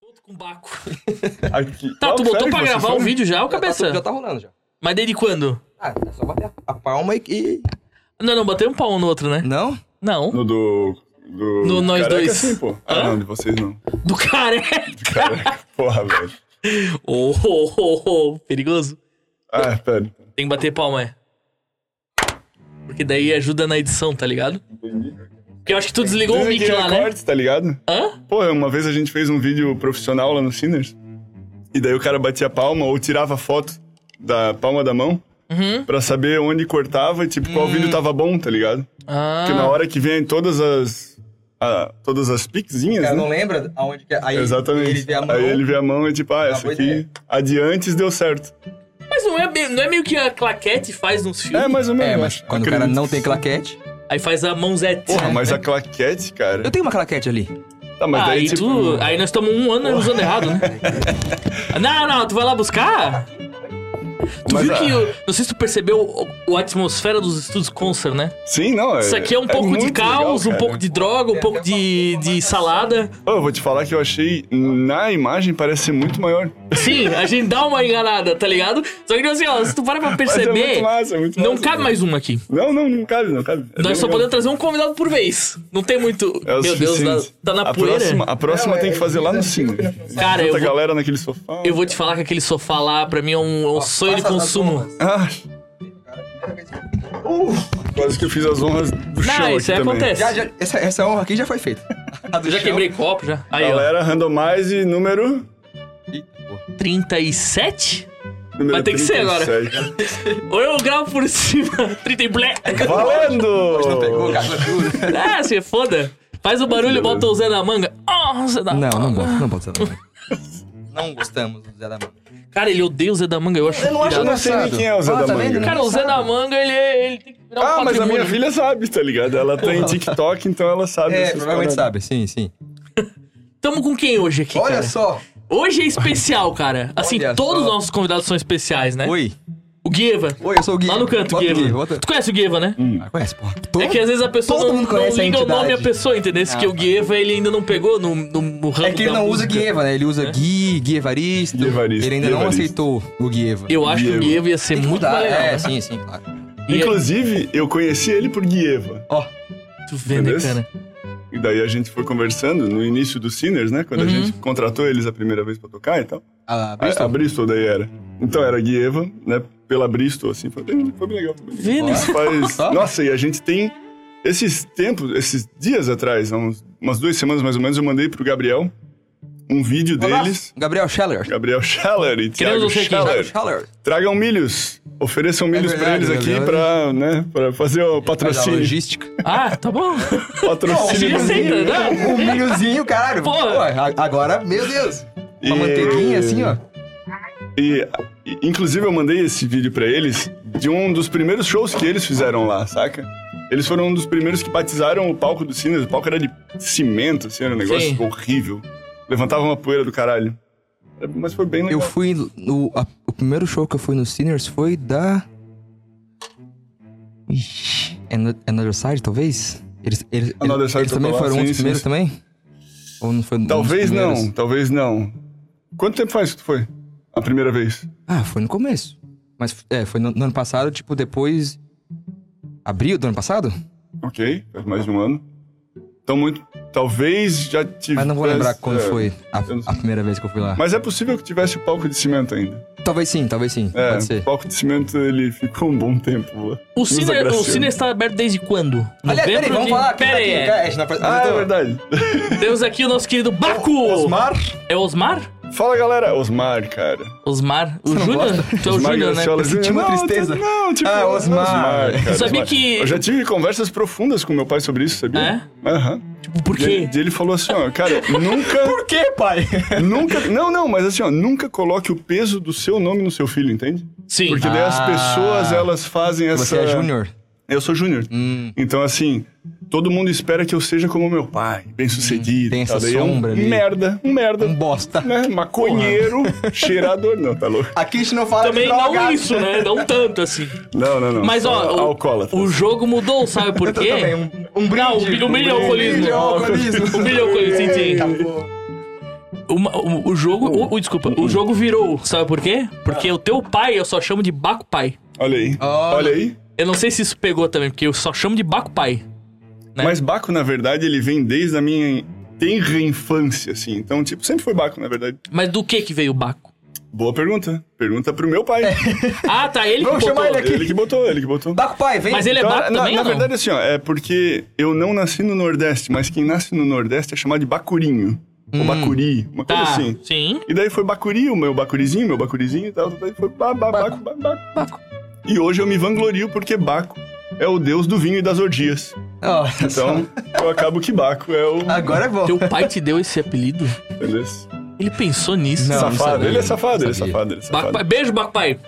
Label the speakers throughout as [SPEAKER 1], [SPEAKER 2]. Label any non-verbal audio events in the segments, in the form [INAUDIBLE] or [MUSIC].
[SPEAKER 1] Todo com
[SPEAKER 2] [LAUGHS]
[SPEAKER 1] baco.
[SPEAKER 2] Aqui.
[SPEAKER 1] Tá,
[SPEAKER 2] Não,
[SPEAKER 1] tu botou
[SPEAKER 2] sério,
[SPEAKER 1] pra
[SPEAKER 2] você
[SPEAKER 1] gravar
[SPEAKER 2] sabe?
[SPEAKER 1] o
[SPEAKER 2] Ah,
[SPEAKER 1] vídeo já, ô
[SPEAKER 3] Já tá-
[SPEAKER 1] cabeça?
[SPEAKER 3] Já tá rolando já.
[SPEAKER 1] Mas desde quando?
[SPEAKER 3] Ah, é só bater a palma e. e-
[SPEAKER 1] Não, não, bateu um pau um no outro, né?
[SPEAKER 3] Não?
[SPEAKER 1] Não.
[SPEAKER 2] No do. do
[SPEAKER 1] No nós
[SPEAKER 2] careca,
[SPEAKER 1] dois.
[SPEAKER 2] Sim, pô. Ah,
[SPEAKER 1] Hã?
[SPEAKER 2] não, de vocês não. [LAUGHS]
[SPEAKER 1] Do é. careca.
[SPEAKER 2] Careca, porra, velho. Oh,
[SPEAKER 1] Ô, ô, ô, ô, perigoso.
[SPEAKER 2] Ah, pera.
[SPEAKER 1] Tem que bater palma, é. Porque daí ajuda na edição, tá ligado? Porque eu acho que tu desligou o mic
[SPEAKER 2] Dizem que
[SPEAKER 1] lá, né?
[SPEAKER 2] recortes, tá ligado?
[SPEAKER 1] Hã?
[SPEAKER 2] Pô, uma vez a gente fez um vídeo profissional lá no Sinners. E daí o cara batia palma ou tirava foto da palma da mão
[SPEAKER 1] Uhum. Hum.
[SPEAKER 2] pra saber onde cortava e tipo qual vídeo tava bom, tá ligado?
[SPEAKER 1] Ah.
[SPEAKER 2] Porque na hora que vem todas as. ah, todas as
[SPEAKER 3] O
[SPEAKER 2] piquezinhas,
[SPEAKER 3] cara
[SPEAKER 2] né?
[SPEAKER 3] não lembra aonde que é. Aí
[SPEAKER 2] Exatamente.
[SPEAKER 3] ele vê a mão.
[SPEAKER 2] Aí ele vê a mão e tipo, ah, essa
[SPEAKER 3] boa
[SPEAKER 2] aqui
[SPEAKER 3] ideia.
[SPEAKER 2] adiante deu certo.
[SPEAKER 1] Mas não é, bem- não é meio que a claquete faz nos filmes?
[SPEAKER 2] É, mais ou menos.
[SPEAKER 3] É, mas quando o cara
[SPEAKER 2] acredito.
[SPEAKER 3] não tem claquete.
[SPEAKER 1] Aí faz a mãozete.
[SPEAKER 2] Porra, mas a claquete, cara.
[SPEAKER 3] Eu tenho uma claquete ali.
[SPEAKER 2] Tá, mas
[SPEAKER 1] né? Ah,
[SPEAKER 2] daí,
[SPEAKER 1] aí,
[SPEAKER 2] tipo.
[SPEAKER 1] tu, aí nós estamos um ano usando errado,
[SPEAKER 2] [LAUGHS]
[SPEAKER 1] né? não, não, tu vai lá buscar? Tu
[SPEAKER 2] mas
[SPEAKER 1] viu
[SPEAKER 2] a-
[SPEAKER 1] que, o- não sei se tu percebeu o, o- a atmosfera dos estúdios Concert, né?
[SPEAKER 2] Sim, não, é.
[SPEAKER 1] Isso aqui é um pouco de
[SPEAKER 2] muito
[SPEAKER 1] caos,
[SPEAKER 2] legal,
[SPEAKER 1] um
[SPEAKER 2] cara.
[SPEAKER 1] pouco de droga,
[SPEAKER 3] É,
[SPEAKER 1] um pouco de, de salada.
[SPEAKER 2] Pô, eu vou te falar que eu achei na imagem parece ser muito maior.
[SPEAKER 1] Sim, a gente dá uma enganada, tá ligado? Só que assim, ó, se tu parar pra
[SPEAKER 2] [LAUGHS] Mas é muito
[SPEAKER 1] perceber,
[SPEAKER 2] massa, é muito
[SPEAKER 1] não
[SPEAKER 2] massa,
[SPEAKER 1] cabe
[SPEAKER 2] cara.
[SPEAKER 1] mais uma aqui.
[SPEAKER 2] Não, não, não cabe, não cabe. É bem
[SPEAKER 1] Nós só
[SPEAKER 2] legal.
[SPEAKER 1] podemos trazer um convidado por vez. Não tem muito.
[SPEAKER 2] É o
[SPEAKER 1] Meu Deus,
[SPEAKER 2] suficiente.
[SPEAKER 1] tá, tá na
[SPEAKER 2] a
[SPEAKER 1] poeira.
[SPEAKER 2] Próxima, a próxima tem que fazer lá no cine.
[SPEAKER 1] Cara, eu
[SPEAKER 2] Tanta
[SPEAKER 1] vou,
[SPEAKER 2] galera naquele sofá.
[SPEAKER 1] eu vou te falar que aquele sofá lá, pra mim, é um, é um sonho de
[SPEAKER 3] Passa as
[SPEAKER 1] consumo.
[SPEAKER 3] bombas.
[SPEAKER 2] Ah, quase que eu fiz as honras do chão
[SPEAKER 1] Não,
[SPEAKER 2] aqui
[SPEAKER 1] isso aí
[SPEAKER 2] também.
[SPEAKER 1] acontece.
[SPEAKER 3] Já, já, essa, essa honra aqui já foi feita. A
[SPEAKER 1] [LAUGHS]
[SPEAKER 3] do
[SPEAKER 1] Eu já
[SPEAKER 3] chão.
[SPEAKER 1] quebrei copo, já. Aí,
[SPEAKER 2] Galera, randomize número.
[SPEAKER 3] é?
[SPEAKER 1] ó. 37?
[SPEAKER 2] número
[SPEAKER 1] Vai ter que ser agora.
[SPEAKER 2] 37.
[SPEAKER 1] Ou eu gravo por [LAUGHS] cima? 30 e blé.
[SPEAKER 3] Não pegou,
[SPEAKER 2] Valendo!
[SPEAKER 3] cara, juro.
[SPEAKER 1] [LAUGHS] Ah, se foda. Faz o barulho, bota o Zé na manga. Oh, Zé da
[SPEAKER 3] Não, não bota, não bota essa não.
[SPEAKER 2] [LAUGHS]
[SPEAKER 3] Não gostamos do Zé da Mão.
[SPEAKER 1] Cara, ele odeia o Zé da manga, eu acho.
[SPEAKER 2] Eu não sei nem quem é o Zé
[SPEAKER 3] Ah,
[SPEAKER 2] da
[SPEAKER 3] tá
[SPEAKER 2] Manga.
[SPEAKER 3] vendo?
[SPEAKER 1] Cara, o Zé da manga, ele, é- ele tem que virar um
[SPEAKER 2] Ah, mas a
[SPEAKER 1] patrimônio.
[SPEAKER 2] minha filha sabe, tá ligado? Ela tem TikTok, então ela sabe.
[SPEAKER 3] É,
[SPEAKER 2] essas
[SPEAKER 3] provavelmente
[SPEAKER 2] paradas.
[SPEAKER 3] sabe, sim, sim.
[SPEAKER 1] Tamo com quem hoje aqui,
[SPEAKER 3] Olha
[SPEAKER 1] cara?
[SPEAKER 3] só.
[SPEAKER 1] Hoje é especial, cara. Assim,
[SPEAKER 3] Olha
[SPEAKER 1] todos os
[SPEAKER 3] só.
[SPEAKER 1] nossos convidados são especiais, né?
[SPEAKER 3] Oi.
[SPEAKER 1] O Gueva.
[SPEAKER 3] Oi, eu sou o Gui.
[SPEAKER 1] Lá no canto,
[SPEAKER 3] Bota o Gui,
[SPEAKER 1] Gueva.
[SPEAKER 3] bota-
[SPEAKER 1] Tu conhece o Gueva, né?
[SPEAKER 3] Ah, conhece, porra.
[SPEAKER 1] É que às vezes a pessoa
[SPEAKER 3] Todo
[SPEAKER 1] não,
[SPEAKER 3] mundo
[SPEAKER 1] não
[SPEAKER 3] conhece a
[SPEAKER 1] liga o nome à
[SPEAKER 3] entidade.
[SPEAKER 1] pessoa, entendeu? Esse
[SPEAKER 3] Ah,
[SPEAKER 1] que é o
[SPEAKER 3] tá.
[SPEAKER 1] Gueva ele ainda não pegou no, no, no ramo
[SPEAKER 3] É que ele
[SPEAKER 1] da
[SPEAKER 3] não usa
[SPEAKER 1] música.
[SPEAKER 3] Guieva, né? Ele
[SPEAKER 1] É.
[SPEAKER 3] usa Gui, Gui Evaristo.
[SPEAKER 2] Gui Evaristo,
[SPEAKER 3] Ele ainda
[SPEAKER 2] Gui
[SPEAKER 3] não
[SPEAKER 2] Evaristo.
[SPEAKER 3] aceitou o Guieva.
[SPEAKER 1] Eu acho que o
[SPEAKER 2] Gueva.
[SPEAKER 1] Gueva ia ser
[SPEAKER 3] Tem que
[SPEAKER 1] muito
[SPEAKER 3] mudar,
[SPEAKER 1] mais legal.
[SPEAKER 3] É,
[SPEAKER 1] né?
[SPEAKER 3] sim, sim, claro.
[SPEAKER 1] E é- aí,
[SPEAKER 2] Inclusive, eu conheci ele por Guieva.
[SPEAKER 3] Ó,
[SPEAKER 1] tu vê, né,
[SPEAKER 2] Beleza?
[SPEAKER 1] cara?
[SPEAKER 2] E daí a gente foi conversando no início do Sinners, né?
[SPEAKER 1] Uhum.
[SPEAKER 2] Quando a gente contratou eles a primeira vez pra tocar e tal.
[SPEAKER 3] a
[SPEAKER 2] A,
[SPEAKER 1] Ah,
[SPEAKER 3] Bristol.
[SPEAKER 1] é?
[SPEAKER 2] a Bristol daí era. Então era Guieva, né? Pela Bristol, assim. Foi bem, foi bem legal. foi bem legal.
[SPEAKER 1] Vê, né? [LAUGHS]
[SPEAKER 2] Faz-
[SPEAKER 3] Só?
[SPEAKER 2] Nossa, e a gente tem. Esses tempos, esses dias atrás, há uns, umas duas semanas mais ou menos, eu mandei pro Gabriel um vídeo deles.
[SPEAKER 3] Gabriel Scheller.
[SPEAKER 2] Gabriel Scheller e Thiago
[SPEAKER 1] você aqui.
[SPEAKER 2] Scheller.
[SPEAKER 3] Scheller.
[SPEAKER 2] Tragam milhos. Ofereçam milhos pra
[SPEAKER 3] verdade,
[SPEAKER 2] eles
[SPEAKER 3] é
[SPEAKER 2] aqui
[SPEAKER 3] verdade.
[SPEAKER 2] pra, né, pra fazer o
[SPEAKER 3] Faz a
[SPEAKER 2] patrocínio.
[SPEAKER 3] logística.
[SPEAKER 1] [LAUGHS] Ah, tá bom.
[SPEAKER 2] Patrocínio.
[SPEAKER 1] Ele aceita, né?
[SPEAKER 3] Um milhozinho, cara.
[SPEAKER 1] Pô.
[SPEAKER 3] Pô, a- agora, meu Deus.
[SPEAKER 2] E-
[SPEAKER 3] Uma manteiguinha assim, ó.
[SPEAKER 2] E, e, inclusive, eu mandei esse vídeo pra eles de um dos primeiros shows que eles fizeram lá, saca? Eles foram um dos primeiros que batizaram o palco do Sinners. O palco era de cimento, assim, era um negócio
[SPEAKER 1] Sim.
[SPEAKER 2] horrível. Levantava uma poeira do caralho. Mas foi bem legal.
[SPEAKER 3] Eu fui no. a- o primeiro show que eu fui no Sinners foi da. Ixi, Ano- Another Side, talvez? Eles, eles,
[SPEAKER 2] Another
[SPEAKER 3] eles-
[SPEAKER 2] Side
[SPEAKER 3] eles também
[SPEAKER 2] tocou lá,
[SPEAKER 3] foram
[SPEAKER 2] sim,
[SPEAKER 3] um dos
[SPEAKER 2] sim,
[SPEAKER 3] primeiros
[SPEAKER 2] sim.
[SPEAKER 3] também? Ou não foi um dos
[SPEAKER 2] Talvez
[SPEAKER 3] primeiros?
[SPEAKER 2] não, talvez não. Quanto tempo faz que tu foi? A primeira vez?
[SPEAKER 3] Ah, foi no começo. Mas é, foi no, no ano passado, tipo, depois. Abril do ano passado?
[SPEAKER 2] Ok, faz mais de um ano. Então, muito. Talvez já tivesse.
[SPEAKER 3] Mas não vou lembrar quando
[SPEAKER 2] é.
[SPEAKER 3] foi a,
[SPEAKER 2] eu não sei.
[SPEAKER 3] a primeira vez que eu fui lá.
[SPEAKER 2] Mas é possível que tivesse o palco de cimento ainda.
[SPEAKER 3] Talvez sim, talvez sim.
[SPEAKER 2] É,
[SPEAKER 3] Pode
[SPEAKER 2] o
[SPEAKER 3] ser.
[SPEAKER 2] palco de cimento ele ficou um bom tempo lá.
[SPEAKER 1] O
[SPEAKER 2] Nos
[SPEAKER 1] Cine, o
[SPEAKER 2] agraciando.
[SPEAKER 1] Cine está aberto desde quando?
[SPEAKER 3] Aliás, peraí,
[SPEAKER 1] Novembro
[SPEAKER 3] vamos
[SPEAKER 1] de-
[SPEAKER 3] falar. quem tá
[SPEAKER 1] Pera aí.
[SPEAKER 3] aqui? é. Cara, a gente não apre-
[SPEAKER 2] Ah, é
[SPEAKER 3] apresentou.
[SPEAKER 2] verdade.
[SPEAKER 1] Temos aqui o nosso querido Baco.
[SPEAKER 2] Osmar?
[SPEAKER 1] É Osmar?
[SPEAKER 2] Fala galera, Osmar, cara.
[SPEAKER 1] Osmar. O Júnior? Tu é o
[SPEAKER 2] Osmar
[SPEAKER 1] Júnior, né?
[SPEAKER 2] Graciola Júnior.
[SPEAKER 3] Senti uma
[SPEAKER 2] Não,
[SPEAKER 3] tristeza.
[SPEAKER 2] tu- Não, tipo,
[SPEAKER 3] Ah,
[SPEAKER 2] não é
[SPEAKER 3] Osmar.
[SPEAKER 2] cara,
[SPEAKER 1] Eu sabia
[SPEAKER 2] Osmar.
[SPEAKER 1] que-
[SPEAKER 2] Eu já tive conversas profundas com meu pai sobre isso, sabia? É? Aham.
[SPEAKER 1] Tipo, por
[SPEAKER 2] E
[SPEAKER 1] quê?
[SPEAKER 2] ele, e ele falou assim, ó, cara, nunca,
[SPEAKER 1] [LAUGHS]
[SPEAKER 3] Por que, pai?
[SPEAKER 2] nunca, não, não, mas assim, ó, nunca coloque o peso do seu nome no seu filho, entende?
[SPEAKER 1] Sim.
[SPEAKER 2] Porque daí as
[SPEAKER 3] Ah.
[SPEAKER 2] pessoas, elas fazem essa...
[SPEAKER 3] Você é Júnior?
[SPEAKER 2] Eu sou Júnior.
[SPEAKER 3] Hum.
[SPEAKER 2] Então, assim, todo mundo espera que eu seja como meu pai, bem sucedido.
[SPEAKER 3] Hum. Tem
[SPEAKER 2] e tal.
[SPEAKER 3] essa
[SPEAKER 2] Daí é um
[SPEAKER 3] sombra ali.
[SPEAKER 2] merda, um merda,
[SPEAKER 3] Um bosta.
[SPEAKER 2] né? Maconheiro, [LAUGHS] cheirador, não, tá louco?
[SPEAKER 3] Aqui a gente não fala
[SPEAKER 1] Também
[SPEAKER 3] de droga.
[SPEAKER 1] não isso, né? Não tanto assim.
[SPEAKER 2] Não, não, não.
[SPEAKER 1] Mas
[SPEAKER 2] só
[SPEAKER 1] ó, o-
[SPEAKER 2] alcoólatra.
[SPEAKER 1] o, jogo mudou, sabe
[SPEAKER 3] [LAUGHS]
[SPEAKER 1] por quê?
[SPEAKER 3] Também, um, um brinde.
[SPEAKER 1] Não, um brinde ao
[SPEAKER 3] Um
[SPEAKER 1] alcoolismo.
[SPEAKER 3] brinde ao alcoolismo. tá
[SPEAKER 1] Um brinde ao alcoolismo, sim, sim.
[SPEAKER 3] Eita, pô.
[SPEAKER 1] uma- o, o jogo. O, o- desculpa, o jogo virou. Sabe por quê? Porque o teu pai eu só chamo de Baco Pai.
[SPEAKER 2] Olha aí.
[SPEAKER 3] Olha.
[SPEAKER 2] Olha aí.
[SPEAKER 1] Eu não sei se isso pegou também, porque eu só chamo de Baco Pai. né?
[SPEAKER 2] Mas Baco, na verdade, ele vem desde a minha tenra infância, assim. Então, tipo, sempre foi Baco, na verdade.
[SPEAKER 1] Mas do que que veio o Baco?
[SPEAKER 2] Boa pergunta. Pergunta pro meu pai.
[SPEAKER 1] Ah, tá, ele que
[SPEAKER 3] Vamos
[SPEAKER 1] botou.
[SPEAKER 3] É, chamar ele aqui.
[SPEAKER 2] Ele que botou, ele que botou.
[SPEAKER 3] Baco pai, vem.
[SPEAKER 1] Mas ele é
[SPEAKER 2] Então,
[SPEAKER 1] Baco
[SPEAKER 2] na,
[SPEAKER 1] também
[SPEAKER 2] na
[SPEAKER 1] ou não?
[SPEAKER 2] verdade, assim, ó, é porque eu não nasci no Nordeste, mas quem nasce no Nordeste é chamado de Bacurinho. Ou Bacuri, uma
[SPEAKER 1] tá,
[SPEAKER 2] coisa assim.
[SPEAKER 1] sim.
[SPEAKER 2] E daí foi Bacuri, o meu Bacurizinho, meu Bacurizinho e tal. Daí foi ba, ba,
[SPEAKER 3] Baco.
[SPEAKER 2] Baco, ba, Baco. E hoje eu me vanglorio porque Baco é o deus do vinho e das orgias.
[SPEAKER 3] Ó,
[SPEAKER 2] Então, eu acabo que Baco é o...
[SPEAKER 1] Ah.
[SPEAKER 3] Agora é bom.
[SPEAKER 1] Teu pai te deu esse apelido?
[SPEAKER 2] Beleza?
[SPEAKER 1] Ele pensou nisso?
[SPEAKER 3] Não,
[SPEAKER 2] safado.
[SPEAKER 3] sabia,
[SPEAKER 2] ele é safado, ele é
[SPEAKER 3] sabia.
[SPEAKER 2] safado, ele é
[SPEAKER 1] Baco
[SPEAKER 2] safado.
[SPEAKER 1] Pai- Beijo, Baco Pai.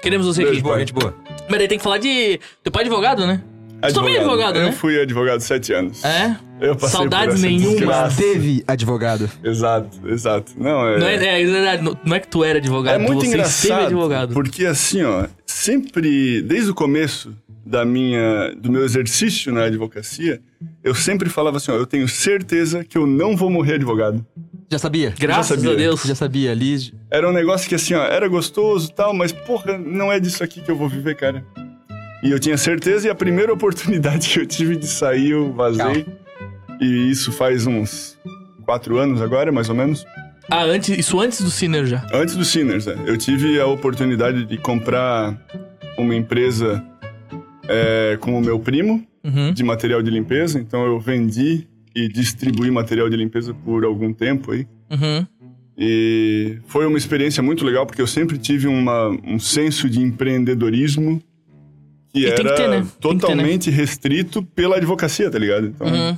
[SPEAKER 1] Queremos você
[SPEAKER 2] Beijo,
[SPEAKER 1] aqui.
[SPEAKER 3] Boa, gente boa.
[SPEAKER 1] Mas daí tem que falar de. Teu pai é advogado, né? Você também é advogado,
[SPEAKER 2] Eu
[SPEAKER 1] né?
[SPEAKER 2] fui advogado sete anos.
[SPEAKER 1] É?
[SPEAKER 2] Eu passei
[SPEAKER 1] Saudades
[SPEAKER 2] por essa
[SPEAKER 1] nenhuma.
[SPEAKER 2] desgraça.
[SPEAKER 3] Teve advogado.
[SPEAKER 2] Exato, exato. Não, é...
[SPEAKER 1] Não é, é, é, não- não é que tu era advogado,
[SPEAKER 2] É muito
[SPEAKER 1] você esteve
[SPEAKER 2] engraçado,
[SPEAKER 1] advogado.
[SPEAKER 2] porque assim, ó, sempre, desde o começo da minha, do meu exercício na advocacia, eu sempre falava assim, ó, eu tenho certeza que eu não vou morrer advogado.
[SPEAKER 3] Já sabia?
[SPEAKER 1] Graças
[SPEAKER 2] sabia.
[SPEAKER 1] a Deus.
[SPEAKER 3] Já sabia ali.
[SPEAKER 2] Era um negócio que assim, ó, era gostoso e tal, mas porra, não é disso aqui que eu vou viver, cara. E eu tinha certeza e a primeira [LAUGHS] oportunidade que eu tive de sair, eu vazei. E isso faz uns quatro anos agora, mais ou menos.
[SPEAKER 1] Ah, antes, isso antes do Sinner já.
[SPEAKER 2] Antes do Sinners, né, eu tive a oportunidade de comprar uma empresa é, com o meu primo
[SPEAKER 1] Uhum.
[SPEAKER 2] de material de limpeza. Então eu vendi e distribuí material de limpeza por algum tempo aí.
[SPEAKER 1] Uhum.
[SPEAKER 2] E foi uma experiência muito legal porque eu sempre tive uma, um senso de empreendedorismo que
[SPEAKER 1] E tem
[SPEAKER 2] era
[SPEAKER 1] que ter, né? Tem que ter, né?
[SPEAKER 2] totalmente restrito pela advocacia, tá ligado? Então,
[SPEAKER 1] Uhum.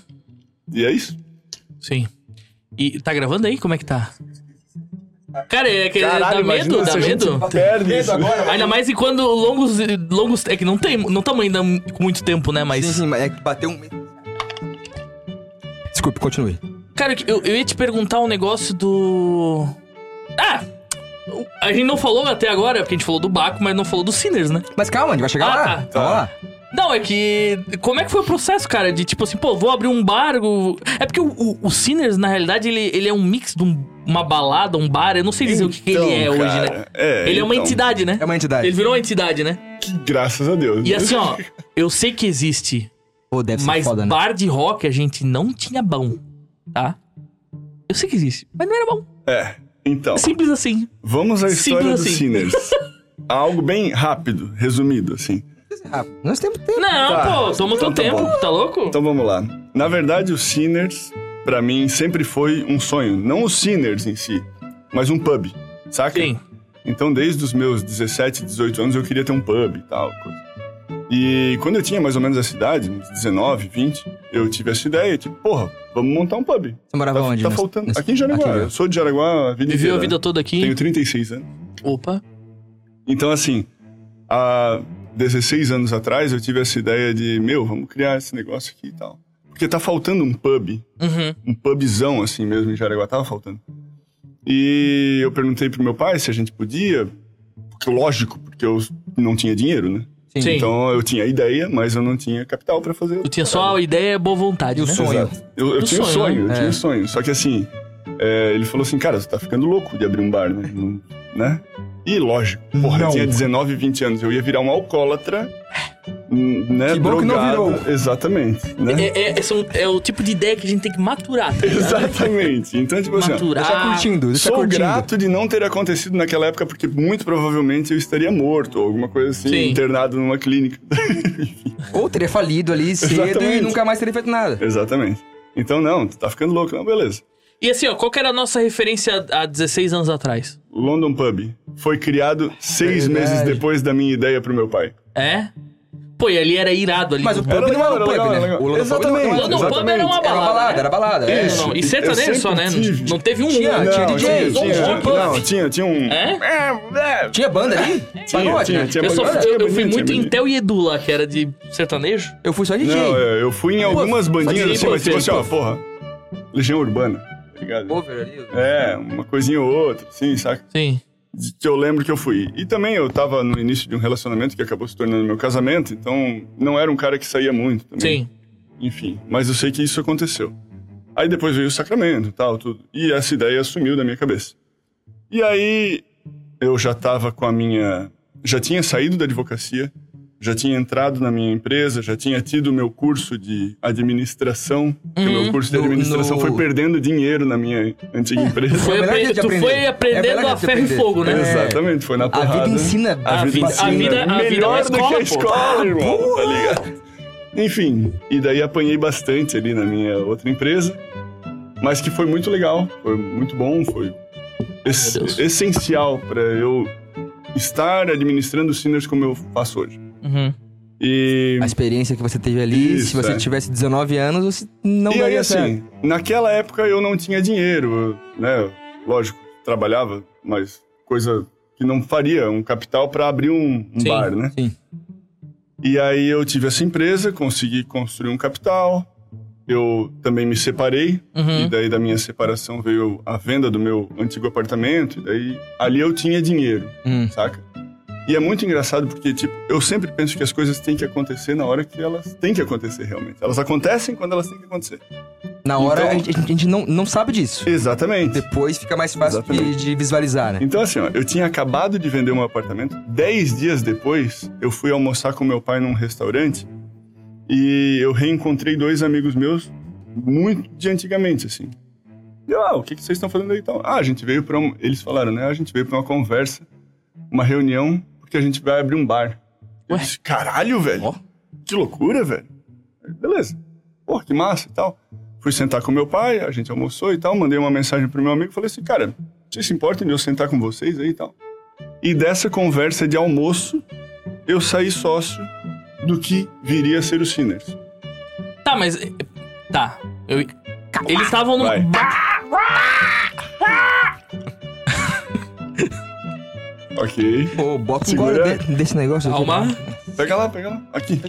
[SPEAKER 2] E é isso.
[SPEAKER 1] Sim. E tá gravando aí? Como é que tá? Cara, é que
[SPEAKER 2] Caralho,
[SPEAKER 1] dá
[SPEAKER 2] imagina
[SPEAKER 1] medo,
[SPEAKER 2] se
[SPEAKER 1] dá
[SPEAKER 2] a gente
[SPEAKER 1] medo.
[SPEAKER 2] Perde isso.
[SPEAKER 1] Ainda mais e quando longos. longos é que não tem. Não estamos ainda com muito tempo, né? Mas.
[SPEAKER 3] Sim, sim, mas é que bateu um. Desculpe, continue.
[SPEAKER 1] Cara, eu, eu ia te perguntar um negócio do. Ah! A gente não falou até agora, porque a gente falou do Baco, mas não falou do Sinners, né?
[SPEAKER 3] Mas calma, a gente vai chegar
[SPEAKER 1] Ah,
[SPEAKER 3] lá.
[SPEAKER 1] tá.
[SPEAKER 3] Calma lá.
[SPEAKER 1] Não, é que. Como é que foi o processo, cara? De tipo assim, pô, vou abrir um bar. o- É porque o, o, o Sinners, na realidade, ele, ele é um mix de um- uma balada, um bar. Eu não sei dizer o que, que ele é
[SPEAKER 2] Então,
[SPEAKER 1] hoje, né?
[SPEAKER 2] cara, é,
[SPEAKER 1] Ele é uma
[SPEAKER 2] então,
[SPEAKER 1] entidade, né?
[SPEAKER 3] É uma entidade.
[SPEAKER 1] Ele virou uma entidade, né?
[SPEAKER 2] que Graças a Deus. né?
[SPEAKER 1] E assim,
[SPEAKER 2] [LAUGHS]
[SPEAKER 1] ó, eu sei que existe,
[SPEAKER 3] Pô, deve ser
[SPEAKER 1] mas
[SPEAKER 3] foda, né?
[SPEAKER 1] bar de rock a gente não tinha bom, tá? Eu sei que existe, mas não era bom.
[SPEAKER 2] É. Então.
[SPEAKER 1] Simples assim.
[SPEAKER 2] Vamos à história
[SPEAKER 1] Simples
[SPEAKER 2] do
[SPEAKER 1] assim.
[SPEAKER 2] Sinners. Algo bem rápido, resumido, assim.
[SPEAKER 3] Ah, nós temos tempo.
[SPEAKER 1] Não,
[SPEAKER 2] Tá,
[SPEAKER 1] pô, toma teu
[SPEAKER 2] então tá
[SPEAKER 1] tempo,
[SPEAKER 2] bom.
[SPEAKER 1] tá louco?
[SPEAKER 2] Então vamos lá. Na verdade, o Sinners, pra mim, sempre foi um sonho. Não o Sinners em si, mas um pub, saca?
[SPEAKER 1] Sim.
[SPEAKER 2] Então, desde os meus 17, 18 anos, eu queria ter um pub e tal. Coisa. E quando eu tinha mais ou menos essa idade, uns 19, 20, eu tive essa ideia, tipo, porra, vamos montar um pub.
[SPEAKER 3] Você morava
[SPEAKER 2] Tá,
[SPEAKER 3] onde?
[SPEAKER 2] tá
[SPEAKER 3] nesse-
[SPEAKER 2] faltando.
[SPEAKER 3] nesse-
[SPEAKER 2] Aqui em Jaraguá.
[SPEAKER 3] aqui, né?
[SPEAKER 2] eu sou de Jaraguá a vida
[SPEAKER 1] Viveu
[SPEAKER 2] inteira.
[SPEAKER 1] a vida toda
[SPEAKER 2] Tenho
[SPEAKER 1] aqui.
[SPEAKER 2] 36 anos.
[SPEAKER 1] Opa.
[SPEAKER 2] Então, assim, há 16 anos atrás eu tive essa ideia de, meu, vamos criar esse negócio aqui e tal. Porque tá faltando um pub,
[SPEAKER 1] Uhum.
[SPEAKER 2] um pubzão assim mesmo em Jaraguá, tava faltando. E eu perguntei pro meu pai se a gente podia, porque lógico, porque eu não tinha dinheiro, né?
[SPEAKER 3] Sim.
[SPEAKER 1] Sim.
[SPEAKER 2] Então eu tinha ideia, mas eu não tinha capital pra fazer.
[SPEAKER 1] Eu tinha só a ideia e boa vontade,
[SPEAKER 3] E o
[SPEAKER 1] né?
[SPEAKER 3] sonho?
[SPEAKER 2] Exato. Eu, eu
[SPEAKER 1] Do
[SPEAKER 2] tinha um
[SPEAKER 1] sonho,
[SPEAKER 2] sonho, eu
[SPEAKER 3] né? É.
[SPEAKER 2] tinha um sonho. Só que assim, é, ele falou assim, cara, você tá ficando louco de abrir um bar, né? Não- né? E lógico, porra,
[SPEAKER 3] Não.
[SPEAKER 2] eu tinha 19, 20 anos, eu ia virar um alcoólatra, n- né?
[SPEAKER 3] Que bom que não
[SPEAKER 2] drogado.
[SPEAKER 3] virou.
[SPEAKER 2] Exatamente,
[SPEAKER 1] [LAUGHS]
[SPEAKER 2] né? [LAUGHS]
[SPEAKER 1] É, é- é- são- é o tipo de ideia que a gente tem que maturar, tá ligado?
[SPEAKER 2] Exatamente. Então, tipo assim, ó,
[SPEAKER 1] Maturar.
[SPEAKER 3] Deixa curtindo, deixa
[SPEAKER 2] sou
[SPEAKER 3] curtindo.
[SPEAKER 2] grato de não ter acontecido naquela época, porque muito provavelmente eu estaria morto, ou alguma coisa assim,
[SPEAKER 1] Sim.
[SPEAKER 2] internado numa clínica. [LAUGHS]
[SPEAKER 3] Ou teria falido ali cedo e
[SPEAKER 2] Exatamente.
[SPEAKER 3] nunca mais teria feito nada.
[SPEAKER 2] Exatamente. Então, não, tu tá ficando louco. Não, beleza.
[SPEAKER 1] E assim, ó, qual que era a nossa referência há 16 anos atrás?
[SPEAKER 2] London Pub foi criado seis
[SPEAKER 3] Verdade.
[SPEAKER 2] meses depois da minha ideia pro meu pai.
[SPEAKER 1] É? Pô, e ali era irado ali.
[SPEAKER 3] Mas o
[SPEAKER 1] Não,
[SPEAKER 3] pub
[SPEAKER 2] Era
[SPEAKER 3] não
[SPEAKER 2] legal,
[SPEAKER 3] era um
[SPEAKER 2] era
[SPEAKER 3] pub,
[SPEAKER 2] legal,
[SPEAKER 3] né?
[SPEAKER 2] era legal.
[SPEAKER 3] O London Pub não
[SPEAKER 2] Exatamente,
[SPEAKER 3] era um pub.
[SPEAKER 1] não, o pub era uma
[SPEAKER 3] Era uma
[SPEAKER 1] balada.
[SPEAKER 3] balada,
[SPEAKER 1] né?
[SPEAKER 3] era balada. é.
[SPEAKER 2] Isso.
[SPEAKER 1] Não, e
[SPEAKER 2] Eu
[SPEAKER 1] sertanejo
[SPEAKER 2] sempre
[SPEAKER 1] só, né?
[SPEAKER 2] tive.
[SPEAKER 1] Não teve um.
[SPEAKER 3] Tinha,
[SPEAKER 1] né?
[SPEAKER 3] tinha
[SPEAKER 2] Não,
[SPEAKER 3] DJ,
[SPEAKER 1] um
[SPEAKER 2] tinha,
[SPEAKER 1] pub.
[SPEAKER 2] não, tinha, tinha um.
[SPEAKER 1] É?
[SPEAKER 2] É, é,
[SPEAKER 3] Tinha banda ali? Pagode,
[SPEAKER 2] tinha,
[SPEAKER 3] né?
[SPEAKER 2] tinha
[SPEAKER 1] Eu, só,
[SPEAKER 2] Tinha
[SPEAKER 1] eu, eu fui
[SPEAKER 2] bandinha,
[SPEAKER 1] muito
[SPEAKER 2] tinha
[SPEAKER 1] em Tel e Edu lá, que era de sertanejo.
[SPEAKER 3] Eu fui só DJ.
[SPEAKER 2] Não, é, eu fui em algumas bandinhas
[SPEAKER 1] DJ,
[SPEAKER 2] assim,
[SPEAKER 1] pô,
[SPEAKER 2] mas tipo
[SPEAKER 1] sim,
[SPEAKER 2] assim, ó,
[SPEAKER 1] pô.
[SPEAKER 2] porra. Legião Urbana, tá ligado?
[SPEAKER 3] Over ali.
[SPEAKER 2] É, uma coisinha ou outra, assim, saca?
[SPEAKER 1] Sim.
[SPEAKER 2] De- Que eu lembro que eu fui. E também eu tava no início de um relacionamento que acabou se tornando meu casamento, então não era um cara que saía muito também.
[SPEAKER 1] Sim.
[SPEAKER 2] Enfim, mas eu sei que isso aconteceu. Aí depois veio o Sacramento e tal, tudo. E essa ideia sumiu da minha cabeça. E aí eu já tava com a minha. Já tinha saído da advocacia, já tinha entrado na minha empresa, já tinha tido o meu curso de administração. que o meu curso de
[SPEAKER 3] Hum. No-
[SPEAKER 2] administração
[SPEAKER 3] no-
[SPEAKER 2] foi perdendo dinheiro na minha
[SPEAKER 3] [LAUGHS]
[SPEAKER 2] antiga empresa.
[SPEAKER 1] Foi
[SPEAKER 3] É melhor
[SPEAKER 1] apre-
[SPEAKER 3] jeito de
[SPEAKER 1] tu
[SPEAKER 3] aprender.
[SPEAKER 1] foi
[SPEAKER 3] É
[SPEAKER 1] aprendendo
[SPEAKER 3] melhor
[SPEAKER 1] a
[SPEAKER 3] jeito de
[SPEAKER 1] ferro e
[SPEAKER 3] aprender.
[SPEAKER 1] fogo, né?
[SPEAKER 3] É.
[SPEAKER 2] Exatamente, foi na
[SPEAKER 3] A
[SPEAKER 2] porrada.
[SPEAKER 3] vida ensina.
[SPEAKER 2] A
[SPEAKER 3] a
[SPEAKER 2] vida
[SPEAKER 1] vida-
[SPEAKER 3] ensina.
[SPEAKER 1] a vida- a vida é
[SPEAKER 2] Melhor
[SPEAKER 1] uma
[SPEAKER 2] do que a
[SPEAKER 1] escola, pô.
[SPEAKER 2] escola, irmão, tá ligado? Enfim, e daí apanhei bastante ali na minha outra empresa, mas que foi muito legal, foi muito bom, foi es-
[SPEAKER 1] Meu Deus.
[SPEAKER 2] essencial para eu estar administrando os Sinners como eu faço hoje.
[SPEAKER 1] Uhum.
[SPEAKER 2] E,
[SPEAKER 3] A experiência que você teve ali,
[SPEAKER 2] Isso,
[SPEAKER 3] se você
[SPEAKER 2] é.
[SPEAKER 3] tivesse 19 anos, você não
[SPEAKER 2] e aí,
[SPEAKER 3] daria
[SPEAKER 2] assim,
[SPEAKER 3] certo.
[SPEAKER 2] naquela época eu não tinha dinheiro, né? Lógico, trabalhava, mas coisa que não faria, um capital para abrir um, um
[SPEAKER 1] Sim,
[SPEAKER 2] bar, né?
[SPEAKER 3] sim.
[SPEAKER 2] E aí eu tive essa empresa, consegui construir um capital. Eu também me separei, e
[SPEAKER 1] Uhum.
[SPEAKER 2] daí da minha separação veio a venda do meu antigo apartamento, e daí ali eu tinha dinheiro,
[SPEAKER 3] Hum.
[SPEAKER 2] saca? E é muito engraçado porque, tipo, eu sempre penso que as coisas têm que acontecer na hora que elas têm que acontecer realmente. Elas acontecem quando elas têm que acontecer.
[SPEAKER 3] Na hora,
[SPEAKER 2] Então-
[SPEAKER 3] a gente, a gente não, não sabe disso.
[SPEAKER 2] Exatamente.
[SPEAKER 3] Depois fica mais fácil de,
[SPEAKER 2] Exatamente.
[SPEAKER 3] de visualizar, né?
[SPEAKER 2] Então, assim, ó, eu tinha acabado de vender meu apartamento. Dez dias depois, eu fui almoçar com meu pai num restaurante e eu reencontrei dois amigos meus muito de antigamente, assim. E eu, ah, o que, que vocês estão fazendo aí então? Ah, a gente veio pra. um- Eles falaram, né? A gente veio pra uma conversa, uma reunião, porque a gente vai abrir um bar. Eu
[SPEAKER 1] Ué?
[SPEAKER 2] disse, caralho, velho.
[SPEAKER 1] Ó.
[SPEAKER 2] Que loucura, velho. Beleza. Pô, que massa e tal. Fui sentar com meu pai, a gente almoçou e tal. Mandei uma mensagem pro meu amigo falei assim, cara, vocês se importam de eu sentar com vocês aí e tal? E dessa conversa de almoço, eu saí sócio do que viria a ser o Sinners.
[SPEAKER 1] Tá, mas. eh, Tá. Eu- Eles estavam no.
[SPEAKER 2] Vai. [LAUGHS] Ok.
[SPEAKER 3] Pô, bota um
[SPEAKER 2] Segura.
[SPEAKER 3] gole de- desse negócio aqui.
[SPEAKER 1] Calma.
[SPEAKER 3] né?
[SPEAKER 2] Pega lá, pega lá. Aqui.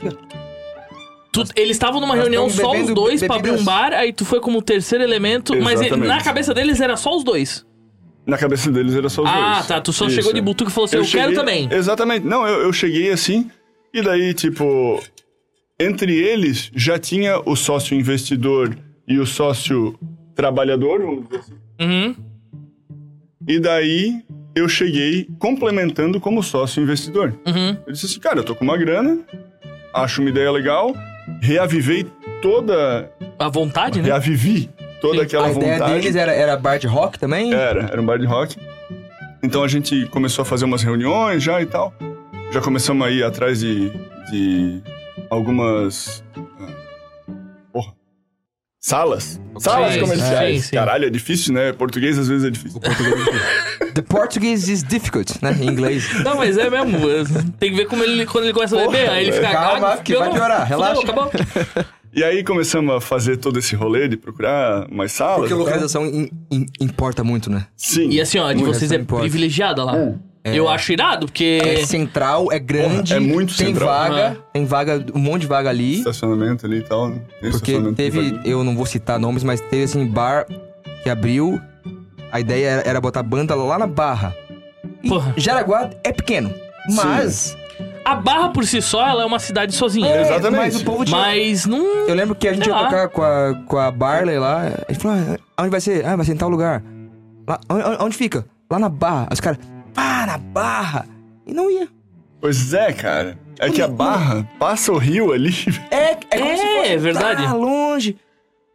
[SPEAKER 1] Tu- eles estavam numa
[SPEAKER 3] Nós
[SPEAKER 1] reunião
[SPEAKER 3] estamos
[SPEAKER 1] só os
[SPEAKER 3] bebendo
[SPEAKER 1] dois pra abrir
[SPEAKER 3] bebidas.
[SPEAKER 1] um bar, aí tu foi como terceiro elemento, mas
[SPEAKER 2] Exatamente.
[SPEAKER 1] na cabeça deles era só os dois.
[SPEAKER 2] Na cabeça deles era só os dois.
[SPEAKER 1] ah, tá. Tu só
[SPEAKER 2] Isso,
[SPEAKER 1] chegou de
[SPEAKER 2] é.
[SPEAKER 1] butuca e falou assim: eu, quero
[SPEAKER 2] cheguei-
[SPEAKER 1] também.
[SPEAKER 2] Exatamente. Não, eu, eu cheguei assim, e daí, tipo, entre eles já tinha o sócio investidor e o sócio trabalhador, vamos dizer assim.
[SPEAKER 1] Uhum.
[SPEAKER 2] E daí eu cheguei complementando como sócio investidor.
[SPEAKER 1] Uhum.
[SPEAKER 2] Eu disse assim, cara, eu tô com uma grana, acho uma ideia legal, reavivei toda.
[SPEAKER 1] A vontade,
[SPEAKER 3] [LAUGHS]
[SPEAKER 1] né?
[SPEAKER 2] Reavivi toda
[SPEAKER 1] Sim.
[SPEAKER 2] aquela
[SPEAKER 3] A ideia
[SPEAKER 2] vontade.
[SPEAKER 3] deles é era, era bar de rock também?
[SPEAKER 2] Era, era um bar de rock. Então a gente começou a fazer umas reuniões já e tal. Já começamos a ir atrás de, de algumas. ah, Porra. Salas. Salas
[SPEAKER 1] Sim,
[SPEAKER 2] comerciais.
[SPEAKER 1] sim, sim.
[SPEAKER 2] Caralho, é difícil, né? Português às vezes é [LAUGHS] difícil.
[SPEAKER 3] The Portuguese is difficult, né? Em
[SPEAKER 2] [LAUGHS]
[SPEAKER 3] inglês.
[SPEAKER 1] Não, mas é mesmo. Tem que ver como ele, quando ele começa a
[SPEAKER 2] Porra,
[SPEAKER 1] beber. Aí ele fica
[SPEAKER 3] calma,
[SPEAKER 1] "Ah,
[SPEAKER 3] que vai
[SPEAKER 1] não,
[SPEAKER 3] piorar,
[SPEAKER 1] fudeu,
[SPEAKER 3] relaxa."
[SPEAKER 1] acabou.
[SPEAKER 2] E aí começamos a fazer todo esse rolê de procurar mais salas.
[SPEAKER 3] Porque a
[SPEAKER 2] e tal.
[SPEAKER 3] localização in- in- importa muito, né?
[SPEAKER 2] Sim. É,
[SPEAKER 1] E assim, ó, de
[SPEAKER 3] Mulher
[SPEAKER 1] vocês é
[SPEAKER 3] não pode.
[SPEAKER 1] privilegiada lá. Eu acho irado, porque.
[SPEAKER 3] É central, é grande.
[SPEAKER 2] Porra, é muito
[SPEAKER 3] tem
[SPEAKER 2] central.
[SPEAKER 3] vaga,
[SPEAKER 1] Aham.
[SPEAKER 3] tem vaga, um monte de vaga ali.
[SPEAKER 2] Estacionamento ali e tal. né? Tem
[SPEAKER 3] Porque
[SPEAKER 2] estacionamento
[SPEAKER 3] teve,
[SPEAKER 2] privadinho.
[SPEAKER 3] eu não vou citar nomes, mas teve assim, bar que abriu. A ideia era, era botar banda lá na barra. E
[SPEAKER 1] Porra.
[SPEAKER 3] Jaraguá é pequeno. Mas.
[SPEAKER 1] A barra por si só, ela é uma cidade sozinha.
[SPEAKER 3] É,
[SPEAKER 2] Exatamente.
[SPEAKER 3] Mas o povo tinha.
[SPEAKER 1] Mas não.
[SPEAKER 3] Eu lembro que a gente
[SPEAKER 1] Sei
[SPEAKER 3] ia
[SPEAKER 1] lá.
[SPEAKER 3] tocar com a, com a Barley lá. A gente falou, "Ah, onde vai ser? Ah, vai ser em tal lugar. Lá, onde, onde- onde fica? Lá na barra. Aí Os caras, pá, na barra. E não ia.
[SPEAKER 2] Pois é, cara. É que a barra passa o rio ali. [LAUGHS]
[SPEAKER 3] É, é, como
[SPEAKER 1] É,
[SPEAKER 3] se fosse
[SPEAKER 1] é verdade.
[SPEAKER 3] lá longe.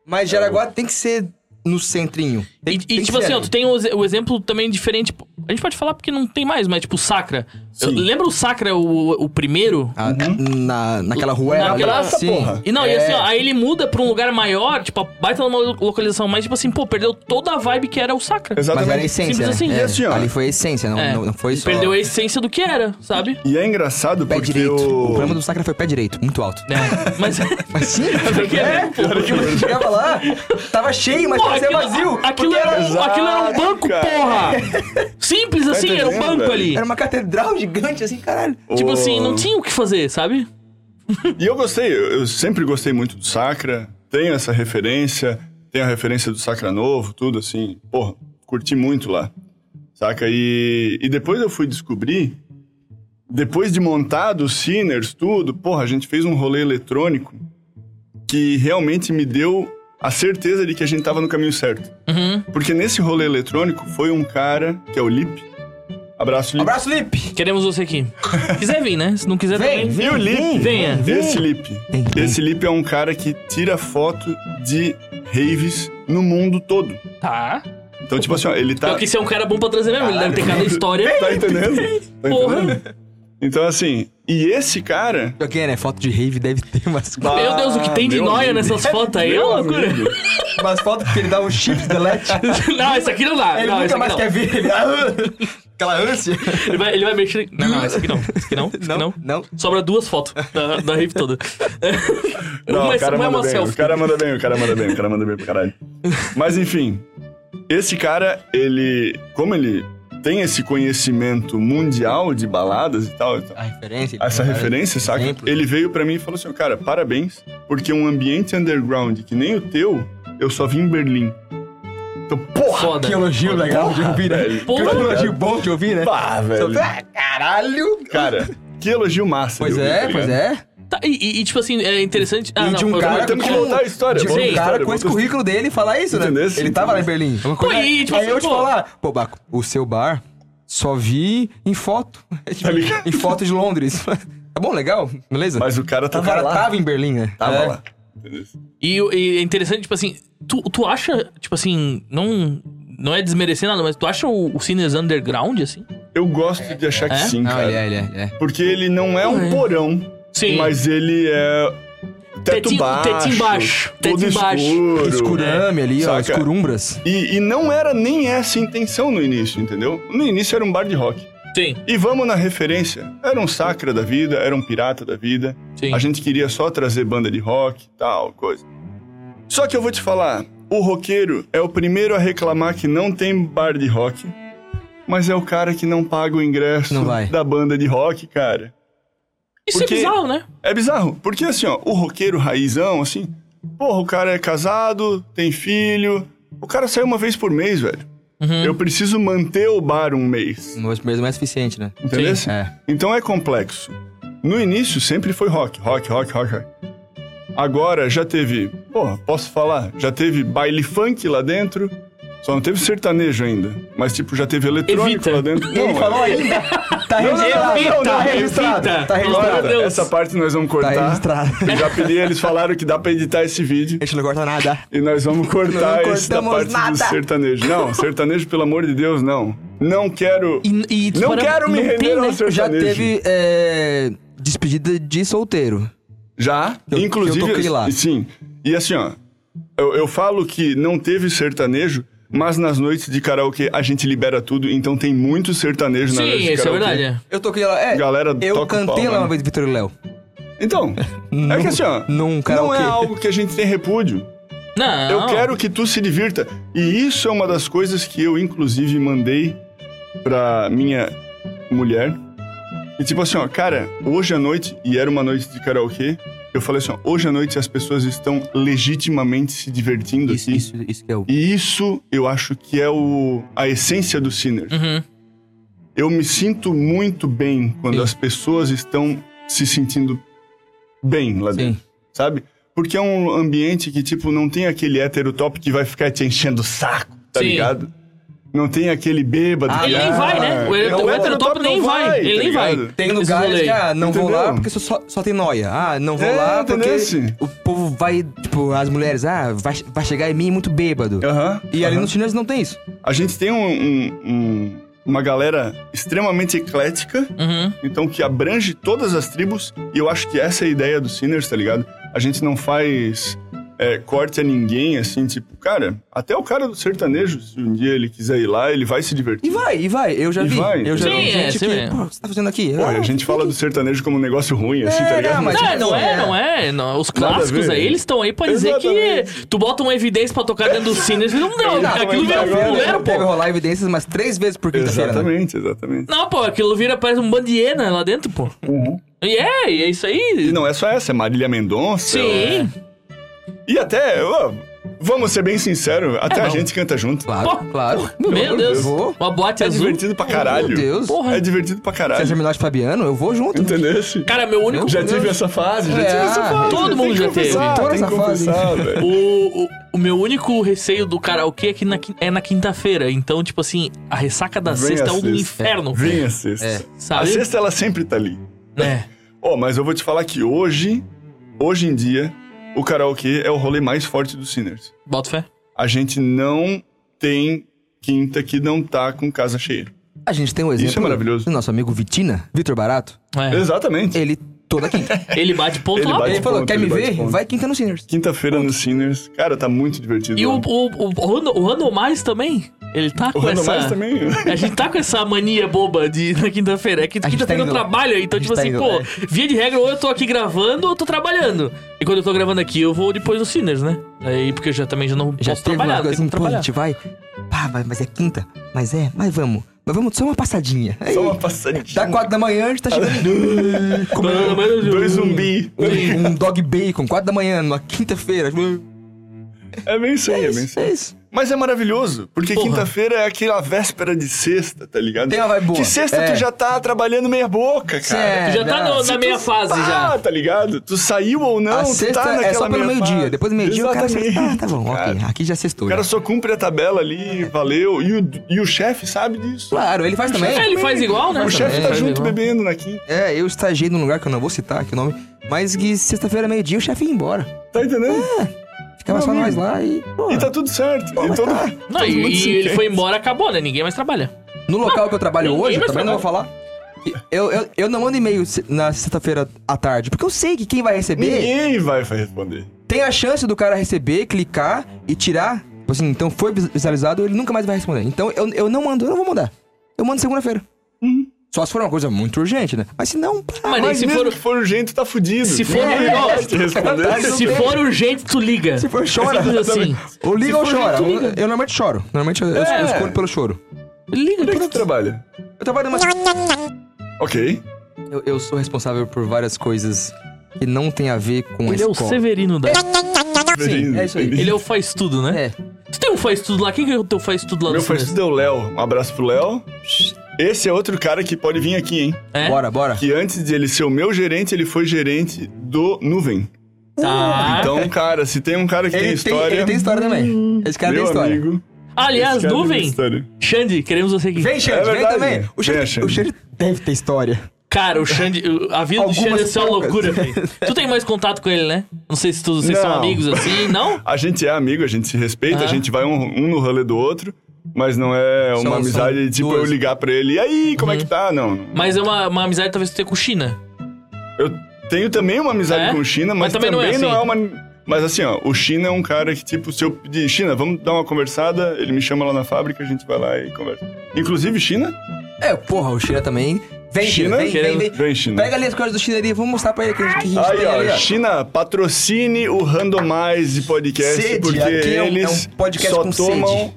[SPEAKER 3] Mas Jaraguá tem que ser no centrinho.
[SPEAKER 1] E,
[SPEAKER 3] Tem,
[SPEAKER 1] e,
[SPEAKER 3] tem que
[SPEAKER 1] tipo
[SPEAKER 3] ser
[SPEAKER 1] assim, ó,
[SPEAKER 3] ali.
[SPEAKER 1] tu tem o, ex- o exemplo também diferente. A gente pode falar porque não tem mais, mas tipo, Sacra. Eu-
[SPEAKER 2] Sim.
[SPEAKER 1] lembra o Sacra, o, o primeiro?
[SPEAKER 3] Ah, na, naquela ruela.
[SPEAKER 1] Naquela-
[SPEAKER 3] ali. Sim.
[SPEAKER 2] porra.
[SPEAKER 1] E não, e
[SPEAKER 3] É.
[SPEAKER 1] assim, ó, aí ele muda pra um lugar maior, tipo, baita numa lo- localização, mas tipo assim, pô, perdeu toda a vibe que era o Sacra.
[SPEAKER 3] Mas era a
[SPEAKER 2] Exatamente.
[SPEAKER 3] essência.
[SPEAKER 1] Simples
[SPEAKER 3] né?
[SPEAKER 1] assim.
[SPEAKER 3] É,
[SPEAKER 2] E assim, ó.
[SPEAKER 3] ali foi a essência, não,
[SPEAKER 1] É.
[SPEAKER 3] não, não foi só.
[SPEAKER 1] Perdeu a essência do que era,
[SPEAKER 3] [LAUGHS]
[SPEAKER 1] sabe?
[SPEAKER 2] E é engraçado
[SPEAKER 3] Pé
[SPEAKER 2] porque
[SPEAKER 3] direito. O
[SPEAKER 2] o.
[SPEAKER 3] problema do Sacra foi pé direito, muito alto.
[SPEAKER 1] É, mas. [LAUGHS]
[SPEAKER 3] Mas sim,
[SPEAKER 1] porque é, pô.
[SPEAKER 3] porque você chegava lá, tava cheio, mas
[SPEAKER 1] Porra,
[SPEAKER 3] parecia vazio.
[SPEAKER 1] aquilo,
[SPEAKER 3] porque
[SPEAKER 1] era,
[SPEAKER 3] era, Tá
[SPEAKER 2] Exato,
[SPEAKER 1] aquilo era um banco,
[SPEAKER 2] cara.
[SPEAKER 1] porra! Simples assim, era um
[SPEAKER 2] entendendo,
[SPEAKER 1] banco
[SPEAKER 2] velho?
[SPEAKER 1] ali.
[SPEAKER 3] era uma catedral gigante, assim, caralho.
[SPEAKER 1] Tipo
[SPEAKER 2] o-
[SPEAKER 1] assim, não tinha o que fazer, sabe?
[SPEAKER 2] E eu gostei, eu eu sempre gostei muito do Sacra, tenho essa referência, tenho a referência do Sacra Novo, tudo assim, porra, curti muito lá, saca? E, e depois eu fui descobrir, depois de montado os Sinners, tudo, porra, a gente fez um rolê eletrônico que realmente me deu a certeza de que a gente tava no caminho certo.
[SPEAKER 1] Uhum.
[SPEAKER 2] Porque nesse rolê eletrônico foi um cara, que é o Lip. Abraço, Lip.
[SPEAKER 3] Abraço, Lipe!
[SPEAKER 1] Queremos você
[SPEAKER 3] [LAUGHS]
[SPEAKER 1] aqui. Quiser vir, né? Se não quiser,
[SPEAKER 3] Vem,
[SPEAKER 1] também.
[SPEAKER 2] E o Lip?
[SPEAKER 1] Venha.
[SPEAKER 2] Esse Lip.
[SPEAKER 3] Vem, vem.
[SPEAKER 2] Esse Lip é um cara que tira foto de raves no mundo todo.
[SPEAKER 1] Tá.
[SPEAKER 2] Então, tipo assim, ó, ele tá.
[SPEAKER 1] Pior que isso é um cara bom pra trazer mesmo. Ele deve ter cada história.
[SPEAKER 2] Tá entendendo? Tá entendendo?
[SPEAKER 1] Porra.
[SPEAKER 2] Então, assim, e esse cara.
[SPEAKER 3] Pior que é, né? Foto de rave deve ter umas coisas.
[SPEAKER 1] Meu Deus, o que tem de
[SPEAKER 2] meu
[SPEAKER 1] nóia
[SPEAKER 2] amigo.
[SPEAKER 1] nessas fotos aí é
[SPEAKER 2] Meu
[SPEAKER 1] uma loucura.
[SPEAKER 2] amigo.
[SPEAKER 3] Umas fotos que ele dá um chip delete.
[SPEAKER 1] [LAUGHS] Não, isso aqui não dá.
[SPEAKER 3] Ele
[SPEAKER 1] não, esse
[SPEAKER 3] nunca
[SPEAKER 1] aqui
[SPEAKER 3] mais
[SPEAKER 1] não.
[SPEAKER 3] quer ver. Ele... ah, Aquela ânsia.
[SPEAKER 1] Ele vai, ele vai mexer. Não, [LAUGHS] não, esse aqui não. Esse aqui não. Esse aqui não.
[SPEAKER 3] Não, não.
[SPEAKER 1] Sobra duas fotos da, da rave toda.
[SPEAKER 2] Não,
[SPEAKER 1] uma
[SPEAKER 2] o cara
[SPEAKER 1] uma é
[SPEAKER 2] manda
[SPEAKER 1] uma
[SPEAKER 2] bem,
[SPEAKER 1] selfie.
[SPEAKER 2] o cara manda bem, o cara manda bem, o cara manda bem pro caralho. Mas enfim, esse cara, ele. Como ele tem esse conhecimento mundial de baladas e tal, então, e tal
[SPEAKER 3] A referência. ele
[SPEAKER 2] Ah, essa
[SPEAKER 3] tem
[SPEAKER 2] referência, saca?
[SPEAKER 3] exemplo.
[SPEAKER 2] Ele veio pra mim e falou assim: cara, parabéns, porque um ambiente underground que nem o teu, eu só vi em Berlim. Então, porra!
[SPEAKER 1] Foda.
[SPEAKER 3] Que elogio legal de ouvir, né?
[SPEAKER 2] velho.
[SPEAKER 1] Porra.
[SPEAKER 3] Que elogio bom de ouvir, né?
[SPEAKER 2] Pá, velho.
[SPEAKER 3] Ah, Caralho!
[SPEAKER 2] Cara, que elogio massa.
[SPEAKER 3] Pois
[SPEAKER 2] de ouvir,
[SPEAKER 3] é,
[SPEAKER 2] tá
[SPEAKER 3] pois
[SPEAKER 2] ligado?
[SPEAKER 3] é.
[SPEAKER 1] Tá, e, e- e, tipo assim, é interessante. Ah,
[SPEAKER 3] E
[SPEAKER 1] não,
[SPEAKER 3] de um
[SPEAKER 1] foi-
[SPEAKER 3] cara
[SPEAKER 2] Temos que
[SPEAKER 3] com-
[SPEAKER 2] voltar a história.
[SPEAKER 3] De
[SPEAKER 2] volta a
[SPEAKER 3] um
[SPEAKER 1] Sim.
[SPEAKER 2] história,
[SPEAKER 3] cara com
[SPEAKER 2] volta
[SPEAKER 3] esse
[SPEAKER 2] a história.
[SPEAKER 3] currículo dele falar isso, né?
[SPEAKER 2] Entendeu? Sim,
[SPEAKER 3] Ele tava lá em Berlim. Uma coisa-
[SPEAKER 1] Pô, e, tipo
[SPEAKER 3] aí
[SPEAKER 1] assim,
[SPEAKER 3] eu te
[SPEAKER 1] pô-
[SPEAKER 3] falar, pô, Baco, o seu bar só vi em foto. [LAUGHS] Tipo,
[SPEAKER 2] Tá ligado?
[SPEAKER 3] em foto de Londres. tá bom, legal? Beleza?
[SPEAKER 2] Mas o cara
[SPEAKER 3] o
[SPEAKER 2] tava
[SPEAKER 3] cara
[SPEAKER 2] lá.
[SPEAKER 3] tava em Berlim, né?
[SPEAKER 2] Tava
[SPEAKER 3] É.
[SPEAKER 2] lá. Entendeu?
[SPEAKER 1] E, o- e é interessante, tipo assim, tu, tu acha, tipo assim, não. Não é desmerecer nada, mas tu acha o, o Sinners Underground, assim?
[SPEAKER 2] Eu gosto de achar que
[SPEAKER 1] É?
[SPEAKER 2] sim,
[SPEAKER 3] Ah,
[SPEAKER 2] cara.
[SPEAKER 3] ele é, ele é, ele é.
[SPEAKER 2] Porque ele não é um
[SPEAKER 1] Ué.
[SPEAKER 2] porão,
[SPEAKER 1] Sim.
[SPEAKER 2] mas ele é teto
[SPEAKER 1] Tetinho-
[SPEAKER 2] baixo,
[SPEAKER 1] tetinho baixo,
[SPEAKER 2] todo
[SPEAKER 1] tetinho baixo. É.
[SPEAKER 2] escuro.
[SPEAKER 3] Escurame ali, ó,
[SPEAKER 2] um- Saca?
[SPEAKER 3] escurumbras.
[SPEAKER 2] E, e não era nem essa a intenção no início, entendeu? No início era um bar de rock.
[SPEAKER 1] Sim,
[SPEAKER 2] E vamos na referência. Era um sacra da vida, era um pirata da vida.
[SPEAKER 1] sim.
[SPEAKER 2] A gente queria só trazer banda de rock, tal, coisa. Só que eu vou te falar, o roqueiro é o primeiro a reclamar que não tem bar de rock, mas é o cara que não paga o ingresso
[SPEAKER 3] Não vai.
[SPEAKER 2] da banda de rock, cara.
[SPEAKER 1] Isso
[SPEAKER 2] porque-
[SPEAKER 1] é bizarro, né?
[SPEAKER 2] É bizarro, porque assim, ó, o roqueiro raizão, assim, porra, o cara é casado, tem filho, o cara sai uma vez por mês, velho.
[SPEAKER 3] Uhum.
[SPEAKER 2] Eu preciso manter o bar um mês,
[SPEAKER 3] No mesmo é suficiente, né?
[SPEAKER 2] entendeu?
[SPEAKER 1] Sim.
[SPEAKER 3] É.
[SPEAKER 2] Então é complexo. No início sempre foi rock, rock, rock, rock, rock. Agora já teve, porra, posso falar, já teve baile funk lá dentro, só não teve sertanejo ainda, mas tipo, já teve eletrônico
[SPEAKER 1] Evita.
[SPEAKER 2] lá dentro. Não,
[SPEAKER 3] Ele falou ainda. Tá registrado.
[SPEAKER 1] não, não,
[SPEAKER 3] tá
[SPEAKER 1] não,
[SPEAKER 3] registrado.
[SPEAKER 1] evita.
[SPEAKER 3] Tá
[SPEAKER 1] Meu
[SPEAKER 2] Agora,
[SPEAKER 3] registrado.
[SPEAKER 1] Deus.
[SPEAKER 2] essa parte nós vamos
[SPEAKER 3] Tá
[SPEAKER 2] cortar.
[SPEAKER 3] registrado.
[SPEAKER 2] [LAUGHS] Eu já pedi, eles falaram que dá pra editar esse vídeo.
[SPEAKER 3] A gente não corta nada.
[SPEAKER 2] E nós
[SPEAKER 3] [LAUGHS]
[SPEAKER 2] vamos cortar
[SPEAKER 3] Não
[SPEAKER 2] esse da parte
[SPEAKER 3] cortamos nada.
[SPEAKER 2] do sertanejo. Não, sertanejo, pelo amor de Deus, não. Não quero.
[SPEAKER 1] E, e tu
[SPEAKER 2] não
[SPEAKER 1] para-
[SPEAKER 2] quero me
[SPEAKER 1] não
[SPEAKER 2] render
[SPEAKER 1] tem,
[SPEAKER 2] ao
[SPEAKER 1] né?
[SPEAKER 2] sertanejo.
[SPEAKER 3] Já teve é, despedida de solteiro.
[SPEAKER 2] Já,
[SPEAKER 3] Eu-
[SPEAKER 2] inclusive.
[SPEAKER 3] eu toquei lá.
[SPEAKER 2] e Sim. E assim, ó. Eu, eu falo que não teve sertanejo, mas nas noites de karaokê a gente libera tudo, então tem muito sertanejo na
[SPEAKER 1] Sim,
[SPEAKER 2] noite de
[SPEAKER 1] isso é
[SPEAKER 2] karaokê.
[SPEAKER 1] verdade. é.
[SPEAKER 3] Eu toquei lá. É,
[SPEAKER 2] Galera toca
[SPEAKER 3] eu
[SPEAKER 2] o
[SPEAKER 3] cantei
[SPEAKER 2] pau,
[SPEAKER 3] lá
[SPEAKER 2] né?
[SPEAKER 3] uma vez, Vitor e Léo.
[SPEAKER 2] Então, é que assim,
[SPEAKER 3] [LAUGHS]
[SPEAKER 2] ó.
[SPEAKER 3] num
[SPEAKER 2] não é
[SPEAKER 3] karaokê.
[SPEAKER 2] algo que a gente tem repúdio.
[SPEAKER 1] Não.
[SPEAKER 3] Ah,
[SPEAKER 2] Eu quero que tu se divirta. E isso é uma das coisas que eu, inclusive, mandei pra minha mulher. E tipo assim, ó, cara, hoje à noite, e era uma noite de karaokê, eu falei assim, ó, hoje à noite as pessoas estão legitimamente se divertindo
[SPEAKER 3] Isso,
[SPEAKER 2] aqui.
[SPEAKER 3] isso, isso que é o.
[SPEAKER 2] E isso eu acho que é o, a essência do Sinner.
[SPEAKER 1] Uhum.
[SPEAKER 2] Eu me sinto muito bem quando
[SPEAKER 3] Sim.
[SPEAKER 2] as pessoas estão se sentindo bem lá dentro,
[SPEAKER 3] Sim.
[SPEAKER 2] sabe? Porque é um ambiente que, tipo, não tem aquele hétero top que vai ficar te enchendo o saco, tá
[SPEAKER 1] Sim.
[SPEAKER 2] ligado? Não tem aquele bêbado.
[SPEAKER 3] Ah,
[SPEAKER 2] que,
[SPEAKER 1] Ele nem
[SPEAKER 2] ah,
[SPEAKER 1] vai, né? O,
[SPEAKER 2] é,
[SPEAKER 1] hétero- o hétero top
[SPEAKER 2] não
[SPEAKER 1] nem vai. Ele
[SPEAKER 2] tá
[SPEAKER 1] nem vai.
[SPEAKER 2] ligado?
[SPEAKER 3] Tem
[SPEAKER 1] Esses
[SPEAKER 3] lugares
[SPEAKER 1] rolê.
[SPEAKER 3] que, ah, não vou
[SPEAKER 2] Entendeu?
[SPEAKER 3] lá porque só, só tem noia. Ah, não vou
[SPEAKER 2] É,
[SPEAKER 3] lá porque
[SPEAKER 2] entendesse?
[SPEAKER 3] o povo vai, tipo, as mulheres, ah, vai, vai chegar em mim muito bêbado.
[SPEAKER 2] Aham.
[SPEAKER 3] E ali
[SPEAKER 2] aham.
[SPEAKER 3] nos chineses não tem isso.
[SPEAKER 2] A gente tem um- um- um- uma galera extremamente eclética,
[SPEAKER 1] Uhum.
[SPEAKER 2] então que abrange todas as tribos, e eu acho que essa é a ideia do Sinners, tá ligado? A gente não faz é, corte a ninguém, assim, tipo, cara, até o cara do sertanejo, se um dia ele quiser ir lá, ele vai se divertir.
[SPEAKER 3] E vai, e vai. Eu já
[SPEAKER 2] E
[SPEAKER 3] vi.
[SPEAKER 2] vai.
[SPEAKER 3] Eu já
[SPEAKER 1] Sim,
[SPEAKER 3] vi
[SPEAKER 1] é, sim
[SPEAKER 3] gente que,
[SPEAKER 1] mesmo.
[SPEAKER 3] pô, o que você tá fazendo aqui?
[SPEAKER 2] Pô,
[SPEAKER 3] Ah,
[SPEAKER 2] a gente fala do sertanejo como um negócio ruim, assim,
[SPEAKER 3] É,
[SPEAKER 2] tá ligado?
[SPEAKER 3] não, mas-
[SPEAKER 1] Ah, não é,
[SPEAKER 3] É.
[SPEAKER 1] não é. Não. Os
[SPEAKER 2] Nada a
[SPEAKER 1] clássicos
[SPEAKER 2] ver.
[SPEAKER 1] aí, eles estão aí pra dizer que
[SPEAKER 2] Exatamente.
[SPEAKER 1] tu bota uma evidência pra tocar dentro do Sinners e não deu.
[SPEAKER 3] Não,
[SPEAKER 1] Aquilo
[SPEAKER 2] mas
[SPEAKER 1] vira um
[SPEAKER 2] agora- é
[SPEAKER 1] fuleiro,
[SPEAKER 3] Deve
[SPEAKER 1] pô.
[SPEAKER 3] rolar evidências umas três vezes por quinta-feira, né?
[SPEAKER 2] Exatamente, exatamente.
[SPEAKER 1] Não, pô, aquilo vira parece um bandiena lá dentro, pô. E é, e é isso aí.
[SPEAKER 2] E não é só essa, é Marília Mendonça.
[SPEAKER 1] Sim.
[SPEAKER 2] é- E até, ó, Vamos ser bem sinceros, até a
[SPEAKER 1] não.
[SPEAKER 2] gente canta junto.
[SPEAKER 3] É, Claro,
[SPEAKER 1] Pô,
[SPEAKER 3] claro.
[SPEAKER 1] Meu Deus.
[SPEAKER 3] Eu vou.
[SPEAKER 1] Uma boate
[SPEAKER 2] É
[SPEAKER 1] azul.
[SPEAKER 2] divertido pra caralho.
[SPEAKER 3] Meu Deus.
[SPEAKER 1] Porra.
[SPEAKER 2] É divertido pra
[SPEAKER 3] César
[SPEAKER 2] caralho.
[SPEAKER 3] Menotti e Fabiano, eu vou junto.
[SPEAKER 2] Entendeu?
[SPEAKER 1] Cara, meu único.
[SPEAKER 2] Já tive essa fase, já
[SPEAKER 3] É,
[SPEAKER 2] tive essa fase.
[SPEAKER 1] todo
[SPEAKER 2] tem
[SPEAKER 1] mundo
[SPEAKER 2] que
[SPEAKER 1] já
[SPEAKER 2] confessar,
[SPEAKER 3] teve.
[SPEAKER 2] Tem que
[SPEAKER 3] Todas as
[SPEAKER 2] confessar,
[SPEAKER 3] fases.
[SPEAKER 2] velho.
[SPEAKER 1] [LAUGHS] O, o, o meu único receio do karaokê é que na quin- é na quinta-feira. Então, tipo assim, a ressaca da
[SPEAKER 2] Vem
[SPEAKER 1] sexta é um
[SPEAKER 2] a sexta.
[SPEAKER 1] inferno.
[SPEAKER 2] Vem a sexta.
[SPEAKER 3] É.
[SPEAKER 2] A
[SPEAKER 1] Sabe?
[SPEAKER 2] sexta, ela sempre tá ali.
[SPEAKER 1] É.
[SPEAKER 2] Ó, mas eu vou te falar que hoje, hoje em dia, o karaokê é o rolê mais forte do Sinners.
[SPEAKER 1] Bota fé.
[SPEAKER 2] A gente não tem quinta que não tá com casa cheia.
[SPEAKER 3] A gente tem um exemplo
[SPEAKER 2] é maravilhoso.
[SPEAKER 3] do nosso amigo Vitina, Vitor Barato.
[SPEAKER 2] [LAUGHS]
[SPEAKER 1] É.
[SPEAKER 2] Exatamente.
[SPEAKER 3] Ele toda quinta.
[SPEAKER 2] [LAUGHS]
[SPEAKER 1] Ele bate ponto
[SPEAKER 2] Ele
[SPEAKER 1] lá.
[SPEAKER 2] bate
[SPEAKER 3] ele falou,
[SPEAKER 2] ponto,
[SPEAKER 3] quer
[SPEAKER 2] ele
[SPEAKER 3] me
[SPEAKER 2] bate
[SPEAKER 3] ver?
[SPEAKER 2] ponto.
[SPEAKER 3] Vai quinta no Sinners.
[SPEAKER 2] Quinta-feira no Sinners. Cara, tá muito divertido.
[SPEAKER 1] E o,
[SPEAKER 2] lá.
[SPEAKER 1] o, o, o Randall- o Randall Mais também? Ele tá
[SPEAKER 2] o
[SPEAKER 1] com
[SPEAKER 2] Random
[SPEAKER 1] essa.
[SPEAKER 2] Mais também.
[SPEAKER 1] [LAUGHS]
[SPEAKER 2] [LAUGHS]
[SPEAKER 1] A gente tá com essa mania boba de na quinta-feira. É que
[SPEAKER 3] gente
[SPEAKER 1] quinta-feira
[SPEAKER 3] tá
[SPEAKER 1] eu
[SPEAKER 3] indo lá.
[SPEAKER 1] trabalho, então,
[SPEAKER 3] A gente
[SPEAKER 1] tipo
[SPEAKER 3] tá
[SPEAKER 1] assim,
[SPEAKER 3] indo
[SPEAKER 1] pô,
[SPEAKER 3] lá,
[SPEAKER 1] via de regra, ou eu tô aqui gravando ou eu tô trabalhando. E quando eu tô gravando aqui, eu vou depois do Sinners, né? Aí, porque eu já também já não
[SPEAKER 3] Já
[SPEAKER 1] posso
[SPEAKER 3] teve uma
[SPEAKER 1] trabalhar,
[SPEAKER 3] coisa
[SPEAKER 1] tem
[SPEAKER 3] assim,
[SPEAKER 1] que
[SPEAKER 3] pô, a
[SPEAKER 1] trabalhar.
[SPEAKER 3] gente vai. Pá, vai- mas é quinta. Mas é, mas vamos. Mas vamos só uma passadinha. Aí,
[SPEAKER 2] Só uma
[SPEAKER 1] Tá
[SPEAKER 2] passadinha.
[SPEAKER 3] Dá quatro da manhã, a gente tá
[SPEAKER 2] [LAUGHS]
[SPEAKER 3] chegando
[SPEAKER 2] Tá
[SPEAKER 1] Pelo menos eu-
[SPEAKER 2] Dois zumbi.
[SPEAKER 3] em [LAUGHS] um, um dog bacon, quatro da manhã, numa quinta-feira.
[SPEAKER 2] É bem isso aí, é bem isso aí.
[SPEAKER 3] É isso.
[SPEAKER 2] Mas é maravilhoso, porque
[SPEAKER 1] Porra.
[SPEAKER 2] quinta-feira é aquela véspera de sexta, tá ligado?
[SPEAKER 3] Tem uma vibe boa.
[SPEAKER 2] Que sexta
[SPEAKER 3] É.
[SPEAKER 2] tu já tá trabalhando meia boca, cara.
[SPEAKER 1] Tu já tá
[SPEAKER 3] não,
[SPEAKER 1] no- na meia fase já.
[SPEAKER 2] Ah, tá ligado? Tu saiu ou não,
[SPEAKER 3] a
[SPEAKER 2] tu
[SPEAKER 3] sexta
[SPEAKER 2] tá naquela
[SPEAKER 3] é só pelo
[SPEAKER 2] meia
[SPEAKER 3] meio-dia.
[SPEAKER 2] fase.
[SPEAKER 3] Depois do meio-dia, o cara.
[SPEAKER 2] Exatamente.
[SPEAKER 3] Ah, tá bom,
[SPEAKER 2] cara.
[SPEAKER 3] ok. É. Aqui já sextou.
[SPEAKER 2] O
[SPEAKER 3] já.
[SPEAKER 2] cara só cumpre a tabela ali, valeu. E o, e o chefe sabe disso.
[SPEAKER 3] Claro, ele faz também.
[SPEAKER 1] É, ele faz igual, né?
[SPEAKER 2] o chefe
[SPEAKER 1] Ele
[SPEAKER 2] tá
[SPEAKER 1] faz
[SPEAKER 2] junto
[SPEAKER 1] igual.
[SPEAKER 2] bebendo na quinta.
[SPEAKER 3] É, eu estagiei num lugar que eu não vou citar aqui o nome, mas que sexta-feira, meio-dia, o chefe ia embora.
[SPEAKER 2] Tá entendendo?
[SPEAKER 3] Ficava
[SPEAKER 2] Meu
[SPEAKER 3] só
[SPEAKER 2] amigo.
[SPEAKER 3] nós lá e. pô,
[SPEAKER 2] E tá tudo certo. e
[SPEAKER 3] mas
[SPEAKER 2] todo,
[SPEAKER 3] tá.
[SPEAKER 1] Não,
[SPEAKER 2] todo
[SPEAKER 1] e,
[SPEAKER 2] mundo
[SPEAKER 1] e
[SPEAKER 2] se
[SPEAKER 1] ele
[SPEAKER 2] entende.
[SPEAKER 1] foi embora, acabou, né? Ninguém mais trabalha.
[SPEAKER 3] No local que eu trabalho
[SPEAKER 1] ninguém
[SPEAKER 3] hoje, eu
[SPEAKER 1] vai
[SPEAKER 3] também não vou falar. Eu, eu, eu não mando e-mail se- na sexta-feira à tarde, porque eu sei que quem vai receber
[SPEAKER 2] Ninguém vai responder.
[SPEAKER 3] tem a chance do cara receber, clicar e tirar. Tipo assim, então foi visualizado, ele nunca mais vai responder. Então eu, eu não mando, eu não vou mandar. Eu mando segunda-feira. Só se for uma coisa muito urgente, né? Mas se não, pá,
[SPEAKER 1] Mas nem
[SPEAKER 2] Uhum. Mas
[SPEAKER 1] se
[SPEAKER 2] mesmo
[SPEAKER 1] for.
[SPEAKER 2] que for urgente, tá fudido.
[SPEAKER 1] Se for-
[SPEAKER 2] Ninguém
[SPEAKER 1] Ó, tá
[SPEAKER 2] vai te responder.
[SPEAKER 3] se
[SPEAKER 1] Se
[SPEAKER 3] não
[SPEAKER 1] for urgente, tu liga.
[SPEAKER 3] se for, chora.
[SPEAKER 1] Simples assim.
[SPEAKER 3] Ou liga
[SPEAKER 2] Se
[SPEAKER 3] ou
[SPEAKER 2] for
[SPEAKER 3] chora.
[SPEAKER 2] junto,
[SPEAKER 3] Eu,
[SPEAKER 2] liga.
[SPEAKER 3] eu normalmente choro. Normalmente eu, eu
[SPEAKER 2] É.
[SPEAKER 3] escolho pelo choro.
[SPEAKER 1] Liga,
[SPEAKER 2] Onde é que tu
[SPEAKER 1] pronto.
[SPEAKER 2] trabalha?
[SPEAKER 3] Eu trabalho numa.
[SPEAKER 2] Ok.
[SPEAKER 3] Eu, eu sou responsável por várias coisas que não tem a ver com a
[SPEAKER 1] Ele é o
[SPEAKER 3] escola.
[SPEAKER 1] Severino da.
[SPEAKER 3] Sim, é isso aí.
[SPEAKER 1] Ele é o faz tudo, né?
[SPEAKER 3] É.
[SPEAKER 1] Tu tem um faz tudo lá? Quem que é o teu faz tudo lá
[SPEAKER 2] Meu
[SPEAKER 1] do
[SPEAKER 2] parceiro
[SPEAKER 1] Sinners?
[SPEAKER 2] é o Léo. Um abraço pro Léo. Esse é outro cara que pode vir aqui, hein?
[SPEAKER 1] É?
[SPEAKER 3] Bora, bora.
[SPEAKER 2] Que antes de ele ser o meu gerente, ele foi gerente do Nuvem.
[SPEAKER 1] Tá.
[SPEAKER 2] Então, cara, se tem um cara que tem
[SPEAKER 3] Ele tem,
[SPEAKER 2] história.
[SPEAKER 3] ele tem história também. Esse cara
[SPEAKER 2] meu
[SPEAKER 3] tem história.
[SPEAKER 2] amigo.
[SPEAKER 1] Aliás,
[SPEAKER 2] esse cara tem
[SPEAKER 1] nuvem.
[SPEAKER 2] história.
[SPEAKER 1] Xande, queremos você aqui.
[SPEAKER 3] Vem,
[SPEAKER 2] É
[SPEAKER 3] Xande, vem
[SPEAKER 2] verdade.
[SPEAKER 3] também. O
[SPEAKER 2] Vem,
[SPEAKER 3] Xande,
[SPEAKER 2] Xande.
[SPEAKER 3] o Xande deve ter história.
[SPEAKER 1] Cara, o Xande. o- A vida do
[SPEAKER 3] Algumas
[SPEAKER 1] Xande é só
[SPEAKER 3] poucas.
[SPEAKER 1] loucura, velho. Tu tem mais contato com ele, né? Não sei se tu- vocês são
[SPEAKER 2] Não.
[SPEAKER 1] amigos assim, não?
[SPEAKER 2] A gente é amigo, a gente se respeita,
[SPEAKER 1] Ah.
[SPEAKER 2] a gente vai um, um no rolê do outro, mas não é uma
[SPEAKER 3] São-
[SPEAKER 2] amizade
[SPEAKER 3] são
[SPEAKER 2] tipo
[SPEAKER 3] duas.
[SPEAKER 2] eu ligar pra ele, e aí, como é
[SPEAKER 1] Uhum.
[SPEAKER 2] que tá? Não.
[SPEAKER 1] Mas é uma, uma amizade talvez tu tenha com o China.
[SPEAKER 2] Eu tenho também uma amizade
[SPEAKER 1] É?
[SPEAKER 2] com o China, mas, também, não, é
[SPEAKER 1] assim.
[SPEAKER 2] uma. Mas assim, ó, o China é um cara que, tipo, se eu pedir, China, vamos dar uma conversada, ele me chama lá na fábrica, a gente vai lá e conversa. Inclusive, China.
[SPEAKER 3] É, porra, o Xande também. Vem,
[SPEAKER 2] China?
[SPEAKER 3] China, vem, vem, vem.
[SPEAKER 2] Vem, China.
[SPEAKER 3] Pega ali as coisas do China ali, vamos mostrar pra ele que a gente, que a gente
[SPEAKER 2] Aí,
[SPEAKER 3] tem
[SPEAKER 2] ó,
[SPEAKER 3] ali, ó.
[SPEAKER 2] China, patrocine o Randomize Podcast,
[SPEAKER 3] Sede,
[SPEAKER 2] porque
[SPEAKER 3] aqui é um- é um
[SPEAKER 2] eles
[SPEAKER 3] podcast
[SPEAKER 2] só
[SPEAKER 3] com
[SPEAKER 2] tomam
[SPEAKER 3] sede.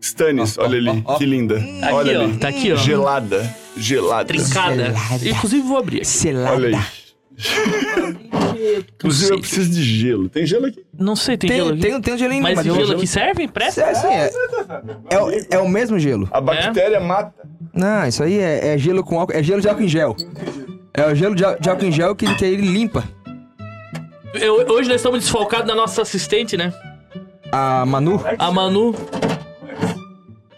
[SPEAKER 2] Stannis.
[SPEAKER 3] Ó, ó,
[SPEAKER 2] Olha ali,
[SPEAKER 3] ó, ó.
[SPEAKER 2] que linda.
[SPEAKER 1] Tá
[SPEAKER 2] Olha
[SPEAKER 1] aqui,
[SPEAKER 2] ali.
[SPEAKER 1] ó. Tá aqui, ó.
[SPEAKER 2] Gelada. Gelada.
[SPEAKER 1] Trincada. Tá
[SPEAKER 3] Gelada.
[SPEAKER 1] Inclusive, vou abrir aqui.
[SPEAKER 3] Selada.
[SPEAKER 2] Olha aí. Inclusive, eu
[SPEAKER 1] Sei.
[SPEAKER 2] preciso de gelo. Tem gelo aqui?
[SPEAKER 1] Não sei, tem, gelo
[SPEAKER 3] Tem,
[SPEAKER 1] aqui.
[SPEAKER 3] tem, tem um gelo ainda,
[SPEAKER 1] Mas
[SPEAKER 3] mas
[SPEAKER 1] esse
[SPEAKER 3] eu-
[SPEAKER 1] gelo aqui serve? Presta?
[SPEAKER 3] É, assim, é, é, o- é o mesmo gelo.
[SPEAKER 2] A bactéria mata.
[SPEAKER 3] Não, isso aí é, é gelo com álcool. É gelo de álcool em gel. É o gelo de, á- de álcool em gel que, que ele limpa.
[SPEAKER 1] Eu- hoje nós estamos desfalcados da nossa assistente, né?
[SPEAKER 3] A Manu.
[SPEAKER 1] A Manu.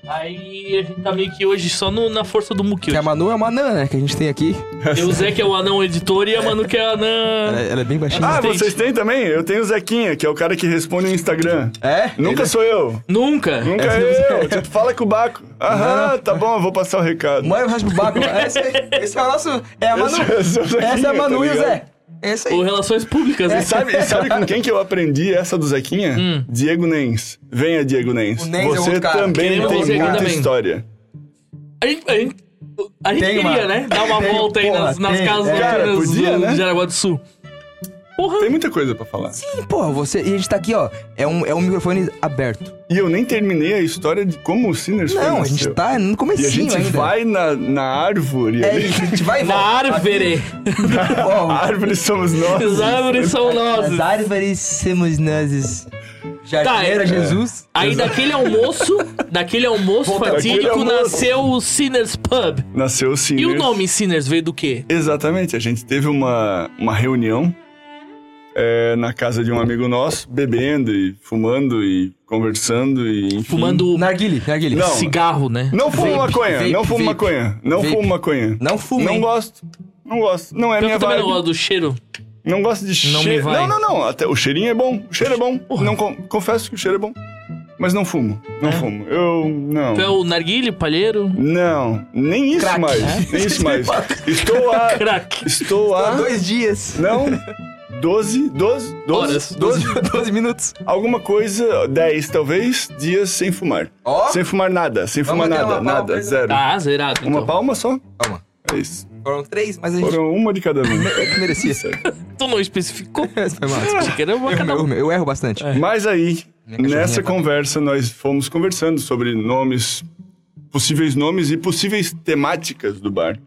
[SPEAKER 1] Aí a gente tá meio que hoje só no- na força do Muki.
[SPEAKER 3] Que a
[SPEAKER 1] hoje.
[SPEAKER 3] Manu é uma anã, né? Que a gente tem aqui.
[SPEAKER 1] Tem o Zé que é o anão editor e a Manu que é a
[SPEAKER 3] Ela,
[SPEAKER 1] anã.
[SPEAKER 3] ela é bem baixinha.
[SPEAKER 2] Ah,
[SPEAKER 1] Assistente.
[SPEAKER 2] vocês têm também? Eu tenho o Zequinha, que é o cara que responde no Instagram.
[SPEAKER 3] É?
[SPEAKER 2] Nunca sou eu.
[SPEAKER 1] Nunca.
[SPEAKER 2] Nunca é eu. Tipo, fala com o Baco. Aham, tá bom, eu vou passar o recado.
[SPEAKER 3] Manda o resto pro Baco. Esse, esse é o nosso. É
[SPEAKER 2] [LAUGHS]
[SPEAKER 3] a Manu.
[SPEAKER 2] Esse- esse é o Zequinha,
[SPEAKER 3] Essa é a Manu
[SPEAKER 2] tá
[SPEAKER 3] e o
[SPEAKER 2] ligado?
[SPEAKER 3] Zé. Esse aí.
[SPEAKER 1] Ou relações públicas, né?
[SPEAKER 2] E sabe, e sabe com quem que eu aprendi essa do Zequinha?
[SPEAKER 3] Hum.
[SPEAKER 2] Diego Nens. Venha, Diego Nens.
[SPEAKER 3] O Nens é
[SPEAKER 2] Você
[SPEAKER 3] outro cara.
[SPEAKER 2] também
[SPEAKER 1] Queremos
[SPEAKER 2] tem
[SPEAKER 1] você aqui
[SPEAKER 2] muita
[SPEAKER 1] também.
[SPEAKER 2] história.
[SPEAKER 1] A gente, a gente, a gente
[SPEAKER 3] Tem
[SPEAKER 1] queria,
[SPEAKER 3] uma-
[SPEAKER 1] né? Dar uma
[SPEAKER 3] tem,
[SPEAKER 1] volta aí
[SPEAKER 3] porra,
[SPEAKER 1] nas, nas
[SPEAKER 3] tem.
[SPEAKER 1] casas
[SPEAKER 3] É,
[SPEAKER 2] cara,
[SPEAKER 1] noturnas
[SPEAKER 2] podia,
[SPEAKER 1] do
[SPEAKER 2] né?
[SPEAKER 1] Jaraguá do Sul. Porra,
[SPEAKER 2] Tem muita coisa pra falar.
[SPEAKER 3] Sim, porra, você. E a gente tá aqui, ó. É um, é um microfone aberto.
[SPEAKER 2] E eu nem terminei a história de como o Sinners foi
[SPEAKER 3] Não, a
[SPEAKER 2] nasceu.
[SPEAKER 3] gente tá no
[SPEAKER 2] E
[SPEAKER 3] comecinho
[SPEAKER 2] a gente
[SPEAKER 3] ainda.
[SPEAKER 2] vai na, na árvore
[SPEAKER 3] É, a
[SPEAKER 2] ali.
[SPEAKER 3] gente vai e
[SPEAKER 1] na
[SPEAKER 3] volta.
[SPEAKER 1] árvore.
[SPEAKER 2] [LAUGHS]
[SPEAKER 3] Ó,
[SPEAKER 2] A [LAUGHS] árvore somos nós.
[SPEAKER 1] As árvores são
[SPEAKER 3] As
[SPEAKER 1] nozes.
[SPEAKER 3] árvores somos nós. Já
[SPEAKER 1] Tá,
[SPEAKER 3] era
[SPEAKER 1] é.
[SPEAKER 3] Jesus.
[SPEAKER 1] Aí daquele almoço, daquele almoço
[SPEAKER 2] Puta,
[SPEAKER 1] fatídico,
[SPEAKER 2] daquele almoço.
[SPEAKER 1] nasceu o Sinners Pub.
[SPEAKER 2] Nasceu o Sinners.
[SPEAKER 1] E o nome Sinners veio do quê?
[SPEAKER 2] Exatamente, a gente teve uma, uma reunião é, na casa de um amigo nosso, bebendo e fumando e conversando e enfim.
[SPEAKER 1] Fumando
[SPEAKER 3] Narguile, narguile.
[SPEAKER 2] Não.
[SPEAKER 1] cigarro, né?
[SPEAKER 2] Não fumo
[SPEAKER 3] Vape,
[SPEAKER 2] maconha,
[SPEAKER 3] vape,
[SPEAKER 2] não fumo
[SPEAKER 3] vape.
[SPEAKER 2] maconha, não
[SPEAKER 3] Vape.
[SPEAKER 2] fumo maconha.
[SPEAKER 3] Não fuma,
[SPEAKER 2] Não
[SPEAKER 3] hein?
[SPEAKER 2] gosto, não gosto, não
[SPEAKER 1] Pior
[SPEAKER 2] é
[SPEAKER 1] que
[SPEAKER 2] minha
[SPEAKER 1] eu também
[SPEAKER 2] vibe.
[SPEAKER 1] não gosto do cheiro.
[SPEAKER 2] Não gosto de
[SPEAKER 1] Não me
[SPEAKER 2] cheiro.
[SPEAKER 1] vai.
[SPEAKER 2] Não, não, não. Até o cheirinho é bom. O cheiro é bom.
[SPEAKER 1] Porra.
[SPEAKER 2] Não con- confesso que o cheiro é bom. Mas não fumo. Não
[SPEAKER 1] É?
[SPEAKER 2] fumo. Eu. Não.
[SPEAKER 1] Tu é o narguile, palheiro,
[SPEAKER 2] Não. Nem isso
[SPEAKER 3] Crack,
[SPEAKER 2] mais.
[SPEAKER 3] né?
[SPEAKER 1] [LAUGHS]
[SPEAKER 2] Nem isso mais. Estou a.
[SPEAKER 1] crack.
[SPEAKER 2] Estou
[SPEAKER 3] Há
[SPEAKER 2] a.
[SPEAKER 3] dois dias. [LAUGHS]
[SPEAKER 2] Não. 12, 12, 12,
[SPEAKER 1] Horas.
[SPEAKER 2] 12,
[SPEAKER 3] 12 minutos.
[SPEAKER 2] alguma coisa, 10 talvez, dias sem fumar.
[SPEAKER 3] Ó.
[SPEAKER 2] Sem fumar nada, sem
[SPEAKER 3] Vamos
[SPEAKER 2] fumar
[SPEAKER 3] ter uma
[SPEAKER 2] nada,
[SPEAKER 3] palma,
[SPEAKER 2] nada,
[SPEAKER 3] né?
[SPEAKER 2] zero.
[SPEAKER 1] Ah, zerado. Então.
[SPEAKER 2] Uma palma só?
[SPEAKER 3] Calma.
[SPEAKER 2] É isso.
[SPEAKER 3] Foram três, mas a gente
[SPEAKER 2] Foram uma de cada um.
[SPEAKER 3] [LAUGHS] merecia.
[SPEAKER 1] Tu não especificou?
[SPEAKER 3] Essa [LAUGHS] Foi mal. desculpa.
[SPEAKER 1] Achei que era uma
[SPEAKER 3] Eu,
[SPEAKER 1] cada um.
[SPEAKER 3] eu, eu erro bastante.
[SPEAKER 2] Mas aí,
[SPEAKER 3] Minha cachorrinha
[SPEAKER 2] nessa
[SPEAKER 3] tá-
[SPEAKER 2] conversa, nós fomos conversando sobre nomes, possíveis nomes e possíveis temáticas do bar.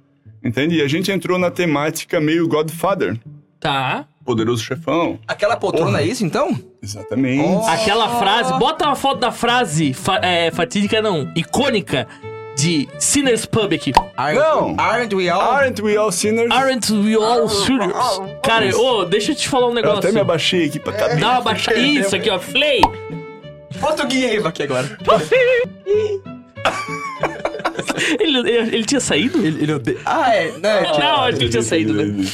[SPEAKER 2] Entende? E a gente entrou na temática meio Godfather,
[SPEAKER 1] Tá.
[SPEAKER 2] poderoso chefão.
[SPEAKER 3] Aquela poltrona é isso, então?
[SPEAKER 2] Exatamente.
[SPEAKER 3] Ó.
[SPEAKER 1] Aquela frase, bota uma foto da frase fa- é, fatídica, não, icônica de Sinners Pub aqui.
[SPEAKER 3] Aren't-
[SPEAKER 2] Não.
[SPEAKER 3] Aren't we all?
[SPEAKER 2] Aren't we all sinners?
[SPEAKER 1] Aren't we all shooters? Cara, ô, deixa eu te falar um
[SPEAKER 2] Eu
[SPEAKER 1] negócio.
[SPEAKER 2] até me abaixei aqui
[SPEAKER 3] É.
[SPEAKER 2] pra tá bem.
[SPEAKER 1] Dá uma baixada. Isso aqui, ó. Flay!
[SPEAKER 3] Bota o Guilherme aqui agora.
[SPEAKER 1] Ele, ele, ele tinha saído?
[SPEAKER 3] Ele, ele odeia. Ah, é. Não, é,
[SPEAKER 1] Não, acho que ele tinha saído, né?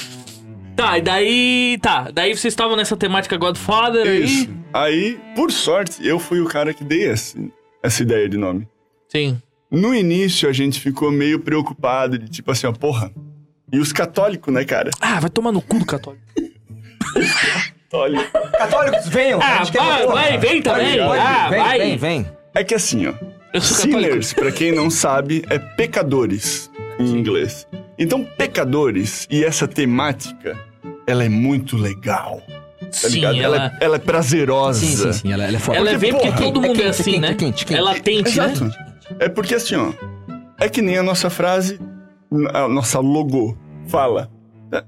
[SPEAKER 1] Tá, e daí. Tá, daí vocês estavam nessa temática Godfather
[SPEAKER 2] É Isso.
[SPEAKER 1] aí.
[SPEAKER 2] Aí, por sorte, eu fui o cara que dei esse- essa ideia de nome.
[SPEAKER 1] Sim.
[SPEAKER 2] No início, a gente ficou meio preocupado, de tipo assim, ó, porra. E os católicos, né, cara?
[SPEAKER 1] Ah, vai tomar no cu do católico.
[SPEAKER 2] Católico.
[SPEAKER 3] Católicos, venham. a
[SPEAKER 1] Ah,
[SPEAKER 3] gente quer uma
[SPEAKER 1] vai,
[SPEAKER 3] porra.
[SPEAKER 1] vai, vem também.
[SPEAKER 2] pode,
[SPEAKER 1] Ah,
[SPEAKER 3] vem,
[SPEAKER 1] vai.
[SPEAKER 3] vem, vem.
[SPEAKER 2] É que assim, ó.
[SPEAKER 1] Eu sou católico.
[SPEAKER 2] Sinners, pra quem não sabe, é pecadores em inglês. Então, pecadores e essa temática, ela é muito legal. Tá
[SPEAKER 1] Sim,
[SPEAKER 2] ligado?
[SPEAKER 1] ela,
[SPEAKER 2] Ela, é- ela é prazerosa.
[SPEAKER 3] Sim, sim, sim. Ela, ela é forte.
[SPEAKER 1] ela é
[SPEAKER 2] Porque,
[SPEAKER 1] bem porque
[SPEAKER 2] porra,
[SPEAKER 1] todo
[SPEAKER 3] é
[SPEAKER 1] mundo é,
[SPEAKER 3] quente,
[SPEAKER 1] assim,
[SPEAKER 3] quente,
[SPEAKER 1] né?
[SPEAKER 3] é quente, quente.
[SPEAKER 1] Ela tente, né?
[SPEAKER 2] Exato. É porque assim, ó. É que nem a nossa frase, a nossa logo fala. né?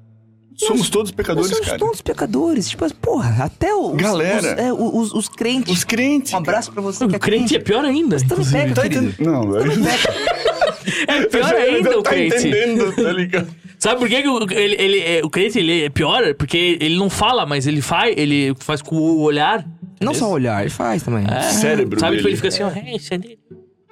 [SPEAKER 2] Somos todos
[SPEAKER 3] Nós
[SPEAKER 2] pecadores,
[SPEAKER 3] somos
[SPEAKER 2] cara.
[SPEAKER 3] todos pecadores. Tipo, porra, até os...
[SPEAKER 2] Galera.
[SPEAKER 3] Os, é, os, os crentes.
[SPEAKER 2] Os crentes.
[SPEAKER 3] Um abraço pra você. que
[SPEAKER 1] O crente é pior ainda.
[SPEAKER 3] Estamos
[SPEAKER 1] inclusive.
[SPEAKER 3] pega,
[SPEAKER 2] Tá
[SPEAKER 3] querido.
[SPEAKER 2] entendendo? Não, [LAUGHS] velho.
[SPEAKER 1] É pior ainda o
[SPEAKER 2] tá
[SPEAKER 1] crente.
[SPEAKER 2] entendendo, tá ligado?
[SPEAKER 1] Sabe por que, que o, ele, ele, é- o crente ele é pior? Porque ele não fala, mas ele faz, ele faz com o olhar.
[SPEAKER 3] Não só olhar, ele faz também.
[SPEAKER 1] É.
[SPEAKER 2] Cérebro
[SPEAKER 1] Sabe
[SPEAKER 2] dele.
[SPEAKER 1] ele fica assim, ó. "É, isso ali-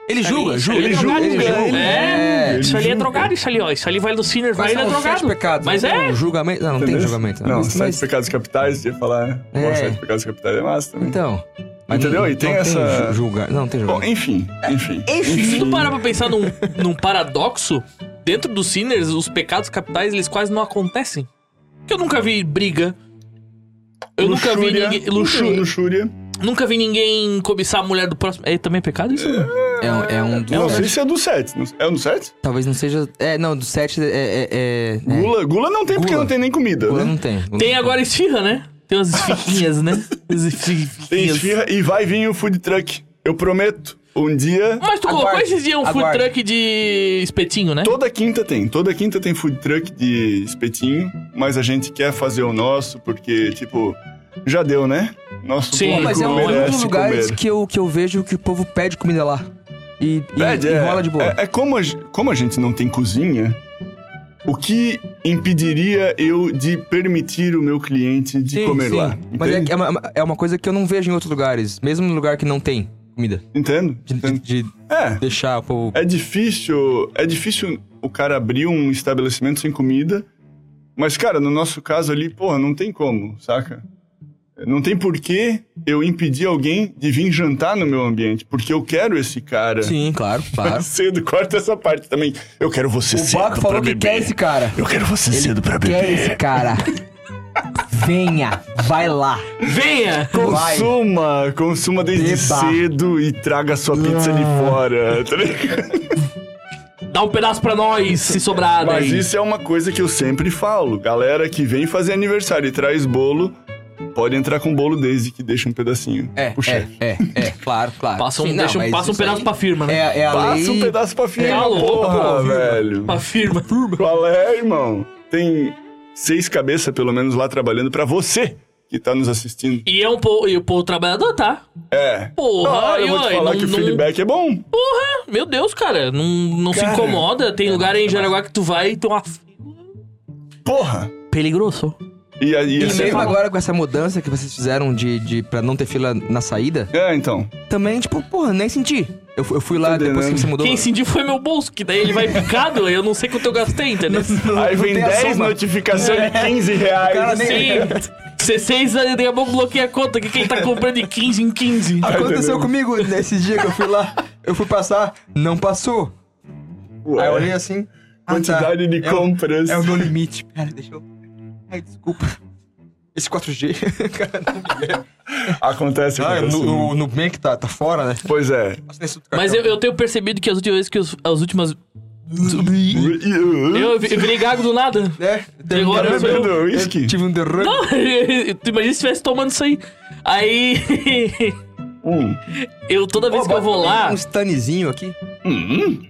[SPEAKER 3] Ele julga,
[SPEAKER 1] isso
[SPEAKER 3] julga.
[SPEAKER 1] ali é
[SPEAKER 2] ele julga,
[SPEAKER 1] drogado,
[SPEAKER 2] ele
[SPEAKER 1] cara.
[SPEAKER 2] julga.
[SPEAKER 1] É,
[SPEAKER 3] É,
[SPEAKER 1] isso ali é
[SPEAKER 2] ele julga.
[SPEAKER 1] drogado, isso ali, ó. Isso ali vai do Sinner, vai
[SPEAKER 3] Quais
[SPEAKER 1] ele é
[SPEAKER 3] são os um sete
[SPEAKER 1] drogado.
[SPEAKER 3] pecados?
[SPEAKER 1] Mas é.
[SPEAKER 3] Um julgamento? Não, não tem
[SPEAKER 2] Entendeu?
[SPEAKER 3] julgamento. né?
[SPEAKER 2] Não,
[SPEAKER 3] Mas-
[SPEAKER 2] sete
[SPEAKER 3] mas-
[SPEAKER 2] pecados capitais, ia falar. né? Pô,
[SPEAKER 3] É.
[SPEAKER 2] Sete pecados capitais é massa também.
[SPEAKER 3] Então. mas
[SPEAKER 2] Entendeu? E tem essa-
[SPEAKER 3] ju- julgar. Não, tem
[SPEAKER 2] Bom,
[SPEAKER 3] julgamento.
[SPEAKER 2] enfim, enfim.
[SPEAKER 1] Se tu parar pra pensar num, num paradoxo, dentro dos Sinners, os pecados capitais, eles quase não acontecem. Porque eu nunca vi briga. Eu nunca vi
[SPEAKER 2] Luxúria,
[SPEAKER 1] ninguém.
[SPEAKER 2] Luxúria.
[SPEAKER 1] Luxúria.
[SPEAKER 2] luxúria.
[SPEAKER 1] Nunca vi ninguém cobiçar a mulher do próximo. É também é pecado isso?
[SPEAKER 3] É um, é um
[SPEAKER 2] Não
[SPEAKER 3] dos.
[SPEAKER 2] sei se é do 7. É do 7?
[SPEAKER 3] Talvez não seja. É, não, do sete é. é, é, é.
[SPEAKER 2] Gula, gula não tem porque
[SPEAKER 3] Gula.
[SPEAKER 2] não tem nem comida,
[SPEAKER 3] Gula
[SPEAKER 2] né?
[SPEAKER 3] não tem. Gula
[SPEAKER 1] Tem
[SPEAKER 3] não
[SPEAKER 1] agora esfirra, né? Tem umas esfirrinhas, né? As
[SPEAKER 2] Tem
[SPEAKER 1] esfirrinhas.
[SPEAKER 2] esfirra e vai vir o food truck. Eu prometo. Um
[SPEAKER 3] É.
[SPEAKER 2] dia.
[SPEAKER 1] Mas tu colocou
[SPEAKER 3] Aguarde,
[SPEAKER 1] esses dias um food
[SPEAKER 3] aguarde.
[SPEAKER 1] truck de espetinho, né?
[SPEAKER 2] Toda quinta tem. Toda quinta tem food truck de espetinho. Mas a gente quer fazer o nosso porque, tipo, já deu, né? Nosso
[SPEAKER 1] Sim,
[SPEAKER 2] público
[SPEAKER 3] Mas é um
[SPEAKER 1] Como
[SPEAKER 2] merece
[SPEAKER 3] dos lugares
[SPEAKER 2] comer.
[SPEAKER 3] que eu, que eu vejo que o povo pede comida lá. E, e-
[SPEAKER 2] Pede,
[SPEAKER 3] e
[SPEAKER 2] é,
[SPEAKER 3] rola de boa.
[SPEAKER 2] É, é como, a, ge- como a gente não tem cozinha, o que impediria eu de permitir o meu cliente de
[SPEAKER 3] Sim,
[SPEAKER 2] comer
[SPEAKER 3] sim.
[SPEAKER 2] lá?
[SPEAKER 3] Mas é,
[SPEAKER 2] Entende?
[SPEAKER 3] é, uma, é uma coisa que eu não vejo em outros lugares. Mesmo no lugar que não tem comida.
[SPEAKER 2] Entendo?
[SPEAKER 3] um De,
[SPEAKER 2] Entendo.
[SPEAKER 3] de- de
[SPEAKER 2] É,
[SPEAKER 3] deixar o povo.
[SPEAKER 2] é difícil, é difícil o cara abrir um estabelecimento sem comida, mas, cara, no nosso caso ali, porra, não tem como, saca? Não tem porquê eu impedir alguém de vir jantar no meu ambiente, porque eu quero esse cara
[SPEAKER 3] Sim, claro,
[SPEAKER 2] [LAUGHS]
[SPEAKER 3] claro.
[SPEAKER 2] cedo. Corta essa parte também. Eu quero você
[SPEAKER 3] O
[SPEAKER 2] cedo
[SPEAKER 3] Baco
[SPEAKER 2] pra
[SPEAKER 3] falou que
[SPEAKER 2] beber.
[SPEAKER 3] quer esse cara.
[SPEAKER 2] Eu quero você cedo pra
[SPEAKER 3] Quer
[SPEAKER 2] beber.
[SPEAKER 3] é esse cara. Venha, vai lá.
[SPEAKER 1] Venha!
[SPEAKER 3] Vai.
[SPEAKER 2] Consuma, consuma desde
[SPEAKER 3] Beba. Ah.
[SPEAKER 2] cedo e traga sua pizza de fora. tá ligado?
[SPEAKER 1] Dá um pedaço pra nós, se sobrar né?
[SPEAKER 2] Mas
[SPEAKER 1] daí.
[SPEAKER 2] isso é uma coisa que eu sempre falo. Galera que vem fazer aniversário e traz bolo, pode entrar com bolo desde que deixe um pedacinho.
[SPEAKER 3] É,
[SPEAKER 2] pro chefe.
[SPEAKER 3] é, é, é, claro, claro.
[SPEAKER 1] Passa um,
[SPEAKER 3] Sim, não,
[SPEAKER 1] deixa um-
[SPEAKER 3] mas
[SPEAKER 1] passa um
[SPEAKER 3] isso
[SPEAKER 1] pedaço
[SPEAKER 3] aí
[SPEAKER 1] pra firma, né?
[SPEAKER 3] É, é a lei...
[SPEAKER 2] Passa um pedaço pra
[SPEAKER 3] É,
[SPEAKER 2] firma,
[SPEAKER 1] tá louco,
[SPEAKER 2] porra,
[SPEAKER 1] pô, firma.
[SPEAKER 2] velho. é,
[SPEAKER 1] Pra firma.
[SPEAKER 2] Qual é, irmão? Tem seis cabeças, pelo menos, lá trabalhando pra você. que tá nos assistindo.
[SPEAKER 1] E é um povo, e o povo trabalhador, tá?
[SPEAKER 2] É.
[SPEAKER 1] Porra,
[SPEAKER 2] Ah, eu
[SPEAKER 1] e,
[SPEAKER 2] vou te
[SPEAKER 1] ó, e
[SPEAKER 2] falar
[SPEAKER 1] não-
[SPEAKER 2] que o
[SPEAKER 1] não-
[SPEAKER 2] feedback é bom.
[SPEAKER 1] Porra, meu Deus, cara. Não, não
[SPEAKER 2] Cara, é
[SPEAKER 1] se incomoda. Tem lugar em Jaraguá que tu vai e tem uma...
[SPEAKER 2] Porra!
[SPEAKER 1] Peligroso.
[SPEAKER 2] E, aí
[SPEAKER 3] E
[SPEAKER 2] assim,
[SPEAKER 3] mesmo agora com essa mudança que vocês fizeram de, de pra não ter fila na saída,
[SPEAKER 2] É, então.
[SPEAKER 3] também, tipo, porra, nem senti. Eu, fu- eu fui lá
[SPEAKER 2] Entendendo.
[SPEAKER 3] depois que você mudou.
[SPEAKER 1] Quem sentiu foi meu bolso, que daí ele vai picado e eu não sei quanto eu gastei, entendeu?
[SPEAKER 2] [LAUGHS] Aí vem
[SPEAKER 3] tem a
[SPEAKER 2] 10
[SPEAKER 3] soma.
[SPEAKER 2] notificações de
[SPEAKER 3] [LAUGHS]
[SPEAKER 2] 15 reais.
[SPEAKER 3] Cara, nem-
[SPEAKER 1] Sim. 16 anos, daqui a pouco bloqueia a conta, que quem tá comprando de 15 em 15.
[SPEAKER 3] Aconteceu
[SPEAKER 2] entendendo.
[SPEAKER 3] comigo nesse dia que eu fui lá, eu fui passar, não passou.
[SPEAKER 2] Ué,
[SPEAKER 3] Aí eu olhei assim.
[SPEAKER 2] É.
[SPEAKER 3] ah, tá.
[SPEAKER 2] quantidade de
[SPEAKER 3] É o-
[SPEAKER 2] compras.
[SPEAKER 3] É o meu limite. Cara, deixa eu. Ai, desculpa. Esse 4G. cara, não me engana.
[SPEAKER 2] Acontece,
[SPEAKER 3] Ah,
[SPEAKER 2] acontece.
[SPEAKER 3] no, no, no Nubank tá, tá fora, né?
[SPEAKER 2] Pois é.
[SPEAKER 1] Mas eu, eu tenho percebido que as últimas vezes que os- as últimas. Eu, eu virei gago do nada. [LAUGHS]
[SPEAKER 3] É,
[SPEAKER 1] Agora eu sou eu. tipo
[SPEAKER 2] Bebendo uísque?
[SPEAKER 3] tive um derrame.
[SPEAKER 1] Não, tu imagina se estivesse tomando isso aí. Aí. [LAUGHS]
[SPEAKER 2] Hum.
[SPEAKER 1] Eu toda vez que eu vou lá.
[SPEAKER 3] Um stanezinho aqui.
[SPEAKER 2] Hum.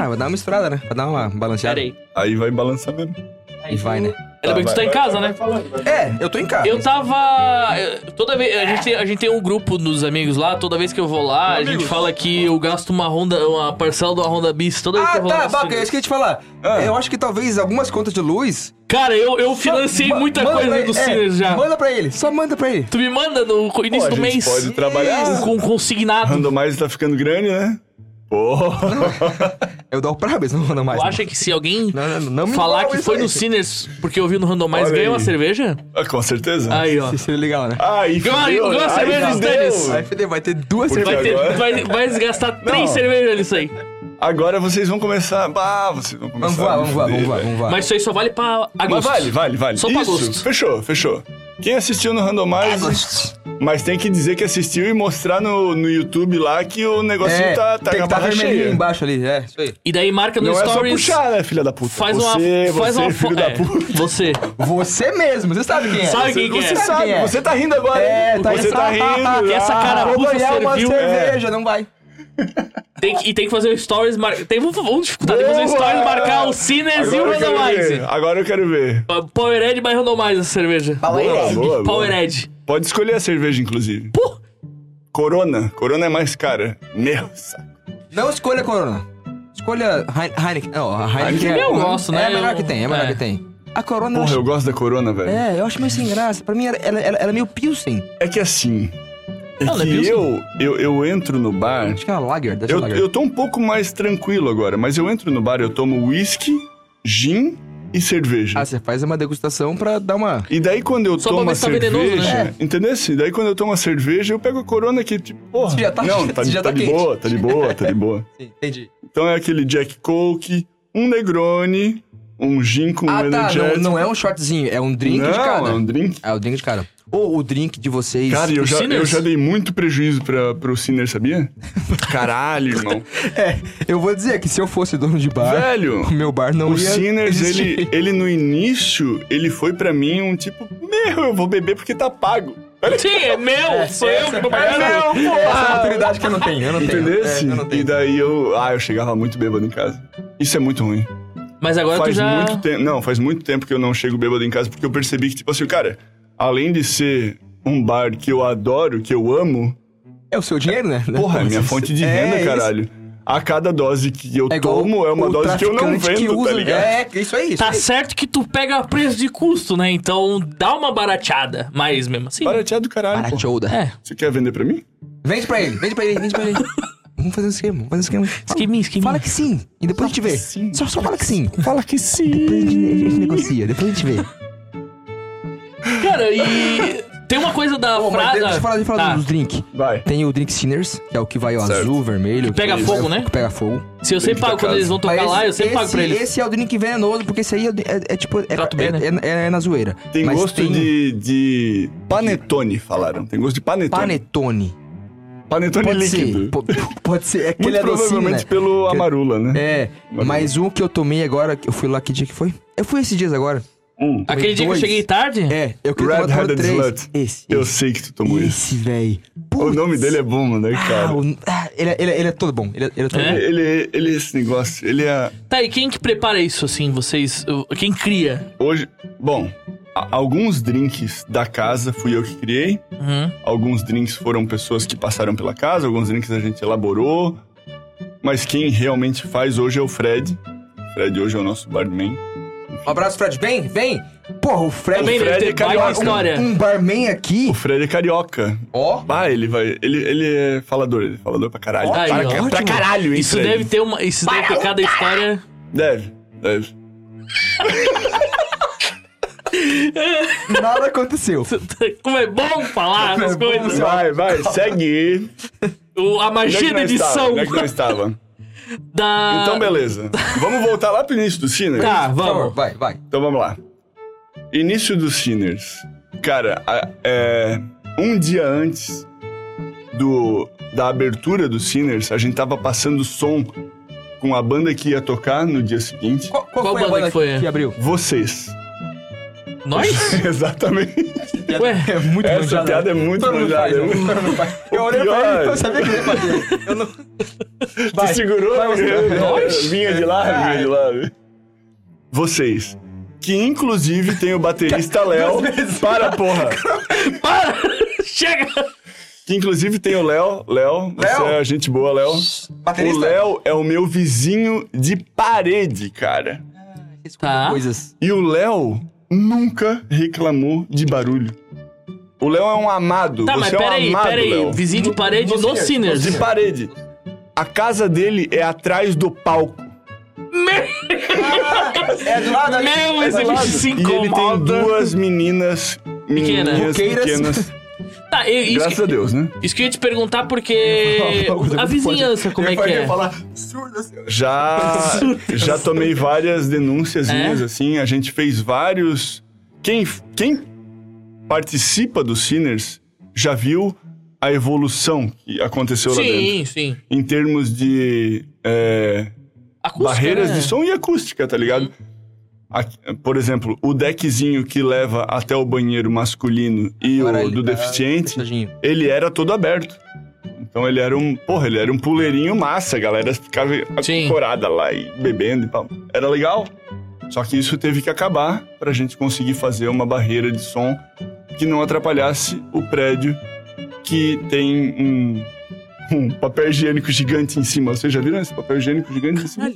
[SPEAKER 3] Ah, vai dar uma misturada, né? Vai dar uma balanceada.
[SPEAKER 1] Pera aí.
[SPEAKER 2] Aí vai balançar mesmo.
[SPEAKER 3] E vai, né?
[SPEAKER 1] Ainda bem que tu tá em casa, né?
[SPEAKER 3] É, eu tô em casa.
[SPEAKER 1] Eu tava. eu- Toda vez. A gente, tem- a gente tem um grupo dos amigos lá, toda vez que eu vou lá, a gente fala que eu gasto uma Honda, uma parcela de uma Honda Bis toda vez que
[SPEAKER 3] Ah,
[SPEAKER 1] eu vou
[SPEAKER 3] tá,
[SPEAKER 1] lá.
[SPEAKER 3] Baca, eu esqueci de te falar.
[SPEAKER 2] Ah.
[SPEAKER 3] Eu acho que talvez algumas contas de luz.
[SPEAKER 1] Cara, eu, eu financiei
[SPEAKER 3] Ma-
[SPEAKER 1] muita
[SPEAKER 3] manda pra
[SPEAKER 1] coisa
[SPEAKER 3] ele-
[SPEAKER 1] do
[SPEAKER 3] é,
[SPEAKER 1] Sinners já.
[SPEAKER 3] Manda pra ele, só manda pra ele.
[SPEAKER 1] Tu me manda no co-
[SPEAKER 2] Pô,
[SPEAKER 1] início
[SPEAKER 2] a
[SPEAKER 1] do
[SPEAKER 2] gente
[SPEAKER 1] mês.
[SPEAKER 2] pode trabalhar.
[SPEAKER 1] Com consignado.
[SPEAKER 2] Randomize tá ficando grande, né?
[SPEAKER 1] [LAUGHS]
[SPEAKER 2] Porra.
[SPEAKER 3] Eu dou o pra eles, não manda mais.
[SPEAKER 1] Tu
[SPEAKER 3] né? não.
[SPEAKER 1] acha que se alguém
[SPEAKER 3] Não, não, não, não me
[SPEAKER 1] falar
[SPEAKER 3] fala
[SPEAKER 1] que
[SPEAKER 3] isso
[SPEAKER 1] foi
[SPEAKER 3] aí.
[SPEAKER 1] no Sinners porque eu vi no Randomize,
[SPEAKER 2] Olha
[SPEAKER 1] ganha
[SPEAKER 2] aí.
[SPEAKER 1] uma cerveja?
[SPEAKER 2] Ah, Com certeza.
[SPEAKER 1] Aí, ó.
[SPEAKER 3] Isso seria legal,
[SPEAKER 1] Ah,
[SPEAKER 3] né?
[SPEAKER 2] Ai,
[SPEAKER 1] Ganha uma-
[SPEAKER 2] fudeu,
[SPEAKER 1] ganha uma
[SPEAKER 2] ai,
[SPEAKER 1] cerveja
[SPEAKER 2] fudeu.
[SPEAKER 1] deles.
[SPEAKER 3] Aí, Fede, vai ter duas
[SPEAKER 2] Porque
[SPEAKER 1] Vai,
[SPEAKER 3] cervejas.
[SPEAKER 1] ter,
[SPEAKER 2] agora-
[SPEAKER 1] vai, vai desgastar
[SPEAKER 2] Não.
[SPEAKER 1] três cervejas nisso aí.
[SPEAKER 2] Agora vocês vão começar. Bah, vocês vão começar.
[SPEAKER 3] Vamos voar,
[SPEAKER 2] a me
[SPEAKER 3] vamos voar,
[SPEAKER 2] fuder,
[SPEAKER 3] vamos voar,
[SPEAKER 2] velho.
[SPEAKER 3] vamos voar.
[SPEAKER 1] Mas isso aí só vale pra
[SPEAKER 2] Mas
[SPEAKER 1] agosto.
[SPEAKER 2] vale, vale, vale.
[SPEAKER 1] Só pra agosto.
[SPEAKER 2] Isso, fechou, fechou. Quem assistiu no Randomize, mas tem que dizer que assistiu e mostrar no, no YouTube lá que o negocinho
[SPEAKER 3] É,
[SPEAKER 2] tá, tá
[SPEAKER 3] tem
[SPEAKER 2] com a
[SPEAKER 3] que tá
[SPEAKER 2] barra
[SPEAKER 3] vermelhinho
[SPEAKER 2] cheia.
[SPEAKER 3] embaixo ali, é, isso aí.
[SPEAKER 1] E daí marca no
[SPEAKER 2] Não é só
[SPEAKER 1] Stories.
[SPEAKER 2] puxar, né, filha da puta?
[SPEAKER 1] Faz uma,
[SPEAKER 2] você,
[SPEAKER 1] faz
[SPEAKER 2] você,
[SPEAKER 1] uma foto.
[SPEAKER 2] filho da puta.
[SPEAKER 1] você.
[SPEAKER 3] Você mesmo, você sabe quem é.
[SPEAKER 1] Sabe
[SPEAKER 3] Você-
[SPEAKER 1] quem que
[SPEAKER 2] Você
[SPEAKER 1] é?
[SPEAKER 3] Sabe
[SPEAKER 2] sabe,
[SPEAKER 3] quem é?
[SPEAKER 2] você tá rindo agora.
[SPEAKER 3] É, tá
[SPEAKER 2] você
[SPEAKER 3] rindo.
[SPEAKER 2] tá rindo.
[SPEAKER 1] Que essa
[SPEAKER 2] ah,
[SPEAKER 1] cara-
[SPEAKER 3] Vou ganhar uma
[SPEAKER 1] serviu,
[SPEAKER 2] é.
[SPEAKER 3] cerveja, não vai.
[SPEAKER 1] Tem que- e tem que fazer o Stories. Mar... Tem, vamos, vamos dificultar. Tem que fazer o
[SPEAKER 2] Boa!
[SPEAKER 1] Stories marcar o Sinners e o
[SPEAKER 2] Agora eu quero ver.
[SPEAKER 1] Randomize.
[SPEAKER 2] Agora eu quero ver.
[SPEAKER 1] Powerhead mais Randomize essa cerveja.
[SPEAKER 3] Fala aí,
[SPEAKER 2] Boa,
[SPEAKER 3] Ed.
[SPEAKER 2] boa, boa.
[SPEAKER 1] Powerhead.
[SPEAKER 2] Pode escolher a cerveja, inclusive.
[SPEAKER 1] Pô!
[SPEAKER 2] Corona. Corona é mais cara. Meu saco.
[SPEAKER 3] Não escolha Corona. Escolha Hein- Heineken. Não, a Heineken
[SPEAKER 1] eu gosto, né?
[SPEAKER 3] É a melhor
[SPEAKER 1] Eu-
[SPEAKER 3] que tem, é a melhor
[SPEAKER 1] é.
[SPEAKER 3] que tem. A Corona, eu
[SPEAKER 2] Porra,
[SPEAKER 3] acho...
[SPEAKER 2] eu gosto da Corona, velho.
[SPEAKER 3] É, eu acho meio sem graça. Pra mim, ela, ela, ela- ela é meio Pilsen.
[SPEAKER 2] É que assim. É
[SPEAKER 1] Não, não é
[SPEAKER 2] que
[SPEAKER 1] Pilsen?
[SPEAKER 2] eu, eu, eu entro no bar.
[SPEAKER 3] Acho que é uma Lager, deve ser
[SPEAKER 2] Eu,
[SPEAKER 3] Lager.
[SPEAKER 2] eu tô um pouco mais tranquilo agora, mas eu entro no bar, eu tomo whisky, gin e cerveja.
[SPEAKER 3] Ah, você faz uma degustação pra dar uma...
[SPEAKER 2] E daí quando eu
[SPEAKER 1] Só pra
[SPEAKER 2] tomo a
[SPEAKER 1] ver se tá
[SPEAKER 2] cerveja,
[SPEAKER 1] venenoso, né?
[SPEAKER 3] É.
[SPEAKER 2] entendeu? E daí quando eu tomo a cerveja, eu pego a corona que tipo, porra,
[SPEAKER 3] Você já tá- [LAUGHS]
[SPEAKER 2] não, tá,
[SPEAKER 3] você já
[SPEAKER 2] tá
[SPEAKER 3] tá
[SPEAKER 2] de
[SPEAKER 3] quente.
[SPEAKER 2] boa, tá de boa, tá de boa.
[SPEAKER 3] Sim, entendi.
[SPEAKER 2] Então é aquele Jack Coke, um Negroni, um gin com
[SPEAKER 3] Ah, tá, não,
[SPEAKER 2] energético.
[SPEAKER 3] não é um shotzinho, é um drink de
[SPEAKER 2] Não,
[SPEAKER 3] cada.
[SPEAKER 2] é um drink.
[SPEAKER 3] É o drink de cara. Ou o drink de vocês.
[SPEAKER 2] Cara, eu
[SPEAKER 1] O
[SPEAKER 2] já, eu
[SPEAKER 1] Sinners?
[SPEAKER 2] já dei muito prejuízo pra, pro Sinner, sabia? Caralho, irmão.
[SPEAKER 3] [LAUGHS] É, eu vou dizer que se eu fosse dono de bar,
[SPEAKER 2] Velho,
[SPEAKER 3] o meu bar não
[SPEAKER 2] Ah? O
[SPEAKER 3] ia
[SPEAKER 2] Sinners,
[SPEAKER 3] existir. [LAUGHS]
[SPEAKER 2] ele, ele no início, ele foi pra mim um tipo, meu, eu vou beber porque tá pago.
[SPEAKER 1] Sim, é meu! Sou eu que tô
[SPEAKER 2] É
[SPEAKER 1] pagando.
[SPEAKER 2] meu,
[SPEAKER 3] Essa é a
[SPEAKER 2] porra!
[SPEAKER 3] maturidade que eu não tenho, eu não tenho.
[SPEAKER 2] Entendesse?
[SPEAKER 3] É, eu não
[SPEAKER 2] e
[SPEAKER 3] tenho.
[SPEAKER 2] daí eu. Ah, eu chegava muito bêbado em casa. Isso é muito ruim.
[SPEAKER 1] Mas agora tu
[SPEAKER 2] faz
[SPEAKER 1] já.
[SPEAKER 2] muito tempo. Não, faz muito tempo que eu não chego bêbado em casa, porque eu percebi que, tipo assim, cara, além de ser um bar que eu adoro, que eu amo,
[SPEAKER 3] É o seu dinheiro, né?
[SPEAKER 2] porra, é minha fonte de
[SPEAKER 3] É,
[SPEAKER 2] renda,
[SPEAKER 3] isso.
[SPEAKER 2] caralho. A cada dose que eu tomo é uma
[SPEAKER 3] o
[SPEAKER 2] dose que eu não
[SPEAKER 3] traficante
[SPEAKER 2] vendo,
[SPEAKER 3] que usa-
[SPEAKER 2] tá ligado?
[SPEAKER 3] É, isso aí. Isso
[SPEAKER 1] Tá
[SPEAKER 3] aí.
[SPEAKER 1] certo que tu pega preço de custo, né? Então dá uma barateada. Mas mesmo assim.
[SPEAKER 2] Barateado do caralho. porra.
[SPEAKER 3] Barateouda.
[SPEAKER 1] É.
[SPEAKER 2] Você quer vender pra mim?
[SPEAKER 3] Vende pra ele, vende pra ele, vende pra ele. [LAUGHS] vamos fazer um esquema, vamos fazer um esquema. Fala,
[SPEAKER 1] Esqueminha, esqueminha.
[SPEAKER 3] fala que sim, e depois a gente vê.
[SPEAKER 2] sim.
[SPEAKER 3] Só, só fala que sim.
[SPEAKER 2] Fala que
[SPEAKER 3] Depois a
[SPEAKER 2] sim.
[SPEAKER 3] gente, a gente negocia, depois a gente vê.
[SPEAKER 1] Cara, e. Tem uma coisa da
[SPEAKER 3] Pô, mas
[SPEAKER 1] frase.
[SPEAKER 3] deixa eu falar, deixa eu falar
[SPEAKER 1] Tá.
[SPEAKER 3] dos drinks.
[SPEAKER 2] Vai.
[SPEAKER 3] Tem o Drink Sinners, que é o que vai o
[SPEAKER 2] Certo.
[SPEAKER 3] azul, vermelho.
[SPEAKER 1] pega
[SPEAKER 3] que- é
[SPEAKER 1] fogo, né?
[SPEAKER 3] Que pega fogo.
[SPEAKER 1] Se eu sempre
[SPEAKER 2] Dentro da
[SPEAKER 1] pago quando
[SPEAKER 2] casa.
[SPEAKER 1] eles vão tocar
[SPEAKER 3] Mas
[SPEAKER 1] lá, eu sempre
[SPEAKER 3] esse,
[SPEAKER 1] pago pra eles.
[SPEAKER 3] Esse é o drink venenoso, porque esse aí é, é- é tipo. É,
[SPEAKER 1] Trato bem,
[SPEAKER 3] é-
[SPEAKER 1] né?
[SPEAKER 3] é- é na zoeira.
[SPEAKER 2] Tem
[SPEAKER 3] Mas
[SPEAKER 2] gosto
[SPEAKER 3] tem
[SPEAKER 2] De, de. Panetone, falaram. Tem gosto de panetone. [LAUGHS]
[SPEAKER 3] Panetone.
[SPEAKER 2] panetone
[SPEAKER 3] Pode
[SPEAKER 2] líquido.
[SPEAKER 3] ser. po- po- [LAUGHS] Pode ser. É
[SPEAKER 2] Muito
[SPEAKER 3] aquele é docinho,
[SPEAKER 2] provavelmente
[SPEAKER 3] né?
[SPEAKER 2] pelo amarula, né?
[SPEAKER 3] É, mas um que eu tomei agora, que eu fui lá, que dia que foi? Eu fui esses dias agora.
[SPEAKER 2] Hum.
[SPEAKER 1] Aquele dia que eu
[SPEAKER 3] dois.
[SPEAKER 1] cheguei tarde?
[SPEAKER 3] É, eu queria tomar
[SPEAKER 2] Red-Headed
[SPEAKER 3] todo três.
[SPEAKER 2] Slut.
[SPEAKER 3] Esse.
[SPEAKER 2] Eu
[SPEAKER 3] esse,
[SPEAKER 2] sei que tu tomou isso.
[SPEAKER 3] Esse, velho.
[SPEAKER 2] O nome dele é bom, né,
[SPEAKER 3] Ah,
[SPEAKER 2] cara?
[SPEAKER 3] ele, é- ele é- ele é todo bom. Ele, é- ele é todo
[SPEAKER 1] É?
[SPEAKER 3] bom.
[SPEAKER 2] Ele, é- ele é esse negócio. Ele é.
[SPEAKER 1] Tá, e quem que prepara isso, assim, vocês? Quem cria?
[SPEAKER 2] Hoje. Bom, a- alguns drinks da casa fui eu que criei.
[SPEAKER 1] Uhum.
[SPEAKER 2] Alguns drinks foram pessoas que passaram pela casa, alguns drinks a gente elaborou. Mas quem realmente faz hoje é o Fred. Fred hoje é o nosso barman.
[SPEAKER 3] Um abraço, Fred. Vem, vem. Porra, o Fred.
[SPEAKER 1] Também
[SPEAKER 2] O
[SPEAKER 1] deve
[SPEAKER 2] Fred
[SPEAKER 1] ter baita
[SPEAKER 2] é carioca.
[SPEAKER 1] Tá história.
[SPEAKER 3] Um barman aqui,
[SPEAKER 2] O Fred é carioca.
[SPEAKER 3] ó.
[SPEAKER 2] Ah, ele vai. Ele, ele é falador, ele é falador pra caralho.
[SPEAKER 1] Aí,
[SPEAKER 2] Para- é
[SPEAKER 1] ó.
[SPEAKER 2] pra, caralho, hein,
[SPEAKER 1] Isso
[SPEAKER 2] Fred?
[SPEAKER 1] deve ter uma. Isso deve ter cada história. [LAUGHS]
[SPEAKER 2] Deve, deve.
[SPEAKER 1] [LAUGHS]
[SPEAKER 3] Nada aconteceu.
[SPEAKER 1] Como é bom falar as coisas.
[SPEAKER 2] Vai, vai, segue.
[SPEAKER 1] O- A
[SPEAKER 2] Onde é que
[SPEAKER 1] magia da
[SPEAKER 2] nós tava?
[SPEAKER 1] edição.
[SPEAKER 2] Onde é que nós estava?
[SPEAKER 1] Da.
[SPEAKER 2] Então, beleza. Vamos voltar lá pro início do Sinners?
[SPEAKER 1] Ah. Tá,
[SPEAKER 3] Por favor,
[SPEAKER 1] vamos.
[SPEAKER 3] vai, vai.
[SPEAKER 2] Então, vamos lá. Início do Sinners. Cara, a- é, um dia antes do, da abertura do Sinners, a gente tava passando som com a banda que ia tocar no dia seguinte.
[SPEAKER 3] Qual,
[SPEAKER 1] Qual
[SPEAKER 3] foi a
[SPEAKER 1] banda
[SPEAKER 3] banda
[SPEAKER 1] que foi?
[SPEAKER 3] que abriu?
[SPEAKER 2] Vocês. [LAUGHS]
[SPEAKER 1] Nós?
[SPEAKER 2] Exatamente.
[SPEAKER 1] Ué,
[SPEAKER 3] É muito
[SPEAKER 2] Essa piada [LAUGHS] é muito
[SPEAKER 3] Todo mundo faz,
[SPEAKER 2] manjada.
[SPEAKER 3] né? Todo mundo faz. Eu olhei pra
[SPEAKER 2] pior- é.
[SPEAKER 3] ele, eu sabia que ele ia fazer. Eu não...
[SPEAKER 2] Tu segurou?
[SPEAKER 3] vai, vai.
[SPEAKER 2] Nós? Vinha de lá, vinha de lá. Vocês. Que inclusive tem o [LAUGHS] baterista Léo. Para, porra!
[SPEAKER 1] para! [LAUGHS] Chega!
[SPEAKER 2] Que inclusive tem o Léo. Léo, você
[SPEAKER 3] Léo?
[SPEAKER 2] é gente boa, Léo. O
[SPEAKER 3] Baterista?
[SPEAKER 2] Léo é o meu vizinho de parede, cara.
[SPEAKER 1] Tá.
[SPEAKER 3] Coisas.
[SPEAKER 2] E o Léo nunca reclamou de barulho. O Léo é um amado.
[SPEAKER 1] Tá, mas
[SPEAKER 2] você é um
[SPEAKER 1] peraí,
[SPEAKER 2] amado,
[SPEAKER 1] peraí.
[SPEAKER 2] Léo. é
[SPEAKER 1] Vizinho de parede
[SPEAKER 3] no
[SPEAKER 1] no
[SPEAKER 3] Sinners.
[SPEAKER 1] Sinners.
[SPEAKER 2] De parede. A casa dele é atrás do palco.
[SPEAKER 3] É do lado ali.
[SPEAKER 1] Meu, esse bicho se
[SPEAKER 2] E ele tem
[SPEAKER 1] incomoda.
[SPEAKER 2] duas meninas. Meninas
[SPEAKER 3] Roqueiras.
[SPEAKER 2] pequenas.
[SPEAKER 1] Tá, eu- isso,
[SPEAKER 2] Graças a Deus, né?
[SPEAKER 1] isso que eu ia te perguntar porque. A vizinhança, como é que é?
[SPEAKER 2] Já, já tomei várias denúncias,
[SPEAKER 1] É?
[SPEAKER 2] assim. A gente fez vários. Quem, quem participa do Sinners já viu a evolução que aconteceu lá dentro.
[SPEAKER 1] Sim, sim.
[SPEAKER 2] Em termos de é,
[SPEAKER 1] Acústica,
[SPEAKER 2] barreiras
[SPEAKER 1] né? Uhum.
[SPEAKER 2] de som e acústica, tá ligado? A- por exemplo, o deckzinho que leva até o banheiro masculino e
[SPEAKER 3] Agora
[SPEAKER 2] o
[SPEAKER 3] ele
[SPEAKER 2] do
[SPEAKER 3] tá
[SPEAKER 2] deficiente
[SPEAKER 3] fechadinho.
[SPEAKER 2] ele era todo aberto. Então ele era um, porra, ele era um puleirinho massa, a galera ficava
[SPEAKER 1] Sim.
[SPEAKER 2] acorada lá e bebendo e tal. Era legal. Só que isso teve que acabar pra gente conseguir fazer uma barreira de som que não atrapalhasse o prédio que tem um, um papel higiênico gigante em cima. Vocês já viram esse papel higiênico gigante em cima?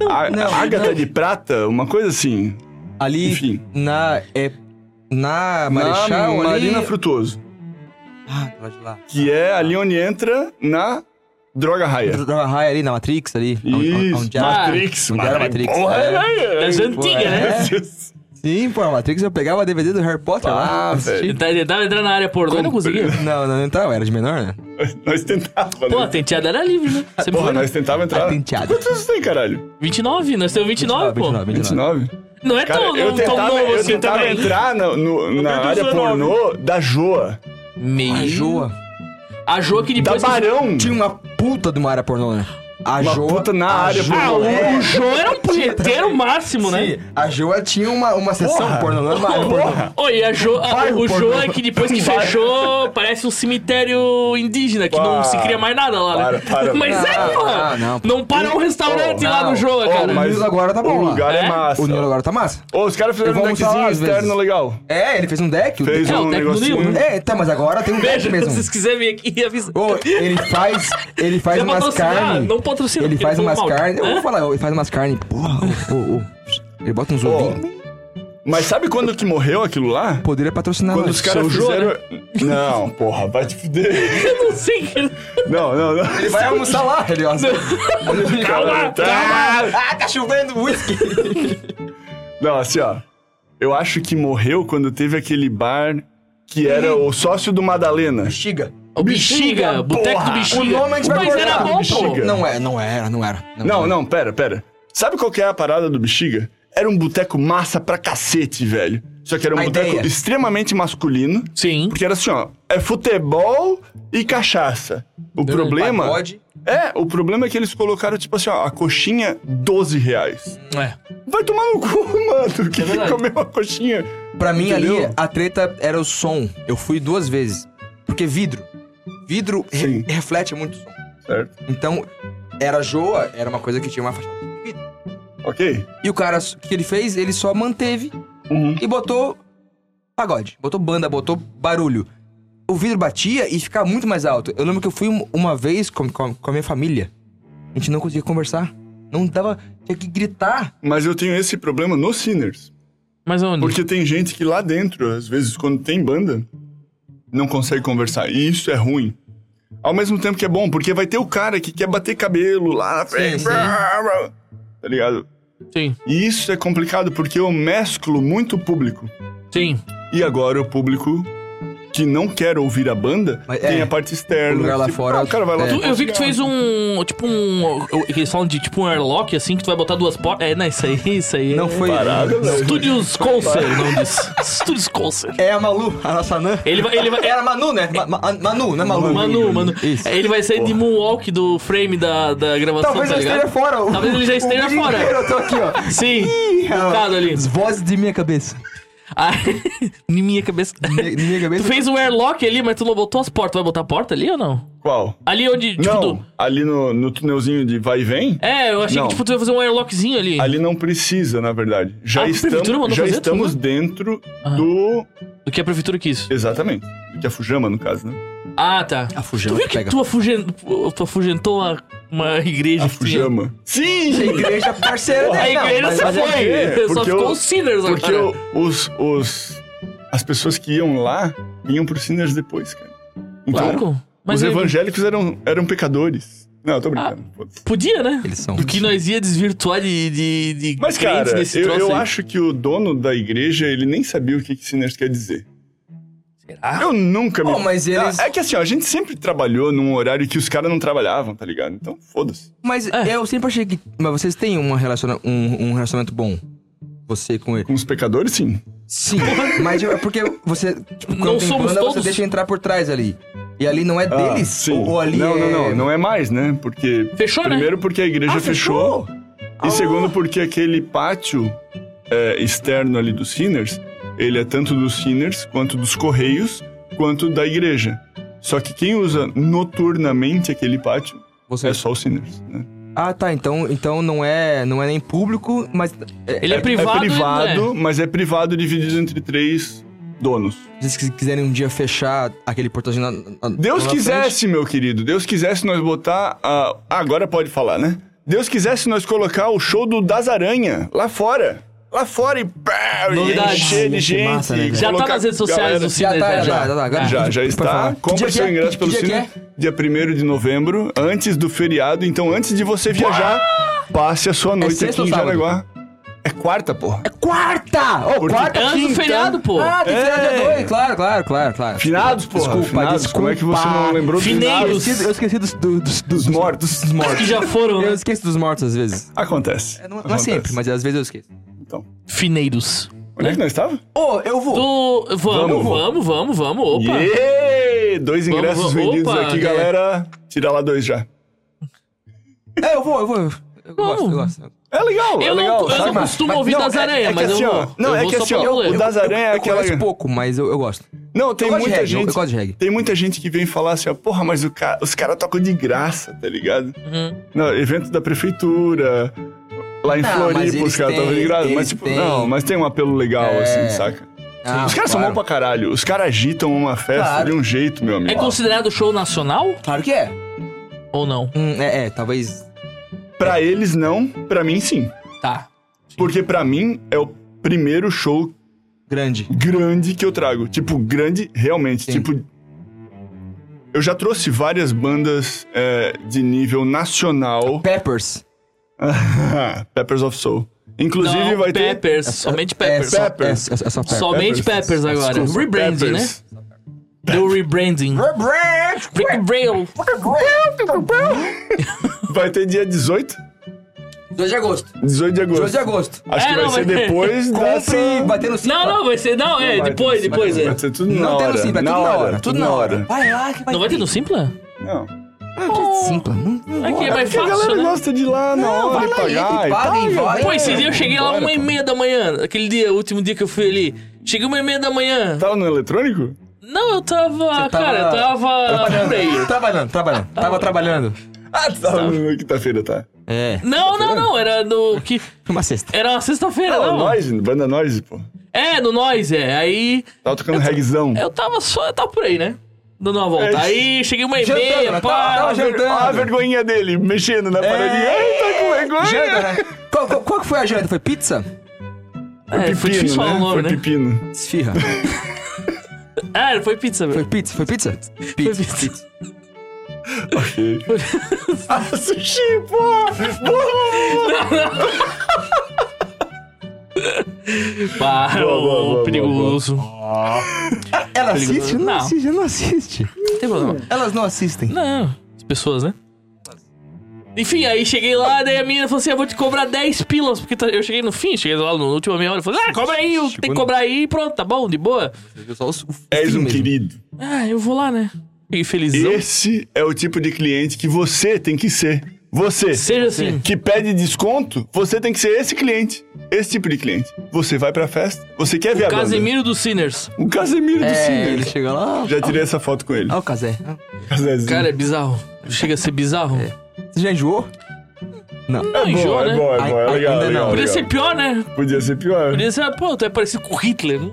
[SPEAKER 1] Caralho.
[SPEAKER 2] A,
[SPEAKER 3] não,
[SPEAKER 2] a Ágata
[SPEAKER 3] não.
[SPEAKER 2] de Prata, uma coisa assim.
[SPEAKER 3] Ali
[SPEAKER 2] Enfim.
[SPEAKER 3] na... É, na Marechal
[SPEAKER 2] na
[SPEAKER 3] ali...
[SPEAKER 2] Marina Frutuoso,
[SPEAKER 3] Ah, do lado de lá.
[SPEAKER 2] que é ali onde entra na Droga Raia.
[SPEAKER 3] Droga Raia ali, na Matrix ali. Onde-
[SPEAKER 2] Isso,
[SPEAKER 3] onde era-
[SPEAKER 1] Ah.
[SPEAKER 2] Matrix,
[SPEAKER 3] onde era
[SPEAKER 2] Matrix.
[SPEAKER 3] Matrix.
[SPEAKER 2] Porra,
[SPEAKER 3] É.
[SPEAKER 2] é, é,
[SPEAKER 1] Das
[SPEAKER 2] é,
[SPEAKER 1] antigas,
[SPEAKER 2] é,
[SPEAKER 1] né?
[SPEAKER 2] é.
[SPEAKER 3] Sim, pô, a Matrix eu pegava DVD do Harry Potter lá.
[SPEAKER 2] Ah,
[SPEAKER 3] assistia.
[SPEAKER 2] velho.
[SPEAKER 1] Ele tá- ele tava entrando na área pornô, não conseguia.
[SPEAKER 3] Não, não, não entrava, era de menor, né?
[SPEAKER 2] Nós tentávamos.
[SPEAKER 1] Pô, a
[SPEAKER 2] Né?
[SPEAKER 1] tenteada era livre, né? Você me
[SPEAKER 2] Porra,
[SPEAKER 1] foi, né?
[SPEAKER 2] nós tentávamos entrar.
[SPEAKER 3] Ah, tenteado.
[SPEAKER 2] Quantos anos você tem, caralho?
[SPEAKER 1] 29, nós temos 29, pô.
[SPEAKER 3] 29, 29.
[SPEAKER 2] 29?
[SPEAKER 1] Não é
[SPEAKER 2] Cara,
[SPEAKER 1] tão,
[SPEAKER 2] eu
[SPEAKER 1] não, tão
[SPEAKER 2] tentava,
[SPEAKER 1] novo
[SPEAKER 2] eu
[SPEAKER 1] assim
[SPEAKER 2] então tentava
[SPEAKER 1] também.
[SPEAKER 2] entrar na, no- na
[SPEAKER 1] tenho
[SPEAKER 2] área
[SPEAKER 1] 19.
[SPEAKER 2] pornô da Joa.
[SPEAKER 1] Meio.
[SPEAKER 3] A Joa.
[SPEAKER 1] A Joa que
[SPEAKER 2] Da
[SPEAKER 1] depois...
[SPEAKER 2] Barão.
[SPEAKER 3] Tinha um uma puta de uma área pornô, né? A
[SPEAKER 2] Uma
[SPEAKER 3] Joa.
[SPEAKER 2] puta na
[SPEAKER 3] a
[SPEAKER 2] área
[SPEAKER 3] Joa-
[SPEAKER 1] Ah, o,
[SPEAKER 3] É,
[SPEAKER 1] o João
[SPEAKER 2] [LAUGHS]
[SPEAKER 1] era um punheteiro máximo, né?
[SPEAKER 3] Sim, a Joa tinha uma, uma sessão pornô, não era uma área pornô.
[SPEAKER 1] Oi, a Jo, a-
[SPEAKER 3] Bairro
[SPEAKER 1] o João
[SPEAKER 3] pornô.
[SPEAKER 1] é que depois que fechou, parece um cemitério indígena, que não
[SPEAKER 2] Para,
[SPEAKER 1] se cria mais nada lá, né?
[SPEAKER 2] para, para,
[SPEAKER 1] mas
[SPEAKER 3] não,
[SPEAKER 1] é, porra!
[SPEAKER 3] não, não.
[SPEAKER 1] Não para um restaurante
[SPEAKER 2] Oh,
[SPEAKER 1] lá no
[SPEAKER 3] não.
[SPEAKER 1] Joa,
[SPEAKER 2] Oh,
[SPEAKER 1] cara.
[SPEAKER 2] mas
[SPEAKER 3] Nilo agora tá bom
[SPEAKER 2] O
[SPEAKER 3] lá.
[SPEAKER 2] lugar é,
[SPEAKER 1] É?
[SPEAKER 2] massa.
[SPEAKER 3] O Nilo agora tá massa.
[SPEAKER 2] Ô, os caras
[SPEAKER 3] Eu
[SPEAKER 2] fizeram um
[SPEAKER 3] vou almoçar
[SPEAKER 2] deckzinho
[SPEAKER 3] lá às
[SPEAKER 2] externo
[SPEAKER 3] vezes.
[SPEAKER 2] legal.
[SPEAKER 3] É, ele fez um deck. o
[SPEAKER 2] Fez
[SPEAKER 1] É, o
[SPEAKER 2] um
[SPEAKER 1] deck do Nilo,
[SPEAKER 2] negocinho.
[SPEAKER 1] né?
[SPEAKER 3] É, tá, mas agora tem um deck
[SPEAKER 1] Beijo,
[SPEAKER 3] mesmo.
[SPEAKER 1] se vocês quiserem vir aqui e avisar.
[SPEAKER 3] Ô, ele faz, ele faz
[SPEAKER 1] Quer
[SPEAKER 3] umas
[SPEAKER 1] patrocinar?
[SPEAKER 3] carnes.
[SPEAKER 1] Não patrocina,
[SPEAKER 3] Ele
[SPEAKER 1] porque
[SPEAKER 3] faz
[SPEAKER 1] ele
[SPEAKER 3] umas
[SPEAKER 1] falou mal.
[SPEAKER 3] carnes. Eu
[SPEAKER 1] Hã?
[SPEAKER 3] vou falar, ele faz umas carnes. Porra, ô, ô, ô. Ele bota um uns
[SPEAKER 2] Ó,
[SPEAKER 3] ovinhos.
[SPEAKER 2] mas sabe quando que morreu aquilo lá?
[SPEAKER 3] Poderia patrocinar
[SPEAKER 2] Quando
[SPEAKER 3] nós.
[SPEAKER 2] os caras
[SPEAKER 1] Joa,
[SPEAKER 2] fizeram.
[SPEAKER 3] né?
[SPEAKER 2] Não, porra, vai te fuder.
[SPEAKER 1] Eu não sei. que-
[SPEAKER 2] Não, não, não.
[SPEAKER 3] Ele vai almoçar lá, ele ó.
[SPEAKER 2] [LAUGHS] Calma, calma.
[SPEAKER 3] Ah, tá chovendo whisky.
[SPEAKER 2] Não, assim, ó. Eu acho que morreu quando teve aquele bar que era o sócio do Madalena.
[SPEAKER 3] Bexiga.
[SPEAKER 1] O Bexiga,
[SPEAKER 2] Bexiga,
[SPEAKER 1] boteco do
[SPEAKER 2] porra.
[SPEAKER 1] Bexiga.
[SPEAKER 3] O nome a gente vai
[SPEAKER 1] Mas era
[SPEAKER 3] cortar.
[SPEAKER 1] bom, pô.
[SPEAKER 2] Bexiga.
[SPEAKER 3] Não é, não era, não era.
[SPEAKER 2] Não, não, pera, pera. Sabe qual que é a parada do Bexiga? Era um boteco massa pra cacete, velho. Só que era um
[SPEAKER 3] A
[SPEAKER 2] boteco
[SPEAKER 3] ideia.
[SPEAKER 2] extremamente masculino.
[SPEAKER 1] Sim.
[SPEAKER 2] Porque era assim, ó. É futebol e cachaça. O problema.
[SPEAKER 3] um Pagode.
[SPEAKER 2] É, o problema é que eles colocaram, tipo assim, ó, a coxinha, 12 reais.
[SPEAKER 1] É.
[SPEAKER 2] Vai tomar no cu, [LAUGHS] mano. Quem
[SPEAKER 1] verdade.
[SPEAKER 2] comeu uma coxinha?
[SPEAKER 3] É Pra mim
[SPEAKER 2] Entendeu?
[SPEAKER 3] ali, é- a treta era o som. Eu fui duas vezes. Porque vidro. Vidro re-
[SPEAKER 2] Sim.
[SPEAKER 3] reflete muito som.
[SPEAKER 2] Certo.
[SPEAKER 3] Então, era joa, era uma coisa que tinha uma fachada de vidro.
[SPEAKER 2] Ok.
[SPEAKER 3] E o cara, o que ele fez? Ele só manteve
[SPEAKER 2] Uhum.
[SPEAKER 3] e botou pagode, botou banda, botou barulho. O vidro batia e ficava muito mais alto. Eu lembro que eu fui um- uma vez com, com- com a minha família. A gente não conseguia conversar. Não dava. Tinha que gritar.
[SPEAKER 2] Mas eu tenho esse problema nos Sinners.
[SPEAKER 1] Mas
[SPEAKER 3] Uhum.
[SPEAKER 1] onde?
[SPEAKER 2] Porque tem gente que lá dentro, às vezes, quando tem banda, não consegue conversar. E isso é ruim. Ao mesmo tempo que é bom, porque vai ter o cara que quer bater cabelo lá na frente.
[SPEAKER 3] sim.
[SPEAKER 2] Tá ligado?
[SPEAKER 1] Sim,
[SPEAKER 2] E isso é complicado porque eu mesclo muito o público.
[SPEAKER 1] sim.
[SPEAKER 2] E agora o público que não quer ouvir a banda
[SPEAKER 3] Mas,
[SPEAKER 2] tem
[SPEAKER 3] é,
[SPEAKER 2] a parte externa.
[SPEAKER 3] o lugar lá fora,
[SPEAKER 2] ah, o cara vai lá.
[SPEAKER 3] é.
[SPEAKER 2] tomar
[SPEAKER 1] Tu- eu vi que tu
[SPEAKER 2] cigarro.
[SPEAKER 1] fez um. Tipo um. Eles falam de tipo um airlock assim, que tu vai botar duas portas. É, não, isso aí, isso aí.
[SPEAKER 2] Hum,
[SPEAKER 3] Não foi.
[SPEAKER 2] Parada, não.
[SPEAKER 1] Studios Concert, o nome disso. Studios Concert.
[SPEAKER 3] É a Malu, a nossa anã.
[SPEAKER 1] Ele vai. Ele vai
[SPEAKER 3] Era Manu, né? Ma- ma- Manu, não é Malu?
[SPEAKER 1] Manu, tá mano.
[SPEAKER 3] Isso.
[SPEAKER 1] Ele vai sair de moonwalk do frame da, da gravação,
[SPEAKER 3] Talvez
[SPEAKER 1] tá
[SPEAKER 3] eu
[SPEAKER 1] ligado?
[SPEAKER 3] esteja fora. o-
[SPEAKER 1] Talvez ele já
[SPEAKER 3] o
[SPEAKER 1] esteja
[SPEAKER 3] vídeo
[SPEAKER 1] fora.
[SPEAKER 3] inteiro Eu tô aqui, ó.
[SPEAKER 1] Sim. Focado ali.
[SPEAKER 3] As vozes de minha cabeça.
[SPEAKER 1] Aí, [LAUGHS] em minha cabeça.
[SPEAKER 3] Minha, de minha
[SPEAKER 1] Tu
[SPEAKER 3] cabeça.
[SPEAKER 1] fez o airlock ali, mas tu não botou as portas. Vai botar a porta ali ou não?
[SPEAKER 2] Qual?
[SPEAKER 1] Ali onde. Tipo,
[SPEAKER 2] não,
[SPEAKER 1] tu-
[SPEAKER 2] ali no, no túnelzinho de vai e vem,
[SPEAKER 1] É, eu achei
[SPEAKER 2] Não.
[SPEAKER 1] que tipo, tu ia fazer um airlockzinho ali.
[SPEAKER 2] ali não precisa, na verdade. Já
[SPEAKER 1] Ah, a
[SPEAKER 2] estamos,
[SPEAKER 1] prefeitura mandou
[SPEAKER 2] já
[SPEAKER 1] fazer
[SPEAKER 2] estamos
[SPEAKER 1] tudo, né? Ah.
[SPEAKER 2] dentro do.
[SPEAKER 1] Do que a prefeitura quis.
[SPEAKER 2] Exatamente. Do que é a Fujama, no caso, né?
[SPEAKER 1] Ah, tá. Tu
[SPEAKER 3] A Fujama
[SPEAKER 1] viu
[SPEAKER 3] que
[SPEAKER 1] que
[SPEAKER 3] pega.
[SPEAKER 1] tu, afugen... tu afugentou a- uma igreja
[SPEAKER 2] A
[SPEAKER 1] que tinha?
[SPEAKER 2] Fujama.
[SPEAKER 3] A
[SPEAKER 2] Sim!
[SPEAKER 3] igreja parceira
[SPEAKER 1] A
[SPEAKER 3] dele. não,
[SPEAKER 1] igreja
[SPEAKER 3] mas-
[SPEAKER 1] você
[SPEAKER 3] mas é-
[SPEAKER 1] foi.
[SPEAKER 2] é,
[SPEAKER 1] Só
[SPEAKER 2] porque
[SPEAKER 1] ficou
[SPEAKER 2] eu-
[SPEAKER 1] os sinners
[SPEAKER 2] Porque
[SPEAKER 1] agora.
[SPEAKER 2] o- os, os. As pessoas que iam lá iam pro Sinners depois, cara. Então,
[SPEAKER 1] Claro. Mas é-
[SPEAKER 2] os
[SPEAKER 1] ele- Ah,
[SPEAKER 2] evangélicos eram, eram pecadores. Não, eu tô brincando. foda-se.
[SPEAKER 1] Podia, né?
[SPEAKER 3] Eles são.
[SPEAKER 1] Do que nós ia desvirtuar de, de, de
[SPEAKER 2] Mas,
[SPEAKER 1] crentes
[SPEAKER 2] cara,
[SPEAKER 1] nesse
[SPEAKER 2] eu,
[SPEAKER 1] troço
[SPEAKER 2] eu
[SPEAKER 1] aí.
[SPEAKER 2] acho que o dono da igreja, ele nem sabia o que, que sinners quer dizer.
[SPEAKER 1] Será?
[SPEAKER 2] Eu nunca me...
[SPEAKER 3] Oh, mas eles-
[SPEAKER 2] Ah, é que assim, ó, a gente sempre trabalhou num horário que os caras não trabalhavam, tá ligado? Então, foda-se.
[SPEAKER 3] Mas
[SPEAKER 1] É.
[SPEAKER 3] eu sempre achei que. Mas vocês têm uma relaciona... um, um relacionamento bom? Você com ele?
[SPEAKER 2] Com os pecadores, sim.
[SPEAKER 3] Sim. mas é porque você. Tipo, quando
[SPEAKER 1] Não
[SPEAKER 3] tem
[SPEAKER 1] somos
[SPEAKER 3] banda, você
[SPEAKER 1] todos?
[SPEAKER 3] deixa entrar por trás ali. E ali não é
[SPEAKER 2] Ah,
[SPEAKER 3] deles?
[SPEAKER 2] sim.
[SPEAKER 3] Ou, ou ali
[SPEAKER 2] não,
[SPEAKER 3] é...
[SPEAKER 2] não, não. Não é mais, né? Porque...
[SPEAKER 1] Fechou, né?
[SPEAKER 2] Primeiro porque a igreja
[SPEAKER 3] Ah,
[SPEAKER 2] fechou.
[SPEAKER 3] fechou?
[SPEAKER 2] E
[SPEAKER 1] Ah.
[SPEAKER 2] segundo porque aquele pátio é, externo ali dos sinners, ele é tanto dos sinners, quanto dos correios, quanto da igreja. Só que quem usa noturnamente aquele pátio
[SPEAKER 3] Você...
[SPEAKER 2] é só os sinners, né?
[SPEAKER 3] Ah, tá. Então, então não, é, não é nem público, mas. É,
[SPEAKER 1] Ele é, privado.
[SPEAKER 2] É
[SPEAKER 1] né?
[SPEAKER 2] privado, mas é privado dividido entre três donos.
[SPEAKER 3] Se vocês quiserem um dia fechar aquele portãozinho na, na,
[SPEAKER 2] Deus
[SPEAKER 3] lá na frente,
[SPEAKER 2] quisesse, meu querido, Deus quisesse nós botar. a- Ah, agora pode falar, né? Deus quisesse nós colocar o show do Das Aranha lá fora. Lá fora e pá,
[SPEAKER 1] Novidade.
[SPEAKER 2] e encher de
[SPEAKER 3] Gente,
[SPEAKER 2] gente.
[SPEAKER 3] massa, né,
[SPEAKER 2] e
[SPEAKER 3] cara?
[SPEAKER 1] Já tá
[SPEAKER 2] colocar
[SPEAKER 1] nas redes sociais
[SPEAKER 2] galera. assim.
[SPEAKER 1] do
[SPEAKER 3] Já
[SPEAKER 1] Cine,
[SPEAKER 3] tá, já
[SPEAKER 1] já.
[SPEAKER 3] tá, já tá, agora-
[SPEAKER 2] Já,
[SPEAKER 3] Pode
[SPEAKER 2] já está.
[SPEAKER 3] falar. Que
[SPEAKER 2] Compre
[SPEAKER 3] dia
[SPEAKER 2] seu
[SPEAKER 3] que é?
[SPEAKER 2] ingresso
[SPEAKER 3] Que
[SPEAKER 2] pelo
[SPEAKER 3] dia que
[SPEAKER 2] Cine dia 1 de novembro, antes do feriado. Então, antes de você viajar, passe a sua noite
[SPEAKER 3] É sexta
[SPEAKER 2] aqui em
[SPEAKER 3] ou sábado?
[SPEAKER 2] Jaraguá. É quarta, porra.
[SPEAKER 3] É quarta! Ô,
[SPEAKER 2] Porque-
[SPEAKER 3] quarta,
[SPEAKER 1] É Antes do
[SPEAKER 3] quinta.
[SPEAKER 1] feriado, pô.
[SPEAKER 3] Ah, tem
[SPEAKER 2] É.
[SPEAKER 3] feriado dia dois, Claro, claro, claro, claro.
[SPEAKER 2] Finados, porra.
[SPEAKER 3] Desculpa,
[SPEAKER 2] finados. Como é que você
[SPEAKER 3] desculpa.
[SPEAKER 2] não lembrou do
[SPEAKER 1] Fineiros.
[SPEAKER 3] Eu
[SPEAKER 2] finados?
[SPEAKER 3] esqueci, eu esqueci dos, do- dos, dos,
[SPEAKER 2] Dos mortos.
[SPEAKER 3] dos
[SPEAKER 1] Que
[SPEAKER 3] mortos.
[SPEAKER 1] já foram
[SPEAKER 3] Eu
[SPEAKER 1] né?
[SPEAKER 3] esqueço dos mortos às vezes.
[SPEAKER 2] Acontece.
[SPEAKER 3] É, não, não é
[SPEAKER 2] Acontece.
[SPEAKER 3] sempre, mas às vezes eu esqueço.
[SPEAKER 2] Então,
[SPEAKER 1] fineiros.
[SPEAKER 2] onde é que nós estávamos?
[SPEAKER 3] Ô, eu vou.
[SPEAKER 1] Do... Vamos,
[SPEAKER 2] Vamos.
[SPEAKER 1] vamos, vamos, vamos. Opa.
[SPEAKER 2] Yê! Dois
[SPEAKER 1] Vamos,
[SPEAKER 2] ingressos
[SPEAKER 1] vamos.
[SPEAKER 2] vendidos
[SPEAKER 1] Opa,
[SPEAKER 3] né?
[SPEAKER 2] aqui,
[SPEAKER 1] é.
[SPEAKER 2] galera. Tira lá dois já.
[SPEAKER 3] É, eu vou, eu vou. Eu, eu gosto, eu gosto.
[SPEAKER 2] É legal, é
[SPEAKER 1] Eu não,
[SPEAKER 2] legal.
[SPEAKER 1] eu
[SPEAKER 2] saca?
[SPEAKER 1] não costumo
[SPEAKER 2] Mas-
[SPEAKER 1] ouvir
[SPEAKER 2] não,
[SPEAKER 1] das
[SPEAKER 2] é-
[SPEAKER 1] aranhas,
[SPEAKER 2] é que
[SPEAKER 1] mas
[SPEAKER 2] assim,
[SPEAKER 1] eu
[SPEAKER 2] ó,
[SPEAKER 1] vou.
[SPEAKER 2] não,
[SPEAKER 1] eu
[SPEAKER 2] é
[SPEAKER 1] vou
[SPEAKER 2] que
[SPEAKER 1] só
[SPEAKER 2] assim,
[SPEAKER 1] pra
[SPEAKER 2] ó,
[SPEAKER 1] rolê.
[SPEAKER 2] o das aranhas é
[SPEAKER 3] eu
[SPEAKER 2] aquela...
[SPEAKER 3] conheço pouco, mas eu, eu gosto.
[SPEAKER 2] Não, tem
[SPEAKER 3] Eu gosto de
[SPEAKER 2] muita
[SPEAKER 3] reggae, eu-
[SPEAKER 2] gente...
[SPEAKER 3] eu gosto de reggae.
[SPEAKER 2] Tem muita gente que vem falar assim, ó, porra, mas o ca- os caras tocam de graça, tá ligado?
[SPEAKER 1] Uhum.
[SPEAKER 2] Não, evento da prefeitura, lá em
[SPEAKER 3] Não, mas
[SPEAKER 2] Floripa,
[SPEAKER 3] eles
[SPEAKER 2] os caras tocam de
[SPEAKER 3] têm-
[SPEAKER 2] graça. Mas
[SPEAKER 3] eles
[SPEAKER 2] tipo,
[SPEAKER 3] têm-
[SPEAKER 2] não, mas tem um apelo legal,
[SPEAKER 3] É.
[SPEAKER 2] assim, saca?
[SPEAKER 3] Ah,
[SPEAKER 2] os caras são
[SPEAKER 3] claro.
[SPEAKER 2] bons pra caralho. Os caras agitam uma festa
[SPEAKER 3] Claro.
[SPEAKER 2] de um jeito, meu amigo.
[SPEAKER 1] É considerado show nacional
[SPEAKER 3] Claro que é.
[SPEAKER 1] ou não?
[SPEAKER 3] Hum, é, é, talvez.
[SPEAKER 2] Pra eles não, pra mim sim.
[SPEAKER 1] Tá.
[SPEAKER 2] Porque pra mim é o primeiro show
[SPEAKER 3] Grande.
[SPEAKER 2] grande que eu trago. Tipo, grande realmente.
[SPEAKER 3] Sim.
[SPEAKER 2] Tipo. Eu já trouxe várias bandas é, de nível
[SPEAKER 3] [LAUGHS]
[SPEAKER 2] nacional.
[SPEAKER 3] Peppers. Ah.
[SPEAKER 2] Peppers of Soul. Inclusive
[SPEAKER 1] Não,
[SPEAKER 2] vai ter.
[SPEAKER 1] Peppers, somente Peppers.
[SPEAKER 3] É, só,
[SPEAKER 2] Peppers.
[SPEAKER 3] É, é, é só Peppers.
[SPEAKER 1] somente Peppers, agora.
[SPEAKER 2] Desculpa,
[SPEAKER 1] rebranding,
[SPEAKER 2] Peppers.
[SPEAKER 1] né?
[SPEAKER 3] é
[SPEAKER 1] Deu rebranding. Rick Braille.
[SPEAKER 2] assim, Vai ter dia 18?
[SPEAKER 3] 2 de agosto.
[SPEAKER 2] 18 de agosto.
[SPEAKER 3] 2 de agosto.
[SPEAKER 2] Acho
[SPEAKER 1] É,
[SPEAKER 2] que vai
[SPEAKER 1] não,
[SPEAKER 2] ser
[SPEAKER 1] vai ter.
[SPEAKER 3] [LAUGHS]
[SPEAKER 2] depois da.
[SPEAKER 3] Compre, bater no cinto.
[SPEAKER 1] Não, não, vai ser. Não, é, depois, depois é.
[SPEAKER 2] Vai ser tudo na
[SPEAKER 3] Não tem
[SPEAKER 2] hora.
[SPEAKER 3] no simpla, é
[SPEAKER 2] na
[SPEAKER 3] tudo na
[SPEAKER 2] hora,
[SPEAKER 3] hora. Tudo na hora. Vai lá que vai
[SPEAKER 1] Não vai ter no Simpla?
[SPEAKER 2] Não.
[SPEAKER 3] Ah, simples. Não,
[SPEAKER 1] Aqui é
[SPEAKER 2] É
[SPEAKER 1] mais
[SPEAKER 2] porque a
[SPEAKER 1] fácil,
[SPEAKER 2] galera
[SPEAKER 1] né?
[SPEAKER 2] gosta de ir lá na
[SPEAKER 3] Não,
[SPEAKER 2] hora
[SPEAKER 3] vai
[SPEAKER 2] e
[SPEAKER 3] lá,
[SPEAKER 2] pagar.
[SPEAKER 3] entra e
[SPEAKER 2] e
[SPEAKER 3] paga e
[SPEAKER 2] paga,
[SPEAKER 3] vai.
[SPEAKER 1] Pô, esses dias eu cheguei lá
[SPEAKER 2] Bora,
[SPEAKER 1] uma e
[SPEAKER 2] pô.
[SPEAKER 1] meia da manhã. Aquele dia, o último dia que eu fui ali. Cheguei uma e meia da manhã.
[SPEAKER 2] Tava Tá no eletrônico?
[SPEAKER 1] Não, eu tava.
[SPEAKER 3] Você tava-
[SPEAKER 1] Cara, eu tava. Por aí.
[SPEAKER 3] Trabalhando, trabalhando.
[SPEAKER 1] Tá
[SPEAKER 3] Tava trabalhando.
[SPEAKER 2] Ah,
[SPEAKER 3] Tá.
[SPEAKER 2] tu tava na quinta-feira, tá.
[SPEAKER 3] É.
[SPEAKER 1] Não, não, não. Era no. Que,
[SPEAKER 3] Uma sexta.
[SPEAKER 1] era uma sexta-feira,
[SPEAKER 2] Não,
[SPEAKER 1] não.
[SPEAKER 2] Noise, banda Noise, pô.
[SPEAKER 1] É, no Noise, é. Aí
[SPEAKER 2] Tava Tá tocando regzão.
[SPEAKER 1] eu tava só, eu tava por aí, né? Dando uma volta.
[SPEAKER 2] É.
[SPEAKER 1] Aí cheguei uma e
[SPEAKER 3] Jantando,
[SPEAKER 1] meia,
[SPEAKER 3] né?
[SPEAKER 1] pá.
[SPEAKER 3] Tava- tava
[SPEAKER 1] ver-
[SPEAKER 3] jantando.
[SPEAKER 2] Olha a vergonhinha dele, mexendo na paradinha.
[SPEAKER 1] É.
[SPEAKER 2] Ai, tá com vergonha.
[SPEAKER 3] Janta, né? Qual, qual- qual que foi a janta? Foi pizza?
[SPEAKER 1] É, foi difícil
[SPEAKER 2] Pepino,
[SPEAKER 1] falar
[SPEAKER 2] né?
[SPEAKER 1] o nome,
[SPEAKER 2] Foi
[SPEAKER 1] né?
[SPEAKER 2] pepino.
[SPEAKER 3] Esfirra.
[SPEAKER 1] Ah, foi pizza, velho.
[SPEAKER 3] Foi pizza? Foi pizza?
[SPEAKER 1] Foi
[SPEAKER 3] Pizza.
[SPEAKER 1] pizza.
[SPEAKER 3] [LAUGHS]
[SPEAKER 2] Ok. ah, sushi, pô! Pô!
[SPEAKER 1] [LAUGHS] Pá,
[SPEAKER 2] Boa, boa,
[SPEAKER 1] ô,
[SPEAKER 2] boa, boa,
[SPEAKER 1] perigoso.
[SPEAKER 3] Ela assiste? Não,
[SPEAKER 1] Não.
[SPEAKER 3] assiste, não assiste.
[SPEAKER 1] Não tem problema.
[SPEAKER 3] Elas não assistem.
[SPEAKER 1] Não, as pessoas, né? Enfim, aí cheguei lá, daí a menina falou assim: eu vou te cobrar 10 pilas, porque tá- eu cheguei no fim, cheguei lá na última meia hora, eu falei, ah, cobra aí, eu tenho que cobrar aí, pronto, tá bom, de boa.
[SPEAKER 3] Só os- o
[SPEAKER 2] És
[SPEAKER 3] fim
[SPEAKER 2] um
[SPEAKER 3] mesmo.
[SPEAKER 2] querido.
[SPEAKER 1] Ah, eu vou lá, né? Fiquei felizão.
[SPEAKER 2] Esse é o tipo de cliente que você tem que ser. Você. é
[SPEAKER 1] Seja assim.
[SPEAKER 2] Que pede desconto, você tem que ser esse cliente. Esse tipo de cliente. Você vai pra festa, você quer ver a banda.
[SPEAKER 1] Casemiro dos Sinners.
[SPEAKER 2] O Casemiro do
[SPEAKER 3] É,
[SPEAKER 2] Cine.
[SPEAKER 3] ele chega lá.
[SPEAKER 2] Já tirei essa foto com ele.
[SPEAKER 3] Olha Ah, o Casé.
[SPEAKER 2] Casezinho.
[SPEAKER 1] Ah, Cara, é bizarro. Chega a ser bizarro.
[SPEAKER 3] Você já enjoou?
[SPEAKER 1] Não,
[SPEAKER 2] é bom,
[SPEAKER 1] enjoa,
[SPEAKER 2] é
[SPEAKER 1] né?
[SPEAKER 2] bom, é bom, é
[SPEAKER 3] Ai-
[SPEAKER 2] legal,
[SPEAKER 3] ainda
[SPEAKER 2] legal,
[SPEAKER 3] não.
[SPEAKER 1] Podia
[SPEAKER 2] legal.
[SPEAKER 1] ser pior, né?
[SPEAKER 2] Podia ser pior.
[SPEAKER 1] Podia ser, pô, tu é parecido com o Hitler. né?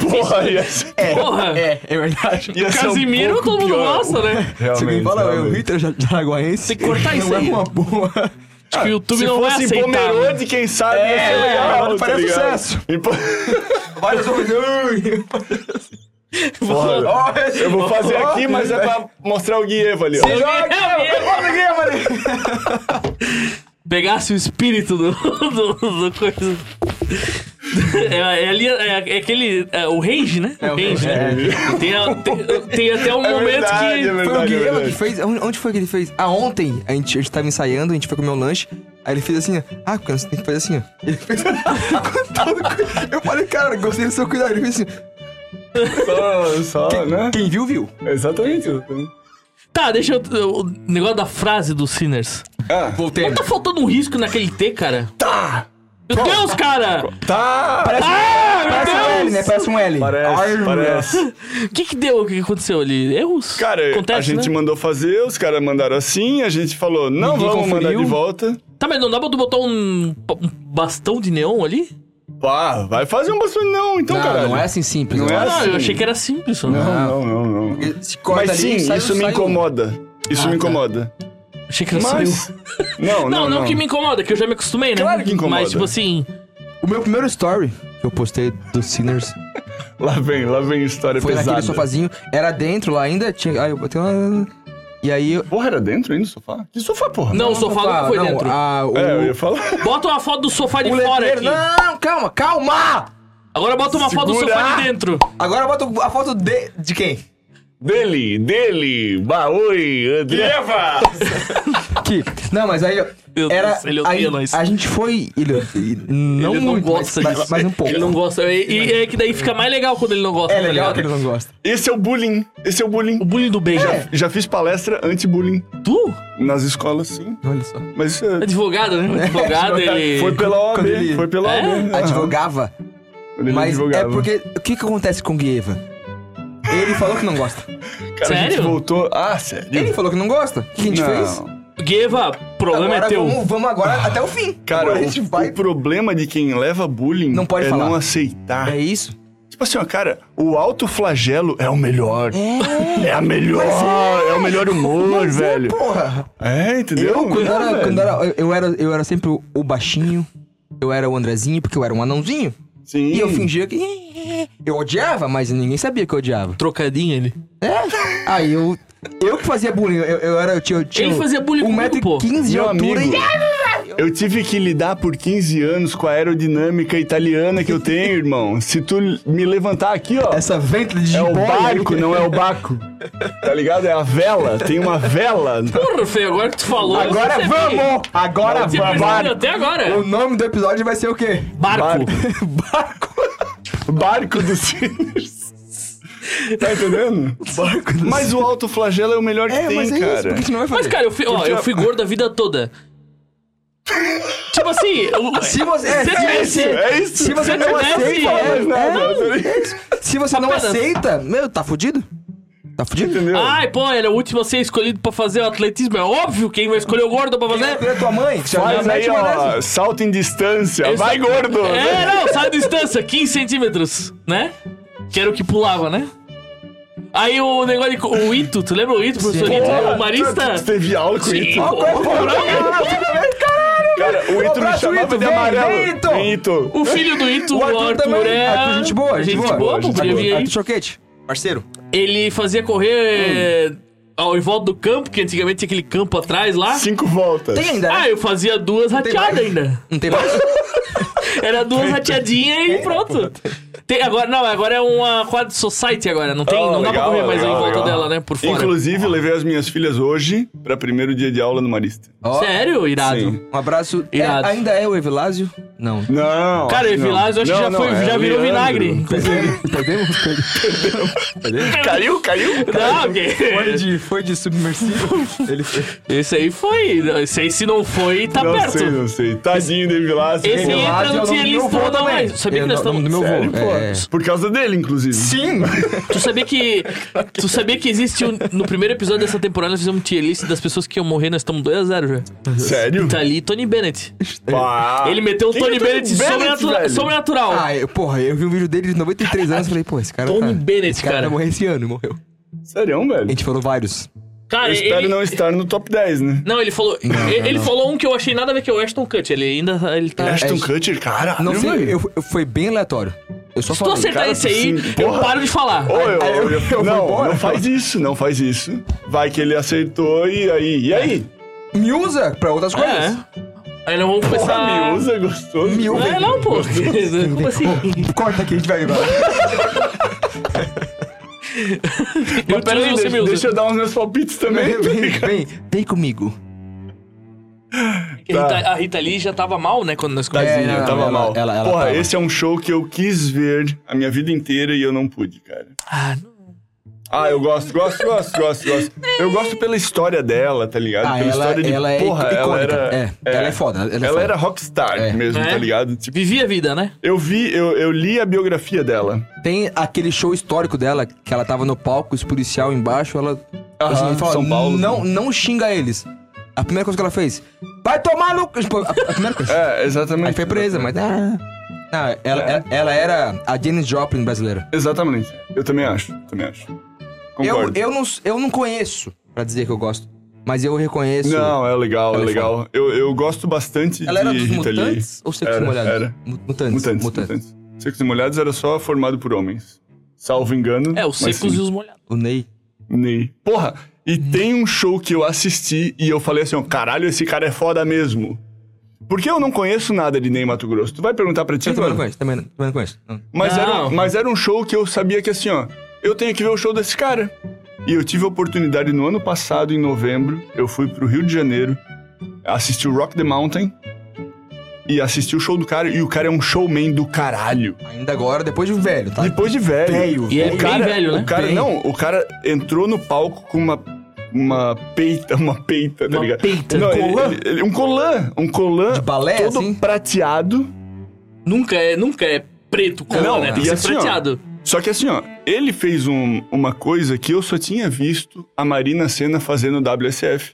[SPEAKER 2] Porra, ia ser,
[SPEAKER 1] Porra!
[SPEAKER 3] [LAUGHS] É, é verdade.
[SPEAKER 2] ia ser um
[SPEAKER 1] Casimiro
[SPEAKER 2] pouco
[SPEAKER 1] todo mundo
[SPEAKER 2] pior. Ah,
[SPEAKER 1] gosta, né?
[SPEAKER 3] Se
[SPEAKER 2] Realmente,
[SPEAKER 3] alguém fala, é o
[SPEAKER 2] realmente.
[SPEAKER 3] Hitler ja- jaraguaense.
[SPEAKER 1] Tem que cortar isso
[SPEAKER 3] não
[SPEAKER 1] aí.
[SPEAKER 3] é uma boa.
[SPEAKER 1] Acho que o YouTube
[SPEAKER 2] Se
[SPEAKER 1] não
[SPEAKER 3] é
[SPEAKER 1] vai
[SPEAKER 2] fosse em
[SPEAKER 1] aceitar. né?
[SPEAKER 2] Pomerode, quem sabe ia ser legal,
[SPEAKER 3] agora
[SPEAKER 2] tá
[SPEAKER 3] parece
[SPEAKER 2] ligado?
[SPEAKER 3] sucesso.
[SPEAKER 2] Em Po-
[SPEAKER 3] Várias
[SPEAKER 2] um
[SPEAKER 3] opiniões.
[SPEAKER 2] Foda.
[SPEAKER 3] [LAUGHS]
[SPEAKER 2] Eu vou fazer aqui, mas é pra mostrar o Guievo ali, ó.
[SPEAKER 1] Se joga,
[SPEAKER 3] Olha
[SPEAKER 1] pegasse o espírito do, [LAUGHS] do, do coisa. É, é ali, é, é aquele. é o range, né?
[SPEAKER 3] É, o range,
[SPEAKER 1] né? Tem, a- tem- tem até um momento
[SPEAKER 2] verdade,
[SPEAKER 1] que.
[SPEAKER 2] é
[SPEAKER 3] Foi o
[SPEAKER 2] verdade, é
[SPEAKER 3] Guilherme que
[SPEAKER 2] verdade.
[SPEAKER 3] fez. Onde onde foi que ele fez? Ah, ontem a gente, a gente tava ensaiando, a gente foi comer um lanche. Aí ele fez assim, ó. Ah, porque você tem que fazer assim, ó. Ele fez. [LAUGHS] Com todo cu- Eu falei, cara, gostei do seu cuidado. Ele fez assim.
[SPEAKER 2] Só, só, né?
[SPEAKER 3] Quem viu, viu.
[SPEAKER 2] Exatamente. exatamente.
[SPEAKER 1] Tá, deixa eu. O negócio da frase dos Sinners.
[SPEAKER 2] Ah,
[SPEAKER 3] Voltei.
[SPEAKER 1] Tá faltando um risco naquele T, cara?
[SPEAKER 2] tá!
[SPEAKER 1] Meu Deus, cara!
[SPEAKER 2] Tá!
[SPEAKER 3] Parece, parece um L, né? Parece um L.
[SPEAKER 2] Parece,
[SPEAKER 3] Arr.
[SPEAKER 2] parece.
[SPEAKER 1] O que que deu? O que que aconteceu ali? Erros?
[SPEAKER 2] Cara,
[SPEAKER 1] Acontece,
[SPEAKER 2] a gente
[SPEAKER 1] né?
[SPEAKER 2] mandou fazer, os caras mandaram assim, a gente falou, não
[SPEAKER 3] Ninguém
[SPEAKER 2] vamos mandar
[SPEAKER 3] conferiu.
[SPEAKER 2] de volta.
[SPEAKER 1] Tá, mas não dá pra tu botar um, um bastão de neon ali?
[SPEAKER 2] Pá, vai fazer um bastante não, então,
[SPEAKER 3] Não,
[SPEAKER 2] cara.
[SPEAKER 3] não é assim simples.
[SPEAKER 2] Não
[SPEAKER 3] eu
[SPEAKER 2] é
[SPEAKER 1] Ah,
[SPEAKER 3] acho.
[SPEAKER 1] não,
[SPEAKER 2] assim.
[SPEAKER 1] eu achei que era simples. Não.
[SPEAKER 2] Não, não, não. não.
[SPEAKER 3] Se corta
[SPEAKER 2] Mas
[SPEAKER 3] ali, Ah,
[SPEAKER 2] sim,
[SPEAKER 3] sai-
[SPEAKER 2] isso me
[SPEAKER 3] sai um-
[SPEAKER 2] incomoda. Isso
[SPEAKER 3] tá.
[SPEAKER 2] me incomoda.
[SPEAKER 1] Achei que era simples. [LAUGHS]
[SPEAKER 2] Mas. Não,
[SPEAKER 1] Não, não, que me incomoda, que eu já me acostumei, né?
[SPEAKER 2] Claro que incomoda.
[SPEAKER 1] Mas, tipo assim,
[SPEAKER 3] O meu primeiro story que eu postei do Sinners
[SPEAKER 2] Lá vem, lá vem história
[SPEAKER 3] foi
[SPEAKER 2] pesada.
[SPEAKER 3] naquele sofazinho. Era dentro lá ainda, tinha. Aí eu botei uma. E aí eu.
[SPEAKER 2] Porra, era dentro ainda do sofá? Que sofá, porra?
[SPEAKER 1] Não, o sofá nunca foi
[SPEAKER 3] não,
[SPEAKER 1] dentro.
[SPEAKER 3] a- o,
[SPEAKER 2] É, eu ia falar.
[SPEAKER 1] Bota uma foto do sofá de
[SPEAKER 3] o
[SPEAKER 1] fora
[SPEAKER 3] letreiro.
[SPEAKER 1] aqui.
[SPEAKER 3] Não, calma, calma!
[SPEAKER 1] Agora bota uma foto do
[SPEAKER 2] Segura.
[SPEAKER 1] sofá de dentro.
[SPEAKER 3] Agora bota a foto de. De quem?
[SPEAKER 2] Dele, dele, baoi, André. Leva!
[SPEAKER 3] Que. Não, mas aí. ó,
[SPEAKER 1] Meu
[SPEAKER 3] era,
[SPEAKER 1] Deus, ele odeia
[SPEAKER 3] aí,
[SPEAKER 1] nós.
[SPEAKER 3] A gente foi. Ele, ele- não
[SPEAKER 1] ele
[SPEAKER 3] muito,
[SPEAKER 1] não gosta
[SPEAKER 3] mas,
[SPEAKER 1] disso.
[SPEAKER 3] mas, mas um pouco.
[SPEAKER 1] Ele não gosta. E, e é que daí fica mais legal quando ele não gosta.
[SPEAKER 3] É
[SPEAKER 1] tá
[SPEAKER 3] legal que
[SPEAKER 1] ligado?
[SPEAKER 3] ele É. não gosta.
[SPEAKER 2] Esse é o bullying. Esse é o bullying.
[SPEAKER 1] O bullying do bem. já.
[SPEAKER 2] Já fiz palestra anti-bullying
[SPEAKER 1] Tu?
[SPEAKER 2] nas escolas, sim.
[SPEAKER 3] Olha só.
[SPEAKER 2] Mas isso é-
[SPEAKER 1] Advogado,
[SPEAKER 3] [LAUGHS]
[SPEAKER 1] né? Advogado, ele...
[SPEAKER 2] foi pela OAB.
[SPEAKER 3] Quando ele-
[SPEAKER 2] Foi pela
[SPEAKER 1] É?
[SPEAKER 2] OAB. aham.
[SPEAKER 3] Advogava.
[SPEAKER 2] Ele
[SPEAKER 3] Mas
[SPEAKER 2] advogava.
[SPEAKER 3] é porque. O que, que acontece com o Guieva? Ele falou que não gosta.
[SPEAKER 2] Cara, a gente
[SPEAKER 1] Sério?
[SPEAKER 2] voltou... Ah, sério?
[SPEAKER 3] Ele falou que não gosta. O que a gente
[SPEAKER 2] não.
[SPEAKER 3] fez?
[SPEAKER 1] Gueva, problema
[SPEAKER 3] Agora
[SPEAKER 1] é teu.
[SPEAKER 3] Vamos, vamos agora até o fim.
[SPEAKER 2] Cara,
[SPEAKER 3] agora a
[SPEAKER 2] o,
[SPEAKER 3] gente vai.
[SPEAKER 2] o problema de quem leva bullying
[SPEAKER 3] Não pode
[SPEAKER 2] é
[SPEAKER 3] falar.
[SPEAKER 2] não aceitar.
[SPEAKER 3] É isso?
[SPEAKER 2] Tipo assim, ó, cara, o autoflagelo é o melhor.
[SPEAKER 1] [LAUGHS]
[SPEAKER 2] É, a melhor, é. o melhor humor, velho.
[SPEAKER 3] Porra!
[SPEAKER 2] É, entendeu?
[SPEAKER 3] é Eu, quando,
[SPEAKER 2] É,
[SPEAKER 3] era,
[SPEAKER 2] velho.
[SPEAKER 3] quando era, eu- eu era. Eu era sempre o- o baixinho. Eu era o Andrezinho, porque eu era um anãozinho.
[SPEAKER 2] Sim.
[SPEAKER 3] E eu fingia que. Eu odiava, mas ninguém sabia que eu odiava.
[SPEAKER 1] Trocadinho ele.
[SPEAKER 3] É? Aí eu. Eu que fazia bullying. Eu, eu era. Eu tinha, eu tinha
[SPEAKER 1] Ele fazia bullying
[SPEAKER 3] um
[SPEAKER 1] comigo,
[SPEAKER 3] metro
[SPEAKER 1] pô.
[SPEAKER 3] e 15 de
[SPEAKER 2] Meu
[SPEAKER 3] altura
[SPEAKER 2] amigo.
[SPEAKER 3] e.
[SPEAKER 2] Eu tive que lidar por 15 anos com a aerodinâmica italiana que eu tenho, irmão. Se tu me levantar aqui, ó,
[SPEAKER 3] Essa ventre de
[SPEAKER 2] é o
[SPEAKER 3] jiboia aí.
[SPEAKER 2] barco, não é o baco. Tá ligado? É a vela, tem uma vela.
[SPEAKER 1] Porra, feio, agora que tu falou... eu
[SPEAKER 3] Agora
[SPEAKER 1] percebi.
[SPEAKER 3] vamos! Um Agora
[SPEAKER 1] Você
[SPEAKER 3] vamos!
[SPEAKER 1] percebeu até
[SPEAKER 3] O
[SPEAKER 1] agora.
[SPEAKER 3] nome do episódio vai ser o quê?
[SPEAKER 1] Barco.
[SPEAKER 3] Barco.
[SPEAKER 2] Barco do Sinners. Tá entendendo? Barco do Mas o autoflagelo é o melhor que
[SPEAKER 3] É,
[SPEAKER 2] tem,
[SPEAKER 3] mas é isso,
[SPEAKER 2] cara.
[SPEAKER 3] porque a gente não vai fazer.
[SPEAKER 1] Mas, cara, eu fui, ó,
[SPEAKER 2] Porque
[SPEAKER 1] eu
[SPEAKER 2] a-
[SPEAKER 1] fui gordo a vida
[SPEAKER 3] [LAUGHS]
[SPEAKER 1] toda. tipo assim... o-
[SPEAKER 3] se você. É,
[SPEAKER 1] Se
[SPEAKER 3] é
[SPEAKER 1] tivesse-
[SPEAKER 3] isso.
[SPEAKER 2] É isso.
[SPEAKER 3] Se você não
[SPEAKER 1] tivesse-
[SPEAKER 3] aceita,
[SPEAKER 2] Não,
[SPEAKER 3] é,
[SPEAKER 2] não,
[SPEAKER 3] é,
[SPEAKER 2] não.
[SPEAKER 1] Tá
[SPEAKER 3] é isso. se você não
[SPEAKER 1] Apenas.
[SPEAKER 3] aceita, meu, tá fudido? Tá fudido?
[SPEAKER 2] Entendeu?
[SPEAKER 1] Ai, pô, ele é o último a ser escolhido pra fazer o atletismo. É óbvio quem vai escolher o gordo pra fazer.
[SPEAKER 3] É tua mãe, que já
[SPEAKER 2] Faz
[SPEAKER 3] já
[SPEAKER 2] aí,
[SPEAKER 3] mete uma dessa.
[SPEAKER 2] ó, salto em distância.
[SPEAKER 1] Esse-
[SPEAKER 2] Vai, gordo!
[SPEAKER 1] É, não, sai a distância, 15 centímetros, né? Que era o que pulava, né? Aí o negócio de. co- O Ito, tu lembra o Ito, professor
[SPEAKER 3] Sim. é
[SPEAKER 1] Ito?
[SPEAKER 2] Porra,
[SPEAKER 1] O marista?
[SPEAKER 2] Tu, tu teve aula com
[SPEAKER 1] Sim.
[SPEAKER 2] Ito?
[SPEAKER 3] Ó, qual é o problema? Caralho,
[SPEAKER 2] Cara, o Ito me
[SPEAKER 3] abraço,
[SPEAKER 2] chamava
[SPEAKER 3] Ito,
[SPEAKER 2] de
[SPEAKER 3] vem,
[SPEAKER 2] amarelo.
[SPEAKER 3] vem, Ito.
[SPEAKER 2] Vem, Ito.
[SPEAKER 1] O filho do Ito,
[SPEAKER 3] O
[SPEAKER 1] o
[SPEAKER 3] Arthur
[SPEAKER 1] Arthur,
[SPEAKER 3] também.
[SPEAKER 1] é.
[SPEAKER 3] Arthur, gente boa, gente boa.
[SPEAKER 1] boa, pô,
[SPEAKER 2] Gente
[SPEAKER 1] podia
[SPEAKER 2] boa.
[SPEAKER 1] vir aí.
[SPEAKER 3] Arthur Choquete, parceiro.
[SPEAKER 1] Ele fazia correr ao em volta do campo, que antigamente tinha aquele campo atrás lá.
[SPEAKER 2] Cinco voltas.
[SPEAKER 3] Tem ainda, né?
[SPEAKER 1] Ah, eu fazia duas
[SPEAKER 3] tem
[SPEAKER 1] rateadas
[SPEAKER 3] mais.
[SPEAKER 1] ainda.
[SPEAKER 3] Não tem mais?
[SPEAKER 1] Era duas rateadinhas
[SPEAKER 2] [LAUGHS]
[SPEAKER 1] e pronto. Tem, agora, não, agora é uma quad society agora. Não, tem,
[SPEAKER 2] Ah,
[SPEAKER 1] não dá pra
[SPEAKER 2] legal,
[SPEAKER 1] correr mais em
[SPEAKER 2] legal,
[SPEAKER 1] volta
[SPEAKER 2] legal.
[SPEAKER 1] dela, né? Por fora.
[SPEAKER 2] Inclusive, eu levei as minhas filhas hoje pra primeiro dia de aula no Marista.
[SPEAKER 3] Ó,
[SPEAKER 1] Sério? Irado.
[SPEAKER 2] Sim.
[SPEAKER 3] Um abraço. É,
[SPEAKER 1] Irado.
[SPEAKER 3] ainda é o Evilásio? Não.
[SPEAKER 2] Não.
[SPEAKER 1] Cara,
[SPEAKER 2] acho que não.
[SPEAKER 1] Evilásio, acho que
[SPEAKER 2] Não,
[SPEAKER 1] já,
[SPEAKER 2] não,
[SPEAKER 1] foi,
[SPEAKER 2] é
[SPEAKER 1] já virou
[SPEAKER 2] Leandro.
[SPEAKER 1] vinagre.
[SPEAKER 3] Perdemos?
[SPEAKER 2] [LAUGHS] Caiu, caiu.
[SPEAKER 1] Não, porque-
[SPEAKER 3] Foi de, foi de submersivo. Ele foi.
[SPEAKER 1] Esse aí foi. Esse aí, se não foi, tá
[SPEAKER 2] não
[SPEAKER 1] perto.
[SPEAKER 2] sei, não sei. Tadinho do Evilásio.
[SPEAKER 1] Esse é
[SPEAKER 2] Pô,
[SPEAKER 1] aí- entra
[SPEAKER 3] é
[SPEAKER 1] no tier list do Rodão Mais. é. Sabia que nós estamos-
[SPEAKER 3] do meu É,
[SPEAKER 2] sério,
[SPEAKER 3] voo.
[SPEAKER 2] pô. Por causa dele, inclusive.
[SPEAKER 3] Sim!
[SPEAKER 1] Tu sabia que. Tu sabia que existe um- No primeiro episódio dessa temporada, nós fizemos um tier list das pessoas que iam morrer, nós estamos 2x0 já.
[SPEAKER 2] [LAUGHS] Sério?
[SPEAKER 1] Tá ali Tony Bennett.
[SPEAKER 2] Pá.
[SPEAKER 1] Ele meteu um
[SPEAKER 2] Quem é
[SPEAKER 1] Tony Bennett, sobrenatura-
[SPEAKER 2] velho?
[SPEAKER 1] sobrenatural.
[SPEAKER 3] Ah, eu, porra, eu vi um vídeo dele de 93 anos e falei, pô, esse cara.
[SPEAKER 1] Tony
[SPEAKER 3] tá-
[SPEAKER 1] Bennett,
[SPEAKER 3] esse cara,
[SPEAKER 1] cara.
[SPEAKER 3] vai morrer esse ano e morreu.
[SPEAKER 2] Sério,
[SPEAKER 3] A
[SPEAKER 2] velho?
[SPEAKER 3] gente falou vários.
[SPEAKER 1] Cara,
[SPEAKER 2] Eu espero
[SPEAKER 1] ele...
[SPEAKER 2] não estar no top 10, né?
[SPEAKER 1] Não, ele falou.
[SPEAKER 3] não,
[SPEAKER 1] ele ele
[SPEAKER 3] não.
[SPEAKER 1] falou um que eu achei nada a ver que é o Ashton Kutcher. Ele ainda. Ele tá.
[SPEAKER 2] Ashton
[SPEAKER 3] é-
[SPEAKER 2] Kutcher, cara.
[SPEAKER 3] Não sei, eu, eu- foi bem aleatório. Eu só
[SPEAKER 1] Se tu
[SPEAKER 3] falei.
[SPEAKER 1] acertar
[SPEAKER 2] cara,
[SPEAKER 1] esse aí,
[SPEAKER 2] sim,
[SPEAKER 1] eu
[SPEAKER 2] porra.
[SPEAKER 1] paro de falar.
[SPEAKER 2] Ô, eu,
[SPEAKER 3] Aí eu-
[SPEAKER 2] eu-
[SPEAKER 3] eu vou
[SPEAKER 2] não,
[SPEAKER 3] embora.
[SPEAKER 2] não faz isso, não faz isso. Vai que ele acertou e aí. E aí?
[SPEAKER 3] É. Me usa pra outras coisas.
[SPEAKER 1] É. Aí nós vamos
[SPEAKER 2] Porra,
[SPEAKER 1] começar.
[SPEAKER 2] me usa, gostoso.
[SPEAKER 3] Me usa.
[SPEAKER 1] É, não, pô. [LAUGHS] Como assim?
[SPEAKER 3] Corta aqui, a gente vai embora.
[SPEAKER 1] Eu te uso,
[SPEAKER 2] Peraí,
[SPEAKER 1] você me
[SPEAKER 2] deixa,
[SPEAKER 1] usa.
[SPEAKER 2] deixa eu dar uns meus palpites também. [LAUGHS]
[SPEAKER 3] [LAUGHS] vem, vem, vem comigo.
[SPEAKER 1] Porque É A,
[SPEAKER 2] tá.
[SPEAKER 1] Rita, a Rita Lee já tava mal, né? Quando nós
[SPEAKER 3] É,
[SPEAKER 1] começamos.
[SPEAKER 2] Eu
[SPEAKER 3] não,
[SPEAKER 2] tava
[SPEAKER 3] ela-
[SPEAKER 2] mal.
[SPEAKER 3] ela- ela
[SPEAKER 2] Porra,
[SPEAKER 3] tava.
[SPEAKER 2] esse é um show que eu quis ver a minha vida inteira e eu não pude, cara.
[SPEAKER 1] Ah, não.
[SPEAKER 2] Ah, eu gosto, gosto, gosto, gosto, gosto. Eu gosto pela história dela, tá ligado?
[SPEAKER 3] Ah,
[SPEAKER 2] pela
[SPEAKER 3] ela-
[SPEAKER 2] história de.
[SPEAKER 3] ela é
[SPEAKER 2] porra, ela
[SPEAKER 3] icônica.
[SPEAKER 2] era.
[SPEAKER 3] É, ela é foda, ela é
[SPEAKER 2] Ela
[SPEAKER 3] foda.
[SPEAKER 2] era rockstar
[SPEAKER 3] É.
[SPEAKER 2] mesmo,
[SPEAKER 1] É.
[SPEAKER 2] tá ligado? Tipo,
[SPEAKER 1] Vivi a vida, né?
[SPEAKER 2] eu vi, eu, eu li a biografia dela.
[SPEAKER 3] Tem aquele show histórico dela, que ela tava no palco, os policial embaixo, ela.
[SPEAKER 2] Aham,
[SPEAKER 3] ele
[SPEAKER 2] São Paulo.
[SPEAKER 3] Não, não xinga eles. A primeira coisa que ela fez, vai tomar no. cu!" Tipo, A, a primeira [LAUGHS] coisa.
[SPEAKER 2] É, exatamente.
[SPEAKER 3] Aí foi presa, mas. Ah. Não, ela, ela, ela era a Janis Joplin brasileira.
[SPEAKER 2] Exatamente. Eu também acho, também acho.
[SPEAKER 3] Eu,
[SPEAKER 2] Concordo.
[SPEAKER 3] eu, não, eu não conheço, pra dizer que eu gosto. Mas eu reconheço.
[SPEAKER 2] Não, é legal,
[SPEAKER 3] Ela
[SPEAKER 2] é
[SPEAKER 3] é
[SPEAKER 2] legal. Eu, eu gosto bastante
[SPEAKER 3] Ela era
[SPEAKER 2] de
[SPEAKER 3] dos
[SPEAKER 2] Rita Lee.
[SPEAKER 3] mutantes ou sexos
[SPEAKER 2] Era,
[SPEAKER 3] molhados?
[SPEAKER 2] era.
[SPEAKER 3] Mu- Mutantes.
[SPEAKER 2] Mutantes, mutantes. Secos e Molhados era só formado por homens. Salvo engano.
[SPEAKER 1] É, os
[SPEAKER 2] mas
[SPEAKER 1] secos e
[SPEAKER 2] sim.
[SPEAKER 1] os molhados.
[SPEAKER 3] O Ney.
[SPEAKER 2] Ney. Porra, e
[SPEAKER 3] Uhum.
[SPEAKER 2] tem um show que eu assisti e eu falei assim, ó, caralho, esse cara é foda mesmo. Porque eu não conheço nada de Ney Mato Grosso. Tu vai perguntar pra ti,
[SPEAKER 3] Eu também não
[SPEAKER 2] mano?
[SPEAKER 3] conheço, também não, também não conheço. Não.
[SPEAKER 2] Mas era,
[SPEAKER 1] Não.
[SPEAKER 2] um- mas era um show que eu sabia que assim, ó, eu tenho que ver o show desse cara. E eu tive a oportunidade no ano passado, em novembro, eu fui pro Rio de Janeiro, assisti o Rock the Mountain e assisti o show do cara. E o cara é um showman do caralho.
[SPEAKER 3] Ainda agora, depois de um velho, tá?
[SPEAKER 2] Depois de velho.
[SPEAKER 3] Velho,
[SPEAKER 1] E é
[SPEAKER 3] velho.
[SPEAKER 1] bem velho, né?
[SPEAKER 2] O cara,
[SPEAKER 3] Bem.
[SPEAKER 2] não, o cara entrou no palco com uma. Uma peita, uma peita, tá
[SPEAKER 1] Uma
[SPEAKER 2] ligado?
[SPEAKER 1] peita.
[SPEAKER 2] Não, ele-
[SPEAKER 1] Colã?
[SPEAKER 2] ele- ele- um colã. Um colã.
[SPEAKER 3] De balé,
[SPEAKER 2] Todo
[SPEAKER 3] assim?
[SPEAKER 2] prateado.
[SPEAKER 1] Nunca é, nunca é preto com
[SPEAKER 2] Não,
[SPEAKER 1] né? Tem que
[SPEAKER 2] e
[SPEAKER 1] ser
[SPEAKER 2] assim, ó,
[SPEAKER 1] prateado.
[SPEAKER 2] Só que assim, ó, ele fez um- uma coisa que eu só tinha visto a Marina Senna fazendo no WSF.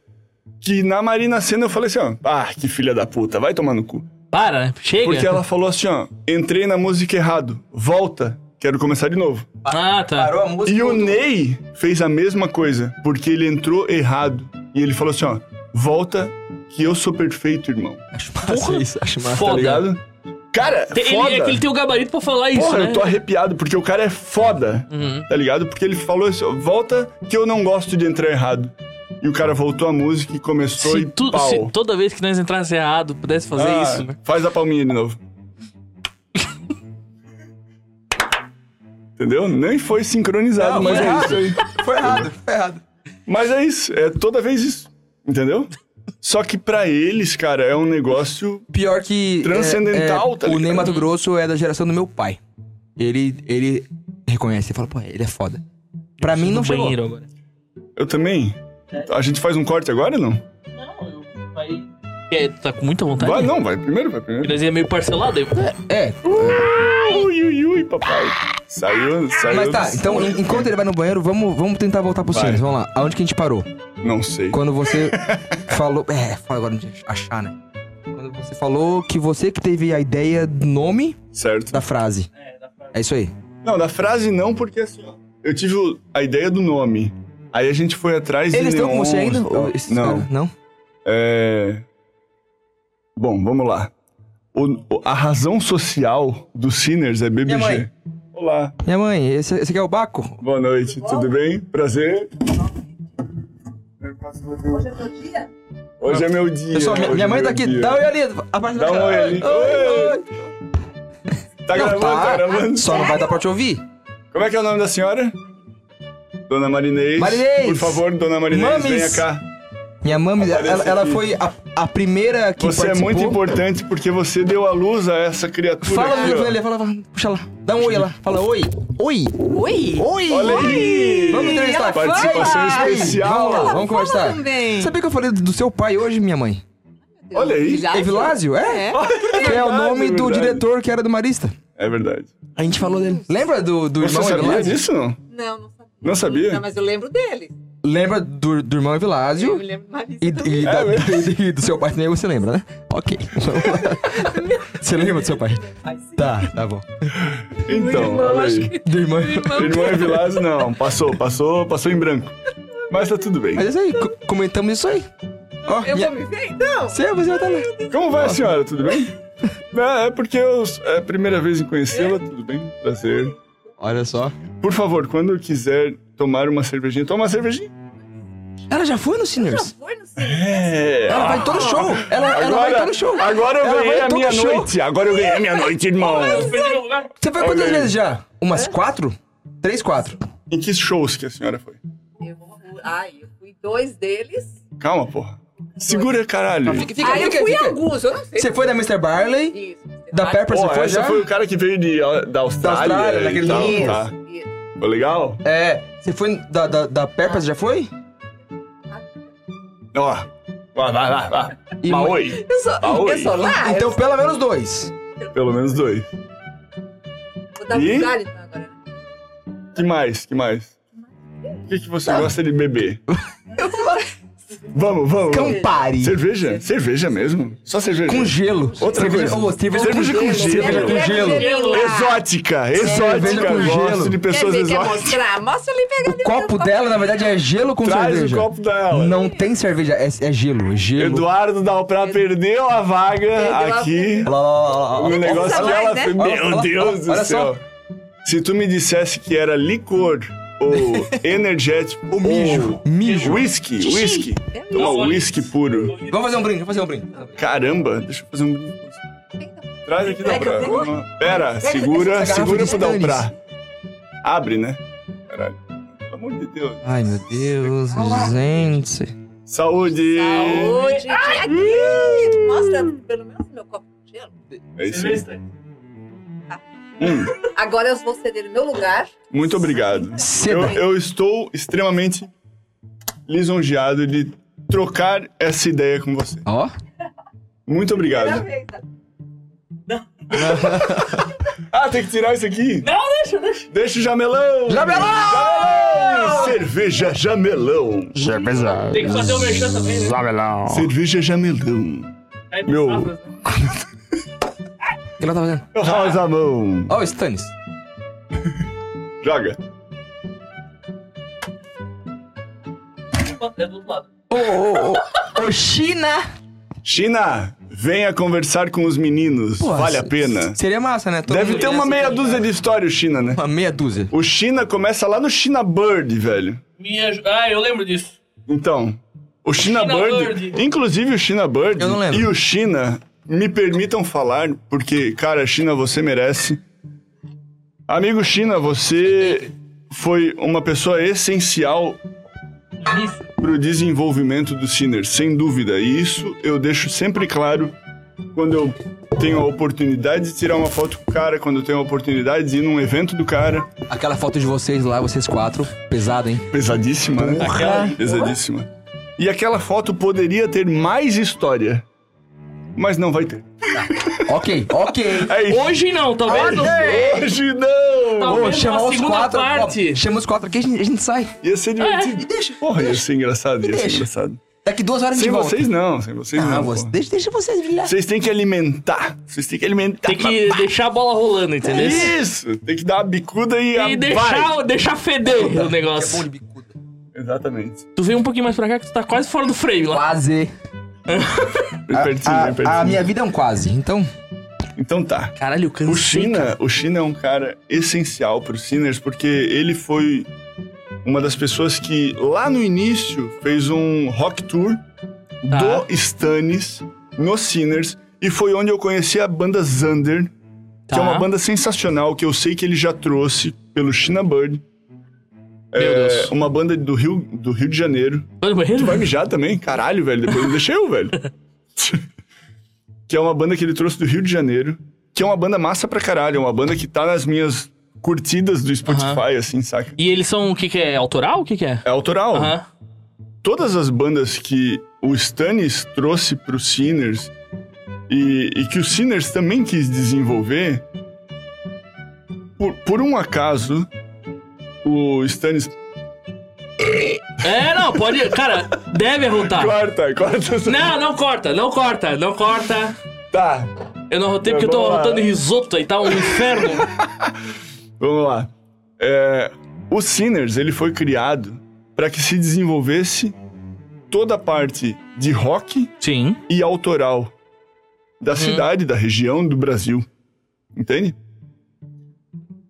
[SPEAKER 2] Que na Marina Senna eu falei assim, ó, ah, que filha da puta, vai tomar no cu.
[SPEAKER 1] Para, né? chega.
[SPEAKER 2] Porque ela falou assim, ó, entrei na música errado, volta, quero começar de novo.
[SPEAKER 1] Ah, tá.
[SPEAKER 3] Parou a música.
[SPEAKER 2] E o Ney fez a mesma coisa, porque ele entrou errado. E ele falou assim, ó, volta que eu sou perfeito, irmão.
[SPEAKER 3] Acho massa
[SPEAKER 1] Porra.
[SPEAKER 3] isso, acho massa.
[SPEAKER 1] Foda.
[SPEAKER 2] Tá ligado? Cara,
[SPEAKER 1] Tem-
[SPEAKER 2] foda.
[SPEAKER 1] Ele, é que ele tem o gabarito pra falar isso,
[SPEAKER 2] Porra,
[SPEAKER 1] né? Uhum.
[SPEAKER 2] eu tô arrepiado, porque o cara é foda, tá ligado? Porque ele falou assim, ó, volta que eu não gosto de entrar errado. E o cara voltou a música e começou
[SPEAKER 1] Se,
[SPEAKER 2] e
[SPEAKER 1] tu-
[SPEAKER 2] pau.
[SPEAKER 1] se toda vez que nós entrássemos errado, pudesse fazer
[SPEAKER 2] Ah,
[SPEAKER 1] isso, né?
[SPEAKER 2] Faz a palminha
[SPEAKER 1] [LAUGHS]
[SPEAKER 2] de novo. Entendeu? Nem foi sincronizado,
[SPEAKER 3] Não,
[SPEAKER 2] mas
[SPEAKER 3] foi
[SPEAKER 2] é
[SPEAKER 3] errado.
[SPEAKER 2] isso aí.
[SPEAKER 3] Foi errado, foi errado.
[SPEAKER 2] Mas é isso, é toda vez isso, entendeu? Só que pra eles, cara, é um negócio
[SPEAKER 3] Pior que.
[SPEAKER 2] Transcendental,
[SPEAKER 3] é, é,
[SPEAKER 2] tá
[SPEAKER 3] O
[SPEAKER 2] ligado?
[SPEAKER 3] Ney Mato Grosso é da geração do meu pai. Ele, ele reconhece, ele fala, pô, ele é foda. Pra mim não
[SPEAKER 1] no
[SPEAKER 3] chegou.
[SPEAKER 1] banheiro agora.
[SPEAKER 2] Eu também. A gente faz um corte agora, não?
[SPEAKER 1] Não, eu. Vai. É, tá com muita vontade?
[SPEAKER 2] Vai, não, vai primeiro, vai
[SPEAKER 1] E
[SPEAKER 2] primeiro.
[SPEAKER 1] nós ia meio parcelado aí.
[SPEAKER 3] É,
[SPEAKER 2] Ui, ui, ui, papai. Saiu, saiu.
[SPEAKER 3] Mas tá,
[SPEAKER 2] do-
[SPEAKER 3] então en- enquanto ele vai no banheiro, vamos, vamos tentar voltar pro
[SPEAKER 2] Vai.
[SPEAKER 3] Sims. Vamos lá. Aonde que a gente parou?
[SPEAKER 2] Não sei.
[SPEAKER 3] Quando você falou. É, fala agora onde achar, né? Quando você falou que você que teve a ideia do nome
[SPEAKER 2] Certo.
[SPEAKER 3] da frase. É isso aí.
[SPEAKER 2] Não, da frase não, porque assim, ó, eu tive o- a ideia do nome. Aí a gente foi atrás
[SPEAKER 3] Eles
[SPEAKER 2] de
[SPEAKER 3] estão com você ainda?
[SPEAKER 2] neons e tal.
[SPEAKER 3] Ou esses
[SPEAKER 2] Não.
[SPEAKER 3] caras? Não?
[SPEAKER 2] É... Bom, vamos lá. O- o- a razão social dos Sinners é BBG.
[SPEAKER 3] Minha mãe.
[SPEAKER 2] Olá,
[SPEAKER 3] Minha mãe, esse, esse aqui é o Baco?
[SPEAKER 2] boa noite, tudo bem? Prazer.
[SPEAKER 4] Hoje é teu dia?
[SPEAKER 2] Hoje é meu dia.
[SPEAKER 3] Pessoal, minha,
[SPEAKER 2] hoje
[SPEAKER 3] minha
[SPEAKER 2] é
[SPEAKER 3] mãe
[SPEAKER 2] meu
[SPEAKER 3] tá aqui.
[SPEAKER 2] dia.
[SPEAKER 3] Dá um oi ali. A parte
[SPEAKER 2] Dá
[SPEAKER 3] da
[SPEAKER 2] um
[SPEAKER 3] cara.
[SPEAKER 2] oi ali. Oi, Tá
[SPEAKER 3] Não,
[SPEAKER 2] gravando,
[SPEAKER 3] tá.
[SPEAKER 2] tá. gravando.
[SPEAKER 3] Só não vai dar pra te ouvir.
[SPEAKER 2] Como é que é o nome da senhora? Dona Marinês.
[SPEAKER 3] Marinês!
[SPEAKER 2] Por favor, Dona Marinês,
[SPEAKER 3] Mames!
[SPEAKER 2] venha cá.
[SPEAKER 3] Minha mãe,
[SPEAKER 2] Aparece
[SPEAKER 3] ela, ela
[SPEAKER 2] aqui.
[SPEAKER 3] foi a, a primeira que
[SPEAKER 2] Você é
[SPEAKER 3] participou.
[SPEAKER 2] muito importante porque você deu à luz a essa criatura
[SPEAKER 3] Fala
[SPEAKER 2] aqui,
[SPEAKER 3] no
[SPEAKER 2] ó.
[SPEAKER 3] ele, fala, fala, puxa lá. Dá um oi lá. Fala oi. Oi.
[SPEAKER 5] Oi!
[SPEAKER 3] Oi.
[SPEAKER 2] Olha aí!
[SPEAKER 3] Vamos entrevistar.
[SPEAKER 2] Participação
[SPEAKER 5] Fala!
[SPEAKER 2] especial.
[SPEAKER 3] Vamos lá, vamos
[SPEAKER 5] Fala
[SPEAKER 3] conversar.
[SPEAKER 5] também.
[SPEAKER 3] Sabia que eu falei do seu pai hoje, minha mãe?
[SPEAKER 2] Olha aí.
[SPEAKER 5] Já?
[SPEAKER 3] É Vilásio? É?
[SPEAKER 5] É.
[SPEAKER 3] Que é o
[SPEAKER 2] verdade,
[SPEAKER 3] nome
[SPEAKER 2] é
[SPEAKER 3] do
[SPEAKER 2] verdade.
[SPEAKER 3] diretor que era do Marista.
[SPEAKER 2] É verdade.
[SPEAKER 3] A gente falou dele. Lembra do, do
[SPEAKER 2] Você
[SPEAKER 3] irmão é
[SPEAKER 2] sabia
[SPEAKER 3] Evilásio?
[SPEAKER 2] disso, não?
[SPEAKER 5] Não, não sabia.
[SPEAKER 2] Não sabia?
[SPEAKER 5] Não, mas eu lembro dele.
[SPEAKER 3] Lembra do, do irmão
[SPEAKER 5] Eu me
[SPEAKER 3] Evilásio?
[SPEAKER 5] lembro do Marisa.
[SPEAKER 3] E,
[SPEAKER 5] também.
[SPEAKER 3] e, da- [LAUGHS] e do seu pai também você lembra, né? Ok. [LAUGHS] você lembra do seu pai? Tá, tá bom.
[SPEAKER 2] Então, olha aí.
[SPEAKER 3] Do irmão.
[SPEAKER 2] Irmão é Vilásio, não. Passou, passou, passou em branco. Mas tá tudo bem.
[SPEAKER 3] Mas é isso aí, co- comentamos isso aí. Ó,
[SPEAKER 5] Eu
[SPEAKER 3] minha-
[SPEAKER 5] vou me ver então?
[SPEAKER 3] Você, você tá vai estar lá.
[SPEAKER 2] Como vai a senhora? Tudo bem? É, é porque eu, é a primeira vez em conhecê-la, tudo bem? Prazer.
[SPEAKER 3] Olha só.
[SPEAKER 2] Por favor, quando quiser tomar uma cervejinha, toma uma cervejinha.
[SPEAKER 3] Ela já foi no Sinners.
[SPEAKER 5] Foi no cinema.
[SPEAKER 2] É.
[SPEAKER 3] Ela vai em
[SPEAKER 5] Ah.
[SPEAKER 3] todo show. Ela, ela vai em todo show.
[SPEAKER 2] Agora eu
[SPEAKER 3] Ela vai
[SPEAKER 2] ganhei
[SPEAKER 3] em
[SPEAKER 2] a
[SPEAKER 3] todo
[SPEAKER 2] minha
[SPEAKER 3] show.
[SPEAKER 2] noite. Agora eu ganhei a minha noite, irmão.
[SPEAKER 3] Você foi quantas
[SPEAKER 2] Olha aí.
[SPEAKER 3] vezes já?
[SPEAKER 5] É?
[SPEAKER 3] Umas quatro? Três, quatro.
[SPEAKER 2] Em que shows que a senhora foi?
[SPEAKER 5] Eu fui- Ai, eu fui dois deles.
[SPEAKER 2] Calma, porra. Segura, caralho.
[SPEAKER 3] Fica,
[SPEAKER 5] Ai,
[SPEAKER 3] fica,
[SPEAKER 5] eu fui
[SPEAKER 3] fica.
[SPEAKER 5] alguns, eu não sei.
[SPEAKER 3] Você foi da Mr. Barley?
[SPEAKER 5] Isso. você
[SPEAKER 3] Da
[SPEAKER 5] vai-
[SPEAKER 3] Pepper,
[SPEAKER 2] Pô,
[SPEAKER 3] você foi
[SPEAKER 2] essa
[SPEAKER 3] já?
[SPEAKER 2] foi o cara que veio de, da Austrália.
[SPEAKER 3] Da Austrália,
[SPEAKER 2] e
[SPEAKER 3] daquele
[SPEAKER 2] tal,
[SPEAKER 3] dia.
[SPEAKER 2] tá.
[SPEAKER 5] Isso.
[SPEAKER 2] Foi legal?
[SPEAKER 3] É. Você foi da, da, da Pepper, você já foi?
[SPEAKER 2] Ó. Vai, vai, vai, vai.
[SPEAKER 3] E-
[SPEAKER 2] Mas oi.
[SPEAKER 5] Eu sou,
[SPEAKER 2] Ah, oi.
[SPEAKER 5] eu sou lá?
[SPEAKER 3] Então, pelo menos dois.
[SPEAKER 2] Pelo menos dois.
[SPEAKER 5] eu vou dar
[SPEAKER 2] e-
[SPEAKER 5] lugar então agora.
[SPEAKER 2] Que mais? Que mais? O que, que você gosta de beber?
[SPEAKER 5] Eu vou-
[SPEAKER 2] Vamos, vamos. vamos.
[SPEAKER 3] Campari.
[SPEAKER 2] Cerveja? Cerveja mesmo? Só cerveja?
[SPEAKER 3] Com gelo.
[SPEAKER 2] Outra
[SPEAKER 3] cerveja,
[SPEAKER 2] coisa.
[SPEAKER 3] Ô, cerveja,
[SPEAKER 2] Cerveja com gelo.
[SPEAKER 3] Cerveja com
[SPEAKER 5] Cerveja
[SPEAKER 3] gelo.
[SPEAKER 5] com gelo.
[SPEAKER 2] Exótica, exótica.
[SPEAKER 3] É, com
[SPEAKER 2] Gosto
[SPEAKER 3] gelo.
[SPEAKER 2] de
[SPEAKER 5] Quer
[SPEAKER 2] pessoas
[SPEAKER 5] ver, quer
[SPEAKER 2] exóticas.
[SPEAKER 5] mostrar? Mostra ali pegar
[SPEAKER 3] O copo dela, na verdade, é gelo com
[SPEAKER 2] Traz
[SPEAKER 3] cerveja.
[SPEAKER 2] o copo dela.
[SPEAKER 3] Não tem cerveja, é, é gelo, é gelo.
[SPEAKER 2] Eduardo Dalprá perdeu a vaga
[SPEAKER 5] a-
[SPEAKER 2] aqui.
[SPEAKER 3] Olha lá, olha lá, olha lá.
[SPEAKER 2] No negócio
[SPEAKER 5] Precisa
[SPEAKER 2] dela.
[SPEAKER 5] mais, né?
[SPEAKER 2] foi-
[SPEAKER 3] Olha-
[SPEAKER 2] Meu
[SPEAKER 3] olha-
[SPEAKER 2] Deus do
[SPEAKER 3] olha
[SPEAKER 2] céu.
[SPEAKER 3] só.
[SPEAKER 2] Se tu me dissesse que era licor
[SPEAKER 3] [LAUGHS]
[SPEAKER 2] ou energético ou mijo.
[SPEAKER 3] mijo.
[SPEAKER 2] Whisky, whisky. Toma um whisky puro.
[SPEAKER 3] Vamos fazer um brinde, vamos fazer um brinde.
[SPEAKER 2] Caramba, deixa eu fazer um. Traz aqui,
[SPEAKER 5] Pega,
[SPEAKER 2] Dalprá.
[SPEAKER 5] pegou?
[SPEAKER 2] Vamos- Pera, segura,
[SPEAKER 3] essa garrafa
[SPEAKER 2] segura
[SPEAKER 3] de
[SPEAKER 2] pro
[SPEAKER 3] Stannis.
[SPEAKER 2] Dalprá. Abre, né? Caralho. Pelo amor de Deus.
[SPEAKER 3] Ai, meu Deus, gente.
[SPEAKER 2] Saúde!
[SPEAKER 5] Saúde. Ai, aqui. Mostra pelo menos meu copo de gelo.
[SPEAKER 2] É isso aí. Hum,
[SPEAKER 5] Agora eu vou ceder o meu lugar.
[SPEAKER 2] muito obrigado.
[SPEAKER 3] Seda.
[SPEAKER 2] Eu, eu estou extremamente lisonjeado de trocar essa ideia com você.
[SPEAKER 3] Ó.
[SPEAKER 2] Muito
[SPEAKER 5] Primeira
[SPEAKER 2] obrigado.
[SPEAKER 5] vez, tá?
[SPEAKER 2] Ah, tem que tirar isso aqui?
[SPEAKER 1] Não, deixa, deixa.
[SPEAKER 2] Deixa o jamelão!
[SPEAKER 3] Jamelão!
[SPEAKER 2] Jamelão! Cerveja jamelão!
[SPEAKER 1] Tem que fazer o merchan também, né?
[SPEAKER 2] Cerveja jamelão.
[SPEAKER 1] Aí,
[SPEAKER 2] Meu.
[SPEAKER 1] papas, né?
[SPEAKER 3] O que ela tá fazendo?
[SPEAKER 2] Rosa a mão.
[SPEAKER 3] Ó, o Stannis.
[SPEAKER 2] Joga.
[SPEAKER 1] É do outro lado.
[SPEAKER 3] Ô, ô, ô. Ô, China.
[SPEAKER 2] China, venha conversar com os meninos.
[SPEAKER 3] Pô,
[SPEAKER 2] vale a
[SPEAKER 3] se-
[SPEAKER 2] pena.
[SPEAKER 3] Seria massa, né? Todo
[SPEAKER 2] Deve
[SPEAKER 3] mundo
[SPEAKER 2] ter uma
[SPEAKER 3] merece
[SPEAKER 2] meia dúzia de história o China, né?
[SPEAKER 3] Uma meia dúzia.
[SPEAKER 2] O China começa lá no China Bird, velho.
[SPEAKER 1] Me aj- Ah, eu lembro disso.
[SPEAKER 2] Então, o China,
[SPEAKER 1] China
[SPEAKER 2] Bird,
[SPEAKER 1] Bird.
[SPEAKER 2] inclusive o China Bird
[SPEAKER 3] Eu não lembro.
[SPEAKER 2] e o China, me permitam falar, porque, cara, China, você merece. Amigo China, você foi uma pessoa essencial
[SPEAKER 1] Isso.
[SPEAKER 2] pro desenvolvimento do Sinner, sem dúvida. E isso eu deixo sempre claro quando eu tenho a oportunidade de tirar uma foto com o cara, quando eu tenho a oportunidade de ir num evento do cara.
[SPEAKER 3] Aquela foto de vocês lá, vocês quatro. Pesado, hein?
[SPEAKER 2] Pesadíssima, né?
[SPEAKER 1] Aquela-
[SPEAKER 2] Pesadíssima. E aquela foto poderia ter mais história, mas não vai ter.
[SPEAKER 3] ok, ok.
[SPEAKER 2] [LAUGHS] Aí,
[SPEAKER 1] Hoje não, talvez não.
[SPEAKER 2] hoje não!
[SPEAKER 1] Tá.
[SPEAKER 3] Ô,
[SPEAKER 1] vendo?
[SPEAKER 3] chama
[SPEAKER 1] Na
[SPEAKER 3] os
[SPEAKER 1] segunda
[SPEAKER 3] quatro.
[SPEAKER 1] parte.
[SPEAKER 3] Ó, chama os quatro aqui, a gente, a gente sai.
[SPEAKER 2] Ia ser divertido.
[SPEAKER 3] E É, deixa.
[SPEAKER 2] Porra, ia ser engraçado, ia ser
[SPEAKER 3] Deixa.
[SPEAKER 2] engraçado.
[SPEAKER 3] Daqui duas horas a gente
[SPEAKER 2] Sem
[SPEAKER 3] volta.
[SPEAKER 2] vocês não, sem vocês
[SPEAKER 3] Não,
[SPEAKER 2] não.
[SPEAKER 3] você-
[SPEAKER 2] porra.
[SPEAKER 3] deixa, deixa vocês brilhar.
[SPEAKER 2] Vocês têm que alimentar. Vocês têm que alimentar.
[SPEAKER 1] Tem que deixar a bola rolando, entendeu?
[SPEAKER 2] Isso! Tem que dar uma bicuda e,
[SPEAKER 1] É E deixar, deixar feder o
[SPEAKER 3] Que é bom de
[SPEAKER 1] negócio.
[SPEAKER 3] bicuda.
[SPEAKER 2] Exatamente.
[SPEAKER 1] Tu vem um pouquinho mais pra cá que tu tá quase fora do frame lá.
[SPEAKER 3] Quase.
[SPEAKER 2] Bem pertinho,
[SPEAKER 3] A-
[SPEAKER 2] bem
[SPEAKER 3] a,
[SPEAKER 2] pertinho.
[SPEAKER 3] minha vida é um quase, então.
[SPEAKER 2] Então tá.
[SPEAKER 1] Caralho, o
[SPEAKER 2] O
[SPEAKER 1] cansei.
[SPEAKER 2] China, o China é um cara essencial pro Sinners porque ele foi uma das pessoas que lá no início fez um rock tour
[SPEAKER 1] Tá.
[SPEAKER 2] do Stannis no Sinners e foi onde eu conheci a banda Zander, que é uma
[SPEAKER 1] Tá.
[SPEAKER 2] banda sensacional que eu sei que ele já trouxe pelo China Bird,
[SPEAKER 1] Meu Deus.
[SPEAKER 2] é, uma banda do Rio, do Rio de Janeiro.
[SPEAKER 1] Tô no banheiro?
[SPEAKER 2] Tu vai mijar também? Caralho, velho. Depois deixa
[SPEAKER 1] [LAUGHS]
[SPEAKER 2] eu, velho. que é uma banda que ele trouxe do Rio de Janeiro. Que é uma banda massa pra caralho. É uma banda que tá nas minhas curtidas do Spotify, assim, saca?
[SPEAKER 1] E eles são o que que é? Autoral? O que que é?
[SPEAKER 2] É autoral.
[SPEAKER 1] Aham.
[SPEAKER 2] Todas as bandas que o Stannis trouxe pro Sinners e, e que o Sinners também quis desenvolver, por, por um acaso, o Stannis...
[SPEAKER 1] É, não, pode. Cara, deve arrotar.
[SPEAKER 2] Corta, corta. essa-
[SPEAKER 1] Ah. Não, não corta, não corta, não corta.
[SPEAKER 2] Tá,
[SPEAKER 1] Eu não rotei porque eu tô
[SPEAKER 2] Vamos lá.
[SPEAKER 1] rotando risoto e tá um inferno.
[SPEAKER 2] Vamos lá. É, o Sinners ele foi criado para que se desenvolvesse toda a parte de rock
[SPEAKER 1] Sim.
[SPEAKER 2] e autoral da cidade, da região, do Brasil. Entende?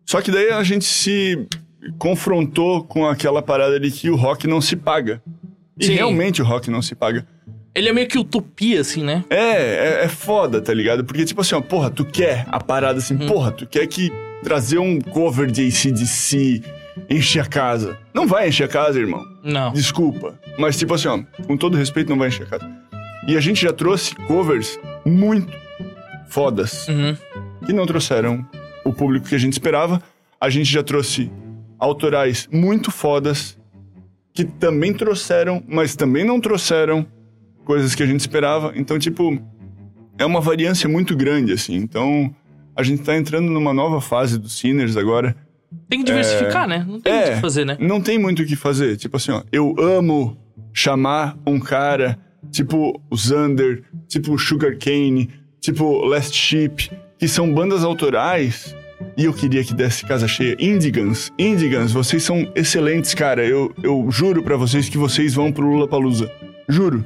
[SPEAKER 2] Só que daí a gente se confrontou com aquela parada de que o rock não se paga. E
[SPEAKER 1] Sim.
[SPEAKER 2] realmente o rock não se paga.
[SPEAKER 1] Ele é meio que utopia, assim, né?
[SPEAKER 2] É, é, é foda, tá ligado? Porque, tipo assim, ó, porra, tu quer a parada assim, porra, tu quer que trazer um cover de ACDC encher a casa. Não vai encher a casa, irmão.
[SPEAKER 1] Não.
[SPEAKER 2] Desculpa. Mas, tipo assim, ó, com todo respeito, não vai encher a casa. E a gente já trouxe covers muito fodas
[SPEAKER 1] Uhum.
[SPEAKER 2] que não trouxeram o público que a gente esperava. A gente já trouxe autorais muito fodas que também trouxeram, mas também não trouxeram coisas que a gente esperava. Então, tipo, é uma variância muito grande, assim. Então, a gente tá entrando numa nova fase dos Sinners agora.
[SPEAKER 1] Tem que diversificar, né? Não tem muito o
[SPEAKER 2] É.
[SPEAKER 1] que fazer, né?
[SPEAKER 2] Não tem muito o que fazer. Tipo assim, ó, eu amo chamar um cara tipo o Xander, tipo o Sugar Cane, tipo Last Ship, que são bandas autorais. E eu queria que desse casa cheia. Indigans, Indigans, vocês são excelentes, cara. Eu, eu juro pra vocês que vocês vão pro Lula Palusa. Juro.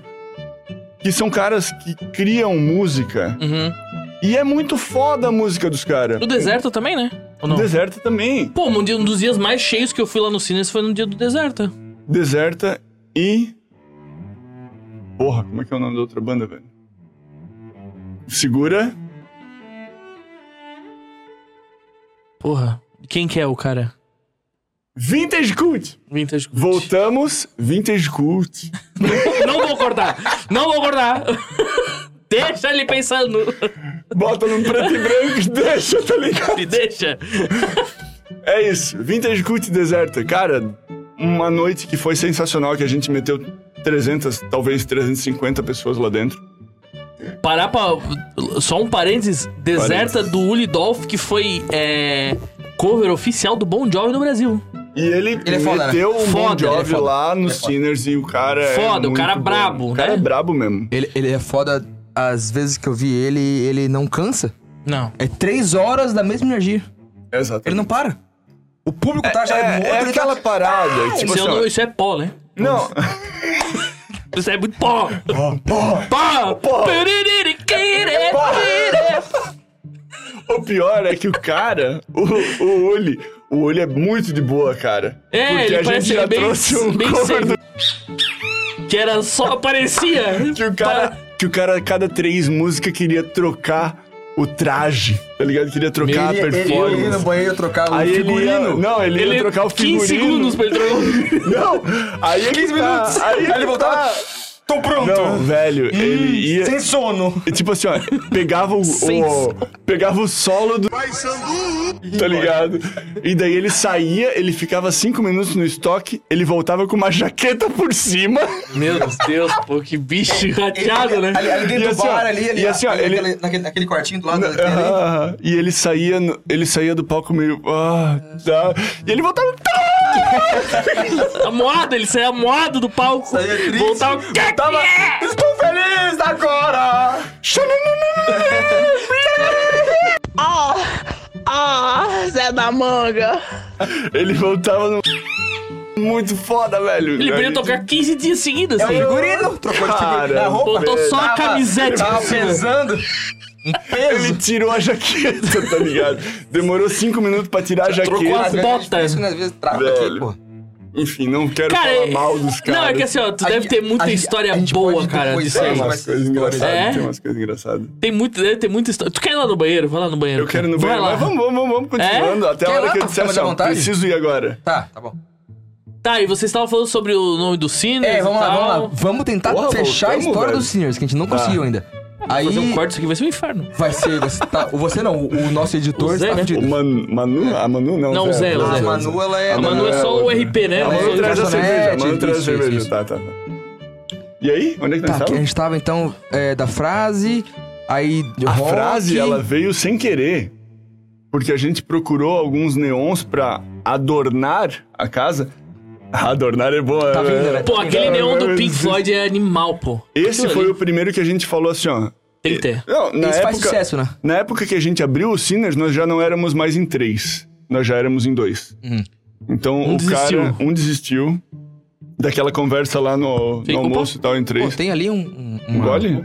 [SPEAKER 2] Que são caras que criam música.
[SPEAKER 1] Uhum.
[SPEAKER 2] E é muito foda a música dos caras.
[SPEAKER 1] No deserto também, né? Ou não?
[SPEAKER 2] Deserta também.
[SPEAKER 1] Pô, um, dia- um dos dias mais cheios que eu fui lá no cinema foi no dia do deserto.
[SPEAKER 2] Deserta e. Porra, como é que é o nome da outra banda, velho? Segura.
[SPEAKER 1] Porra. Quem que é o cara?
[SPEAKER 2] Vintage Cult!
[SPEAKER 1] Vintage Cult.
[SPEAKER 2] Voltamos, Vintage Cult.
[SPEAKER 1] [LAUGHS] Não vou cortar. Não vou cortar. [LAUGHS] Deixa ele pensando.
[SPEAKER 2] Bota num preto e branco e deixa, tá ligado?
[SPEAKER 1] Me deixa.
[SPEAKER 2] É isso, Vintage Cult e Deserta. Cara, uma noite que foi sensacional, que a gente meteu 300, talvez 350 pessoas lá dentro.
[SPEAKER 1] Parar pra. Só um parênteses. Deserta do Uli Dolph, que foi é, cover oficial do Bon Jovi no Brasil.
[SPEAKER 2] E ele,
[SPEAKER 3] Ele é foda, né?
[SPEAKER 2] meteu um
[SPEAKER 1] Foda,
[SPEAKER 2] Bon
[SPEAKER 1] ele é
[SPEAKER 2] Jovi
[SPEAKER 3] foda.
[SPEAKER 2] lá
[SPEAKER 3] Ele
[SPEAKER 2] nos
[SPEAKER 3] é foda.
[SPEAKER 2] Sinners e o cara é
[SPEAKER 1] Foda, o
[SPEAKER 2] muito
[SPEAKER 1] cara
[SPEAKER 2] bom.
[SPEAKER 1] brabo,
[SPEAKER 2] O cara
[SPEAKER 1] né?
[SPEAKER 2] é brabo mesmo.
[SPEAKER 3] Ele, ele é foda. As vezes que eu vi ele, ele não cansa.
[SPEAKER 1] Não.
[SPEAKER 3] É três horas da mesma energia.
[SPEAKER 2] Exatamente.
[SPEAKER 3] Ele não para. O público tá já
[SPEAKER 2] É,
[SPEAKER 3] morto.
[SPEAKER 2] é
[SPEAKER 3] ele
[SPEAKER 2] aquela
[SPEAKER 3] tá...
[SPEAKER 2] parada. que, tipo
[SPEAKER 1] Isso,
[SPEAKER 2] assim,
[SPEAKER 1] é,
[SPEAKER 2] ó,
[SPEAKER 1] isso é pó, né?
[SPEAKER 2] Não.
[SPEAKER 1] Isso é muito pó.
[SPEAKER 2] Pô, [LAUGHS] pô.
[SPEAKER 1] Pó! É,
[SPEAKER 2] Pó.
[SPEAKER 1] Piririquire.
[SPEAKER 2] O pior é que o cara, o, o Uli, o Uli é muito de boa, cara.
[SPEAKER 1] É, ele
[SPEAKER 2] Porque a gente
[SPEAKER 1] parece
[SPEAKER 2] já
[SPEAKER 1] bem-
[SPEAKER 2] trouxe um
[SPEAKER 1] bem
[SPEAKER 2] cover
[SPEAKER 1] sem-
[SPEAKER 2] do,
[SPEAKER 1] Que era só. Parecia.
[SPEAKER 2] [LAUGHS] que o
[SPEAKER 1] Tá.
[SPEAKER 2] cara, que o cara a cada três músicas queria trocar o traje, tá ligado? Queria trocar a
[SPEAKER 3] Ele, ele,
[SPEAKER 2] performance.
[SPEAKER 3] ele ia no banheiro trocar o
[SPEAKER 2] Aí ele
[SPEAKER 3] figurino.
[SPEAKER 2] ia- não, ele,
[SPEAKER 1] é
[SPEAKER 2] ia trocar o figurino.
[SPEAKER 1] 15 segundos pra ele trocar.
[SPEAKER 2] Não, aí é que
[SPEAKER 3] 15
[SPEAKER 2] tá,
[SPEAKER 3] minutos.
[SPEAKER 2] Aí, é
[SPEAKER 3] Aí ele
[SPEAKER 2] que
[SPEAKER 3] voltava.
[SPEAKER 2] tá.
[SPEAKER 4] Tô pronto!
[SPEAKER 2] Não, velho, ele ia.
[SPEAKER 4] Sem sono.
[SPEAKER 2] e Tipo assim, ó, pegava o.
[SPEAKER 1] Sem
[SPEAKER 2] o-
[SPEAKER 1] som.
[SPEAKER 2] pegava o solo do. Tá ligado? E daí ele saía, ele ficava cinco minutos no estoque, ele voltava com uma jaqueta por cima. [LAUGHS]
[SPEAKER 1] Meu Deus, pô, que bicho [LAUGHS] rateado, né?
[SPEAKER 3] Ali, ali dentro
[SPEAKER 2] E
[SPEAKER 3] do
[SPEAKER 2] assim, ó,
[SPEAKER 3] bar, ali, ali,
[SPEAKER 2] e assim, ó,
[SPEAKER 3] ali,
[SPEAKER 2] ele-
[SPEAKER 3] naquele, naquele- naquele quartinho do lado da
[SPEAKER 2] Aham,
[SPEAKER 3] ali.
[SPEAKER 2] aham. E ele saía, no- ele saía do palco meio. Ah, tá. E ele voltava.
[SPEAKER 1] Amoado, ele saía amoado do palco.
[SPEAKER 3] Saía triste.
[SPEAKER 1] Voltava. "Que
[SPEAKER 4] Tava. Estou feliz agora!
[SPEAKER 2] Ele voltava no. Muito foda, velho.
[SPEAKER 1] Ele
[SPEAKER 2] Aí-
[SPEAKER 1] podia tocar 15 dias seguidos, assim.
[SPEAKER 3] Figurino, trocou de figurino
[SPEAKER 2] Cara,
[SPEAKER 3] da roupa.
[SPEAKER 1] Botou só a
[SPEAKER 3] Tava-
[SPEAKER 1] camiseta. assim, né?
[SPEAKER 3] Tava pesando. Um
[SPEAKER 2] Ele
[SPEAKER 3] peso.
[SPEAKER 2] tirou a jaqueta, tá ligado? Demorou cinco minutos pra tirar a
[SPEAKER 1] Trocou
[SPEAKER 2] jaqueta.
[SPEAKER 1] as botas.
[SPEAKER 3] Isso, às vezes trava aqui,
[SPEAKER 2] Velho.
[SPEAKER 3] pô.
[SPEAKER 2] Enfim, não quero
[SPEAKER 1] Cara,
[SPEAKER 2] falar
[SPEAKER 1] é-
[SPEAKER 2] mal dos caras.
[SPEAKER 1] Não, é que assim, ó, tu
[SPEAKER 3] A
[SPEAKER 1] deve
[SPEAKER 3] gente-
[SPEAKER 1] ter muita
[SPEAKER 3] a gente-
[SPEAKER 1] história
[SPEAKER 3] a gente
[SPEAKER 1] boa,
[SPEAKER 3] pode
[SPEAKER 1] cara,
[SPEAKER 3] depois
[SPEAKER 1] disso aí.
[SPEAKER 2] Tem
[SPEAKER 3] falar.
[SPEAKER 2] umas coisas engraçadas,
[SPEAKER 1] É?
[SPEAKER 2] tem umas coisas engraçadas.
[SPEAKER 1] Tem muito, deve ter muita história. Tu quer ir lá no banheiro? Vai lá no banheiro.
[SPEAKER 2] Eu quero ir no
[SPEAKER 1] Vai
[SPEAKER 2] banheiro,
[SPEAKER 1] lá. É?
[SPEAKER 2] mas vamos, vamos, vamos continuando. Até a
[SPEAKER 3] Quer ir
[SPEAKER 2] hora
[SPEAKER 3] lá
[SPEAKER 2] que eu
[SPEAKER 3] pra
[SPEAKER 2] disser
[SPEAKER 3] ficar mais
[SPEAKER 2] assim,
[SPEAKER 3] à
[SPEAKER 2] ó,
[SPEAKER 3] vontade?
[SPEAKER 2] preciso ir agora.
[SPEAKER 3] Tá, tá bom.
[SPEAKER 1] Tá, e vocês estavam falando sobre o nome do Sinners
[SPEAKER 3] É, vamos
[SPEAKER 1] e
[SPEAKER 3] lá,
[SPEAKER 1] tal.
[SPEAKER 3] vamos lá. Vamos tentar
[SPEAKER 2] Porra,
[SPEAKER 3] fechar a
[SPEAKER 2] voltamos,
[SPEAKER 3] história
[SPEAKER 2] velho. Tá.
[SPEAKER 3] dos seniors, que a gente não conseguiu ainda. Aí
[SPEAKER 1] Fazer um corte, isso aqui vai ser um inferno.
[SPEAKER 3] vai ser. você- tá, você não, o o nosso editor
[SPEAKER 1] O Zé,
[SPEAKER 3] está
[SPEAKER 1] né?
[SPEAKER 2] O
[SPEAKER 3] fudido.
[SPEAKER 2] Man- Manu, a Manu não.
[SPEAKER 1] Não, o Zé, o
[SPEAKER 3] A
[SPEAKER 1] Zé.
[SPEAKER 3] Manu, ela é.
[SPEAKER 2] A
[SPEAKER 1] A
[SPEAKER 3] da-
[SPEAKER 1] Manu é só o RP, né?
[SPEAKER 2] A Manu
[SPEAKER 3] Ela é
[SPEAKER 2] traz a
[SPEAKER 3] garçonete,
[SPEAKER 2] cerveja, a Manu traz a
[SPEAKER 3] isso, isso,
[SPEAKER 2] cerveja.
[SPEAKER 3] isso.
[SPEAKER 2] Tá, tá, tá. E aí? Onde é que nós
[SPEAKER 3] Tá, que a
[SPEAKER 2] estávamos?
[SPEAKER 3] gente tava então é, da frase, aí de
[SPEAKER 2] A
[SPEAKER 3] rock,
[SPEAKER 2] frase, ela veio sem querer. Porque a gente procurou alguns neons pra adornar a casa. [LAUGHS] Adornar é boa,
[SPEAKER 3] Tá
[SPEAKER 2] né?
[SPEAKER 3] vindo, né?
[SPEAKER 1] Pô, aquele
[SPEAKER 2] Não,
[SPEAKER 1] neon
[SPEAKER 2] não
[SPEAKER 1] do Pink
[SPEAKER 2] existe.
[SPEAKER 1] Floyd é animal, pô.
[SPEAKER 2] Esse foi o primeiro que a gente falou assim, ó.
[SPEAKER 1] Tem que ter.
[SPEAKER 2] Não, na
[SPEAKER 3] Esse
[SPEAKER 2] época,
[SPEAKER 3] faz sucesso, né?
[SPEAKER 2] Na época que a gente abriu o Sinners, nós já não éramos mais em três. Nós já éramos em dois.
[SPEAKER 3] Uhum.
[SPEAKER 2] Então
[SPEAKER 1] Um
[SPEAKER 2] o
[SPEAKER 1] desistiu.
[SPEAKER 2] cara, um desistiu daquela conversa lá no, no
[SPEAKER 1] Ficou
[SPEAKER 2] almoço e tal em
[SPEAKER 3] Pô,
[SPEAKER 2] três.
[SPEAKER 3] tem ali um. um,
[SPEAKER 2] Um
[SPEAKER 3] uma-
[SPEAKER 2] gole?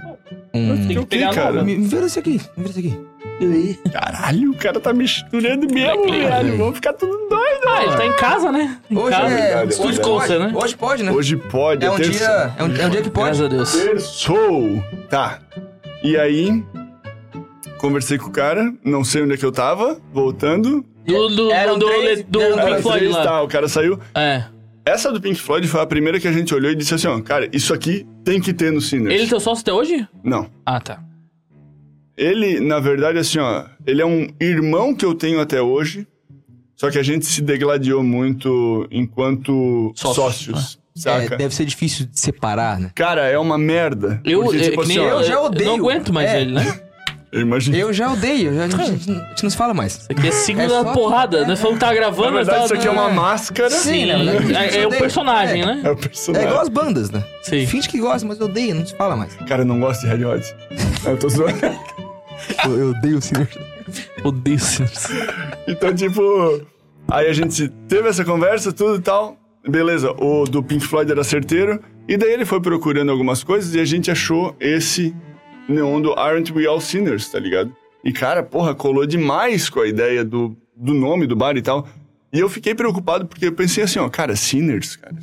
[SPEAKER 1] Tem que
[SPEAKER 2] Eu
[SPEAKER 1] pegar
[SPEAKER 2] vi, Hum. cara.
[SPEAKER 1] logo.
[SPEAKER 3] Me, me vira isso aqui, me vira isso aqui.
[SPEAKER 2] Caralho, o cara tá misturando mesmo,
[SPEAKER 1] Moleque,
[SPEAKER 2] velho. Vamos ficar tudo doido.
[SPEAKER 1] Ah, ele tá em casa, né? Em
[SPEAKER 3] Hoje
[SPEAKER 1] casa.
[SPEAKER 3] é.
[SPEAKER 2] Estúdio
[SPEAKER 3] hoje
[SPEAKER 1] Concert,
[SPEAKER 3] pode,
[SPEAKER 1] né?
[SPEAKER 3] Hoje pode, né?
[SPEAKER 2] Hoje pode,
[SPEAKER 3] é, um
[SPEAKER 2] terça.
[SPEAKER 3] dia, é, um, é um dia que pode.
[SPEAKER 1] Graças a Deus.
[SPEAKER 2] Terçou! Tá. E aí, conversei com o cara, não sei onde é que eu tava, voltando.
[SPEAKER 1] Do, do,
[SPEAKER 3] Eram
[SPEAKER 1] do, do,
[SPEAKER 3] três-
[SPEAKER 1] do
[SPEAKER 3] eram
[SPEAKER 1] Pink
[SPEAKER 2] Era
[SPEAKER 3] três,
[SPEAKER 1] Floyd
[SPEAKER 2] três,
[SPEAKER 1] lá.
[SPEAKER 2] tá, o cara saiu.
[SPEAKER 1] É.
[SPEAKER 2] Essa do Pink Floyd foi a primeira que a gente olhou e disse assim, ó, cara, isso aqui tem que ter no Sinners.
[SPEAKER 1] Ele é teu sócio até hoje?
[SPEAKER 2] Não.
[SPEAKER 1] Ah, tá.
[SPEAKER 2] Ele, na verdade, assim, ó, ele é um irmão que eu tenho até hoje, só que a gente se degladiou muito enquanto
[SPEAKER 1] Sócios, Ah.
[SPEAKER 2] sócios, saca?
[SPEAKER 3] É, deve ser difícil de separar, né?
[SPEAKER 2] Cara, é uma merda.
[SPEAKER 1] Eu,
[SPEAKER 2] porque,
[SPEAKER 1] é,
[SPEAKER 2] tipo
[SPEAKER 1] que
[SPEAKER 2] assim,
[SPEAKER 1] nem
[SPEAKER 2] ó,
[SPEAKER 1] eu,
[SPEAKER 3] eu já odeio.
[SPEAKER 1] não aguento mais
[SPEAKER 3] É.
[SPEAKER 1] ele, né?
[SPEAKER 2] eu imagino.
[SPEAKER 3] Eu já odeio, eu já- a, gente, a gente- a gente não se fala mais.
[SPEAKER 1] Aqui é
[SPEAKER 3] É
[SPEAKER 1] segunda
[SPEAKER 3] só-
[SPEAKER 1] porrada. Nós falamos que tá gravando,
[SPEAKER 2] Na
[SPEAKER 1] mas
[SPEAKER 2] verdade,
[SPEAKER 1] tá-
[SPEAKER 2] isso aqui é uma máscara.
[SPEAKER 3] Sim, né?
[SPEAKER 1] É, é o personagem, né?
[SPEAKER 2] É o
[SPEAKER 3] É
[SPEAKER 2] personagem.
[SPEAKER 3] igual as bandas, né?
[SPEAKER 1] Sim.
[SPEAKER 3] Finge que gosta, mas odeia, não se fala mais.
[SPEAKER 2] Cara, eu não gosto de Red Hot. Eu tô zoando.
[SPEAKER 3] Eu, eu odeio o Sinner.
[SPEAKER 1] Odeio
[SPEAKER 2] Então, tipo, aí a gente teve essa conversa, tudo e tal. Beleza, o do Pink Floyd era certeiro. E daí ele foi procurando algumas coisas e a gente achou esse neon do Aren't We All Sinners, tá ligado? E cara, porra, colou demais com a ideia do, do nome do bar e tal. E eu fiquei preocupado porque eu pensei assim, ó, cara, Sinners, cara.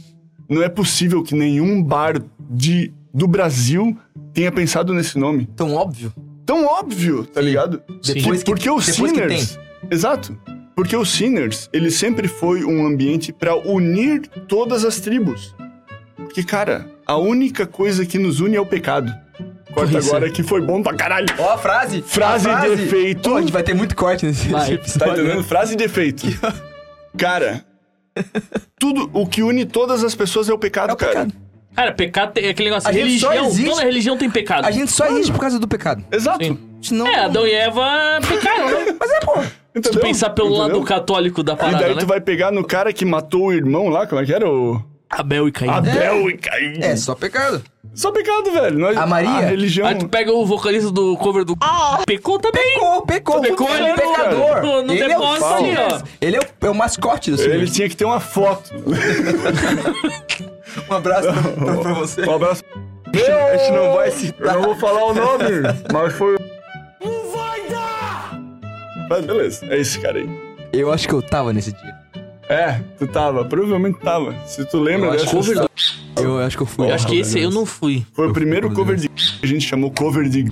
[SPEAKER 2] Não é possível que nenhum bar de, do Brasil tenha pensado nesse nome
[SPEAKER 3] Tão Então, óbvio.
[SPEAKER 2] tão óbvio, tá ligado?
[SPEAKER 3] Depois que-
[SPEAKER 2] porque o
[SPEAKER 3] depois que
[SPEAKER 2] Sinners. Exato. Porque o Sinners, ele sempre foi um ambiente pra unir todas as tribos. Porque, cara, a única coisa que nos une é o pecado. Corta
[SPEAKER 1] Pois é.
[SPEAKER 2] agora que foi bom pra caralho.
[SPEAKER 3] Ó a frase.
[SPEAKER 2] Frase
[SPEAKER 3] a
[SPEAKER 2] de efeito.
[SPEAKER 3] Pô, a gente vai ter muito corte nesse
[SPEAKER 1] Vai.
[SPEAKER 3] nesse
[SPEAKER 2] Tá
[SPEAKER 3] episódio. né?
[SPEAKER 2] entendendo? Frase de
[SPEAKER 3] [LAUGHS]
[SPEAKER 2] efeito. Cara, tudo o que une todas as pessoas é o pecado,
[SPEAKER 3] É o
[SPEAKER 2] cara.
[SPEAKER 3] pecado.
[SPEAKER 1] Cara, pecado tem- é aquele negócio.
[SPEAKER 3] A gente só
[SPEAKER 1] religião,
[SPEAKER 3] existe-
[SPEAKER 1] toda religião tem pecado.
[SPEAKER 3] A gente só existe por causa do pecado.
[SPEAKER 2] Exato.
[SPEAKER 1] Sim.
[SPEAKER 3] Senão...
[SPEAKER 1] É, Adão e Eva pecaram, né?
[SPEAKER 3] Mas é, pô.
[SPEAKER 1] Se tu
[SPEAKER 2] Entendeu?
[SPEAKER 1] pensar pelo
[SPEAKER 2] Entendeu?
[SPEAKER 1] lado católico da
[SPEAKER 2] E
[SPEAKER 1] parada,
[SPEAKER 2] daí
[SPEAKER 1] né?
[SPEAKER 2] tu vai pegar no cara que matou o irmão lá, como é que era? O
[SPEAKER 1] Abel e Caim.
[SPEAKER 2] Abel e Caim.
[SPEAKER 3] É só pecado.
[SPEAKER 2] Só pecado, velho. Nós-
[SPEAKER 3] A Maria?
[SPEAKER 2] A religião.
[SPEAKER 1] Aí tu pega o vocalista do cover do... Pecou também.
[SPEAKER 3] Ah! Pecou, pecou.
[SPEAKER 1] Pecou,
[SPEAKER 3] ele é um
[SPEAKER 1] ele não-
[SPEAKER 3] pecador.
[SPEAKER 1] não- não
[SPEAKER 3] ele é o
[SPEAKER 1] deposta ali,
[SPEAKER 3] Sinners.
[SPEAKER 1] ó.
[SPEAKER 3] Ele é o, é o mascote do
[SPEAKER 2] Ele
[SPEAKER 3] Sinners.
[SPEAKER 2] tinha que ter uma foto.
[SPEAKER 3] Um abraço
[SPEAKER 2] [LAUGHS]
[SPEAKER 3] pra, pra você.
[SPEAKER 2] Um abraço. a gente não vai citar. Eu não vou falar o nome, mas foi. Não vai dar! Mas beleza, é esse cara aí.
[SPEAKER 3] Eu acho que eu tava nesse dia.
[SPEAKER 2] É, tu tava, provavelmente tava. Se tu lembra
[SPEAKER 3] Eu acho
[SPEAKER 2] dessa.
[SPEAKER 3] que eu,
[SPEAKER 2] Foi
[SPEAKER 3] tava. eu acho que eu fui.
[SPEAKER 1] Eu acho que esse aí eu não fui.
[SPEAKER 2] o primeiro cover de. que A gente chamou cover de.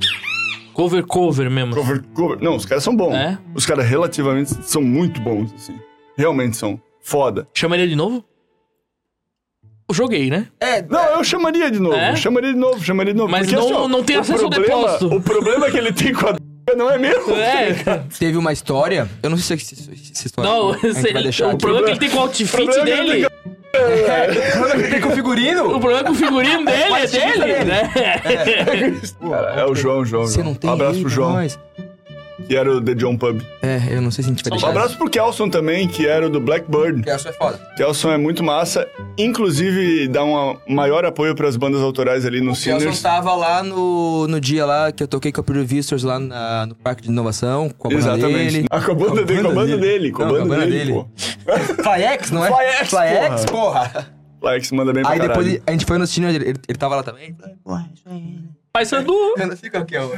[SPEAKER 1] Cover, cover mesmo.
[SPEAKER 2] Cover, cover. Não, os caras são bons.
[SPEAKER 1] É?
[SPEAKER 2] Os caras relativamente são muito bons, assim. Realmente são. Foda.
[SPEAKER 1] Chama ele de novo? joguei, né?
[SPEAKER 3] É,
[SPEAKER 2] Não, eu chamaria de novo.
[SPEAKER 1] É?
[SPEAKER 2] Chamaria de novo, chamaria de novo.
[SPEAKER 1] Mas
[SPEAKER 2] porque,
[SPEAKER 1] não-
[SPEAKER 2] assim, ó,
[SPEAKER 1] não tem
[SPEAKER 2] o
[SPEAKER 1] acesso ao
[SPEAKER 2] problema-
[SPEAKER 1] depósito.
[SPEAKER 2] O problema que ele tem com a d- não é mesmo.
[SPEAKER 1] É.
[SPEAKER 3] teve uma história. Eu não sei se se- se- se história.
[SPEAKER 1] Não,
[SPEAKER 3] é. a gente vai deixar.
[SPEAKER 1] o
[SPEAKER 3] aqui.
[SPEAKER 1] problema é que ele tem com o outfit
[SPEAKER 2] problema é que ele
[SPEAKER 1] dele. é-
[SPEAKER 3] Tem com
[SPEAKER 1] O
[SPEAKER 3] figurino?
[SPEAKER 1] problema é que o
[SPEAKER 3] [LAUGHS]
[SPEAKER 1] figurino dele é
[SPEAKER 3] pastinha
[SPEAKER 1] dele,
[SPEAKER 3] dele.
[SPEAKER 1] né?
[SPEAKER 2] Cara, é o João, João.
[SPEAKER 3] Você
[SPEAKER 2] João.
[SPEAKER 3] não tem
[SPEAKER 2] um abraço
[SPEAKER 3] aí
[SPEAKER 2] pro
[SPEAKER 3] pra
[SPEAKER 2] João,
[SPEAKER 3] nós?
[SPEAKER 2] que era o The John Pub.
[SPEAKER 3] É, eu não sei se a gente
[SPEAKER 2] Um
[SPEAKER 3] vai deixar.
[SPEAKER 2] abraço pro Kelson também, que era o do Blackbird.
[SPEAKER 3] isso. Essa é foda.
[SPEAKER 2] Kelson é muito massa, inclusive dá um maior apoio pras bandas autorais ali no
[SPEAKER 3] Nelson
[SPEAKER 2] Sinners.
[SPEAKER 3] tava lá no, no dia lá que eu toquei com a Pure Visitors lá na- no Parque de Inovação, com a banda
[SPEAKER 2] Exatamente.
[SPEAKER 3] dele.
[SPEAKER 2] Ah, com a banda dele, com a banda dele, com a
[SPEAKER 3] Não,
[SPEAKER 2] banda dele, pô.
[SPEAKER 3] Flyex, não é?
[SPEAKER 2] Flyex,
[SPEAKER 3] Flyex, porra.
[SPEAKER 2] Like, se manda bem pra
[SPEAKER 3] Aí
[SPEAKER 2] caralho.
[SPEAKER 3] depois ele- a gente foi no cinema, ele, ele, ele tava lá também.
[SPEAKER 1] Mas Sandu.
[SPEAKER 3] Ainda fica aqui, ó.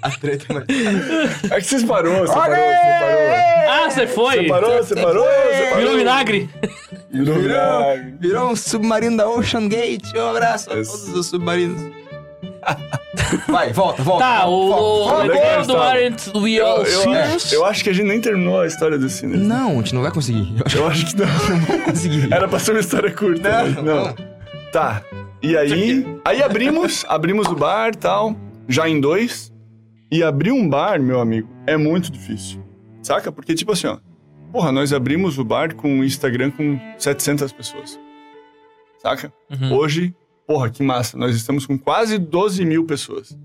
[SPEAKER 3] A treta, né? mano.
[SPEAKER 2] [LAUGHS] É que vocês parou, você parou, você
[SPEAKER 1] Ah, você foi.
[SPEAKER 2] parou. Você parou, você parou.
[SPEAKER 1] Virou vinagre.
[SPEAKER 2] Virou vinagre.
[SPEAKER 3] Virou, virou um submarino da Ocean Gate. Um abraço a
[SPEAKER 2] Esse-
[SPEAKER 3] todos os submarinos. [LAUGHS] Vai, volta, volta.
[SPEAKER 1] Tá, o.
[SPEAKER 3] volta,
[SPEAKER 1] The
[SPEAKER 3] volta.
[SPEAKER 2] Onde é que nós
[SPEAKER 1] World
[SPEAKER 2] tava?
[SPEAKER 1] Aren't We
[SPEAKER 2] Eu,
[SPEAKER 1] All
[SPEAKER 2] eu,
[SPEAKER 1] Sinners?
[SPEAKER 2] acho- eu acho que a gente nem terminou a história do Sinners.
[SPEAKER 3] Não, a gente não vai conseguir. Eu acho
[SPEAKER 2] Eu acho que
[SPEAKER 3] [LAUGHS] que
[SPEAKER 2] não.
[SPEAKER 3] vai conseguir.
[SPEAKER 2] Era pra ser uma história curta.
[SPEAKER 3] Não,
[SPEAKER 2] né? não. Tá. E aí, aí abrimos, abrimos o bar e tal, já em dois. E abrir um bar, meu amigo, é muito difícil. Saca? Porque, tipo assim, ó. Porra, nós abrimos o bar com o Instagram com 700 pessoas. Saca?
[SPEAKER 1] Uhum.
[SPEAKER 2] Hoje, porra, que massa. Nós estamos com quase 12 mil pessoas.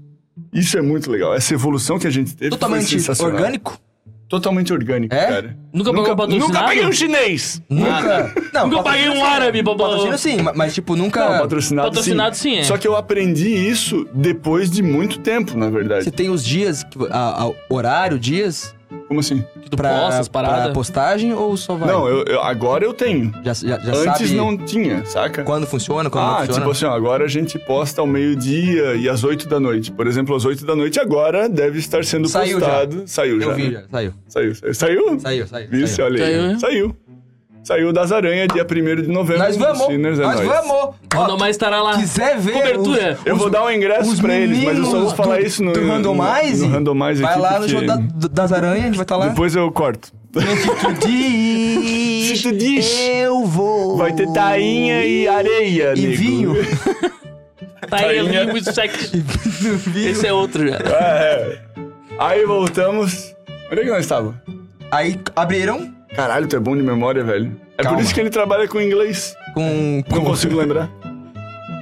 [SPEAKER 2] Isso é muito legal. Essa evolução que a gente teve foi
[SPEAKER 3] Totalmente
[SPEAKER 2] um sensacional.
[SPEAKER 3] orgânico?
[SPEAKER 2] Totalmente orgânico,
[SPEAKER 3] É?
[SPEAKER 2] cara.
[SPEAKER 1] Nunca pagou patrocinado?
[SPEAKER 2] Nunca paguei um chinês!
[SPEAKER 3] Nunca. Não,
[SPEAKER 1] Ah, Nunca
[SPEAKER 3] patrocínio
[SPEAKER 1] paguei
[SPEAKER 3] sim.
[SPEAKER 1] um árabe, bobo.
[SPEAKER 3] Patrocínio sim, ma- mas tipo, nunca.
[SPEAKER 2] Não, patrocinado,
[SPEAKER 1] Patrocinado
[SPEAKER 2] sim.
[SPEAKER 1] sim, é.
[SPEAKER 2] Só que eu aprendi isso depois de muito tempo, na
[SPEAKER 3] Você
[SPEAKER 2] verdade.
[SPEAKER 3] tem os dias, que- a- a- horário, dias
[SPEAKER 2] Como assim?
[SPEAKER 1] Que tu
[SPEAKER 3] pra,
[SPEAKER 1] posta as
[SPEAKER 3] pra
[SPEAKER 1] paradas.
[SPEAKER 3] postagem ou só vai?
[SPEAKER 2] Não, eu, eu- agora eu tenho.
[SPEAKER 3] Já, já, já
[SPEAKER 2] Antes
[SPEAKER 3] sabe
[SPEAKER 2] não tinha, saca?
[SPEAKER 3] quando funciona, quando não
[SPEAKER 2] Ah,
[SPEAKER 3] funciona.
[SPEAKER 2] tipo assim, ó, agora a gente posta ao meio-dia e às 8 da noite. Por exemplo, às 8 da noite agora deve estar sendo
[SPEAKER 3] Saiu já.
[SPEAKER 2] postado. Saiu já.
[SPEAKER 3] eu vi,
[SPEAKER 2] né?
[SPEAKER 3] já. Saiu.
[SPEAKER 2] Saiu, saiu. Saiu?
[SPEAKER 3] Saiu, saiu.
[SPEAKER 2] Viu?
[SPEAKER 3] saiu.
[SPEAKER 2] Olha aí.
[SPEAKER 1] Saiu, né?
[SPEAKER 2] Saiu. saiu. das Aranhas, dia 1 de novembro.
[SPEAKER 3] Nós vamos!
[SPEAKER 2] Sinners, é
[SPEAKER 3] nós
[SPEAKER 2] nóis.
[SPEAKER 3] vamos! Ó,
[SPEAKER 1] Quando mais estará lá.
[SPEAKER 3] quiser ver.
[SPEAKER 1] Cobertura.
[SPEAKER 3] os-
[SPEAKER 2] Eu vou dar um ingresso
[SPEAKER 3] os
[SPEAKER 2] pra eles, mas eu só vou
[SPEAKER 3] meninos
[SPEAKER 2] falar
[SPEAKER 3] do-
[SPEAKER 2] isso no,
[SPEAKER 3] do Randomize?
[SPEAKER 2] no Randomize
[SPEAKER 3] Vai
[SPEAKER 2] aqui,
[SPEAKER 3] lá no
[SPEAKER 2] porque
[SPEAKER 3] jogo da- do- das aranhas, a gente vai estar lá.
[SPEAKER 2] Depois eu corto.
[SPEAKER 3] Se tu diz,
[SPEAKER 2] Se tu diz,
[SPEAKER 3] eu vou.
[SPEAKER 2] Vai ter tainha e areia,
[SPEAKER 3] E
[SPEAKER 2] nego.
[SPEAKER 1] [LAUGHS]
[SPEAKER 3] vinho. [LAUGHS]
[SPEAKER 1] Tá aí, eu vi muito sexo. Esse é outro já.
[SPEAKER 2] É. Aí voltamos. Onde é que nós estávamos?
[SPEAKER 1] é-
[SPEAKER 3] Aí abriram
[SPEAKER 2] Caralho, tu é bom de memória, velho. É
[SPEAKER 3] Calma.
[SPEAKER 2] por isso que ele trabalha com inglês.
[SPEAKER 3] com.
[SPEAKER 2] Não
[SPEAKER 3] com-
[SPEAKER 2] consigo lembrar.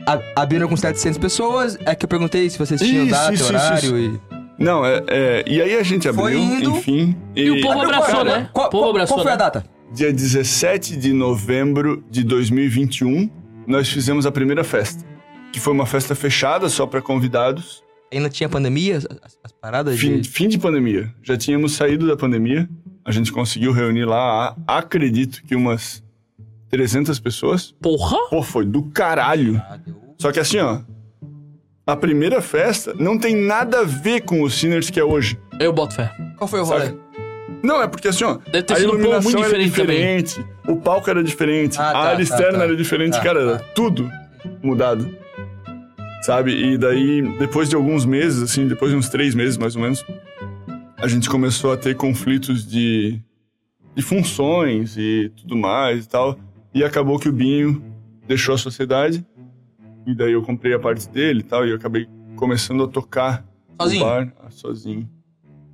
[SPEAKER 3] a- abriram com 700 pessoas. É que eu perguntei se vocês tinham
[SPEAKER 2] Isso,
[SPEAKER 3] data,
[SPEAKER 2] isso, isso,
[SPEAKER 3] horário
[SPEAKER 2] Não, é, é, E aí a gente abriu,
[SPEAKER 3] Foi indo.
[SPEAKER 2] enfim.
[SPEAKER 1] E o povo
[SPEAKER 3] e.
[SPEAKER 1] abraçou,
[SPEAKER 2] Cara,
[SPEAKER 1] né?
[SPEAKER 3] Qual,
[SPEAKER 1] O povo
[SPEAKER 3] qual-
[SPEAKER 1] abraçou,
[SPEAKER 3] qual foi a
[SPEAKER 1] né?
[SPEAKER 3] data?
[SPEAKER 2] Dia 17 de novembro de 2021, nós fizemos a primeira festa. Que foi uma festa fechada só pra convidados.
[SPEAKER 3] Ainda tinha pandemia? as- As, as paradas
[SPEAKER 2] Fim,
[SPEAKER 3] de.
[SPEAKER 2] fim de pandemia. Já tínhamos saído da pandemia. A gente conseguiu reunir lá, a- acredito que umas 300 pessoas.
[SPEAKER 1] Porra!
[SPEAKER 2] Pô, foi do caralho. Só que assim, ó. A primeira festa não tem nada a ver com o Sinners que é hoje.
[SPEAKER 1] Eu boto fé.
[SPEAKER 3] Qual foi o
[SPEAKER 2] Saca?
[SPEAKER 3] rolê?
[SPEAKER 2] Não, é porque assim, ó.
[SPEAKER 1] Deve ter
[SPEAKER 2] a
[SPEAKER 1] sido um pouco
[SPEAKER 2] iluminação
[SPEAKER 1] muito
[SPEAKER 2] era
[SPEAKER 1] diferente também.
[SPEAKER 2] diferente, o palco era diferente,
[SPEAKER 3] Ah, tá,
[SPEAKER 2] a área
[SPEAKER 3] tá,
[SPEAKER 2] externa
[SPEAKER 3] tá.
[SPEAKER 2] era diferente,
[SPEAKER 3] Tá,
[SPEAKER 2] cara,
[SPEAKER 3] tá.
[SPEAKER 2] tudo mudado. Sabe? E daí, depois de alguns meses, assim, depois de uns três meses mais ou menos, a gente começou a ter conflitos de, de funções e tudo mais e tal. E acabou que o Binho deixou a sociedade. E daí eu comprei a parte dele e tal. E eu acabei começando a tocar
[SPEAKER 3] Sozinho?
[SPEAKER 2] no bar ah, sozinho.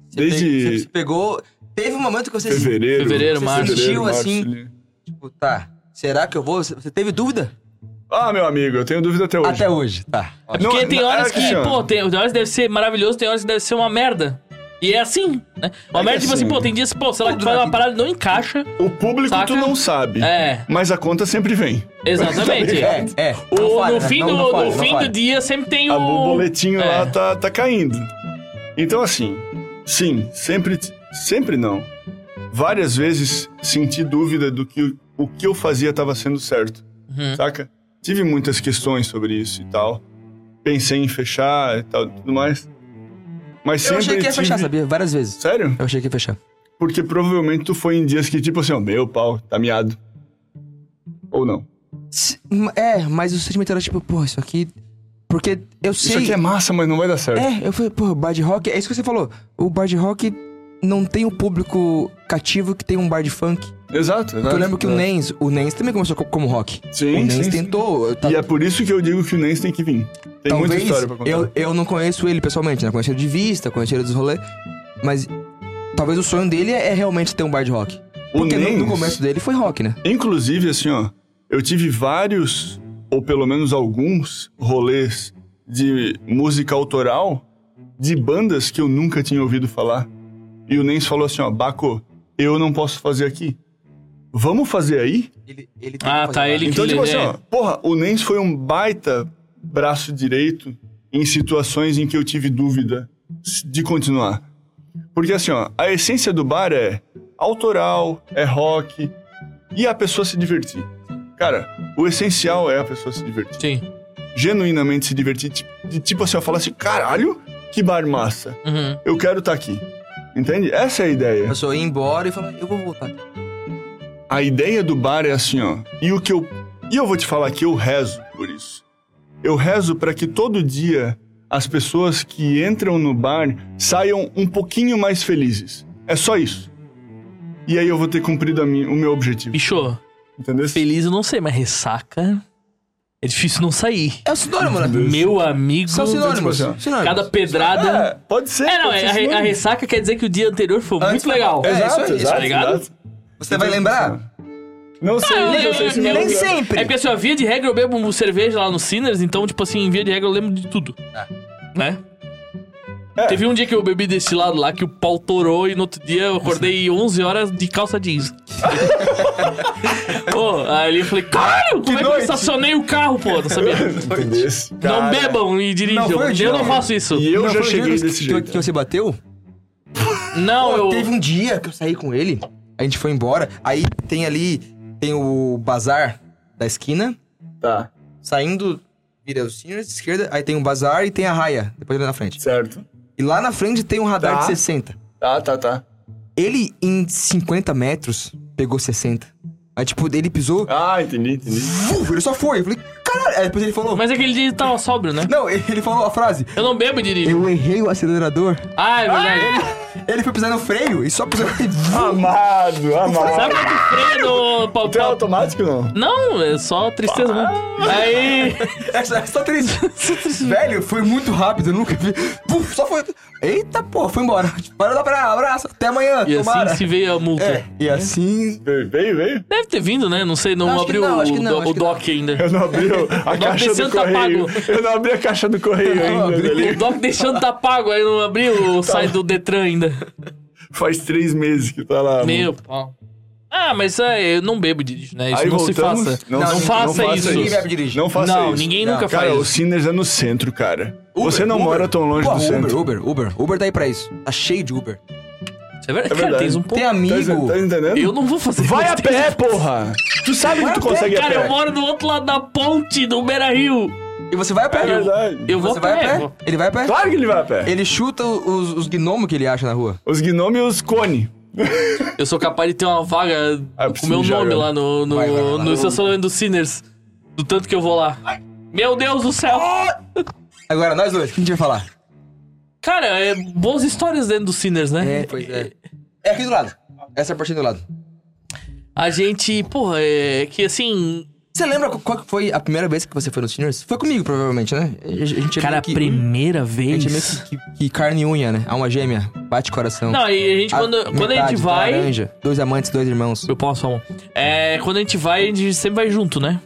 [SPEAKER 3] Você
[SPEAKER 2] Desde-
[SPEAKER 3] pe- você pegou. Teve um momento que você se-
[SPEAKER 2] Fevereiro.
[SPEAKER 1] Fevereiro, março.
[SPEAKER 3] Sentiu, assim,
[SPEAKER 2] ali.
[SPEAKER 3] Tipo, tá. Será que eu vou? Você- Você teve dúvida?
[SPEAKER 2] Ah, meu amigo, eu tenho dúvida até hoje.
[SPEAKER 3] Até hoje, tá.
[SPEAKER 1] É porque
[SPEAKER 2] Não,
[SPEAKER 1] tem
[SPEAKER 2] não,
[SPEAKER 1] horas
[SPEAKER 2] é
[SPEAKER 1] que,
[SPEAKER 2] que assim, ó.
[SPEAKER 1] pô, tem tem horas que deve ser maravilhoso, tem horas que deve ser uma merda. E é assim, né? Uma
[SPEAKER 2] É
[SPEAKER 1] merda,
[SPEAKER 2] que
[SPEAKER 1] tipo assim,
[SPEAKER 2] assim,
[SPEAKER 1] pô, tem dias, pô, sei lá, que
[SPEAKER 3] tudo
[SPEAKER 1] faz
[SPEAKER 3] na
[SPEAKER 1] uma
[SPEAKER 3] vida.
[SPEAKER 1] parada e não encaixa.
[SPEAKER 2] O público
[SPEAKER 1] Saca?
[SPEAKER 2] tu não sabe,
[SPEAKER 1] É,
[SPEAKER 2] mas a conta sempre vem.
[SPEAKER 1] exatamente.
[SPEAKER 3] [LAUGHS] É, é. não
[SPEAKER 1] O,
[SPEAKER 3] falha,
[SPEAKER 1] no
[SPEAKER 3] né?
[SPEAKER 1] fim,
[SPEAKER 3] Não-
[SPEAKER 1] do,
[SPEAKER 3] não falha,
[SPEAKER 1] no
[SPEAKER 3] não
[SPEAKER 1] fim do
[SPEAKER 3] falha.
[SPEAKER 1] dia sempre tem
[SPEAKER 2] A,
[SPEAKER 1] o.
[SPEAKER 2] o boletinho
[SPEAKER 1] é.
[SPEAKER 2] lá tá, tá caindo. Então, assim, sim, sempre, sempre não. Várias vezes senti dúvida do que o que eu fazia estava sendo certo,
[SPEAKER 1] Uhum.
[SPEAKER 2] saca? Tive muitas questões sobre isso e tal. Pensei em fechar e tal, tudo mais. Mas
[SPEAKER 3] Eu
[SPEAKER 2] sempre
[SPEAKER 3] achei que ia
[SPEAKER 2] tive-
[SPEAKER 3] fechar, sabia? Várias vezes.
[SPEAKER 2] Sério?
[SPEAKER 3] Eu achei que ia fechar.
[SPEAKER 2] Porque provavelmente tu foi em dias que, tipo assim, ó, meu pau, tá miado. Ou não.
[SPEAKER 3] Se- m- É, mas o sentimento era tipo, pô, isso aqui. Porque eu sei.
[SPEAKER 2] Isso aqui é massa, mas não vai dar certo.
[SPEAKER 3] É, eu falei, pô, bar de rock, é isso que você falou. O bar de rock não tem o público cativo que tem um bar de funk.
[SPEAKER 2] Exato, exato.
[SPEAKER 3] eu lembro que o
[SPEAKER 2] exato.
[SPEAKER 3] Nens, o Nens também começou co- como rock.
[SPEAKER 2] Sim,
[SPEAKER 3] o Nens
[SPEAKER 2] sim, sim.
[SPEAKER 3] tentou. eu tava-
[SPEAKER 2] E é por isso que eu digo que o Nens tem que vir. Tem muita
[SPEAKER 3] talvez
[SPEAKER 2] história pra contar.
[SPEAKER 3] eu, eu não conheço ele pessoalmente, né? Conheço ele de vista, conheço ele dos rolês. Mas talvez o sonho dele é realmente ter um bar de rock.
[SPEAKER 2] O
[SPEAKER 3] Porque no, no
[SPEAKER 2] Nens-
[SPEAKER 3] começo dele foi rock, né?
[SPEAKER 2] Inclusive, assim, ó, eu tive vários, ou pelo menos alguns, rolês de música autoral de bandas que eu nunca tinha ouvido falar. E o Nens falou assim, ó, Baco, eu não posso fazer aqui. Vamos fazer aí?
[SPEAKER 3] Ele, ele
[SPEAKER 1] Ah, tá, ele
[SPEAKER 2] Então,
[SPEAKER 1] que
[SPEAKER 2] tipo assim,
[SPEAKER 1] é.
[SPEAKER 2] ó, porra, o Nens foi um baita braço direito em situações em que eu tive dúvida de continuar. Porque assim, ó, a essência do bar é autoral, é rock e a pessoa se divertir. Cara, o essencial é a pessoa se divertir.
[SPEAKER 1] Sim.
[SPEAKER 2] Genuinamente se divertir. ti- De tipo assim, ó, falar assim, caralho, que bar massa.
[SPEAKER 1] Uhum.
[SPEAKER 2] Eu quero estar aqui. Entende? Essa é a ideia.
[SPEAKER 3] Eu só ia embora e falava, eu vou voltar.
[SPEAKER 2] A ideia do bar é assim, ó. E o que eu e eu vou te falar que eu rezo por isso. Eu rezo para que todo dia as pessoas que entram no bar saiam um pouquinho mais felizes. É só isso. E aí eu vou ter cumprido a mi- o meu objetivo.
[SPEAKER 1] Bicho,
[SPEAKER 2] Entendeu?
[SPEAKER 1] feliz eu não sei, mas ressaca é difícil não sair.
[SPEAKER 3] É o sinônimo, né?
[SPEAKER 1] Meu amigo,
[SPEAKER 3] São sinônimos.
[SPEAKER 2] tipo assim, ó.
[SPEAKER 3] sinônimos.
[SPEAKER 1] cada pedrada.
[SPEAKER 2] É, pode ser.
[SPEAKER 1] É, não,
[SPEAKER 2] pode
[SPEAKER 1] é,
[SPEAKER 2] ser
[SPEAKER 1] a, re- a
[SPEAKER 2] sinônimo.
[SPEAKER 1] ressaca quer dizer que o dia anterior foi
[SPEAKER 3] Antes
[SPEAKER 1] muito
[SPEAKER 3] foi
[SPEAKER 1] legal.
[SPEAKER 3] bom. É,
[SPEAKER 2] Exato,
[SPEAKER 3] isso aí,
[SPEAKER 2] exato,
[SPEAKER 1] tá ligado?
[SPEAKER 2] exato.
[SPEAKER 3] Você vai lembrar?
[SPEAKER 2] Não sei,
[SPEAKER 1] Ah,
[SPEAKER 2] não
[SPEAKER 1] eu-
[SPEAKER 2] sei se
[SPEAKER 1] eu-
[SPEAKER 2] me
[SPEAKER 1] eu-
[SPEAKER 3] Nem
[SPEAKER 2] lembra.
[SPEAKER 3] sempre.
[SPEAKER 1] É porque assim, ó, via de regra eu bebo cerveja lá no Sinners, então, tipo assim, via de regra eu lembro de tudo. Né?
[SPEAKER 2] É.
[SPEAKER 1] Teve um dia que eu bebi desse lado lá que o pau torou e no outro dia eu acordei 11 horas de calça jeans. [LAUGHS] pô, aí eu falei, caralho, como é que eu
[SPEAKER 2] noite.
[SPEAKER 1] estacionei o carro, pô? Não sabia.
[SPEAKER 2] Entendesse?
[SPEAKER 1] Não
[SPEAKER 2] Cara,
[SPEAKER 1] bebam e dirijam.
[SPEAKER 3] não foi o dia,
[SPEAKER 1] eu não
[SPEAKER 3] não.
[SPEAKER 1] faço isso.
[SPEAKER 2] E eu
[SPEAKER 3] Não,
[SPEAKER 2] já
[SPEAKER 3] foi o dia
[SPEAKER 2] cheguei
[SPEAKER 3] que-
[SPEAKER 2] desse
[SPEAKER 3] que-
[SPEAKER 2] jeito.
[SPEAKER 3] Que você bateu?
[SPEAKER 1] Não, eu.
[SPEAKER 3] Teve um dia que eu saí com ele, a gente foi embora, aí tem ali, tem o bazar da esquina,
[SPEAKER 2] Tá,
[SPEAKER 3] saindo, vira os seniors, esquerda, aí tem o bazar e tem a raia, depois ali na frente.
[SPEAKER 2] certo.
[SPEAKER 3] E lá na frente tem um radar
[SPEAKER 2] Tá.
[SPEAKER 3] de 60.
[SPEAKER 2] Tá, tá, tá.
[SPEAKER 3] Ele, em 50 metros, pegou 60. Aí, tipo, ele pisou,
[SPEAKER 2] Ah, entendi, entendi.
[SPEAKER 3] vuf, ele só foi. Eu falei, caralho. Aí depois ele falou,
[SPEAKER 1] Mas aquele dia eu tava sóbrio, né?
[SPEAKER 3] não, ele falou a frase,
[SPEAKER 1] Eu não bebo e dirijo.
[SPEAKER 3] eu errei o acelerador.
[SPEAKER 1] Ah, é verdade.
[SPEAKER 3] Ele foi pisar no freio e só pisou [LAUGHS] e
[SPEAKER 2] Ah,
[SPEAKER 3] vuf.
[SPEAKER 2] Amado, amado.
[SPEAKER 1] Sabe quanto freio no pau-
[SPEAKER 2] Tu é
[SPEAKER 1] pau-
[SPEAKER 2] automático não?
[SPEAKER 1] Não, é só tristeza mesmo.
[SPEAKER 2] Ah!
[SPEAKER 1] Aí.
[SPEAKER 3] Essa, é essa triste.
[SPEAKER 2] [LAUGHS]
[SPEAKER 3] Velho, foi muito rápido, eu nunca vi. Puf, só foi. Eita, pô, foi embora. Bora dar pra abraço, até amanhã,
[SPEAKER 1] E
[SPEAKER 3] tomara.
[SPEAKER 1] assim se veio a multa.
[SPEAKER 3] É, e assim.
[SPEAKER 2] Veio, veio, veio.
[SPEAKER 1] Deve ter vindo, né? Não sei, não
[SPEAKER 3] Acho que
[SPEAKER 1] abriu
[SPEAKER 3] não, acho que
[SPEAKER 1] o,
[SPEAKER 3] não,
[SPEAKER 1] do-
[SPEAKER 3] acho
[SPEAKER 1] o
[SPEAKER 3] que não.
[SPEAKER 1] dock ainda.
[SPEAKER 2] Eu não abri o- a caixa do
[SPEAKER 1] descendo, tá
[SPEAKER 2] correio. Eu não abri a caixa do correio ainda. tá
[SPEAKER 1] O
[SPEAKER 2] ligado?
[SPEAKER 1] dock deixando tá pago, aí não abriu
[SPEAKER 2] [LAUGHS] Tá
[SPEAKER 1] o site do Detran ainda.
[SPEAKER 2] Faz três meses que tá lá.
[SPEAKER 1] Meu pau. Ah, mas é, eu não bebo e dirijo, né? Isso
[SPEAKER 2] Aí
[SPEAKER 1] não
[SPEAKER 2] voltamos.
[SPEAKER 1] se faça.
[SPEAKER 2] Não,
[SPEAKER 1] Não,
[SPEAKER 2] não
[SPEAKER 1] faça
[SPEAKER 2] faça
[SPEAKER 1] isso.
[SPEAKER 2] isso.
[SPEAKER 3] Ninguém bebe e dirige.
[SPEAKER 2] Não faça
[SPEAKER 1] Não,
[SPEAKER 2] isso.
[SPEAKER 1] ninguém nunca faz
[SPEAKER 2] Cara, o
[SPEAKER 1] isso.
[SPEAKER 2] Sinners é no centro, cara. Você não
[SPEAKER 3] Uber,
[SPEAKER 2] mora tão longe
[SPEAKER 3] Pô,
[SPEAKER 2] do
[SPEAKER 3] Uber,
[SPEAKER 2] centro.
[SPEAKER 3] Uber, Uber. Uber tá aí pra isso. Tá cheio de Uber.
[SPEAKER 1] Isso é verdade.
[SPEAKER 2] É
[SPEAKER 1] Cara,
[SPEAKER 2] verdade.
[SPEAKER 1] tens um
[SPEAKER 3] Tem
[SPEAKER 1] pouco.
[SPEAKER 2] Tá, ent-
[SPEAKER 3] amigo.
[SPEAKER 2] tá entendendo?
[SPEAKER 1] Eu não vou fazer
[SPEAKER 2] Vai
[SPEAKER 1] isso. um
[SPEAKER 2] a pé, porra! Tu sabe que tu consegue a
[SPEAKER 1] Cara, eu
[SPEAKER 2] pé.
[SPEAKER 1] moro do outro lado da ponte do Beira Rio.
[SPEAKER 3] E você vai a pé.
[SPEAKER 2] É verdade.
[SPEAKER 1] Eu vou
[SPEAKER 3] Você
[SPEAKER 1] a
[SPEAKER 3] vai
[SPEAKER 1] pé.
[SPEAKER 3] a pé. Ele vai a pé.
[SPEAKER 2] Claro que ele vai a pé.
[SPEAKER 3] Ele chuta os, os gnomos que ele acha na rua.
[SPEAKER 2] Os gnomes e os cone.
[SPEAKER 1] Eu sou capaz de ter uma vaga
[SPEAKER 2] Ah, eu
[SPEAKER 1] com
[SPEAKER 2] preciso
[SPEAKER 1] o meu
[SPEAKER 2] mijar,
[SPEAKER 1] nome
[SPEAKER 2] eu-
[SPEAKER 1] lá no, no,
[SPEAKER 3] Vai, vai, vai, vai.
[SPEAKER 1] no estacionamento do Sinners. Do tanto que eu vou lá. Meu Deus do céu!
[SPEAKER 3] Agora, nós dois, o que a gente vai falar?
[SPEAKER 1] Cara, é boas histórias dentro do Sinners, né?
[SPEAKER 3] É aqui do lado. Essa é a parte do lado.
[SPEAKER 1] A gente, porra, é que assim.
[SPEAKER 3] Você lembra qual que foi a primeira vez que você foi no Seniors? Foi comigo, provavelmente, né? A gente é
[SPEAKER 1] Cara, a
[SPEAKER 3] meio que-
[SPEAKER 1] primeira
[SPEAKER 3] A gente é meio
[SPEAKER 1] vez.
[SPEAKER 3] que, que- que carne e unha, né? Alma gêmea, bate coração.
[SPEAKER 1] Não, e a gente, quando,
[SPEAKER 3] a,
[SPEAKER 1] quando a
[SPEAKER 3] metade tá, né,
[SPEAKER 1] gente
[SPEAKER 3] da
[SPEAKER 1] vai.
[SPEAKER 3] Laranja, dois amantes, dois irmãos.
[SPEAKER 1] Eu posso, Ramon. É, quando a gente vai, a gente sempre vai junto, né?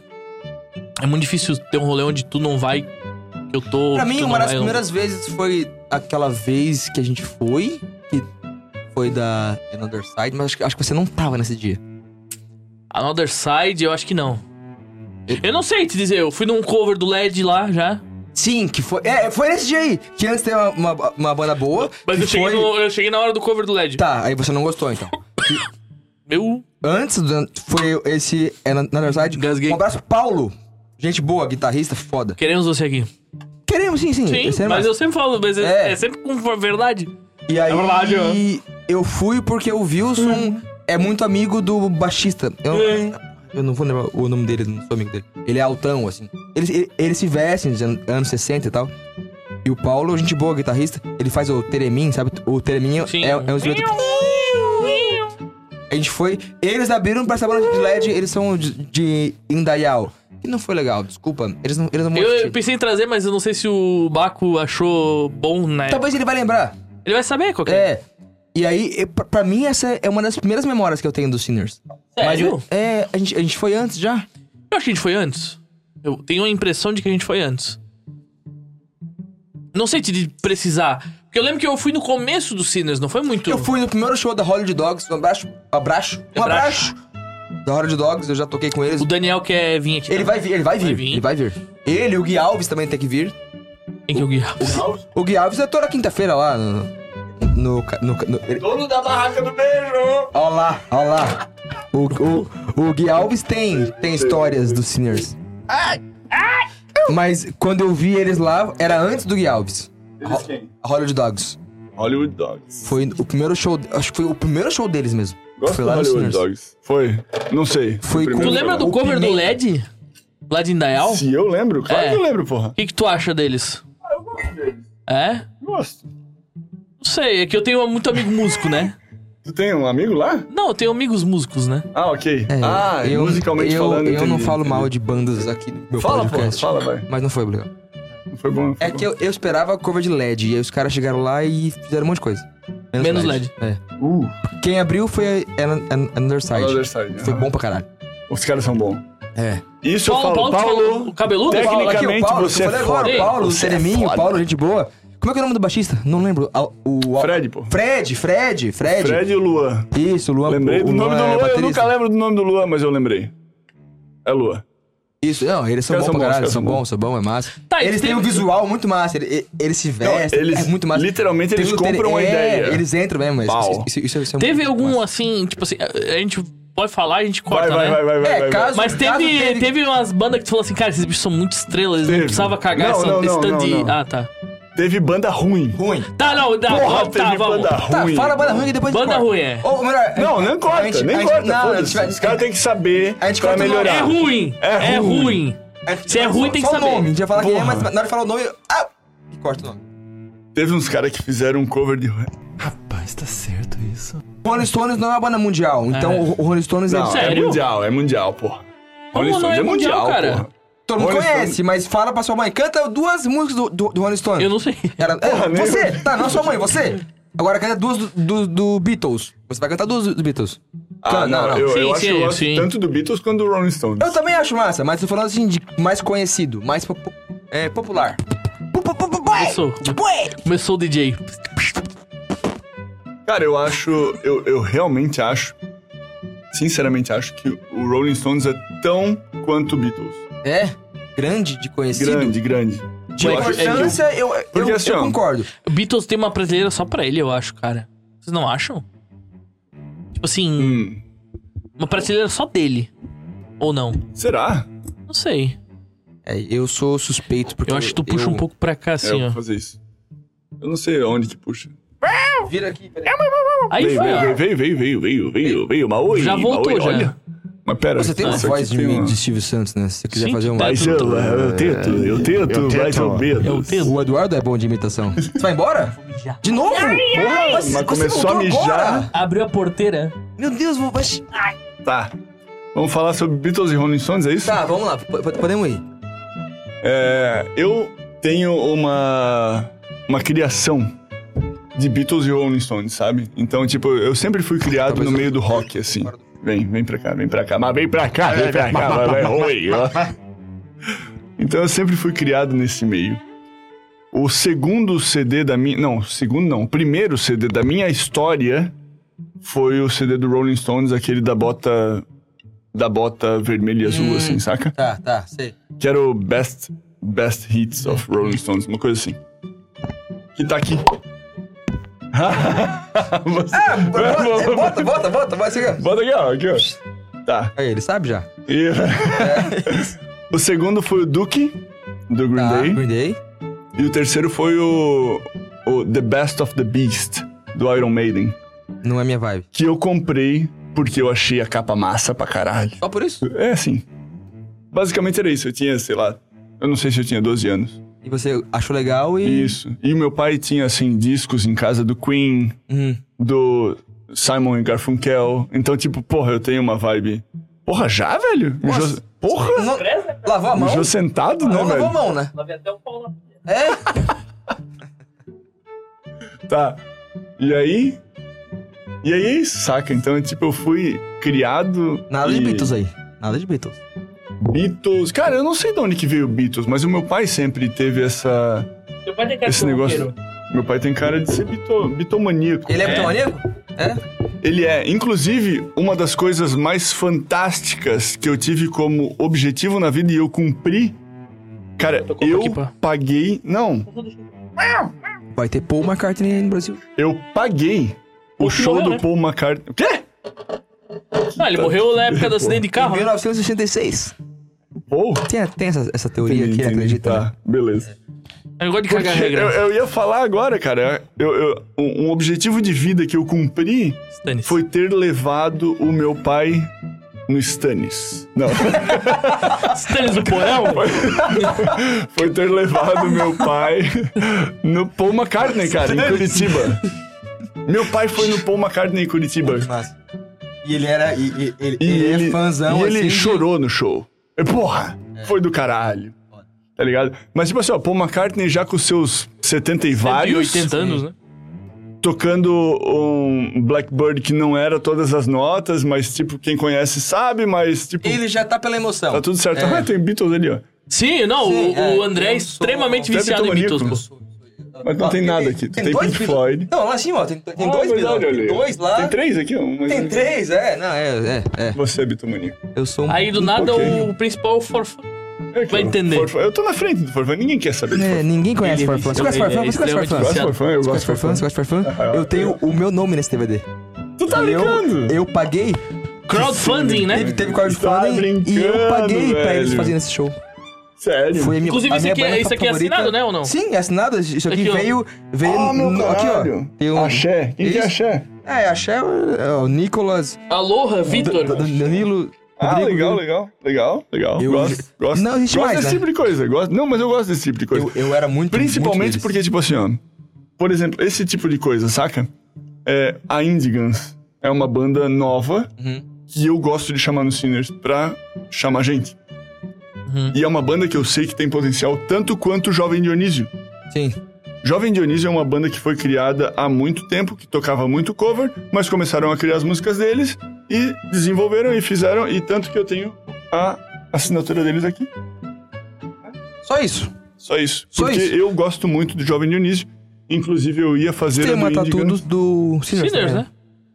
[SPEAKER 1] É muito difícil ter um rolê onde tu não vai. que Eu tô.
[SPEAKER 3] Pra mim,
[SPEAKER 1] tu
[SPEAKER 3] uma
[SPEAKER 1] não
[SPEAKER 3] das
[SPEAKER 1] vai, eu-
[SPEAKER 3] primeiras vezes foi aquela vez que a gente foi, que foi da Another Side, mas acho, que- acho que você não tava nesse dia.
[SPEAKER 1] Another Side, eu acho que não. Eu não sei te dizer, eu fui num cover do LED lá já.
[SPEAKER 3] Sim, que foi. É, foi nesse dia aí. Que antes teve uma, uma, uma banda boa.
[SPEAKER 1] Mas
[SPEAKER 3] que
[SPEAKER 1] eu cheguei,
[SPEAKER 3] foi...
[SPEAKER 1] no- eu cheguei na hora do cover do LED.
[SPEAKER 3] Tá, aí você não gostou
[SPEAKER 1] [LAUGHS]
[SPEAKER 3] então.
[SPEAKER 1] Eu.
[SPEAKER 3] Antes do, foi esse Another Side.
[SPEAKER 1] Gasguei.
[SPEAKER 3] Um abraço, Paulo. Gente boa, guitarrista, foda.
[SPEAKER 1] Queremos você aqui.
[SPEAKER 3] Queremos, sim, sim.
[SPEAKER 1] Sim,
[SPEAKER 3] Esse era
[SPEAKER 1] mas
[SPEAKER 3] massa.
[SPEAKER 1] eu sempre falo, mas é,
[SPEAKER 3] É.
[SPEAKER 1] é sempre com verdade.
[SPEAKER 3] E aí,
[SPEAKER 2] verdade, ó.
[SPEAKER 3] eu fui porque o Wilson é muito amigo do baixista. Eu, eu não vou lembrar o nome dele, não sou amigo dele. Ele é altão, assim. Eles, ele- eles se vestem de an- anos 60 e tal. E o Paulo, gente boa, guitarrista, ele faz o Teremin, sabe? O Teremin é,
[SPEAKER 1] Sim.
[SPEAKER 3] é um instrumento. A gente foi. Eles abriram pra essa banda de LED, eles são de, de Indaial. Que não foi legal, desculpa. Eles não, eles não
[SPEAKER 1] Eu, eu
[SPEAKER 3] mostraram.
[SPEAKER 1] pensei em trazer, mas eu não sei se o Baco achou bom na época.
[SPEAKER 3] Talvez ele vai lembrar.
[SPEAKER 1] Ele vai saber qual que é.
[SPEAKER 3] Tá É. E aí, eu- pra- pra mim, essa é uma das primeiras memórias que eu tenho dos Sinners. Mas
[SPEAKER 1] Sério?
[SPEAKER 3] eu- é, a gente, a gente foi antes já.
[SPEAKER 1] Eu acho que a gente foi antes. Eu tenho a impressão de que a gente foi antes. Não sei te de precisar. Porque eu lembro que eu fui no começo do Sinners, não foi muito.
[SPEAKER 3] Eu fui no primeiro show da Hollywood Dogs, um abraço, abraço, um
[SPEAKER 1] Abraço.
[SPEAKER 3] abraço. Da Hollywood Dogs, eu já toquei com eles.
[SPEAKER 1] O Daniel quer vir aqui.
[SPEAKER 3] Ele vai vir, ele vai vir,
[SPEAKER 1] vir.
[SPEAKER 3] ele vai vir. Ele, o Gui Alves também tem que vir.
[SPEAKER 1] Tem que eu guiar.
[SPEAKER 3] O Gui Alves é toda quinta-feira lá no... No... ca- no, ca- no ele-
[SPEAKER 2] Dono da barraca do beijo!
[SPEAKER 3] ó lá, ó lá. O, o, o Gui Alves tem, tem histórias dos Sinners. Mas quando eu vi eles lá, era antes do Gui Alves.
[SPEAKER 2] Eles quem?
[SPEAKER 3] A Hollywood Dogs.
[SPEAKER 2] Hollywood Dogs.
[SPEAKER 3] Foi o primeiro show, acho que foi o primeiro show deles mesmo.
[SPEAKER 2] Gosto
[SPEAKER 3] foi
[SPEAKER 2] do
[SPEAKER 3] lá no
[SPEAKER 2] Hollywood
[SPEAKER 3] Sinners.
[SPEAKER 2] Dogs. Foi. Não sei.
[SPEAKER 3] Foi
[SPEAKER 2] O
[SPEAKER 3] com-
[SPEAKER 1] Tu
[SPEAKER 2] primeiro
[SPEAKER 1] lembra
[SPEAKER 2] foi
[SPEAKER 1] do
[SPEAKER 2] lá.
[SPEAKER 3] O
[SPEAKER 1] cover do
[SPEAKER 3] Pimenta.
[SPEAKER 1] LED? Lá de Indaial? O
[SPEAKER 2] Se eu lembro? Claro
[SPEAKER 1] É.
[SPEAKER 2] que eu lembro, porra.
[SPEAKER 1] que, que tu acha deles?
[SPEAKER 2] Ah, Eu gosto deles.
[SPEAKER 1] É?
[SPEAKER 2] Gosto.
[SPEAKER 1] Não sei, é que eu tenho muito amigo músico, né?
[SPEAKER 2] Tu tem um amigo lá?
[SPEAKER 1] Não, eu tenho amigos músicos, né?
[SPEAKER 2] Ah, ok.
[SPEAKER 3] É,
[SPEAKER 2] ah,
[SPEAKER 3] eu,
[SPEAKER 2] musicalmente
[SPEAKER 3] eu,
[SPEAKER 2] falando.
[SPEAKER 3] Eu não
[SPEAKER 2] entendi,
[SPEAKER 3] falo
[SPEAKER 2] entendi.
[SPEAKER 3] mal de bandas aqui no meu
[SPEAKER 2] Fala, porra.
[SPEAKER 3] podcast.
[SPEAKER 2] Fala, vai.
[SPEAKER 3] Mas não foi legal.
[SPEAKER 2] Não Foi bom. não Foi
[SPEAKER 3] É
[SPEAKER 2] bom.
[SPEAKER 3] que eu, eu esperava cover de LED, e aí os caras chegaram lá e fizeram um monte de coisa.
[SPEAKER 1] Menos
[SPEAKER 3] É.
[SPEAKER 2] Uh,
[SPEAKER 3] Quem abriu foi a An- An- Underside.
[SPEAKER 2] Another Side.
[SPEAKER 3] Foi
[SPEAKER 2] aham.
[SPEAKER 3] bom pra caralho.
[SPEAKER 2] né? Os caras são bons.
[SPEAKER 3] É.
[SPEAKER 2] Isso eu falo.
[SPEAKER 1] tu
[SPEAKER 2] Paulo,
[SPEAKER 1] falou o tipo, cabeludo?
[SPEAKER 2] Tecnicamente,
[SPEAKER 3] Aqui, o Paulo,
[SPEAKER 2] você
[SPEAKER 3] que eu falei
[SPEAKER 2] é
[SPEAKER 3] agora,
[SPEAKER 1] foda.
[SPEAKER 3] o Paulo, o
[SPEAKER 2] Você é
[SPEAKER 3] Sereminho,
[SPEAKER 2] foda.
[SPEAKER 3] o Paulo, gente boa. Como é que é o nome do baixista? Não lembro. Ah, O, o-
[SPEAKER 2] Fred, pô.
[SPEAKER 3] Fred, Fred, Fred.
[SPEAKER 2] Fred e o Luan.
[SPEAKER 3] Isso, o Luan.
[SPEAKER 2] Lembrei
[SPEAKER 3] o
[SPEAKER 2] do
[SPEAKER 3] Luan
[SPEAKER 2] nome do
[SPEAKER 3] é
[SPEAKER 2] Luan. Eu
[SPEAKER 3] baterista.
[SPEAKER 2] nunca lembro do nome do Luan, mas eu lembrei. É Luan.
[SPEAKER 3] Isso, não, eles são
[SPEAKER 2] Os caras são
[SPEAKER 3] bons
[SPEAKER 2] bons,
[SPEAKER 3] pra caralho,
[SPEAKER 2] os caras
[SPEAKER 3] são
[SPEAKER 2] são
[SPEAKER 3] bons, são bons, é massa.
[SPEAKER 1] Tá,
[SPEAKER 3] eles
[SPEAKER 1] eles
[SPEAKER 3] têm
[SPEAKER 1] têm-
[SPEAKER 3] um visual muito massa, ele- ele- eles se vestem,
[SPEAKER 2] eles-
[SPEAKER 3] é muito massa.
[SPEAKER 2] literalmente, eles
[SPEAKER 3] Tem o tere-
[SPEAKER 2] compram a
[SPEAKER 3] é,
[SPEAKER 2] ideia.
[SPEAKER 3] eles entram mesmo, isso,
[SPEAKER 2] Pau.
[SPEAKER 3] isso, isso, isso é
[SPEAKER 1] Teve
[SPEAKER 3] muito
[SPEAKER 1] algum
[SPEAKER 3] massa.
[SPEAKER 1] assim, tipo assim, a, a gente pode falar, a gente corta,
[SPEAKER 2] Vai, vai,
[SPEAKER 1] né?
[SPEAKER 2] vai, vai, vai.
[SPEAKER 3] É,
[SPEAKER 2] vai, vai.
[SPEAKER 3] caso-
[SPEAKER 1] Mas teve,
[SPEAKER 3] Caso
[SPEAKER 1] teve...
[SPEAKER 3] teve-
[SPEAKER 1] umas bandas que tu falou assim, cara, esses bichos são muito estrelas, eles não
[SPEAKER 2] Teve.
[SPEAKER 1] precisavam cagar
[SPEAKER 2] Não,
[SPEAKER 1] essa-
[SPEAKER 2] não,
[SPEAKER 1] esse
[SPEAKER 2] não,
[SPEAKER 1] tanto
[SPEAKER 2] não,
[SPEAKER 1] de.
[SPEAKER 2] não.
[SPEAKER 1] Ah, tá.
[SPEAKER 2] Teve banda ruim.
[SPEAKER 3] Ruim.
[SPEAKER 1] Tá, não, dá,
[SPEAKER 2] Porra,
[SPEAKER 1] vamos,
[SPEAKER 2] teve
[SPEAKER 1] tá, vamos.
[SPEAKER 2] banda
[SPEAKER 3] Tá,
[SPEAKER 2] ruim.
[SPEAKER 3] fala banda ruim e depois a gente
[SPEAKER 1] Banda
[SPEAKER 3] corta.
[SPEAKER 1] ruim, é.
[SPEAKER 3] Ou melhor...
[SPEAKER 2] Não, nem
[SPEAKER 3] a
[SPEAKER 2] corta,
[SPEAKER 3] gente- a
[SPEAKER 2] nem
[SPEAKER 3] gente-
[SPEAKER 2] corta.
[SPEAKER 3] Não, a
[SPEAKER 2] foda-se.
[SPEAKER 3] gente vai...
[SPEAKER 2] Os caras têm que saber
[SPEAKER 3] A gente
[SPEAKER 2] pra
[SPEAKER 3] corta no-
[SPEAKER 2] melhorar.
[SPEAKER 1] É ruim!
[SPEAKER 2] É
[SPEAKER 1] É
[SPEAKER 2] ruim.
[SPEAKER 1] ruim! Se é ruim, tem que
[SPEAKER 3] Só o
[SPEAKER 1] saber.
[SPEAKER 3] nome, a gente vai falar quem é,
[SPEAKER 2] Porra.
[SPEAKER 3] mas na hora de falar o nome... eu- Ah! E corta o nome.
[SPEAKER 2] Teve uns caras que fizeram um cover de.
[SPEAKER 3] Rolling Stones não é uma banda mundial, então
[SPEAKER 1] É.
[SPEAKER 3] o o Rolling Stones é...
[SPEAKER 2] Não,
[SPEAKER 1] Sério?
[SPEAKER 2] é mundial, é mundial, porra. Rolling
[SPEAKER 1] não
[SPEAKER 2] Stones
[SPEAKER 1] é
[SPEAKER 2] é mundial,
[SPEAKER 1] mundial, cara?
[SPEAKER 2] porra.
[SPEAKER 3] Todo mundo
[SPEAKER 2] Rolling
[SPEAKER 3] conhece,
[SPEAKER 2] Stones.
[SPEAKER 3] mas fala pra sua mãe. Canta duas músicas do, do, do Rolling Stones.
[SPEAKER 1] Eu não sei.
[SPEAKER 3] Ela- é,
[SPEAKER 2] nem
[SPEAKER 3] você!
[SPEAKER 2] eu.
[SPEAKER 3] Tá, não sua mãe, você! Agora canta duas do, do- do Beatles. Você vai cantar duas do, do Beatles. Tá,
[SPEAKER 2] Ah, não, eu,
[SPEAKER 1] Sim,
[SPEAKER 2] eu acho que
[SPEAKER 1] sim,
[SPEAKER 2] eu gosto
[SPEAKER 1] sim.
[SPEAKER 2] tanto do Beatles quanto do Rolling Stones.
[SPEAKER 3] Eu também acho massa, mas tô falando assim de mais conhecido, mais popu- é, popular. Pu- pu- pu- pu- pu-
[SPEAKER 1] Começou. Começou o DJ.
[SPEAKER 2] Cara, eu acho. Eu, eu realmente acho. Sinceramente, acho que o Rolling Stones é tão quanto o Beatles.
[SPEAKER 3] É, grande de conhecido.
[SPEAKER 2] Grande, grande.
[SPEAKER 3] De
[SPEAKER 2] Eu acho
[SPEAKER 1] é
[SPEAKER 2] que-
[SPEAKER 3] importância, eu, eu,
[SPEAKER 2] Porque assim,
[SPEAKER 3] eu
[SPEAKER 2] ó,
[SPEAKER 3] concordo.
[SPEAKER 1] Beatles tem uma prateleira só pra ele, eu acho, cara. Vocês não acham? Tipo assim,
[SPEAKER 2] Hum,
[SPEAKER 1] uma prateleira só dele. Ou não?
[SPEAKER 2] será?
[SPEAKER 1] Não sei.
[SPEAKER 3] É, eu sou suspeito porque.
[SPEAKER 1] Eu acho que tu puxa um
[SPEAKER 3] eu-
[SPEAKER 1] pouco pra cá,
[SPEAKER 2] É, eu
[SPEAKER 1] assim,
[SPEAKER 2] vou
[SPEAKER 1] ó.
[SPEAKER 2] fazer isso. Eu não sei onde que puxa.
[SPEAKER 3] Vira aqui, peraí.
[SPEAKER 1] Aí
[SPEAKER 2] Veio,
[SPEAKER 1] foi, ó.
[SPEAKER 2] veio, veio, veio, veio, veio, veio, veio, Maui.
[SPEAKER 1] Já voltou,
[SPEAKER 2] Maui,
[SPEAKER 1] já.
[SPEAKER 2] Olha. Mas pera.
[SPEAKER 3] Você tem uma
[SPEAKER 2] isso
[SPEAKER 3] voz
[SPEAKER 2] aqui
[SPEAKER 3] de,
[SPEAKER 2] tem um uma-
[SPEAKER 3] de Steve Santos, né? Se você quiser
[SPEAKER 1] Sim,
[SPEAKER 3] fazer uma.
[SPEAKER 2] Mas eu, é, eu tento,
[SPEAKER 3] É,
[SPEAKER 2] eu tento,
[SPEAKER 4] tento.
[SPEAKER 2] mais ou menos.
[SPEAKER 1] É o dedo.
[SPEAKER 3] O Eduardo é bom de imitação. Você vai embora? De novo?
[SPEAKER 2] Porra,
[SPEAKER 3] Mas
[SPEAKER 2] mas,
[SPEAKER 3] você
[SPEAKER 2] começou a
[SPEAKER 3] voltou
[SPEAKER 2] mijar.
[SPEAKER 3] agora?
[SPEAKER 1] Abriu a porteira.
[SPEAKER 3] Meu Deus, vou. vai-
[SPEAKER 2] Tá. Vamos falar sobre Beatles e Rolling Stones, é isso?
[SPEAKER 3] Tá, vamos lá, po- po- podemos ir.
[SPEAKER 2] É, eu tenho uma uma criação de Beatles e Rolling Stones, sabe? Então, tipo, eu sempre fui criado
[SPEAKER 3] Talvez
[SPEAKER 2] no
[SPEAKER 3] eu-
[SPEAKER 2] meio do rock, assim. Vem, vem pra cá, vem pra cá. Mas vem pra cá, vem pra cá, vai, vai, oi. ó. Então eu sempre fui criado nesse meio. O segundo CD da minha... Não, o segundo não. O primeiro CD da minha história foi o CD do Rolling Stones, aquele da bota... Da bota vermelha e azul,
[SPEAKER 3] Hum.
[SPEAKER 2] assim, saca?
[SPEAKER 3] Tá, tá, sei.
[SPEAKER 2] que era o Best, Best Hits of Rolling Stones, uma coisa assim. Que tá aqui. [LAUGHS] Você-
[SPEAKER 3] Ah, bota, bota, bota, bota, bota, chega.
[SPEAKER 2] Bota aqui, ó. Aqui, ó. Tá.
[SPEAKER 3] Aí, ele sabe já. [LAUGHS]
[SPEAKER 2] E- o segundo foi o Duke, do Green
[SPEAKER 3] Tá,
[SPEAKER 2] Day.
[SPEAKER 3] Green Day.
[SPEAKER 2] E o terceiro foi o, o The Best of the Beast, do Iron Maiden.
[SPEAKER 3] Não é minha vibe.
[SPEAKER 2] Que eu comprei porque eu achei a capa massa pra caralho.
[SPEAKER 3] Só por isso?
[SPEAKER 2] É assim. Basicamente era isso. Eu tinha, sei lá, eu não sei se eu tinha 12 anos.
[SPEAKER 3] E você achou legal e.
[SPEAKER 2] Isso. E o meu pai tinha, assim, discos em casa do Queen,
[SPEAKER 3] Uhum.
[SPEAKER 2] do Simon e Garfunkel. Então, tipo, porra, eu tenho uma vibe. Porra, já, velho? Me
[SPEAKER 3] Nossa. Tá
[SPEAKER 2] jo- Porra!
[SPEAKER 3] Não-
[SPEAKER 1] Preza?
[SPEAKER 3] Lavou a
[SPEAKER 2] Me
[SPEAKER 3] mão?
[SPEAKER 2] jo sentado, né,
[SPEAKER 3] Não lavou a
[SPEAKER 2] velho?
[SPEAKER 3] mão, né?
[SPEAKER 1] Lavei até o pau lá.
[SPEAKER 3] É?
[SPEAKER 2] Tá. E aí. E aí é isso, saca? Então, tipo, eu fui criado.
[SPEAKER 3] Nada de
[SPEAKER 2] e-
[SPEAKER 3] Beatles aí. Nada de Beatles.
[SPEAKER 2] Beatles. Cara, eu não sei de onde que veio Beatles, mas o meu pai sempre teve essa.
[SPEAKER 1] Teu pai tem cara de
[SPEAKER 2] Esse
[SPEAKER 1] ser
[SPEAKER 2] negócio.
[SPEAKER 1] roqueiro.
[SPEAKER 2] Meu pai tem cara de ser bito, bitomaníaco.
[SPEAKER 3] Ele é,
[SPEAKER 1] É.
[SPEAKER 3] bitomaníaco?
[SPEAKER 2] Ele é, inclusive, uma das coisas mais fantásticas que eu tive como objetivo na vida e eu cumpri. Cara,
[SPEAKER 1] Tocou pra
[SPEAKER 2] eu
[SPEAKER 1] aqui, pá.
[SPEAKER 2] paguei. Não,
[SPEAKER 3] Vai ter Paul McCartney aí no Brasil.
[SPEAKER 2] eu paguei o
[SPEAKER 1] Pô,
[SPEAKER 2] show
[SPEAKER 1] morreu,
[SPEAKER 2] do
[SPEAKER 1] né?
[SPEAKER 2] Paul McCartney. O quê?
[SPEAKER 1] Ah, ele morreu na época do acidente de
[SPEAKER 3] Em
[SPEAKER 1] carro. né?
[SPEAKER 3] 1966.
[SPEAKER 2] Paul?
[SPEAKER 3] Tem, tem essa, essa teoria
[SPEAKER 2] Entendi,
[SPEAKER 3] que ele
[SPEAKER 2] entendi.
[SPEAKER 3] acredita. né?
[SPEAKER 2] Tá, beleza.
[SPEAKER 1] É um negócio de cagar
[SPEAKER 2] Porque [LAUGHS] Eu,
[SPEAKER 1] regra.
[SPEAKER 2] eu ia falar agora, cara. Eu, eu- um um objetivo de vida que eu cumpri
[SPEAKER 1] Stanis.
[SPEAKER 2] foi ter levado o meu pai no Stannis. Não,
[SPEAKER 1] Stanis do porão?
[SPEAKER 2] foi ter levado meu pai no Paul McCartney, cara, em Curitiba. Meu pai foi no Paul McCartney em Curitiba.
[SPEAKER 3] Massa. E ele era. E, e- ele, ele é fãzão,
[SPEAKER 2] e ele
[SPEAKER 3] assim, É. de-
[SPEAKER 2] chorou no show. E, Porra, foi do caralho. Tá ligado? Mas tipo assim, ó, Paul McCartney já com seus 70 e [LAUGHS] vários,
[SPEAKER 1] 80 anos, né?
[SPEAKER 2] tocando um Blackbird que não era todas as notas, mas tipo, quem conhece sabe, mas tipo,
[SPEAKER 3] Ele já tá pela emoção.
[SPEAKER 2] tá tudo certo.
[SPEAKER 3] É.
[SPEAKER 2] Ah, tem Beatles ali, ó.
[SPEAKER 1] Sim, não,
[SPEAKER 3] Sim,
[SPEAKER 1] o,
[SPEAKER 3] é,
[SPEAKER 1] o André é
[SPEAKER 3] eu sou-
[SPEAKER 1] extremamente
[SPEAKER 2] Deve
[SPEAKER 1] viciado
[SPEAKER 2] ter
[SPEAKER 1] em
[SPEAKER 2] um
[SPEAKER 1] Beatles,
[SPEAKER 2] maníaco.
[SPEAKER 1] pô.
[SPEAKER 2] Mas não
[SPEAKER 3] Ó,
[SPEAKER 2] tem nada aqui. Tem
[SPEAKER 3] dois
[SPEAKER 2] Pink
[SPEAKER 3] Beatles.
[SPEAKER 2] Floyd.
[SPEAKER 3] Não, assim, ó, tem, tem
[SPEAKER 2] Ah, verdade,
[SPEAKER 3] dois Beatles,
[SPEAKER 2] olha aí.
[SPEAKER 3] tem dois lá.
[SPEAKER 2] Tem três aqui, ó. Mas
[SPEAKER 3] Tem três, é. Não, é, é, é.
[SPEAKER 2] Você é bitomania.
[SPEAKER 3] Eu sou um.
[SPEAKER 1] Aí do nada
[SPEAKER 2] pouquinho.
[SPEAKER 1] o principal forfã. Vai entender.
[SPEAKER 2] Forfã. É Eu tô na frente do Forfã, ninguém quer saber do
[SPEAKER 3] É,
[SPEAKER 2] Forfã.
[SPEAKER 3] ninguém
[SPEAKER 1] Ele
[SPEAKER 3] conhece
[SPEAKER 1] é
[SPEAKER 3] Farfã. Você conhece
[SPEAKER 1] viciado, ele
[SPEAKER 3] Farfã?
[SPEAKER 1] é
[SPEAKER 3] Você conhece
[SPEAKER 1] extremamente
[SPEAKER 3] Farfã?
[SPEAKER 2] Eu gosto de
[SPEAKER 1] viciado.
[SPEAKER 2] Forfã, eu
[SPEAKER 3] Você
[SPEAKER 2] gosto de
[SPEAKER 3] gosta de Farfã?
[SPEAKER 2] Forfã.
[SPEAKER 3] Você gosta de Farfã?
[SPEAKER 2] Ah,
[SPEAKER 3] Eu tenho o meu nome nesse DVD.
[SPEAKER 2] Tu tá
[SPEAKER 3] E eu,
[SPEAKER 2] brincando?
[SPEAKER 3] eu paguei,
[SPEAKER 1] Crowdfunding, né?
[SPEAKER 3] teve, teve
[SPEAKER 2] Tá
[SPEAKER 3] crowdfunding
[SPEAKER 2] brincando,
[SPEAKER 3] e eu paguei pra eles
[SPEAKER 2] velho.
[SPEAKER 3] fazerem esse show.
[SPEAKER 2] Sério?
[SPEAKER 3] Foi a minha,
[SPEAKER 1] Inclusive,
[SPEAKER 3] a
[SPEAKER 1] isso
[SPEAKER 3] minha
[SPEAKER 1] aqui, é-
[SPEAKER 3] banda
[SPEAKER 1] isso aqui é
[SPEAKER 3] favorita.
[SPEAKER 1] assinado, né? Ou não?
[SPEAKER 3] Sim, é assinado. Isso aqui,
[SPEAKER 1] Aqui, ó.
[SPEAKER 3] veio. veio
[SPEAKER 2] Ah, meu
[SPEAKER 3] no- aqui,
[SPEAKER 2] caralho.
[SPEAKER 3] ó. Tem um,
[SPEAKER 2] Axé. Quem que é
[SPEAKER 3] Isso.
[SPEAKER 2] Axé?
[SPEAKER 3] É, achei o, é o Nicolas,
[SPEAKER 1] Aloha, Vitor.
[SPEAKER 3] Dan- Danilo.
[SPEAKER 2] Ah,
[SPEAKER 3] Rodrigo,
[SPEAKER 2] legal, legal, legal, legal.
[SPEAKER 3] Eu-
[SPEAKER 2] Gosto, gosto.
[SPEAKER 3] Não, existe
[SPEAKER 2] gosto
[SPEAKER 3] mais,
[SPEAKER 2] desse
[SPEAKER 3] né?
[SPEAKER 2] tipo de coisa. Gosto... Não, mas eu gosto desse tipo de coisa.
[SPEAKER 3] Eu, eu era muito.
[SPEAKER 2] Principalmente
[SPEAKER 3] muito deles.
[SPEAKER 2] porque, tipo assim, ó. Por exemplo, esse tipo de coisa, saca? É, a Indigans é uma banda nova
[SPEAKER 3] Uhum.
[SPEAKER 2] que eu gosto de chamar no Sinners pra chamar gente.
[SPEAKER 3] Uhum.
[SPEAKER 2] E é uma banda que eu sei que tem potencial tanto quanto o Jovem Dionísio.
[SPEAKER 3] Sim.
[SPEAKER 2] Jovem Dionísio é uma banda que foi criada há muito tempo, que tocava muito cover, mas começaram a criar as músicas deles e desenvolveram e fizeram, e tanto que eu tenho a assinatura deles aqui.
[SPEAKER 3] Só isso.
[SPEAKER 2] Só isso.
[SPEAKER 3] Só
[SPEAKER 2] Porque
[SPEAKER 3] isso.
[SPEAKER 2] eu gosto muito do Jovem Dionísio. Inclusive, eu ia fazer
[SPEAKER 3] Tem
[SPEAKER 2] a
[SPEAKER 3] uma
[SPEAKER 2] do
[SPEAKER 3] tatu
[SPEAKER 2] Indigan.
[SPEAKER 3] do, do Sinners.
[SPEAKER 1] Sinners,
[SPEAKER 3] também,
[SPEAKER 1] né?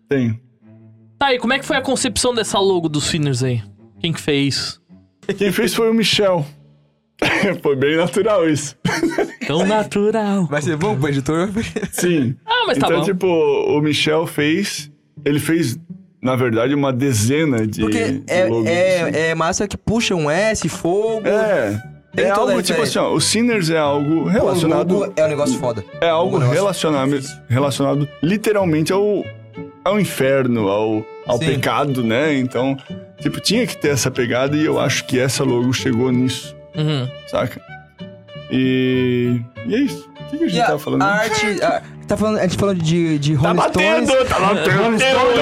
[SPEAKER 2] Tem.
[SPEAKER 1] Tá, e como é que foi a concepção dessa logo dos Sinners aí? Quem que fez?
[SPEAKER 2] Quem fez foi o Michel. [LAUGHS] foi bem natural isso.
[SPEAKER 1] Tão natural.
[SPEAKER 3] Vai ser bom
[SPEAKER 2] [LAUGHS]
[SPEAKER 3] pro editor. [LAUGHS]
[SPEAKER 2] Sim.
[SPEAKER 1] Ah, mas tá
[SPEAKER 2] então,
[SPEAKER 1] bom.
[SPEAKER 2] tipo, o Michel fez... Ele fez, na verdade, uma dezena de
[SPEAKER 3] Porque
[SPEAKER 2] de
[SPEAKER 3] é,
[SPEAKER 2] logos, assim.
[SPEAKER 3] é, é massa que puxa um S, fogo.
[SPEAKER 2] É.
[SPEAKER 3] Tem
[SPEAKER 2] É
[SPEAKER 3] toda
[SPEAKER 2] algo
[SPEAKER 3] essa
[SPEAKER 2] tipo
[SPEAKER 3] aí.
[SPEAKER 2] assim, ó, o Sinners é algo
[SPEAKER 3] Pô,
[SPEAKER 2] relacionado...
[SPEAKER 3] logo é um negócio foda.
[SPEAKER 2] É algo
[SPEAKER 3] Um negócio
[SPEAKER 2] relacionado,
[SPEAKER 3] difícil.
[SPEAKER 2] relacionado literalmente ao, ao inferno, ao, ao
[SPEAKER 3] Sim.
[SPEAKER 2] pecado, né? Então, tipo, tinha que ter essa pegada e eu acho que essa logo chegou nisso,
[SPEAKER 1] Uhum.
[SPEAKER 2] saca? E, e é isso. O que, que a gente
[SPEAKER 3] E a,
[SPEAKER 2] tava falando?
[SPEAKER 3] a arte. A, tá falando, a gente falando de, de [LAUGHS] Rolling Stones.
[SPEAKER 2] tá batendo,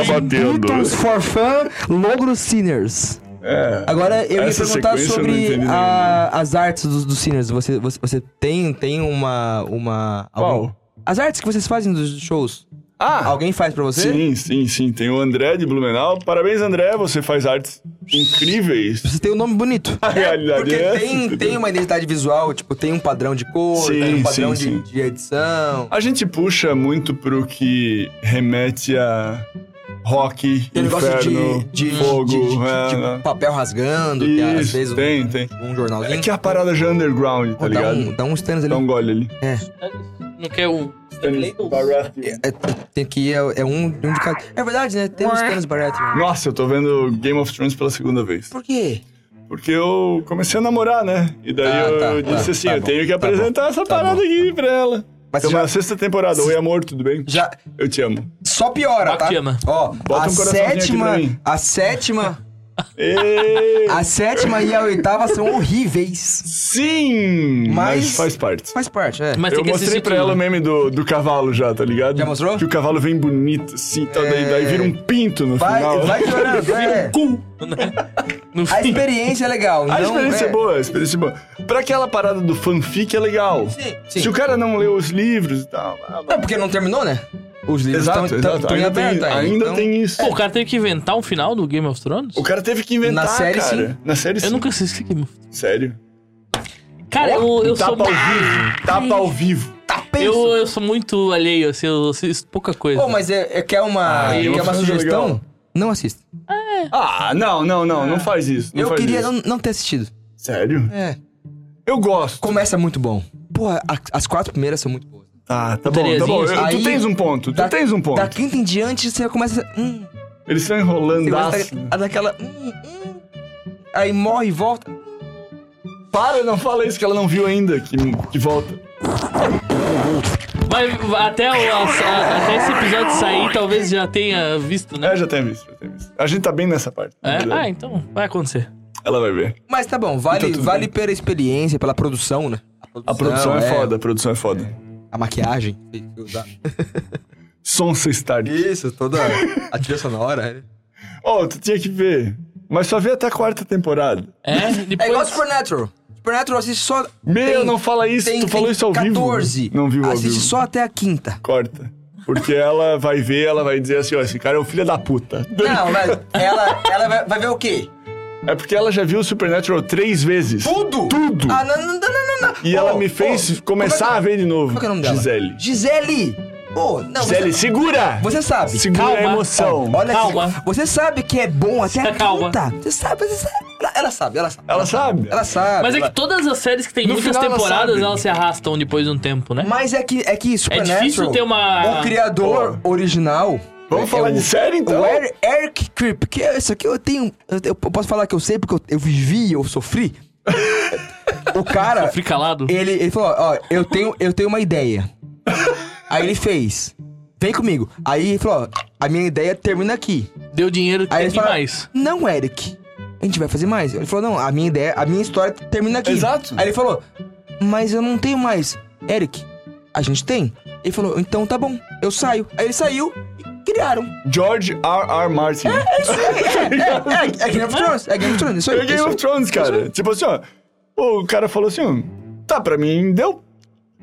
[SPEAKER 2] Tá
[SPEAKER 3] Beatles for Fun, logo dos Sinners.
[SPEAKER 2] É.
[SPEAKER 3] Agora eu
[SPEAKER 2] Essa
[SPEAKER 3] ia perguntar
[SPEAKER 2] sequência eu não
[SPEAKER 3] sobre
[SPEAKER 2] entendi
[SPEAKER 3] a- as artes dos, dos Sinners. Você, você, você tem, tem uma. uma algum-
[SPEAKER 2] Qual?
[SPEAKER 3] As artes que vocês fazem dos shows.
[SPEAKER 2] Ah,
[SPEAKER 3] Alguém faz pra você?
[SPEAKER 2] sim, sim, sim. Tem o André de Blumenau. Parabéns, André. Você faz artes incríveis.
[SPEAKER 3] Você tem um nome bonito.
[SPEAKER 2] A realidade
[SPEAKER 3] Porque
[SPEAKER 2] é essa, [LAUGHS]
[SPEAKER 3] tem, tem uma identidade visual, tipo, tem um padrão de cor,
[SPEAKER 2] Sim,
[SPEAKER 3] tem um padrão
[SPEAKER 2] sim,
[SPEAKER 3] de,
[SPEAKER 2] sim.
[SPEAKER 3] de edição.
[SPEAKER 2] A gente puxa muito pro que remete a rock,
[SPEAKER 3] Tem um negócio
[SPEAKER 2] inferno,
[SPEAKER 3] de, de,
[SPEAKER 2] fogo.
[SPEAKER 3] de- de- de-
[SPEAKER 2] é,
[SPEAKER 3] de papel rasgando,
[SPEAKER 2] Isso,
[SPEAKER 3] tem, às vezes
[SPEAKER 2] tem, tem.
[SPEAKER 3] um
[SPEAKER 2] É
[SPEAKER 3] jornalzinho.
[SPEAKER 2] que é a parada já underground, tá
[SPEAKER 3] Pô, dá,
[SPEAKER 2] ligado?
[SPEAKER 3] um, dá um stands ali.
[SPEAKER 2] Dá um gole ali.
[SPEAKER 1] Não quer o.
[SPEAKER 3] É, é- tem que ir, é, é um, um de cada. É verdade, né? Tem uns stands baratos. né?
[SPEAKER 2] Nossa, eu tô vendo Game of Thrones pela segunda vez.
[SPEAKER 3] Por quê?
[SPEAKER 2] Porque eu comecei a namorar, né? E daí
[SPEAKER 3] Ah, tá,
[SPEAKER 2] eu
[SPEAKER 3] tá,
[SPEAKER 2] disse assim,
[SPEAKER 3] tá
[SPEAKER 2] eu
[SPEAKER 3] bom,
[SPEAKER 2] tenho que
[SPEAKER 3] tá
[SPEAKER 2] apresentar essa
[SPEAKER 3] tá
[SPEAKER 2] parada
[SPEAKER 3] bom.
[SPEAKER 2] aqui pra ela.
[SPEAKER 3] Mas
[SPEAKER 2] Então,
[SPEAKER 3] já-
[SPEAKER 2] na sexta temporada, Oi Amor, tudo bem?
[SPEAKER 3] Já
[SPEAKER 2] Eu te amo.
[SPEAKER 3] só piora, tá?
[SPEAKER 1] Bacana.
[SPEAKER 3] Ó,
[SPEAKER 2] Bota
[SPEAKER 3] a
[SPEAKER 2] um coraçãozinho aqui
[SPEAKER 3] sétima,
[SPEAKER 2] pra mim.
[SPEAKER 3] a sétima
[SPEAKER 2] Ê,
[SPEAKER 3] A sétima e a oitava são horríveis.
[SPEAKER 2] Sim! Mas...
[SPEAKER 3] Mas-
[SPEAKER 2] faz parte.
[SPEAKER 3] Faz parte, é.
[SPEAKER 1] Mas
[SPEAKER 2] eu
[SPEAKER 1] tem que
[SPEAKER 2] mostrei
[SPEAKER 1] assistir
[SPEAKER 2] pra
[SPEAKER 1] tudo,
[SPEAKER 2] ela o
[SPEAKER 1] né?
[SPEAKER 2] meme do, do cavalo já, tá ligado?
[SPEAKER 3] Já mostrou?
[SPEAKER 2] Que o cavalo vem bonito, assim, tá, daí,
[SPEAKER 3] É.
[SPEAKER 2] daí vira um pinto no
[SPEAKER 3] Vai,
[SPEAKER 2] final. um [LAUGHS]
[SPEAKER 3] vai chorando, é.
[SPEAKER 1] né? No
[SPEAKER 3] A
[SPEAKER 1] fim.
[SPEAKER 3] experiência é legal.
[SPEAKER 2] A
[SPEAKER 3] não
[SPEAKER 2] experiência é.
[SPEAKER 3] é
[SPEAKER 2] boa, a experiência é boa. Pra aquela parada do fanfic é legal.
[SPEAKER 3] sim.
[SPEAKER 2] Se o cara não leu os livros e tal. blá, blá.
[SPEAKER 3] É porque não terminou, né? Os livros
[SPEAKER 2] Exato,
[SPEAKER 3] estão
[SPEAKER 2] exato.
[SPEAKER 3] em
[SPEAKER 2] ainda
[SPEAKER 3] aberto
[SPEAKER 2] tem,
[SPEAKER 3] ainda.
[SPEAKER 2] ainda
[SPEAKER 3] então-
[SPEAKER 2] tem
[SPEAKER 1] [LAUGHS]
[SPEAKER 2] isso.
[SPEAKER 1] Pô, o cara teve que inventar um final do Game of Thrones?
[SPEAKER 2] O cara teve que inventar,
[SPEAKER 3] Na série,
[SPEAKER 2] cara.
[SPEAKER 3] sim.
[SPEAKER 2] Na série,
[SPEAKER 1] Eu
[SPEAKER 2] sim.
[SPEAKER 1] nunca assisti Game of Thrones.
[SPEAKER 2] Sério. Um
[SPEAKER 1] Cara, eu, eu sou...
[SPEAKER 2] tapa ao vivo. um Tapa ao vivo.
[SPEAKER 3] Tá,
[SPEAKER 1] [LAUGHS]
[SPEAKER 3] penso.
[SPEAKER 1] Eu, eu sou muito alheio, assim, eu assisto pouca coisa.
[SPEAKER 3] Pô, mas é, é, quer uma,
[SPEAKER 2] Ah, eu
[SPEAKER 3] quer uma
[SPEAKER 2] acho
[SPEAKER 3] sugestão?
[SPEAKER 2] legal.
[SPEAKER 3] Não assista.
[SPEAKER 2] Ah, não, não, não. Não faz isso. não
[SPEAKER 3] eu
[SPEAKER 2] faz
[SPEAKER 3] queria
[SPEAKER 2] isso.
[SPEAKER 3] não, não ter assistido.
[SPEAKER 2] Sério?
[SPEAKER 3] É.
[SPEAKER 2] Eu gosto.
[SPEAKER 3] Começa muito bom. Porra, a- as quatro primeiras são muito boas.
[SPEAKER 2] Ah, tá bom, tá bom.
[SPEAKER 1] Terezinha,
[SPEAKER 2] Eu-
[SPEAKER 3] aí-
[SPEAKER 2] tu tens um ponto. Tu
[SPEAKER 3] da-
[SPEAKER 2] tens um ponto.
[SPEAKER 3] Da quinta em diante, você começa. Hum,
[SPEAKER 2] Eles estão
[SPEAKER 3] você
[SPEAKER 2] enrolando. né?
[SPEAKER 3] começa a, a daquela. Hum, hum. Aí morre e volta.
[SPEAKER 2] Para, não fala isso que ela não viu ainda, que, que volta.
[SPEAKER 1] Mas até, o- a- a- até esse episódio sair, talvez já tenha visto, né?
[SPEAKER 2] É, já tem visto, já tem visto. A gente tá bem nessa parte. na
[SPEAKER 1] É?
[SPEAKER 2] verdade.
[SPEAKER 1] Ah, então vai acontecer.
[SPEAKER 2] Ela vai ver.
[SPEAKER 3] Mas tá bom, vale,
[SPEAKER 2] Então tudo
[SPEAKER 3] vale
[SPEAKER 2] bem.
[SPEAKER 3] pela experiência, pela produção, né?
[SPEAKER 2] A produção
[SPEAKER 3] Não,
[SPEAKER 2] é, foda, a produção é foda.
[SPEAKER 3] A maquiagem.
[SPEAKER 2] Sonsa Start.
[SPEAKER 3] Isso, toda a trilha sonora.
[SPEAKER 2] é.
[SPEAKER 3] né?
[SPEAKER 2] Ó, tu tinha que ver. Mas só vê até a quarta temporada.
[SPEAKER 1] É,
[SPEAKER 3] É igual
[SPEAKER 1] depois...
[SPEAKER 3] Supernatural. Supernatural assiste só.
[SPEAKER 2] Meu,
[SPEAKER 3] tem-
[SPEAKER 2] não fala isso.
[SPEAKER 3] tem-
[SPEAKER 2] tu
[SPEAKER 3] tem
[SPEAKER 2] falou isso ao vivo.
[SPEAKER 3] 14.
[SPEAKER 2] Não viu ao
[SPEAKER 3] Assiste
[SPEAKER 2] vivo.
[SPEAKER 3] só até a quinta.
[SPEAKER 2] Corta. Porque ela vai ver, ela vai dizer assim, ó, esse cara é o filho da puta.
[SPEAKER 3] Não, mas ela, ela vai, vai ver o quê?
[SPEAKER 2] É porque ela já viu o Supernatural três vezes.
[SPEAKER 3] Tudo?
[SPEAKER 2] Tudo!
[SPEAKER 3] Ah, não, não, não, não, não.
[SPEAKER 2] E
[SPEAKER 3] Ô,
[SPEAKER 2] ela me
[SPEAKER 3] ô,
[SPEAKER 2] fez
[SPEAKER 3] como é que-
[SPEAKER 2] começar a ver de novo.
[SPEAKER 3] Qual que é o nome dela?
[SPEAKER 2] Gisele.
[SPEAKER 3] Gisele! Pô, não,
[SPEAKER 2] Gisele,
[SPEAKER 3] você,
[SPEAKER 2] segura!
[SPEAKER 3] você sabe.
[SPEAKER 2] Segura
[SPEAKER 1] Calma.
[SPEAKER 2] a emoção.
[SPEAKER 3] Olha
[SPEAKER 1] Calma.
[SPEAKER 3] aqui. Você sabe que é bom até a
[SPEAKER 1] Calma.
[SPEAKER 3] quinta. Você sabe, você sabe. Ela, ela sabe, ela sabe.
[SPEAKER 2] Ela sabe.
[SPEAKER 3] Ela sabe.
[SPEAKER 1] Mas é que
[SPEAKER 3] ela-
[SPEAKER 1] todas as séries que têm
[SPEAKER 2] No
[SPEAKER 1] muitas
[SPEAKER 2] final ela
[SPEAKER 1] temporadas,
[SPEAKER 2] sabe.
[SPEAKER 1] elas se arrastam depois de um tempo, né?
[SPEAKER 3] Mas é que, é que Supernatural...
[SPEAKER 1] difícil ter uma-
[SPEAKER 3] O criador original...
[SPEAKER 2] Vamos
[SPEAKER 3] é
[SPEAKER 2] falar
[SPEAKER 3] o-
[SPEAKER 2] de série, então?
[SPEAKER 3] O Er- Eric Krip, que é isso aqui eu tenho... Eu, eu posso falar que eu sei porque eu, eu vivi, eu sofri. o cara...
[SPEAKER 1] [LAUGHS] Sofri calado.
[SPEAKER 3] Ele, ele falou, ó, eu tenho, eu tenho uma ideia. Aí ele fez. Vem comigo. Aí ele falou, ó, a minha ideia termina aqui.
[SPEAKER 1] Deu dinheiro,
[SPEAKER 3] Aí
[SPEAKER 1] tem
[SPEAKER 3] ele
[SPEAKER 1] que
[SPEAKER 3] falou,
[SPEAKER 1] mais.
[SPEAKER 3] não, Eric. A gente vai fazer mais. Ele falou, não, a minha ideia, a minha história termina aqui.
[SPEAKER 2] Exato.
[SPEAKER 3] Aí ele falou, mas eu não tenho mais. Eric, a gente tem? Ele falou, então tá bom, eu saio. Aí ele saiu e
[SPEAKER 2] [LAUGHS]
[SPEAKER 3] criaram.
[SPEAKER 2] George R. R. Martin.
[SPEAKER 3] É, é Game of Thrones, é Game of Thrones, isso é aí.
[SPEAKER 2] É Game
[SPEAKER 3] isso
[SPEAKER 2] of
[SPEAKER 3] aí.
[SPEAKER 2] Thrones, cara. Tipo assim, ó. O cara falou assim, ó, tá, pra mim deu.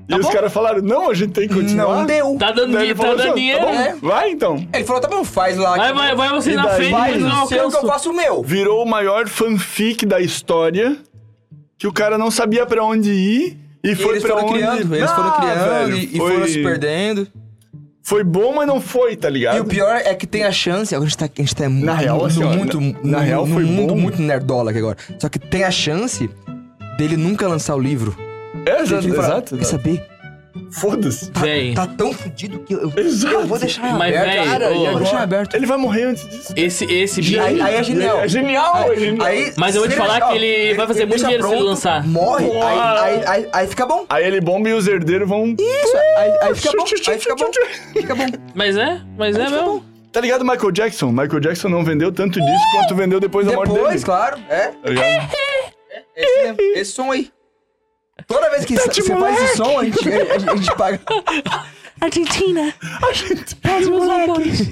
[SPEAKER 2] E os
[SPEAKER 1] bom.
[SPEAKER 2] caras falaram, não, a gente tem que continuar.
[SPEAKER 3] Tá Não deu.
[SPEAKER 1] Tá dando,
[SPEAKER 2] Daí ele
[SPEAKER 1] dinheiro, tá
[SPEAKER 2] falou assim,
[SPEAKER 1] dando
[SPEAKER 2] ó,
[SPEAKER 1] dinheiro,
[SPEAKER 3] um
[SPEAKER 2] tá bom,
[SPEAKER 1] né?
[SPEAKER 2] vai então.
[SPEAKER 3] Ele falou, tá bom, faz lá.
[SPEAKER 1] Vai, vai, vai você
[SPEAKER 2] E
[SPEAKER 1] na
[SPEAKER 2] daí?
[SPEAKER 1] frente,
[SPEAKER 2] Vai,
[SPEAKER 1] mas não
[SPEAKER 3] Sei o que eu
[SPEAKER 1] alcanço.
[SPEAKER 3] faço o meu.
[SPEAKER 2] Virou o maior fanfic da história que o cara não sabia pra onde ir e,
[SPEAKER 3] E
[SPEAKER 2] foi
[SPEAKER 3] eles
[SPEAKER 2] pra
[SPEAKER 3] foram
[SPEAKER 2] onde...
[SPEAKER 3] criando, eles
[SPEAKER 2] Ah,
[SPEAKER 3] foram criando
[SPEAKER 2] velho,
[SPEAKER 3] e, e
[SPEAKER 2] foi-
[SPEAKER 3] foram se perdendo.
[SPEAKER 2] Foi bom, mas não foi, tá ligado?
[SPEAKER 3] E o pior é que tem a chance. Agora a gente tá, a gente tá mu-
[SPEAKER 2] Na real,
[SPEAKER 3] mu-
[SPEAKER 2] assim, ó,
[SPEAKER 3] muito,
[SPEAKER 2] na- na
[SPEAKER 3] mu-
[SPEAKER 2] real
[SPEAKER 3] num
[SPEAKER 2] foi
[SPEAKER 3] mundo
[SPEAKER 2] bom.
[SPEAKER 3] muito nerdola aqui agora. Só que tem a chance dele nunca lançar o livro.
[SPEAKER 2] É, exato,
[SPEAKER 3] Ele fala,
[SPEAKER 2] exato.
[SPEAKER 3] Quer
[SPEAKER 2] exato.
[SPEAKER 3] saber?
[SPEAKER 2] Foda-se.
[SPEAKER 3] Tá,
[SPEAKER 1] Véi.
[SPEAKER 3] tá tão fudido que eu,
[SPEAKER 2] Exato.
[SPEAKER 3] eu vou deixar
[SPEAKER 1] Mas,
[SPEAKER 3] aberto.
[SPEAKER 1] véi,
[SPEAKER 3] cara,
[SPEAKER 1] ô,
[SPEAKER 3] eu vou deixar aberto.
[SPEAKER 2] Ele vai morrer antes disso.
[SPEAKER 1] Esse, esse bicho.
[SPEAKER 3] aí, aí é genial.
[SPEAKER 2] É genial, é genial.
[SPEAKER 3] Aí,
[SPEAKER 1] Mas eu vou te
[SPEAKER 3] se ele-
[SPEAKER 1] falar
[SPEAKER 3] ó,
[SPEAKER 1] que ele vai fazer muito
[SPEAKER 3] deixa
[SPEAKER 1] dinheiro se ele
[SPEAKER 3] pronto,
[SPEAKER 1] lançar.
[SPEAKER 3] Morre, aí, aí, aí, aí fica bom.
[SPEAKER 2] Aí ele bomba e os herdeiros vão.
[SPEAKER 3] Isso, aí, aí fica bom, aí fica bom, fica bom.
[SPEAKER 1] Mas é, mas
[SPEAKER 3] Tipo,
[SPEAKER 1] é mesmo.
[SPEAKER 2] Tá ligado, Michael Jackson? Michael Jackson não vendeu tanto disso quanto vendeu depois da morte
[SPEAKER 3] Depois,
[SPEAKER 2] dele.
[SPEAKER 3] claro, é.
[SPEAKER 2] Tá ligado?
[SPEAKER 3] Esse, mesmo, esse som aí. Toda vez que sa-
[SPEAKER 2] de
[SPEAKER 3] você faz esse som, a gente, a, a- a gente paga.
[SPEAKER 6] Argentina. Pede meus bombons.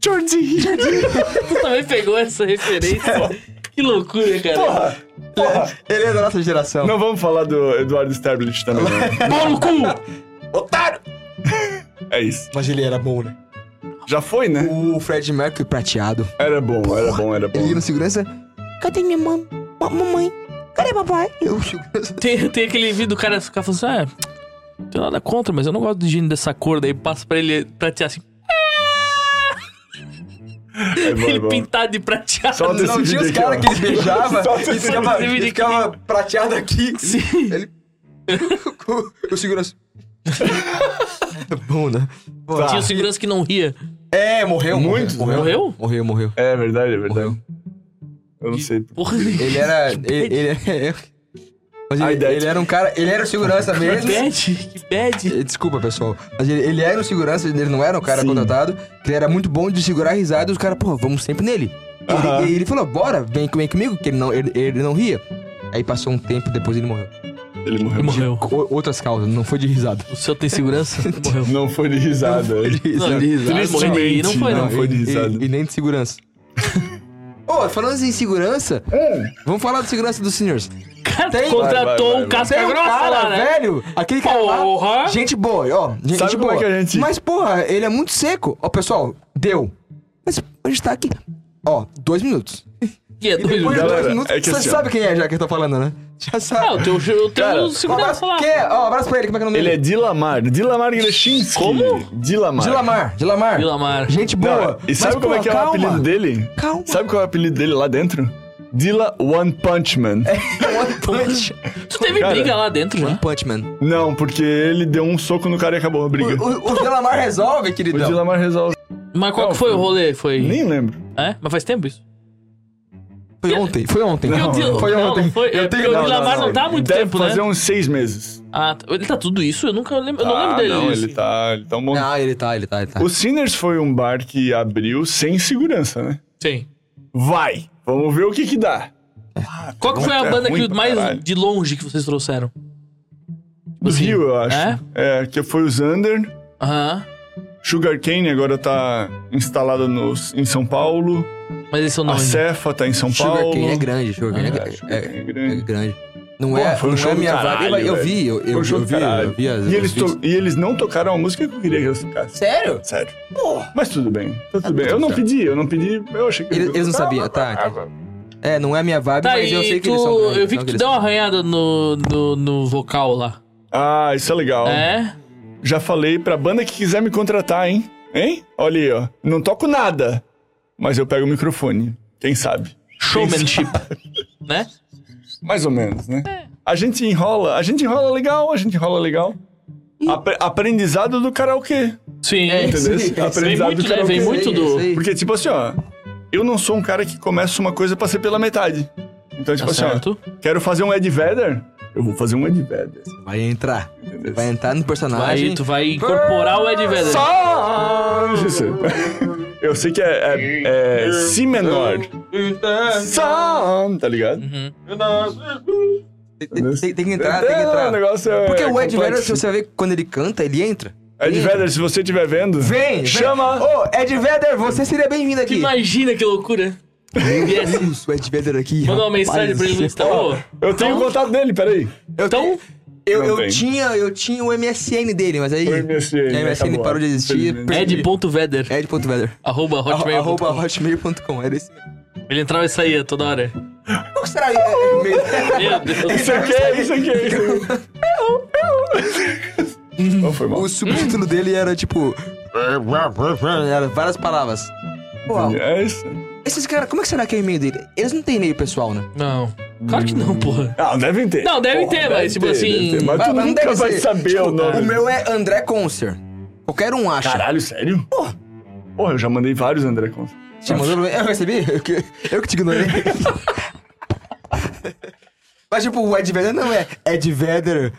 [SPEAKER 1] Tu também pegou essa referência.
[SPEAKER 3] Tipo,
[SPEAKER 1] que loucura, cara.
[SPEAKER 3] Ele é da nossa geração.
[SPEAKER 2] Não vamos falar do Eduardo Sterblich também.
[SPEAKER 1] [LAUGHS]
[SPEAKER 2] né?
[SPEAKER 1] Pau no cu!
[SPEAKER 3] Otário!
[SPEAKER 2] É isso.
[SPEAKER 3] Mas ele era bom, né?
[SPEAKER 2] Já foi, né?
[SPEAKER 3] O Fred Mercury prateado.
[SPEAKER 2] Era bom, era bom, era bom.
[SPEAKER 3] Ele ia no segurança.
[SPEAKER 6] Cadê minha mam ma- mamãe? Cadê papai?
[SPEAKER 3] Eu, segurança.
[SPEAKER 1] Tem, tem aquele vídeo do cara ficar falando assim: ah, não tenho nada contra, mas eu não gosto de gênio dessa cor. Daí passa pra ele pratear assim.
[SPEAKER 2] É bom, é
[SPEAKER 1] ele
[SPEAKER 2] bom.
[SPEAKER 1] pintado de prateado.
[SPEAKER 2] Solta esse
[SPEAKER 3] Não tinha
[SPEAKER 2] vídeo
[SPEAKER 3] os
[SPEAKER 2] aqui,
[SPEAKER 3] caras
[SPEAKER 2] ó.
[SPEAKER 3] que ele beijava
[SPEAKER 2] Solta
[SPEAKER 3] e
[SPEAKER 2] esse
[SPEAKER 3] ficava,
[SPEAKER 1] vídeo
[SPEAKER 3] e
[SPEAKER 1] aqui.
[SPEAKER 3] ficava prateado aqui.
[SPEAKER 1] Sim.
[SPEAKER 3] Ele. o segurança. É bom, né? Bom,
[SPEAKER 2] Tá.
[SPEAKER 1] Tinha o segurança que não ria.
[SPEAKER 3] É, morreu.
[SPEAKER 2] Muito?
[SPEAKER 3] Morreu.
[SPEAKER 1] Morreu?
[SPEAKER 3] Morreu, morreu.
[SPEAKER 2] É verdade, é verdade. Eu não sei.
[SPEAKER 1] Porra,
[SPEAKER 3] Ele era.
[SPEAKER 1] [LAUGHS]
[SPEAKER 3] Ele, ele, é- mas
[SPEAKER 2] Ai,
[SPEAKER 3] ele,
[SPEAKER 2] Dad.
[SPEAKER 3] ele era um cara. Ele era o segurança
[SPEAKER 1] que
[SPEAKER 2] é
[SPEAKER 3] mesmo.
[SPEAKER 1] bad, que bad.
[SPEAKER 3] Eh, Desculpa, pessoal. Mas ele, ele era o segurança, ele não era um cara
[SPEAKER 2] Sim.
[SPEAKER 3] contratado. Que ele era muito bom de segurar a risada e os caras, porra, vamos sempre nele. E ele, e ele falou, bora, vem, vem comigo, que ele não, ele, ele não ria. Aí passou um tempo, depois ele morreu.
[SPEAKER 2] Ele morreu.
[SPEAKER 1] Ele morreu.
[SPEAKER 3] Co- outras causas, não foi de
[SPEAKER 2] [LAUGHS]
[SPEAKER 3] risada.
[SPEAKER 1] O seu tem segurança? Morreu.
[SPEAKER 2] Não foi de risada. Ele-
[SPEAKER 1] Não, ele- ele morreu.
[SPEAKER 2] Tristemente,
[SPEAKER 1] E não foi, não.
[SPEAKER 2] foi de
[SPEAKER 3] E-
[SPEAKER 2] risada.
[SPEAKER 3] E, e nem de segurança. [LAUGHS] Ô, falando em segurança,
[SPEAKER 2] É.
[SPEAKER 3] vamos falar de segurança dos seniors.
[SPEAKER 1] [LAUGHS] Cara,
[SPEAKER 3] Tem-
[SPEAKER 1] contratou
[SPEAKER 2] Vai, vai, vai,
[SPEAKER 1] um
[SPEAKER 2] vai.
[SPEAKER 1] casca
[SPEAKER 3] Tem um
[SPEAKER 1] grossa
[SPEAKER 3] cara,
[SPEAKER 1] lá, né?
[SPEAKER 3] velho, aquele cara lá,
[SPEAKER 1] Porra.
[SPEAKER 3] gente boa, ó, gente
[SPEAKER 2] Sabe como
[SPEAKER 3] boa.
[SPEAKER 2] é que a gente-
[SPEAKER 3] Mas, porra, ele é muito seco. Ó, pessoal, deu. Mas a gente tá aqui, ó, dois minutos.
[SPEAKER 1] E é dois
[SPEAKER 3] Depois de
[SPEAKER 1] minutos.
[SPEAKER 2] Galera,
[SPEAKER 3] dois minutos,
[SPEAKER 2] é que
[SPEAKER 3] você
[SPEAKER 2] assim, ó.
[SPEAKER 3] sabe quem é já que eu tô falando, né? Já sabe.
[SPEAKER 1] Ah, o teu, o
[SPEAKER 2] Cara, assim
[SPEAKER 1] teu
[SPEAKER 3] Um
[SPEAKER 1] segurança
[SPEAKER 3] abraço,
[SPEAKER 1] lá.
[SPEAKER 3] quem é? Ó, um abraço pra ele, como é que é o nome
[SPEAKER 2] Ele é
[SPEAKER 3] dele?
[SPEAKER 2] Dilamar. Dilamar Grechinski.
[SPEAKER 1] Como?
[SPEAKER 2] Dilamar.
[SPEAKER 3] Dilamar, Dilamar.
[SPEAKER 1] Dilamar.
[SPEAKER 3] Gente
[SPEAKER 2] Não,
[SPEAKER 3] boa.
[SPEAKER 2] e sabe
[SPEAKER 3] Mas,
[SPEAKER 2] como é
[SPEAKER 3] porra,
[SPEAKER 2] que é o
[SPEAKER 3] calma.
[SPEAKER 2] apelido dele?
[SPEAKER 3] Calma.
[SPEAKER 2] Sabe qual é o apelido dele lá dentro? Dila One Punch Man.
[SPEAKER 3] É.
[SPEAKER 2] [LAUGHS]
[SPEAKER 3] Punch.
[SPEAKER 1] Tu teve
[SPEAKER 2] Cara.
[SPEAKER 1] briga lá dentro né? já?
[SPEAKER 3] Um Punch Man.
[SPEAKER 2] Não, porque ele deu um soco no cara e acabou a
[SPEAKER 3] O,
[SPEAKER 2] briga. O,
[SPEAKER 3] o, o Dilamar resolve, queridão.
[SPEAKER 2] Dilamar resolve.
[SPEAKER 1] Mas qual
[SPEAKER 2] Não,
[SPEAKER 1] que foi o rolê? Foi.
[SPEAKER 2] Nem lembro.
[SPEAKER 1] É? Mas faz tempo isso?
[SPEAKER 3] Foi ontem, foi ontem.
[SPEAKER 1] Porque o Dil-
[SPEAKER 3] foi
[SPEAKER 1] não,
[SPEAKER 3] ontem.
[SPEAKER 1] não foi. É,
[SPEAKER 3] eu
[SPEAKER 1] porque
[SPEAKER 3] tenho...
[SPEAKER 1] o
[SPEAKER 3] Não, não,
[SPEAKER 1] Dilamar
[SPEAKER 3] não.
[SPEAKER 1] não tá há muito
[SPEAKER 2] Deve
[SPEAKER 1] tempo,
[SPEAKER 2] fazer
[SPEAKER 1] né?
[SPEAKER 2] uns seis meses.
[SPEAKER 1] Ah, tá. ele tá tudo isso? Eu nunca lembro. Eu não lembro dele.
[SPEAKER 2] Ah, não,
[SPEAKER 1] isso.
[SPEAKER 2] ele tá, ele tá um bom...
[SPEAKER 3] Não, ele tá, ele tá, ele tá.
[SPEAKER 2] O Sinners foi um bar que abriu sem segurança, né?
[SPEAKER 1] Sim.
[SPEAKER 2] Vai! Vamos ver o que que dá.
[SPEAKER 1] Qual que foi a
[SPEAKER 2] É
[SPEAKER 1] banda
[SPEAKER 2] ruim
[SPEAKER 1] que
[SPEAKER 2] pra
[SPEAKER 1] mais
[SPEAKER 2] caralho.
[SPEAKER 1] de longe que vocês trouxeram?
[SPEAKER 2] Do
[SPEAKER 1] Assim,
[SPEAKER 2] Rio, eu acho.
[SPEAKER 1] é?
[SPEAKER 2] É? que foi o Xander.
[SPEAKER 1] Aham.
[SPEAKER 2] Sugarcane agora tá instalada no, em São Paulo.
[SPEAKER 1] Mas esse é o
[SPEAKER 2] A
[SPEAKER 1] nome.
[SPEAKER 2] Cefa tá em São
[SPEAKER 3] Sugar
[SPEAKER 2] Paulo.
[SPEAKER 3] Cane é grande, Sugar Cane é,
[SPEAKER 2] Ah,
[SPEAKER 3] gra-
[SPEAKER 2] Sugar
[SPEAKER 3] é-
[SPEAKER 2] Cane é grande.
[SPEAKER 3] é grande. Não é,
[SPEAKER 2] Pô, foi um
[SPEAKER 3] não
[SPEAKER 2] show
[SPEAKER 3] é a
[SPEAKER 2] do
[SPEAKER 3] minha
[SPEAKER 2] caralho,
[SPEAKER 3] vibe. Eu, eu vi, eu, eu,
[SPEAKER 2] Foi um show
[SPEAKER 3] eu
[SPEAKER 2] do
[SPEAKER 3] vi, eu
[SPEAKER 2] caralho.
[SPEAKER 3] vi as,
[SPEAKER 2] e, eles
[SPEAKER 3] os vídeos.
[SPEAKER 2] to- e eles não tocaram a música que eu queria que eles tocassem.
[SPEAKER 3] Sério?
[SPEAKER 2] Sério. Mas tudo bem. Tá tudo bem. Eu não pedi, eu não pedi. Eu achei que.
[SPEAKER 3] Eles, eles não sabiam, tá.
[SPEAKER 2] Ah,
[SPEAKER 3] entendi. É, não é a minha vibe,
[SPEAKER 1] Tá,
[SPEAKER 3] mas
[SPEAKER 1] e
[SPEAKER 3] eu sei
[SPEAKER 1] tu-
[SPEAKER 3] que eles são grandes.
[SPEAKER 1] eu vi
[SPEAKER 3] são
[SPEAKER 1] que tu
[SPEAKER 3] eles
[SPEAKER 1] deu uma
[SPEAKER 3] são.
[SPEAKER 1] arranhada no, no, no vocal lá.
[SPEAKER 2] Ah, isso é legal.
[SPEAKER 1] É?
[SPEAKER 2] Já falei pra banda que quiser me contratar, hein? Hein? Olha aí, ó. Não toco nada, mas eu pego o microfone. Quem sabe?
[SPEAKER 1] Showmanship. né?
[SPEAKER 2] Mais ou menos, né? A gente enrola, a gente enrola legal, a gente enrola legal. Apre- aprendizado do karaokê.
[SPEAKER 1] Sim.
[SPEAKER 2] Entendeu?
[SPEAKER 3] isso aí,
[SPEAKER 1] Vem
[SPEAKER 2] aprendizado
[SPEAKER 1] muito,
[SPEAKER 2] do
[SPEAKER 1] né?
[SPEAKER 2] karaokê.
[SPEAKER 1] Vem muito do.
[SPEAKER 3] Sei, sei.
[SPEAKER 2] Porque, tipo assim, ó, eu não sou um cara que começa uma coisa pra ser pela metade. Então, tipo
[SPEAKER 1] Tá
[SPEAKER 2] assim,
[SPEAKER 1] certo.
[SPEAKER 2] ó, quero fazer um Ed Vedder? Eu vou fazer um Ed Vedder.
[SPEAKER 3] Vai entrar.
[SPEAKER 2] Entendeu?
[SPEAKER 3] Vai entrar no personagem.
[SPEAKER 1] Aí tu vai incorporar o Ed Vedder.
[SPEAKER 2] Só! [LAUGHS] Eu sei que é, é- é Si menor. Só! Tá ligado?
[SPEAKER 1] Uhum.
[SPEAKER 3] Tem, tem- tem que entrar, tem que entrar.
[SPEAKER 2] O negócio é.
[SPEAKER 3] Porque o Ed
[SPEAKER 2] complexo.
[SPEAKER 3] Vedder, se você vai ver quando ele canta, ele entra.
[SPEAKER 2] Ed Vedder, se você estiver vendo.
[SPEAKER 3] Vem! vem.
[SPEAKER 2] Chama!
[SPEAKER 3] Ô, Ed Vedder, você seria bem-vindo aqui.
[SPEAKER 1] Imagina que loucura.
[SPEAKER 3] [LAUGHS]
[SPEAKER 1] Viesse.
[SPEAKER 3] Isso, o Ed Vedder aqui.
[SPEAKER 1] Manda uma
[SPEAKER 3] rapaz
[SPEAKER 1] mensagem
[SPEAKER 3] do
[SPEAKER 1] pra ele no
[SPEAKER 3] céu.
[SPEAKER 1] Insta. Ô,
[SPEAKER 2] Eu tenho
[SPEAKER 3] Então-
[SPEAKER 2] o contato dele,
[SPEAKER 3] [LAUGHS]
[SPEAKER 2] peraí.
[SPEAKER 3] Eu,
[SPEAKER 1] Então,
[SPEAKER 3] eu,
[SPEAKER 2] Não
[SPEAKER 3] eu
[SPEAKER 2] tem.
[SPEAKER 3] tinha, eu tinha o MSN dele, mas aí.
[SPEAKER 2] O MSN,
[SPEAKER 3] a MSN
[SPEAKER 2] acabou,
[SPEAKER 3] parou de existir.
[SPEAKER 2] infelizmente.
[SPEAKER 3] perdi.
[SPEAKER 1] Ed.Vedder.
[SPEAKER 3] Ed.vedder.
[SPEAKER 1] Arroba
[SPEAKER 3] Arro-
[SPEAKER 1] hotmail.
[SPEAKER 3] É. Arroba hotmail.com. Era esse.
[SPEAKER 1] Ele entrava e saía toda hora.
[SPEAKER 3] Qual que será? É, é, meio- [LAUGHS]
[SPEAKER 1] Meu Deus.
[SPEAKER 2] Isso aqui, é isso aqui. Oh, foi mal.
[SPEAKER 3] o subtítulo dele era tipo. Era várias palavras. Pô,
[SPEAKER 2] É isso.
[SPEAKER 3] esses caras, como é que será que é o e-mail dele? Eles não têm e-mail pessoal, né?
[SPEAKER 1] Não. Claro que não, porra.
[SPEAKER 2] Ah, devem ter.
[SPEAKER 1] Não, devem ter, mas,
[SPEAKER 2] deve
[SPEAKER 1] tipo assim-
[SPEAKER 2] deve ter, Mas
[SPEAKER 3] Vai,
[SPEAKER 2] tu
[SPEAKER 3] mas não
[SPEAKER 2] nunca
[SPEAKER 3] deve
[SPEAKER 2] vai
[SPEAKER 3] ser.
[SPEAKER 2] saber
[SPEAKER 3] Tipo,
[SPEAKER 2] o nome.
[SPEAKER 3] O meu é André Concer. Qualquer um acha.
[SPEAKER 2] Caralho, sério? Porra. Porra, eu já mandei vários André Conce.
[SPEAKER 3] Você mandou pra mim? é- Eu recebi? Eu que, eu que te
[SPEAKER 2] [LAUGHS]
[SPEAKER 3] ignorei. Mas tipo, o Ed Vedder não é Ed Vedder.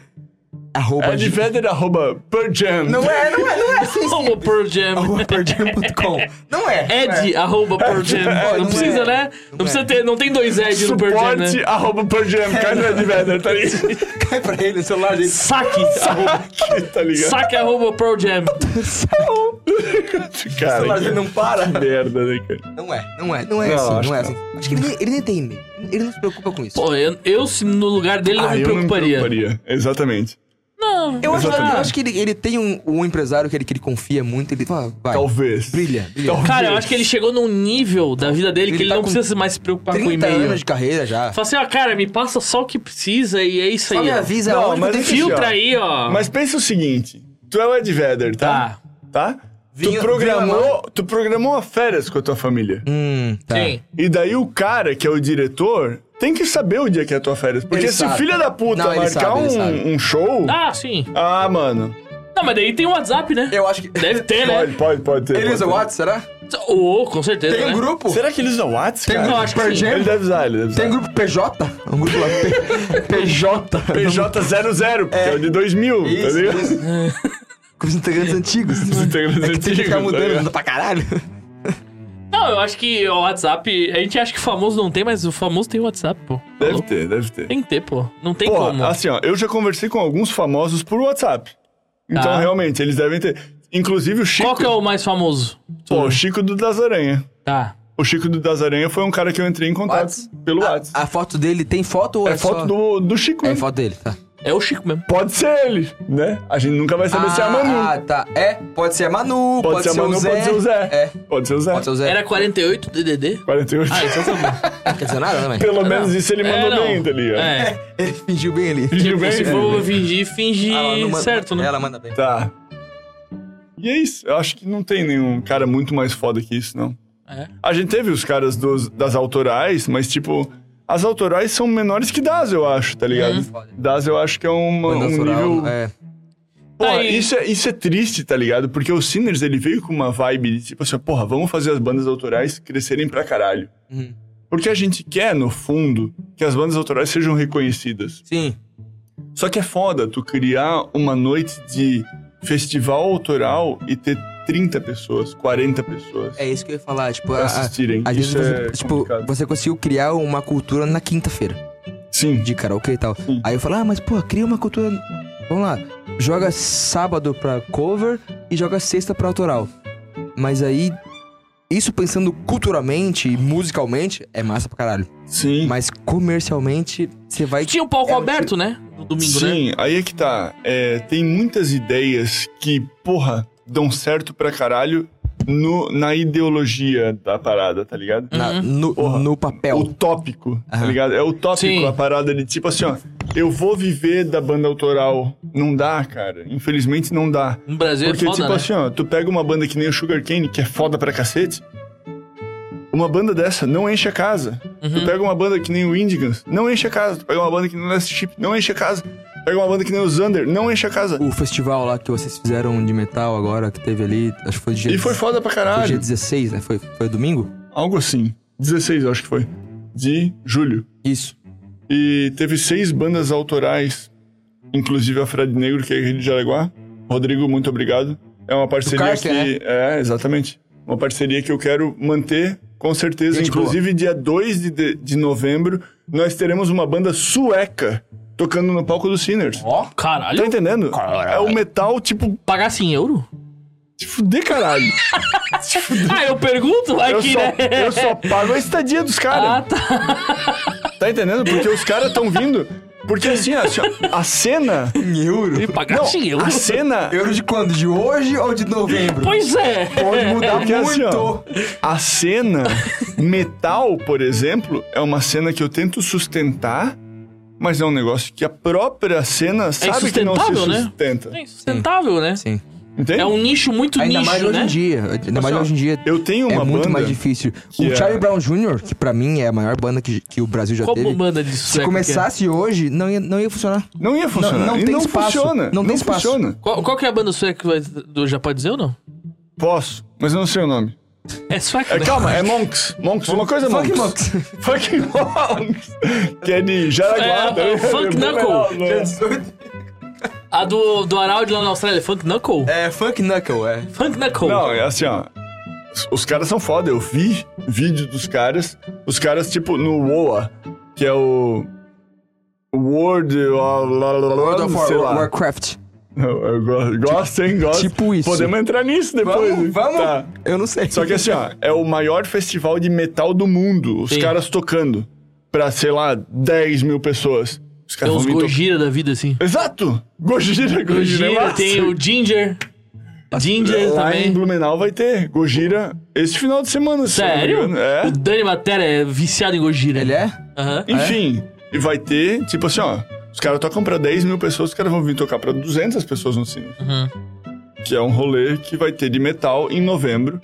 [SPEAKER 3] Arroba.
[SPEAKER 2] Ed
[SPEAKER 3] É de-
[SPEAKER 2] Vedder, arroba Pearl Jam.
[SPEAKER 3] Não é, não é, não é assim.
[SPEAKER 2] [LAUGHS]
[SPEAKER 1] Arroba Pearl Jam.
[SPEAKER 3] Arroba perdinho.com. Não é.
[SPEAKER 1] Ed, arroba Pearl Jam.
[SPEAKER 3] Não
[SPEAKER 1] Não
[SPEAKER 3] é.
[SPEAKER 1] precisa, né? Não precisa ter, não tem dois Ed no Pearl Jam, né?
[SPEAKER 2] Suporte, arroba Pearl Jam. Cai no Ed Vedder, tá
[SPEAKER 1] [LAUGHS]
[SPEAKER 2] ligado?
[SPEAKER 3] Não é. Cai pra ele, o celular dele.
[SPEAKER 1] Saque, [LAUGHS] arroba,
[SPEAKER 2] [LAUGHS] tá ligado?
[SPEAKER 1] saque, arroba Pearl Jam.
[SPEAKER 3] O
[SPEAKER 2] Cara,
[SPEAKER 3] celular dele
[SPEAKER 2] que
[SPEAKER 3] não para.
[SPEAKER 2] merda, né, cara?
[SPEAKER 3] Não é, não é, não é
[SPEAKER 2] Não,
[SPEAKER 3] assim,
[SPEAKER 2] acho
[SPEAKER 3] não é
[SPEAKER 2] que
[SPEAKER 3] assim. Acho que ele, nem- ele nem tem e-mail. Ele não se preocupa com isso.
[SPEAKER 1] Pô, eu, eu, se no lugar dele, não
[SPEAKER 2] Ah,
[SPEAKER 1] me
[SPEAKER 2] eu não me
[SPEAKER 1] preocuparia.
[SPEAKER 2] preocuparia. Exatamente.
[SPEAKER 1] Não,
[SPEAKER 3] eu, acho, eu
[SPEAKER 1] não.
[SPEAKER 3] acho que ele, ele tem um, um empresário que ele, que ele confia muito. Ele fala, vai.
[SPEAKER 2] Talvez.
[SPEAKER 3] Brilha, brilha.
[SPEAKER 2] Talvez.
[SPEAKER 1] Cara, eu acho que ele chegou num nível da vida dele
[SPEAKER 3] Ele
[SPEAKER 1] que ele
[SPEAKER 3] tá
[SPEAKER 1] não
[SPEAKER 3] com
[SPEAKER 1] precisa mais se preocupar com o
[SPEAKER 3] 30
[SPEAKER 1] e-mail.
[SPEAKER 3] anos de carreira já.
[SPEAKER 1] Fala assim, ó, cara, me passa só o que precisa e é isso
[SPEAKER 3] Só
[SPEAKER 1] aí.
[SPEAKER 3] me
[SPEAKER 1] ó.
[SPEAKER 3] avisa
[SPEAKER 2] Não,
[SPEAKER 3] onde
[SPEAKER 2] mas
[SPEAKER 3] tem que
[SPEAKER 2] enfim,
[SPEAKER 1] Filtra aí, ó.
[SPEAKER 2] Mas pensa o seguinte. Tu é o Ed Vedder, tá? Tá.
[SPEAKER 3] Vinha-
[SPEAKER 2] tu, programou, tu programou a férias com a tua família.
[SPEAKER 3] Hum, tá.
[SPEAKER 1] Sim.
[SPEAKER 2] E daí o cara, que é o diretor, tem que saber o dia que é a tua férias. Porque
[SPEAKER 3] Ele
[SPEAKER 2] se
[SPEAKER 3] sabe.
[SPEAKER 2] filha da puta
[SPEAKER 3] Não, ele
[SPEAKER 2] marcar
[SPEAKER 3] sabe, ele sabe.
[SPEAKER 2] um, um show...
[SPEAKER 1] Ah, sim.
[SPEAKER 2] Ah, mano.
[SPEAKER 1] Não, mas daí tem o WhatsApp, né?
[SPEAKER 3] Eu acho que.
[SPEAKER 1] Deve ter,
[SPEAKER 2] Pode,
[SPEAKER 1] né?
[SPEAKER 2] pode, pode ter.
[SPEAKER 3] Ele
[SPEAKER 2] pode
[SPEAKER 3] usa
[SPEAKER 2] ter.
[SPEAKER 3] o WhatsApp, será?
[SPEAKER 1] Ô, com certeza,
[SPEAKER 3] Tem um
[SPEAKER 1] né?
[SPEAKER 3] grupo?
[SPEAKER 2] Será que ele usa WhatsApp,
[SPEAKER 3] Tem um
[SPEAKER 2] cara?
[SPEAKER 1] Eu acho que sim.
[SPEAKER 2] Ele deve usar, ele deve usar.
[SPEAKER 3] Tem grupo PJ? Um grupo lá. P- PJ.
[SPEAKER 2] PJ00, porque é.
[SPEAKER 3] É.
[SPEAKER 2] o de 2000, tá
[SPEAKER 3] Isso,
[SPEAKER 2] ligado?
[SPEAKER 3] isso. Com os integrantes antigos.
[SPEAKER 2] [LAUGHS]
[SPEAKER 3] Os
[SPEAKER 2] integrantes
[SPEAKER 3] é que Tem que ficar
[SPEAKER 2] antigos, tá
[SPEAKER 3] mudando
[SPEAKER 2] ligado?
[SPEAKER 3] pra caralho.
[SPEAKER 1] Não, eu acho que o WhatsApp. A gente acha que famoso não tem, mas o famoso tem WhatsApp, pô. Tá
[SPEAKER 2] Deve ter, deve ter.
[SPEAKER 1] Tem que ter, pô. Não tem
[SPEAKER 2] Porra,
[SPEAKER 1] como.
[SPEAKER 2] assim, ó, eu já conversei com alguns famosos por WhatsApp. Então,
[SPEAKER 1] Tá.
[SPEAKER 2] realmente, eles devem ter. Inclusive o Chico.
[SPEAKER 1] Qual que é o mais famoso?
[SPEAKER 2] Pô, o Chico do Das Aranha.
[SPEAKER 1] Tá.
[SPEAKER 2] O Chico do Das Aranha foi um cara que eu entrei em contato
[SPEAKER 3] Whats?
[SPEAKER 2] pelo WhatsApp.
[SPEAKER 3] A foto dele tem foto ou é,
[SPEAKER 2] é foto
[SPEAKER 3] só-
[SPEAKER 2] do, do Chico.
[SPEAKER 3] É
[SPEAKER 2] né?
[SPEAKER 3] foto dele, tá.
[SPEAKER 1] É o Chico mesmo.
[SPEAKER 2] Pode ser ele, né? A gente nunca vai saber se é a Manu.
[SPEAKER 3] Ah, tá. É, pode ser a Manu,
[SPEAKER 2] pode, ser a Manu,
[SPEAKER 3] o Zé.
[SPEAKER 2] pode ser o Zé.
[SPEAKER 3] É,
[SPEAKER 2] Pode ser o Zé.
[SPEAKER 3] pode ser o Zé.
[SPEAKER 1] Era 48 DDD?
[SPEAKER 2] 48.
[SPEAKER 1] Ah, isso eu sabia.
[SPEAKER 3] Não quer dizer nada, né,
[SPEAKER 2] [LAUGHS]
[SPEAKER 3] velho?
[SPEAKER 2] Pelo menos isso ele mandou bem, tá ligado?
[SPEAKER 1] É,
[SPEAKER 3] Ele fingiu bem ali.
[SPEAKER 2] Fingiu
[SPEAKER 1] tipo,
[SPEAKER 2] bem?
[SPEAKER 1] se for fingir, fingir
[SPEAKER 3] Ah, ela não manda-
[SPEAKER 1] certo, né?
[SPEAKER 3] Ela manda bem.
[SPEAKER 2] Tá. E é isso. Eu acho que não tem nenhum cara muito mais foda que isso, não.
[SPEAKER 1] É.
[SPEAKER 2] A gente teve os caras dos- das autorais, mas tipo, as autorais são menores que das, eu acho, tá ligado? Das eu acho que é uma, um
[SPEAKER 3] Banda autoral,
[SPEAKER 2] nível.
[SPEAKER 3] É. Tá
[SPEAKER 2] Porra,
[SPEAKER 1] Aí.
[SPEAKER 2] isso é, isso é triste, tá ligado? Porque o Sinners ele veio com uma vibe de tipo assim, porra, vamos fazer as bandas autorais crescerem pra caralho.
[SPEAKER 3] Uhum.
[SPEAKER 2] Porque a gente quer, no fundo, que as bandas autorais sejam reconhecidas.
[SPEAKER 3] Sim.
[SPEAKER 2] Só que é foda tu criar uma noite de festival autoral e ter 30 pessoas, 40 pessoas
[SPEAKER 3] É isso que eu ia falar, tipo...
[SPEAKER 2] pra
[SPEAKER 3] A, a,
[SPEAKER 2] assistirem.
[SPEAKER 3] às vezes
[SPEAKER 2] Isso
[SPEAKER 3] você,
[SPEAKER 2] é
[SPEAKER 3] tipo,
[SPEAKER 2] complicado.
[SPEAKER 3] você conseguiu criar uma cultura na quinta-feira.
[SPEAKER 2] Sim.
[SPEAKER 3] de karaokê e tal.
[SPEAKER 2] Sim.
[SPEAKER 3] Aí eu falo, ah, mas pô, cria uma cultura. Vamos lá, joga sábado pra cover e joga sexta pra autoral. Mas aí, isso pensando culturalmente e musicalmente, é massa pra caralho.
[SPEAKER 2] Sim.
[SPEAKER 3] Mas comercialmente, você vai.
[SPEAKER 1] Tinha o palco
[SPEAKER 3] É,
[SPEAKER 1] aberto, né? No domingo, né?
[SPEAKER 2] Sim, aí é que tá. É, tem muitas ideias que, porra, dão certo pra caralho no, na ideologia da parada, tá ligado?
[SPEAKER 1] Uhum.
[SPEAKER 3] na- no,
[SPEAKER 2] Porra.
[SPEAKER 3] no papel.
[SPEAKER 2] Utópico, tá
[SPEAKER 3] Aham.
[SPEAKER 2] ligado? É utópico
[SPEAKER 1] Sim.
[SPEAKER 2] a parada de tipo assim, ó. Eu vou viver da banda autoral. Não dá, cara. Infelizmente não dá.
[SPEAKER 1] No Brasil
[SPEAKER 2] Porque,
[SPEAKER 1] é foda,
[SPEAKER 2] tipo
[SPEAKER 1] né?
[SPEAKER 2] assim, ó, tu pega uma banda que nem o Sugar Cane, que é foda pra cacete. Uma banda dessa não enche a casa.
[SPEAKER 1] Uhum.
[SPEAKER 2] Tu pega uma banda que nem o Indigans, não enche a casa. Tu pega uma banda que nem o Last Chip, não enche a casa. Tu Pega uma banda que nem o Xander, não enche a casa.
[SPEAKER 3] O festival lá que vocês fizeram de metal agora, que teve ali, acho que foi dia,
[SPEAKER 2] E foi foda pra
[SPEAKER 3] foi dia
[SPEAKER 2] caralho.
[SPEAKER 3] 16, né? Foi, foi domingo?
[SPEAKER 2] Algo assim. 16, eu acho que foi. De julho.
[SPEAKER 3] Isso.
[SPEAKER 2] E teve seis bandas autorais, inclusive a Fred Negro, que é aqui de Jaraguá. Rodrigo, muito obrigado. É uma parceria
[SPEAKER 3] Cárcer,
[SPEAKER 2] que. É, exatamente. Uma parceria que eu quero manter, com certeza.
[SPEAKER 3] Gente boa.
[SPEAKER 2] inclusive, dia 2 de, de, de novembro, nós teremos uma banda sueca tocando no palco do Sinners.
[SPEAKER 1] Ó,
[SPEAKER 2] Tá
[SPEAKER 1] caralho.
[SPEAKER 2] entendendo? É o metal, tipo,
[SPEAKER 1] Pagar 100 euro?
[SPEAKER 2] de fuder, caralho.
[SPEAKER 1] Ah, eu pergunto? Vai
[SPEAKER 2] Eu
[SPEAKER 1] que,
[SPEAKER 2] só, [LAUGHS]
[SPEAKER 1] né?
[SPEAKER 2] eu só pago a estadia dos caras.
[SPEAKER 1] Ah, tá.
[SPEAKER 2] Tá entendendo? Porque os caras estão vindo. Porque assim, ó, assim, ó, a cena.
[SPEAKER 3] Em euro?
[SPEAKER 1] Pagar 100
[SPEAKER 2] A
[SPEAKER 1] euros?
[SPEAKER 2] cena.
[SPEAKER 3] Euro de quando? De hoje ou de novembro?
[SPEAKER 1] Pois é.
[SPEAKER 3] Pode mudar
[SPEAKER 2] Porque assim, ó,
[SPEAKER 3] muito.
[SPEAKER 2] a cena metal, por exemplo, é uma cena que eu tento sustentar, mas é um negócio que a própria cena sabe que não se
[SPEAKER 1] É insustentável, né?
[SPEAKER 2] sustenta.
[SPEAKER 1] É insustentável, né?
[SPEAKER 3] Sim.
[SPEAKER 2] Entende?
[SPEAKER 1] É um nicho muito
[SPEAKER 3] Ainda
[SPEAKER 1] nicho,
[SPEAKER 3] mais hoje
[SPEAKER 1] né?
[SPEAKER 3] em dia. Ainda mais
[SPEAKER 2] Assim, ó,
[SPEAKER 3] hoje em dia.
[SPEAKER 2] Eu tenho
[SPEAKER 3] É
[SPEAKER 2] uma
[SPEAKER 3] muito
[SPEAKER 2] banda.
[SPEAKER 3] mais difícil.
[SPEAKER 2] que
[SPEAKER 3] O
[SPEAKER 2] é-
[SPEAKER 3] Charlie Brown Jr., que pra mim é a maior banda que, que o Brasil já
[SPEAKER 1] Qual
[SPEAKER 3] teve.
[SPEAKER 1] banda de sueco
[SPEAKER 3] Se
[SPEAKER 1] que é?
[SPEAKER 3] começasse hoje, não ia, não ia funcionar.
[SPEAKER 2] Não ia funcionar.
[SPEAKER 3] não
[SPEAKER 2] e
[SPEAKER 3] tem
[SPEAKER 2] não
[SPEAKER 3] espaço.
[SPEAKER 2] funciona.
[SPEAKER 3] Não tem espaço.
[SPEAKER 2] funciona.
[SPEAKER 1] Qual, qual que é a banda sueca que vai... do já pode dizer ou não?
[SPEAKER 2] Posso, mas eu não sei o nome.
[SPEAKER 1] É sueca,
[SPEAKER 2] É,
[SPEAKER 1] né?
[SPEAKER 2] calma, é Monks. Monks, uma coisa é Monks. [LAUGHS]
[SPEAKER 3] Mox.
[SPEAKER 2] Fucking Monks. que é de Jaraguá.
[SPEAKER 1] É,
[SPEAKER 2] tá ligado?
[SPEAKER 1] Funk
[SPEAKER 2] bem
[SPEAKER 1] Knuckle.
[SPEAKER 2] legal, né?
[SPEAKER 1] A do, do Araldi lá na Austrália, Funk Knuckle?
[SPEAKER 3] É, Funk Knuckle, é.
[SPEAKER 1] Funk Knuckle.
[SPEAKER 2] Não, é assim, ó. os- Os caras são foda. Eu vi vídeo dos caras. Os caras, tipo, no WoA, que é o. World. of-
[SPEAKER 3] World of War-
[SPEAKER 2] sei lá.
[SPEAKER 3] Warcraft.
[SPEAKER 2] Eu- [LAUGHS] eu go- Gosto, hein? Gosto.
[SPEAKER 3] Tipo isso.
[SPEAKER 2] Podemos entrar nisso depois.
[SPEAKER 3] Vamos, vamos.
[SPEAKER 2] Tá.
[SPEAKER 3] Eu não sei.
[SPEAKER 2] Só que assim, ó, é o maior festival de metal do mundo. Os
[SPEAKER 1] Sim.
[SPEAKER 2] caras tocando. Pra, sei lá, 10 mil pessoas. Os
[SPEAKER 1] Tem
[SPEAKER 2] caras
[SPEAKER 1] É uns
[SPEAKER 2] vão vir tocar.
[SPEAKER 1] Gojira da vida, assim.
[SPEAKER 2] Exato! Gojira, Gojira. é
[SPEAKER 1] Gojira,
[SPEAKER 2] massa.
[SPEAKER 1] tem o Ginger. Ginger
[SPEAKER 2] Lá em
[SPEAKER 1] também.
[SPEAKER 2] Blumenau vai ter Gojira esse final de semana. se eu não me
[SPEAKER 1] Sério?
[SPEAKER 2] engano. É.
[SPEAKER 1] O Dani Matera é viciado em Gojira.
[SPEAKER 3] Ele é?
[SPEAKER 1] Aham.
[SPEAKER 2] Enfim,
[SPEAKER 1] é?
[SPEAKER 2] e vai ter, tipo assim, ó. Os caras tocam pra 10 mil pessoas, os caras vão vir tocar pra 200 pessoas no cinema. Que é um rolê que vai ter de metal em novembro,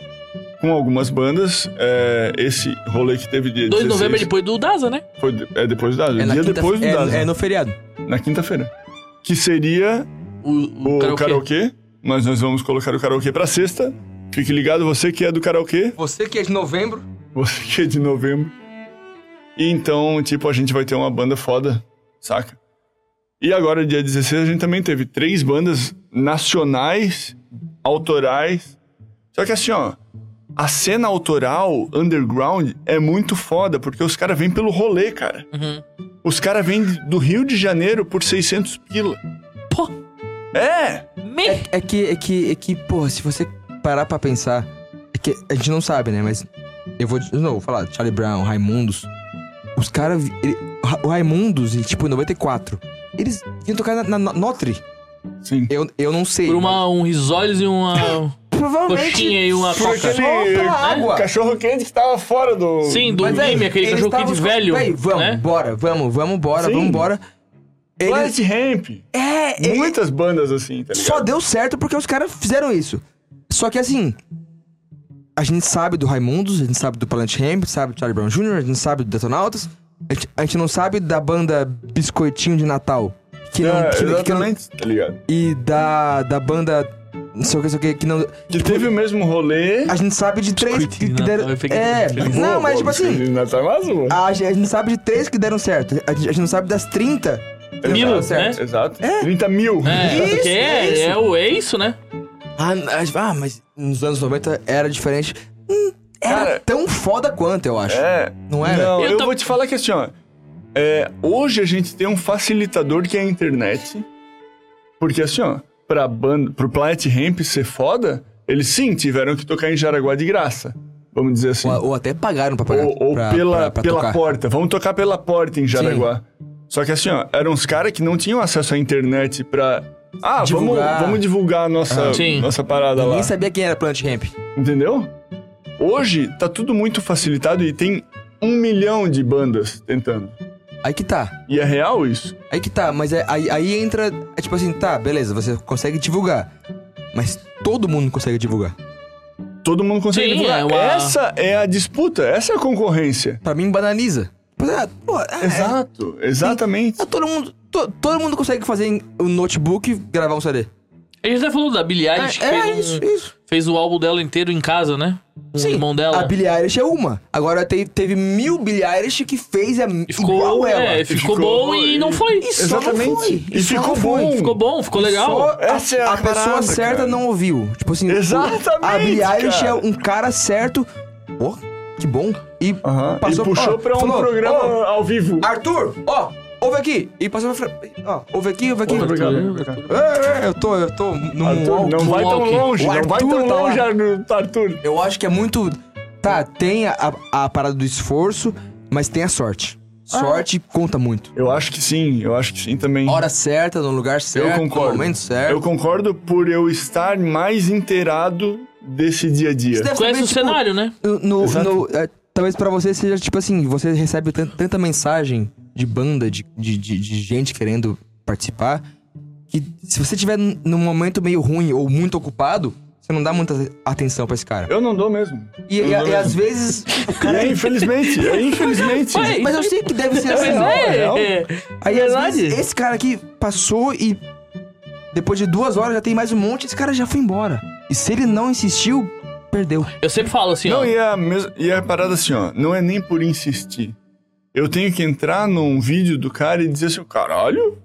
[SPEAKER 2] com algumas bandas. É, esse rolê que teve
[SPEAKER 1] 2
[SPEAKER 2] dia
[SPEAKER 1] de
[SPEAKER 2] 16
[SPEAKER 1] novembro é depois do Daza, né?
[SPEAKER 2] foi de- é depois do Daza,
[SPEAKER 3] na
[SPEAKER 2] dia
[SPEAKER 3] quinta-
[SPEAKER 2] depois do
[SPEAKER 3] é-
[SPEAKER 2] Daza,
[SPEAKER 3] É no feriado.
[SPEAKER 2] na quinta-feira. Que seria
[SPEAKER 1] O, o,
[SPEAKER 2] o
[SPEAKER 1] karaokê.
[SPEAKER 2] karaokê, mas nós vamos colocar o karaokê pra sexta. Fique ligado, você que é do karaokê,
[SPEAKER 3] Você que é de novembro.
[SPEAKER 2] você [LAUGHS] que é de novembro. E então, tipo, a gente vai ter uma banda foda, saca? E agora, dia 16, a gente também teve três bandas nacionais, autorais. Só que assim, ó, a cena autoral underground é muito foda, porque os caras vêm pelo rolê, cara.
[SPEAKER 1] Uhum.
[SPEAKER 2] Os caras vêm do Rio de Janeiro por 600 pila.
[SPEAKER 1] Pô.
[SPEAKER 2] É!
[SPEAKER 1] Me...
[SPEAKER 3] É que, é que, é que, porra, se você parar pra pensar, é que a gente não sabe, né? Mas eu vou, de novo, vou falar, Charlie Brown, Raimundos, os caras, ele- o Raimundos, e, tipo, em 94, eles vinham tocar na, na- na Notre.
[SPEAKER 2] Sim.
[SPEAKER 3] Eu, eu não sei.
[SPEAKER 1] Por uma, um risoles e uma
[SPEAKER 3] Provavelmente
[SPEAKER 1] coxinha e uma
[SPEAKER 2] Por
[SPEAKER 1] coca.
[SPEAKER 2] aquele
[SPEAKER 3] Sopra água.
[SPEAKER 2] cachorro quente que tava fora do.
[SPEAKER 1] Sim, do
[SPEAKER 3] Mas, véi,
[SPEAKER 1] game, aquele
[SPEAKER 3] eles
[SPEAKER 1] cachorro
[SPEAKER 3] tavam
[SPEAKER 1] quente
[SPEAKER 3] escutando-
[SPEAKER 1] velho.
[SPEAKER 3] Véi, vamos,
[SPEAKER 1] né?
[SPEAKER 3] bora, vamos, vamos, bora,
[SPEAKER 2] Sim.
[SPEAKER 3] vamos, bora. Eles,
[SPEAKER 2] Planet Ramp.
[SPEAKER 3] é, ele-
[SPEAKER 2] Muitas bandas assim, tá ligado?
[SPEAKER 3] só deu certo porque os caras fizeram isso. Só que assim, a gente sabe do Raimundos, a gente sabe do Planet Hemp, sabe do Charlie Brown Jr., a gente sabe do Detonautas, a gente, a gente não sabe da banda Biscoitinho de Natal. Que não,
[SPEAKER 2] É,
[SPEAKER 3] que- que não-
[SPEAKER 2] exatamente, tá ligado?
[SPEAKER 3] e da, da banda. Não sei o que, não sei o que, que não.
[SPEAKER 2] Que teve o mesmo rolê.
[SPEAKER 3] A gente sabe de três que,
[SPEAKER 1] Biscoitinho de
[SPEAKER 3] que deram.
[SPEAKER 1] Natal, eu fiquei
[SPEAKER 3] É,
[SPEAKER 1] feliz.
[SPEAKER 3] não, mas tipo assim.
[SPEAKER 2] assim.
[SPEAKER 3] A, gen- a gente sabe de três que deram certo. A gente, a gente não sabe das 30 que
[SPEAKER 1] Mil,
[SPEAKER 3] deram certo.
[SPEAKER 1] né?
[SPEAKER 2] Tá Exato. 30 mil.
[SPEAKER 1] É,
[SPEAKER 3] Isso,
[SPEAKER 1] porque é,
[SPEAKER 3] é isso.
[SPEAKER 1] é o é isso, né?
[SPEAKER 3] Ah, n- ah, ah, mas nos anos 90 era diferente. Hum, era
[SPEAKER 2] Cara-
[SPEAKER 3] tão foda quanto, eu acho.
[SPEAKER 2] É.
[SPEAKER 3] Não era?
[SPEAKER 2] Não,
[SPEAKER 1] Eu
[SPEAKER 2] eu,
[SPEAKER 1] tô-
[SPEAKER 2] vou te falar que assim, ó. é, hoje a gente tem um facilitador que é a internet. Porque assim, ó, pra banda, pro Planet Ramp ser foda, eles sim tiveram que tocar em Jaraguá de graça. Vamos dizer assim.
[SPEAKER 3] Ou, ou até pagaram pra pagar.
[SPEAKER 2] Ou, ou
[SPEAKER 3] pra-
[SPEAKER 2] pela,
[SPEAKER 3] pra- pra
[SPEAKER 2] pela
[SPEAKER 3] tocar.
[SPEAKER 2] porta. Vamos tocar pela porta em Jaraguá. Só que assim, ó, eram uns caras que não tinham acesso à internet pra. Ah,
[SPEAKER 3] Divulgar.
[SPEAKER 2] Vamos, vamos divulgar a nossa,
[SPEAKER 1] Ah, sim.
[SPEAKER 2] nossa parada
[SPEAKER 3] Ninguém
[SPEAKER 2] lá.
[SPEAKER 3] sabia quem era Plant Ramp.
[SPEAKER 2] Entendeu? Hoje tá tudo muito facilitado e tem um milhão de bandas tentando.
[SPEAKER 3] Aí que tá.
[SPEAKER 2] E é real isso.
[SPEAKER 3] Aí que tá, mas é- aí, aí entra. É tipo assim, tá, beleza, você consegue divulgar. Mas todo mundo consegue divulgar.
[SPEAKER 2] Todo mundo consegue
[SPEAKER 1] Sim,
[SPEAKER 2] divulgar.
[SPEAKER 1] é uma-
[SPEAKER 2] Essa é a disputa, essa é a concorrência.
[SPEAKER 3] Pra mim, banaliza. Tipo, ah, pô, ah,
[SPEAKER 2] Exato, exatamente.
[SPEAKER 3] ah, todo mundo. to- todo mundo consegue fazer em- um notebook e gravar um CD.
[SPEAKER 1] A gente até falou da Billie Eilish, que
[SPEAKER 3] É, é
[SPEAKER 1] fez, um-
[SPEAKER 3] isso, isso.
[SPEAKER 1] fez o álbum dela inteiro em casa, né? Com o irmão dela.
[SPEAKER 3] A Billie Eilish é uma. Agora te- teve mil Billie Eilish que fez a,
[SPEAKER 1] E ficou,
[SPEAKER 3] igual ela.
[SPEAKER 1] é, ficou,
[SPEAKER 2] ficou
[SPEAKER 1] bom e não foi.
[SPEAKER 3] Isso só não
[SPEAKER 2] Exatamente.
[SPEAKER 3] foi.
[SPEAKER 2] E
[SPEAKER 3] Isso só
[SPEAKER 2] ficou
[SPEAKER 3] não foi.
[SPEAKER 2] bom.
[SPEAKER 1] Ficou bom, ficou
[SPEAKER 3] Só
[SPEAKER 1] legal.
[SPEAKER 3] a,
[SPEAKER 2] Essa é a
[SPEAKER 3] a pessoa
[SPEAKER 2] parada,
[SPEAKER 3] certa
[SPEAKER 2] cara.
[SPEAKER 3] não ouviu. Tipo assim,
[SPEAKER 2] Exatamente,
[SPEAKER 3] A Billie Eilish
[SPEAKER 2] cara.
[SPEAKER 3] é um cara certo. Pô, que bom. E
[SPEAKER 2] Aham.
[SPEAKER 3] passou
[SPEAKER 2] e puxou
[SPEAKER 3] ó,
[SPEAKER 2] pra um
[SPEAKER 3] falou,
[SPEAKER 2] programa
[SPEAKER 3] ó,
[SPEAKER 2] ao vivo.
[SPEAKER 3] Arthur, ó, ouve aqui. E passou pra frente. Ó, ouve aqui, ouve aqui.
[SPEAKER 2] Arthur,
[SPEAKER 3] É, é, eu tô, eu tô num
[SPEAKER 2] Arthur,
[SPEAKER 3] walk.
[SPEAKER 2] não vai tão
[SPEAKER 1] walk.
[SPEAKER 2] longe,
[SPEAKER 3] O
[SPEAKER 2] não vai
[SPEAKER 3] Arthur
[SPEAKER 2] tão
[SPEAKER 3] tá
[SPEAKER 2] longe,
[SPEAKER 3] lá.
[SPEAKER 2] Ar- Arthur.
[SPEAKER 3] Eu acho que é muito. Tá, tem a, a parada do esforço, mas tem a sorte. Sorte conta muito.
[SPEAKER 2] Eu acho que sim, eu acho que Ah. sim também.
[SPEAKER 3] Hora certa, no lugar certo,
[SPEAKER 2] eu concordo.
[SPEAKER 3] no momento certo.
[SPEAKER 2] Eu concordo por eu estar mais inteirado desse dia a dia.
[SPEAKER 3] Você deve
[SPEAKER 1] Conhece
[SPEAKER 3] saber,
[SPEAKER 1] o
[SPEAKER 3] tipo,
[SPEAKER 1] cenário, né?
[SPEAKER 3] No, no-
[SPEAKER 2] Exato.
[SPEAKER 3] no- é, talvez pra você seja tipo assim, você recebe tan- tanta mensagem de banda, de, de, de- de gente querendo participar, que se você tiver n- num momento meio ruim ou muito ocupado, você não dá muita atenção pra esse cara.
[SPEAKER 2] Eu não dou mesmo.
[SPEAKER 3] E,
[SPEAKER 2] Eu
[SPEAKER 3] e-
[SPEAKER 2] não dou
[SPEAKER 3] e às
[SPEAKER 2] mesmo.
[SPEAKER 3] vezes. o
[SPEAKER 2] E
[SPEAKER 3] cara-
[SPEAKER 2] é infelizmente, [LAUGHS] é infelizmente.
[SPEAKER 1] Mas-
[SPEAKER 3] [LAUGHS] mas eu sei que deve ser assim.
[SPEAKER 2] real.
[SPEAKER 3] Aí às
[SPEAKER 1] Verdade.
[SPEAKER 3] vezes esse cara aqui passou e depois de duas horas já tem mais um monte, esse cara já foi embora. E se ele não insistiu, perdeu.
[SPEAKER 1] Eu sempre falo assim, ó.
[SPEAKER 2] Não, e é, a mes- e é a parada assim, ó. Não é nem por insistir. Eu tenho que entrar num vídeo do cara e dizer assim, caralho,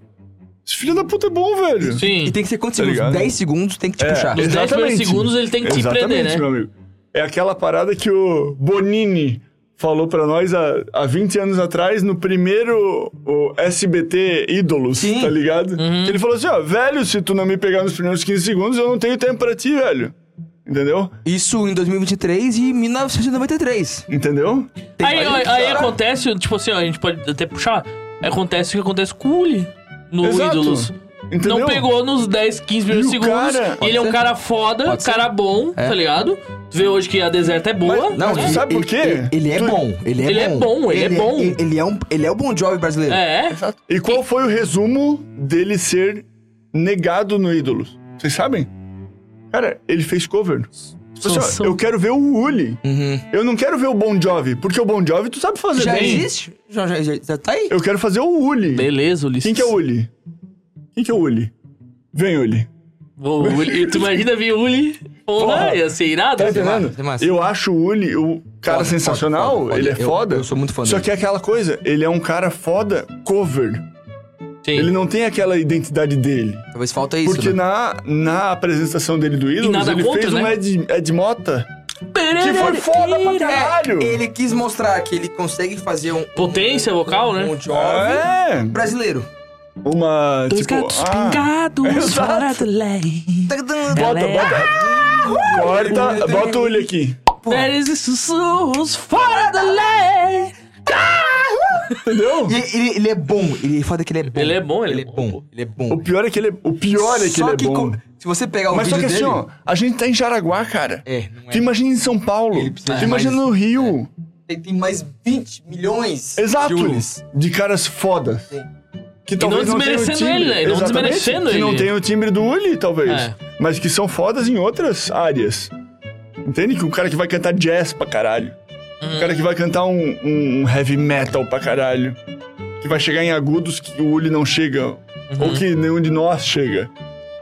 [SPEAKER 2] esse filho da puta é bom, velho.
[SPEAKER 1] Sim.
[SPEAKER 3] E tem que ser quantos segundos?
[SPEAKER 2] Tá ligado?
[SPEAKER 3] 10 segundos tem que te
[SPEAKER 2] É,
[SPEAKER 3] puxar.
[SPEAKER 1] Nos 10 primeiros segundos ele tem que te
[SPEAKER 2] Exatamente,
[SPEAKER 1] prender, né?
[SPEAKER 2] meu amigo. É aquela parada que o Bonini falou pra nós há, há 20 anos atrás no primeiro o SBT Ídolos,
[SPEAKER 3] Sim.
[SPEAKER 2] tá ligado?
[SPEAKER 1] Uhum.
[SPEAKER 2] Que ele falou assim, ó, velho, se tu não me pegar nos primeiros 15 segundos, eu não tenho tempo pra ti, velho. Entendeu?
[SPEAKER 3] Isso em 2023 e 1993.
[SPEAKER 2] Entendeu?
[SPEAKER 3] Tem
[SPEAKER 1] aí,
[SPEAKER 3] vários-
[SPEAKER 1] aí- aí acontece, tipo assim, ó, a gente pode até puxar. Acontece o que acontece com o Uli no
[SPEAKER 2] Exato.
[SPEAKER 1] Ídolos.
[SPEAKER 2] Entendeu?
[SPEAKER 1] Não pegou nos 10, 15 primeiros
[SPEAKER 2] E o
[SPEAKER 1] segundos.
[SPEAKER 2] cara-
[SPEAKER 1] e ele é um
[SPEAKER 3] Pode ser.
[SPEAKER 1] cara foda,
[SPEAKER 3] Pode ser.
[SPEAKER 1] cara bom,
[SPEAKER 3] É.
[SPEAKER 1] tá ligado? Tu vê hoje que a deserta é boa.
[SPEAKER 2] Mas- não,
[SPEAKER 1] né?
[SPEAKER 2] tu sabe por quê?
[SPEAKER 3] Ele, ele é
[SPEAKER 2] Tu-
[SPEAKER 3] bom. Ele é
[SPEAKER 1] Ele é
[SPEAKER 3] bom.
[SPEAKER 1] bom, ele é bom.
[SPEAKER 3] Ele, ele é um, ele é o bom job brasileiro.
[SPEAKER 1] É.
[SPEAKER 2] E qual foi o resumo dele ser negado no Ídolos? Vocês sabem? Cara, ele fez cover. Pessoal,
[SPEAKER 1] Sansão.
[SPEAKER 2] eu quero ver o Uli.
[SPEAKER 3] Uhum.
[SPEAKER 2] Eu não quero ver o Bon Jovi, porque o Bon Jovi tu sabe fazer
[SPEAKER 3] Já é.
[SPEAKER 2] bem.
[SPEAKER 3] existe? Já, já, já- já tá aí.
[SPEAKER 2] Eu quero fazer o Uli.
[SPEAKER 1] Beleza, Ulisses.
[SPEAKER 2] Quem que é o Uli? Quem que é o Uli? Vem, Uli.
[SPEAKER 1] Vou, o Uli- tu imagina vir o Uli? Porra,
[SPEAKER 2] Porra.
[SPEAKER 1] ia ser irado. né?
[SPEAKER 2] Tá
[SPEAKER 3] massa,
[SPEAKER 2] entendendo?
[SPEAKER 3] isso é massa.
[SPEAKER 2] Eu acho o Uli o cara
[SPEAKER 3] Foda,
[SPEAKER 2] sensacional,
[SPEAKER 3] foda, foda.
[SPEAKER 2] ele é
[SPEAKER 3] Eu-
[SPEAKER 2] foda.
[SPEAKER 3] eu sou muito fã
[SPEAKER 2] Só
[SPEAKER 3] dele.
[SPEAKER 2] que é aquela coisa, ele é um cara foda cover.
[SPEAKER 1] Sim.
[SPEAKER 2] Ele não tem aquela identidade dele.
[SPEAKER 3] Talvez falta isso.
[SPEAKER 2] é Porque
[SPEAKER 3] né?
[SPEAKER 2] na, na apresentação dele do Ídolos,
[SPEAKER 1] nada
[SPEAKER 2] ele
[SPEAKER 1] contra,
[SPEAKER 2] fez
[SPEAKER 1] né?
[SPEAKER 2] um Ed, Ed Mota. Que foi foda pra caralho.
[SPEAKER 3] é Ele é quis mostrar que ele consegue fazer um.
[SPEAKER 1] Potência vocal, né?
[SPEAKER 3] Um jovem
[SPEAKER 2] É.
[SPEAKER 3] brasileiro.
[SPEAKER 2] Uma.
[SPEAKER 1] Dois
[SPEAKER 2] tipo,
[SPEAKER 1] gatos
[SPEAKER 2] ah,
[SPEAKER 1] pingados
[SPEAKER 2] [LAUGHS] exato.
[SPEAKER 1] fora do lei.
[SPEAKER 2] bota,
[SPEAKER 1] Ela é-
[SPEAKER 2] bota, bota, bota o olho aqui.
[SPEAKER 1] Mulheres e sussurros fora da lei.
[SPEAKER 2] Entendeu?
[SPEAKER 3] E ele, ele é bom. Ele é foda que ele é bom.
[SPEAKER 1] Ele é bom, ele é bom, pô.
[SPEAKER 3] Ele é bom.
[SPEAKER 2] O pior é que ele é, o pior é que
[SPEAKER 3] Só
[SPEAKER 2] ele é bom.
[SPEAKER 3] co- Se você pegar o
[SPEAKER 2] Mas só
[SPEAKER 3] vídeo
[SPEAKER 2] que assim,
[SPEAKER 3] dele...
[SPEAKER 2] ó, a gente tá em Jaraguá, cara.
[SPEAKER 3] É, não é.
[SPEAKER 2] Tu imagina em São Paulo.
[SPEAKER 3] Ele
[SPEAKER 2] Tu
[SPEAKER 3] precisa de
[SPEAKER 2] imagina
[SPEAKER 3] mais- É.
[SPEAKER 2] no Rio.
[SPEAKER 3] Ele tem mais 20 milhões
[SPEAKER 2] Exato.
[SPEAKER 3] de olhos.
[SPEAKER 2] De caras fodas.
[SPEAKER 3] Sim.
[SPEAKER 2] Que
[SPEAKER 1] não desmerecendo ele, né? E não
[SPEAKER 2] Exatamente.
[SPEAKER 1] desmerecendo
[SPEAKER 2] Que não
[SPEAKER 1] ele.
[SPEAKER 2] tem o timbre do Uli, talvez.
[SPEAKER 1] É.
[SPEAKER 2] Mas que são fodas em outras áreas. Entende? Que o cara que vai cantar jazz pra caralho.
[SPEAKER 1] Hum.
[SPEAKER 2] O cara que vai cantar um, um heavy metal pra caralho. Que vai chegar em agudos que o Uli não chega.
[SPEAKER 1] Uhum.
[SPEAKER 2] Ou que nenhum de nós chega.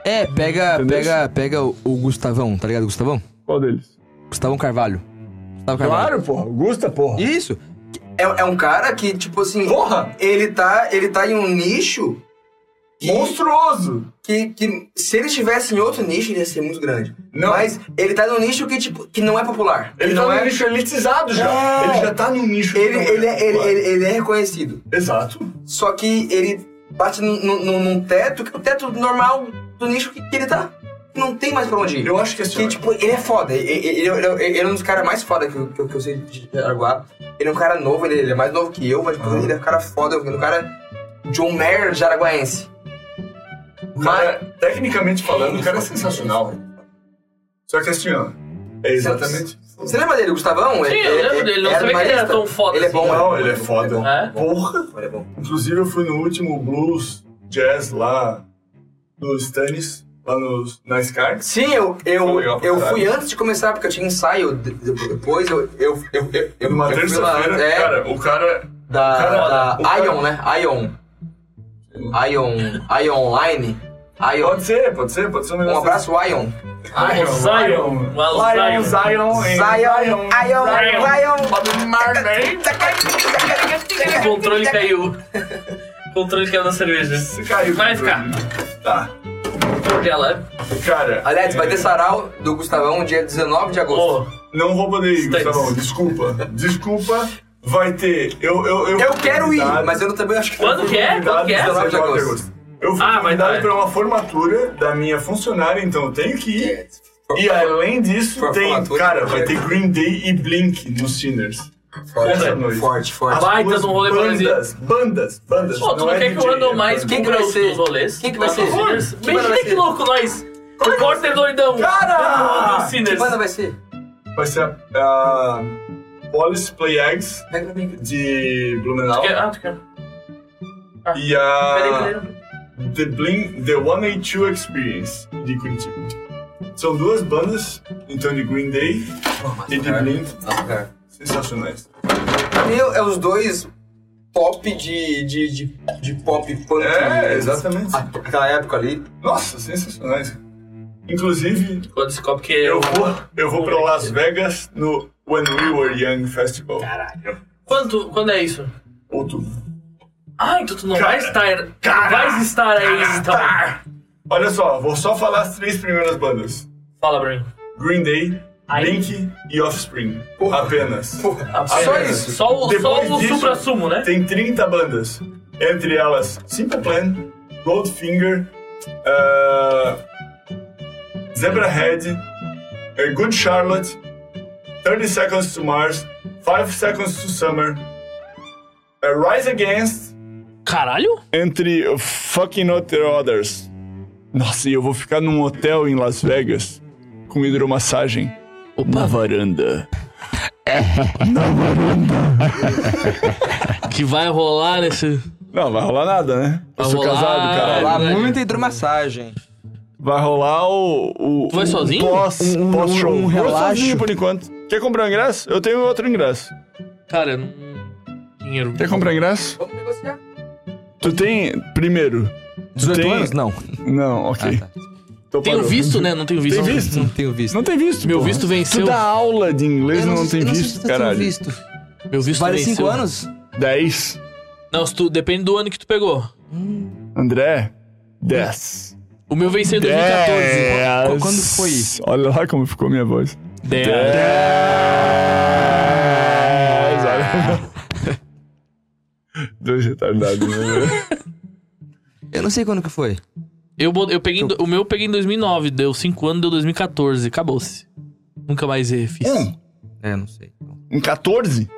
[SPEAKER 3] É, pega,
[SPEAKER 2] Entendeu?
[SPEAKER 3] pega, pega o, o Gustavão, tá ligado, Gustavão?
[SPEAKER 2] Qual deles?
[SPEAKER 3] Gustavão Carvalho. Gustavo Carvalho.
[SPEAKER 2] Claro, porra. Gusta, porra.
[SPEAKER 3] Isso. É, é um cara que, tipo assim...
[SPEAKER 4] Porra!
[SPEAKER 3] Ele tá, ele tá em um nicho... que-
[SPEAKER 4] Monstruoso!
[SPEAKER 3] Que, que se ele estivesse em outro nicho, ele ia ser muito grande.
[SPEAKER 4] Não.
[SPEAKER 3] Mas ele tá num nicho que, tipo, que não é popular.
[SPEAKER 2] Ele
[SPEAKER 3] não
[SPEAKER 2] tá
[SPEAKER 3] é.
[SPEAKER 2] num nicho elitizado já.
[SPEAKER 3] É.
[SPEAKER 2] Ele já tá num nicho. que
[SPEAKER 3] Ele,
[SPEAKER 2] não é
[SPEAKER 3] ele, é- ele,
[SPEAKER 2] popular.
[SPEAKER 3] ele, ele é reconhecido.
[SPEAKER 2] Exato.
[SPEAKER 3] Só que ele bate num, num, num teto, que é o teto normal do nicho que, que ele tá. Não tem mais pra onde ir.
[SPEAKER 2] Eu acho que assim.
[SPEAKER 3] Que, tipo, ele é foda. Ele, ele- ele- ele- ele é um dos caras mais foda que, eu- que, eu- que eu sei de Jaraguá. Ele é um cara novo, ele, ele é mais novo que eu, mas tipo, ele é um cara foda. Ele é um cara John Mayer jaraguaense.
[SPEAKER 2] O cara, é, tecnicamente falando, o cara é sensacional. Só que assim, ó. É exatamente.
[SPEAKER 3] Você lembra dele, o Gustavão? Sim,
[SPEAKER 1] eu lembro dele, não sabia que ele era tão foda
[SPEAKER 3] Ele é
[SPEAKER 1] assim.
[SPEAKER 3] bom,
[SPEAKER 2] Não, ele é foda.
[SPEAKER 1] É?
[SPEAKER 2] Porra!
[SPEAKER 3] Ele é bom.
[SPEAKER 2] Inclusive, eu fui no último blues jazz lá do Stannis, lá nos, na Scar.
[SPEAKER 3] Sim, eu,
[SPEAKER 2] Foi
[SPEAKER 3] eu,
[SPEAKER 2] legal pra
[SPEAKER 3] eu
[SPEAKER 2] caralho.
[SPEAKER 3] fui antes de começar, porque eu tinha ensaio. de- de- Depois eu. eu, eu, eu, eu
[SPEAKER 2] Numa
[SPEAKER 3] eu fui lá
[SPEAKER 2] terça-feira,
[SPEAKER 3] antes, é,
[SPEAKER 2] cara, o cara.
[SPEAKER 3] da,
[SPEAKER 2] cara,
[SPEAKER 3] da
[SPEAKER 2] o cara-
[SPEAKER 3] Ion, né? Ion. Ion. Ion Online. Ion.
[SPEAKER 2] Pode ser, pode ser, pode ser um
[SPEAKER 3] Um
[SPEAKER 2] negócio. assim.
[SPEAKER 3] abraço, Ion.
[SPEAKER 2] Zion.
[SPEAKER 1] Zion. Zion.
[SPEAKER 2] Lion, Zion, hein?
[SPEAKER 3] Zion, Ion, Ion.
[SPEAKER 2] Bob Marley.
[SPEAKER 1] O controle caiu. O controle caiu na cerveja.
[SPEAKER 2] Você caiu.
[SPEAKER 1] Vai ficar.
[SPEAKER 2] Tá.
[SPEAKER 1] Ela
[SPEAKER 2] Cara.
[SPEAKER 3] Aliás, vai
[SPEAKER 2] é,
[SPEAKER 3] ter sarau do Gustavão dia 19 de agosto.
[SPEAKER 1] Pô,
[SPEAKER 2] Não rouba daí,
[SPEAKER 1] Stannis.
[SPEAKER 2] Gustavão. tá Desculpa. Desculpa. Vai ter. Eu, eu, eu,
[SPEAKER 3] Eu quero ir, mas eu não também acho que.
[SPEAKER 1] Quando que é? Quando que é?
[SPEAKER 2] 19 de
[SPEAKER 3] 19 de
[SPEAKER 2] agosto. Eu fui
[SPEAKER 1] Ah, vai
[SPEAKER 2] convidado
[SPEAKER 1] dar.
[SPEAKER 2] para uma formatura da minha funcionária, então eu tenho que ir. E além disso,
[SPEAKER 3] Pra
[SPEAKER 2] tem.
[SPEAKER 3] formatura,
[SPEAKER 2] Cara, vai
[SPEAKER 3] eu
[SPEAKER 2] ter Green Day e Blink no Sinners. Essa noite.
[SPEAKER 3] Forte,
[SPEAKER 2] As
[SPEAKER 3] forte.
[SPEAKER 1] Baita
[SPEAKER 2] duas
[SPEAKER 1] de um rolê
[SPEAKER 2] bandas, bandas, bandas.
[SPEAKER 1] Pô, tu não,
[SPEAKER 2] é
[SPEAKER 1] quer que eu
[SPEAKER 2] DJ,
[SPEAKER 1] ando
[SPEAKER 2] é
[SPEAKER 1] mais
[SPEAKER 2] banda.
[SPEAKER 1] com
[SPEAKER 3] Quem que vai
[SPEAKER 1] os
[SPEAKER 3] ser?
[SPEAKER 1] dos rolês?
[SPEAKER 3] Quem que vai
[SPEAKER 1] Lá
[SPEAKER 3] ser?
[SPEAKER 1] no Sinners?
[SPEAKER 3] Que banda vai
[SPEAKER 1] Imagina que
[SPEAKER 3] ser?
[SPEAKER 1] louco nós! O Porter doidão!
[SPEAKER 2] Cara!
[SPEAKER 1] Do
[SPEAKER 3] Que
[SPEAKER 1] Sinners!
[SPEAKER 3] banda vai ser?
[SPEAKER 2] Vai ser a, a Police Play Eggs
[SPEAKER 3] Pega pra mim.
[SPEAKER 2] de Blumenau
[SPEAKER 1] Quer- Ah, tu quer?
[SPEAKER 2] e
[SPEAKER 1] é. Peraí,
[SPEAKER 2] a
[SPEAKER 1] peraí.
[SPEAKER 2] The Blink, The 182 Experience de Curitiba. São duas bandas, então de Green Day e de Blink,
[SPEAKER 3] Nossa, cara.
[SPEAKER 2] sensacionais.
[SPEAKER 3] Pra mim é os dois pop de. de, de, de pop punk.
[SPEAKER 2] É, exatamente.
[SPEAKER 3] Aquela época ali.
[SPEAKER 2] Nossa, sensacionais. Inclusive,
[SPEAKER 1] Quando esse copo que
[SPEAKER 2] eu vou, eu vou pra Las Vegas no When We Were Young Festival. Caralho.
[SPEAKER 1] Quando, quando é isso?
[SPEAKER 2] Outubro.
[SPEAKER 1] Ah, então tu não
[SPEAKER 2] Cara,
[SPEAKER 1] vai estar.
[SPEAKER 2] cara,
[SPEAKER 1] não vais estar aí, então.
[SPEAKER 2] Olha só, vou só falar as três primeiras bandas.
[SPEAKER 1] Fala pra mim.
[SPEAKER 2] Green Day,
[SPEAKER 1] Aí.
[SPEAKER 2] Blink e Offspring. Apenas.
[SPEAKER 1] Só
[SPEAKER 2] isso.
[SPEAKER 1] Só o, só
[SPEAKER 2] Depois
[SPEAKER 1] o
[SPEAKER 2] disso-
[SPEAKER 1] supra-sumo, né?
[SPEAKER 2] Tem 30 bandas. Entre elas, Simple Plan, Goldfinger, ah, Zebrahead, eh, Good Charlotte, 30 Seconds to Mars, 5 Seconds to Summer, eh, Rise Against...
[SPEAKER 1] Caralho?
[SPEAKER 2] Entre Fucking Other Others. Nossa, e eu vou ficar num hotel em Las Vegas com hidromassagem. Na varanda.
[SPEAKER 1] Que vai rolar nesse.
[SPEAKER 2] Não, vai rolar nada, né? Eu
[SPEAKER 1] Vai
[SPEAKER 2] sou
[SPEAKER 1] rolar.
[SPEAKER 2] casado,
[SPEAKER 1] Vai
[SPEAKER 2] cara.
[SPEAKER 1] rolar. Verdade. muita
[SPEAKER 3] hidromassagem.
[SPEAKER 2] Vai rolar o. o
[SPEAKER 1] vai
[SPEAKER 2] o
[SPEAKER 1] sozinho?
[SPEAKER 2] Pós,
[SPEAKER 3] Um- um-
[SPEAKER 2] pós show.
[SPEAKER 3] um- um
[SPEAKER 2] Eu vou
[SPEAKER 3] relaxo.
[SPEAKER 2] sozinho por enquanto. Quer comprar ingresso? Eu tenho outro ingresso.
[SPEAKER 1] Cara, eu não. Dinheiro.
[SPEAKER 2] Quer comprar ingresso?
[SPEAKER 3] Vamos negociar.
[SPEAKER 2] Tu tem. Primeiro. tu
[SPEAKER 3] 18
[SPEAKER 2] tem...
[SPEAKER 3] anos? Não.
[SPEAKER 2] Não, ok.
[SPEAKER 3] Ah, tá.
[SPEAKER 2] Tô
[SPEAKER 1] Tenho
[SPEAKER 2] parou.
[SPEAKER 1] visto, né? Não tenho visto.
[SPEAKER 2] Tem visto?
[SPEAKER 3] Não tenho visto.
[SPEAKER 2] Não tem visto.
[SPEAKER 1] Meu
[SPEAKER 2] porra.
[SPEAKER 1] visto
[SPEAKER 2] Tu
[SPEAKER 1] venceu.
[SPEAKER 2] dá aula de inglês e não, tem visto, caralho.
[SPEAKER 3] visto.
[SPEAKER 1] Meu visto
[SPEAKER 3] Vale 5
[SPEAKER 1] venceu.
[SPEAKER 3] anos?
[SPEAKER 2] 10.
[SPEAKER 1] Não, se tu, depende do ano que tu pegou.
[SPEAKER 2] André, 10.
[SPEAKER 1] O meu venceu em 2014.
[SPEAKER 3] Quando foi?
[SPEAKER 2] Olha lá como ficou minha voz.
[SPEAKER 1] Dez.
[SPEAKER 2] É, [LAUGHS] Dois retardados, né?
[SPEAKER 3] Eu não sei quando que foi.
[SPEAKER 1] Eu, bot- eu peguei, em do- o meu eu peguei em 2009, deu 5 anos, deu 2014, acabou-se. Nunca mais refiz.
[SPEAKER 2] Um,
[SPEAKER 3] É, eu não sei.
[SPEAKER 2] em 14?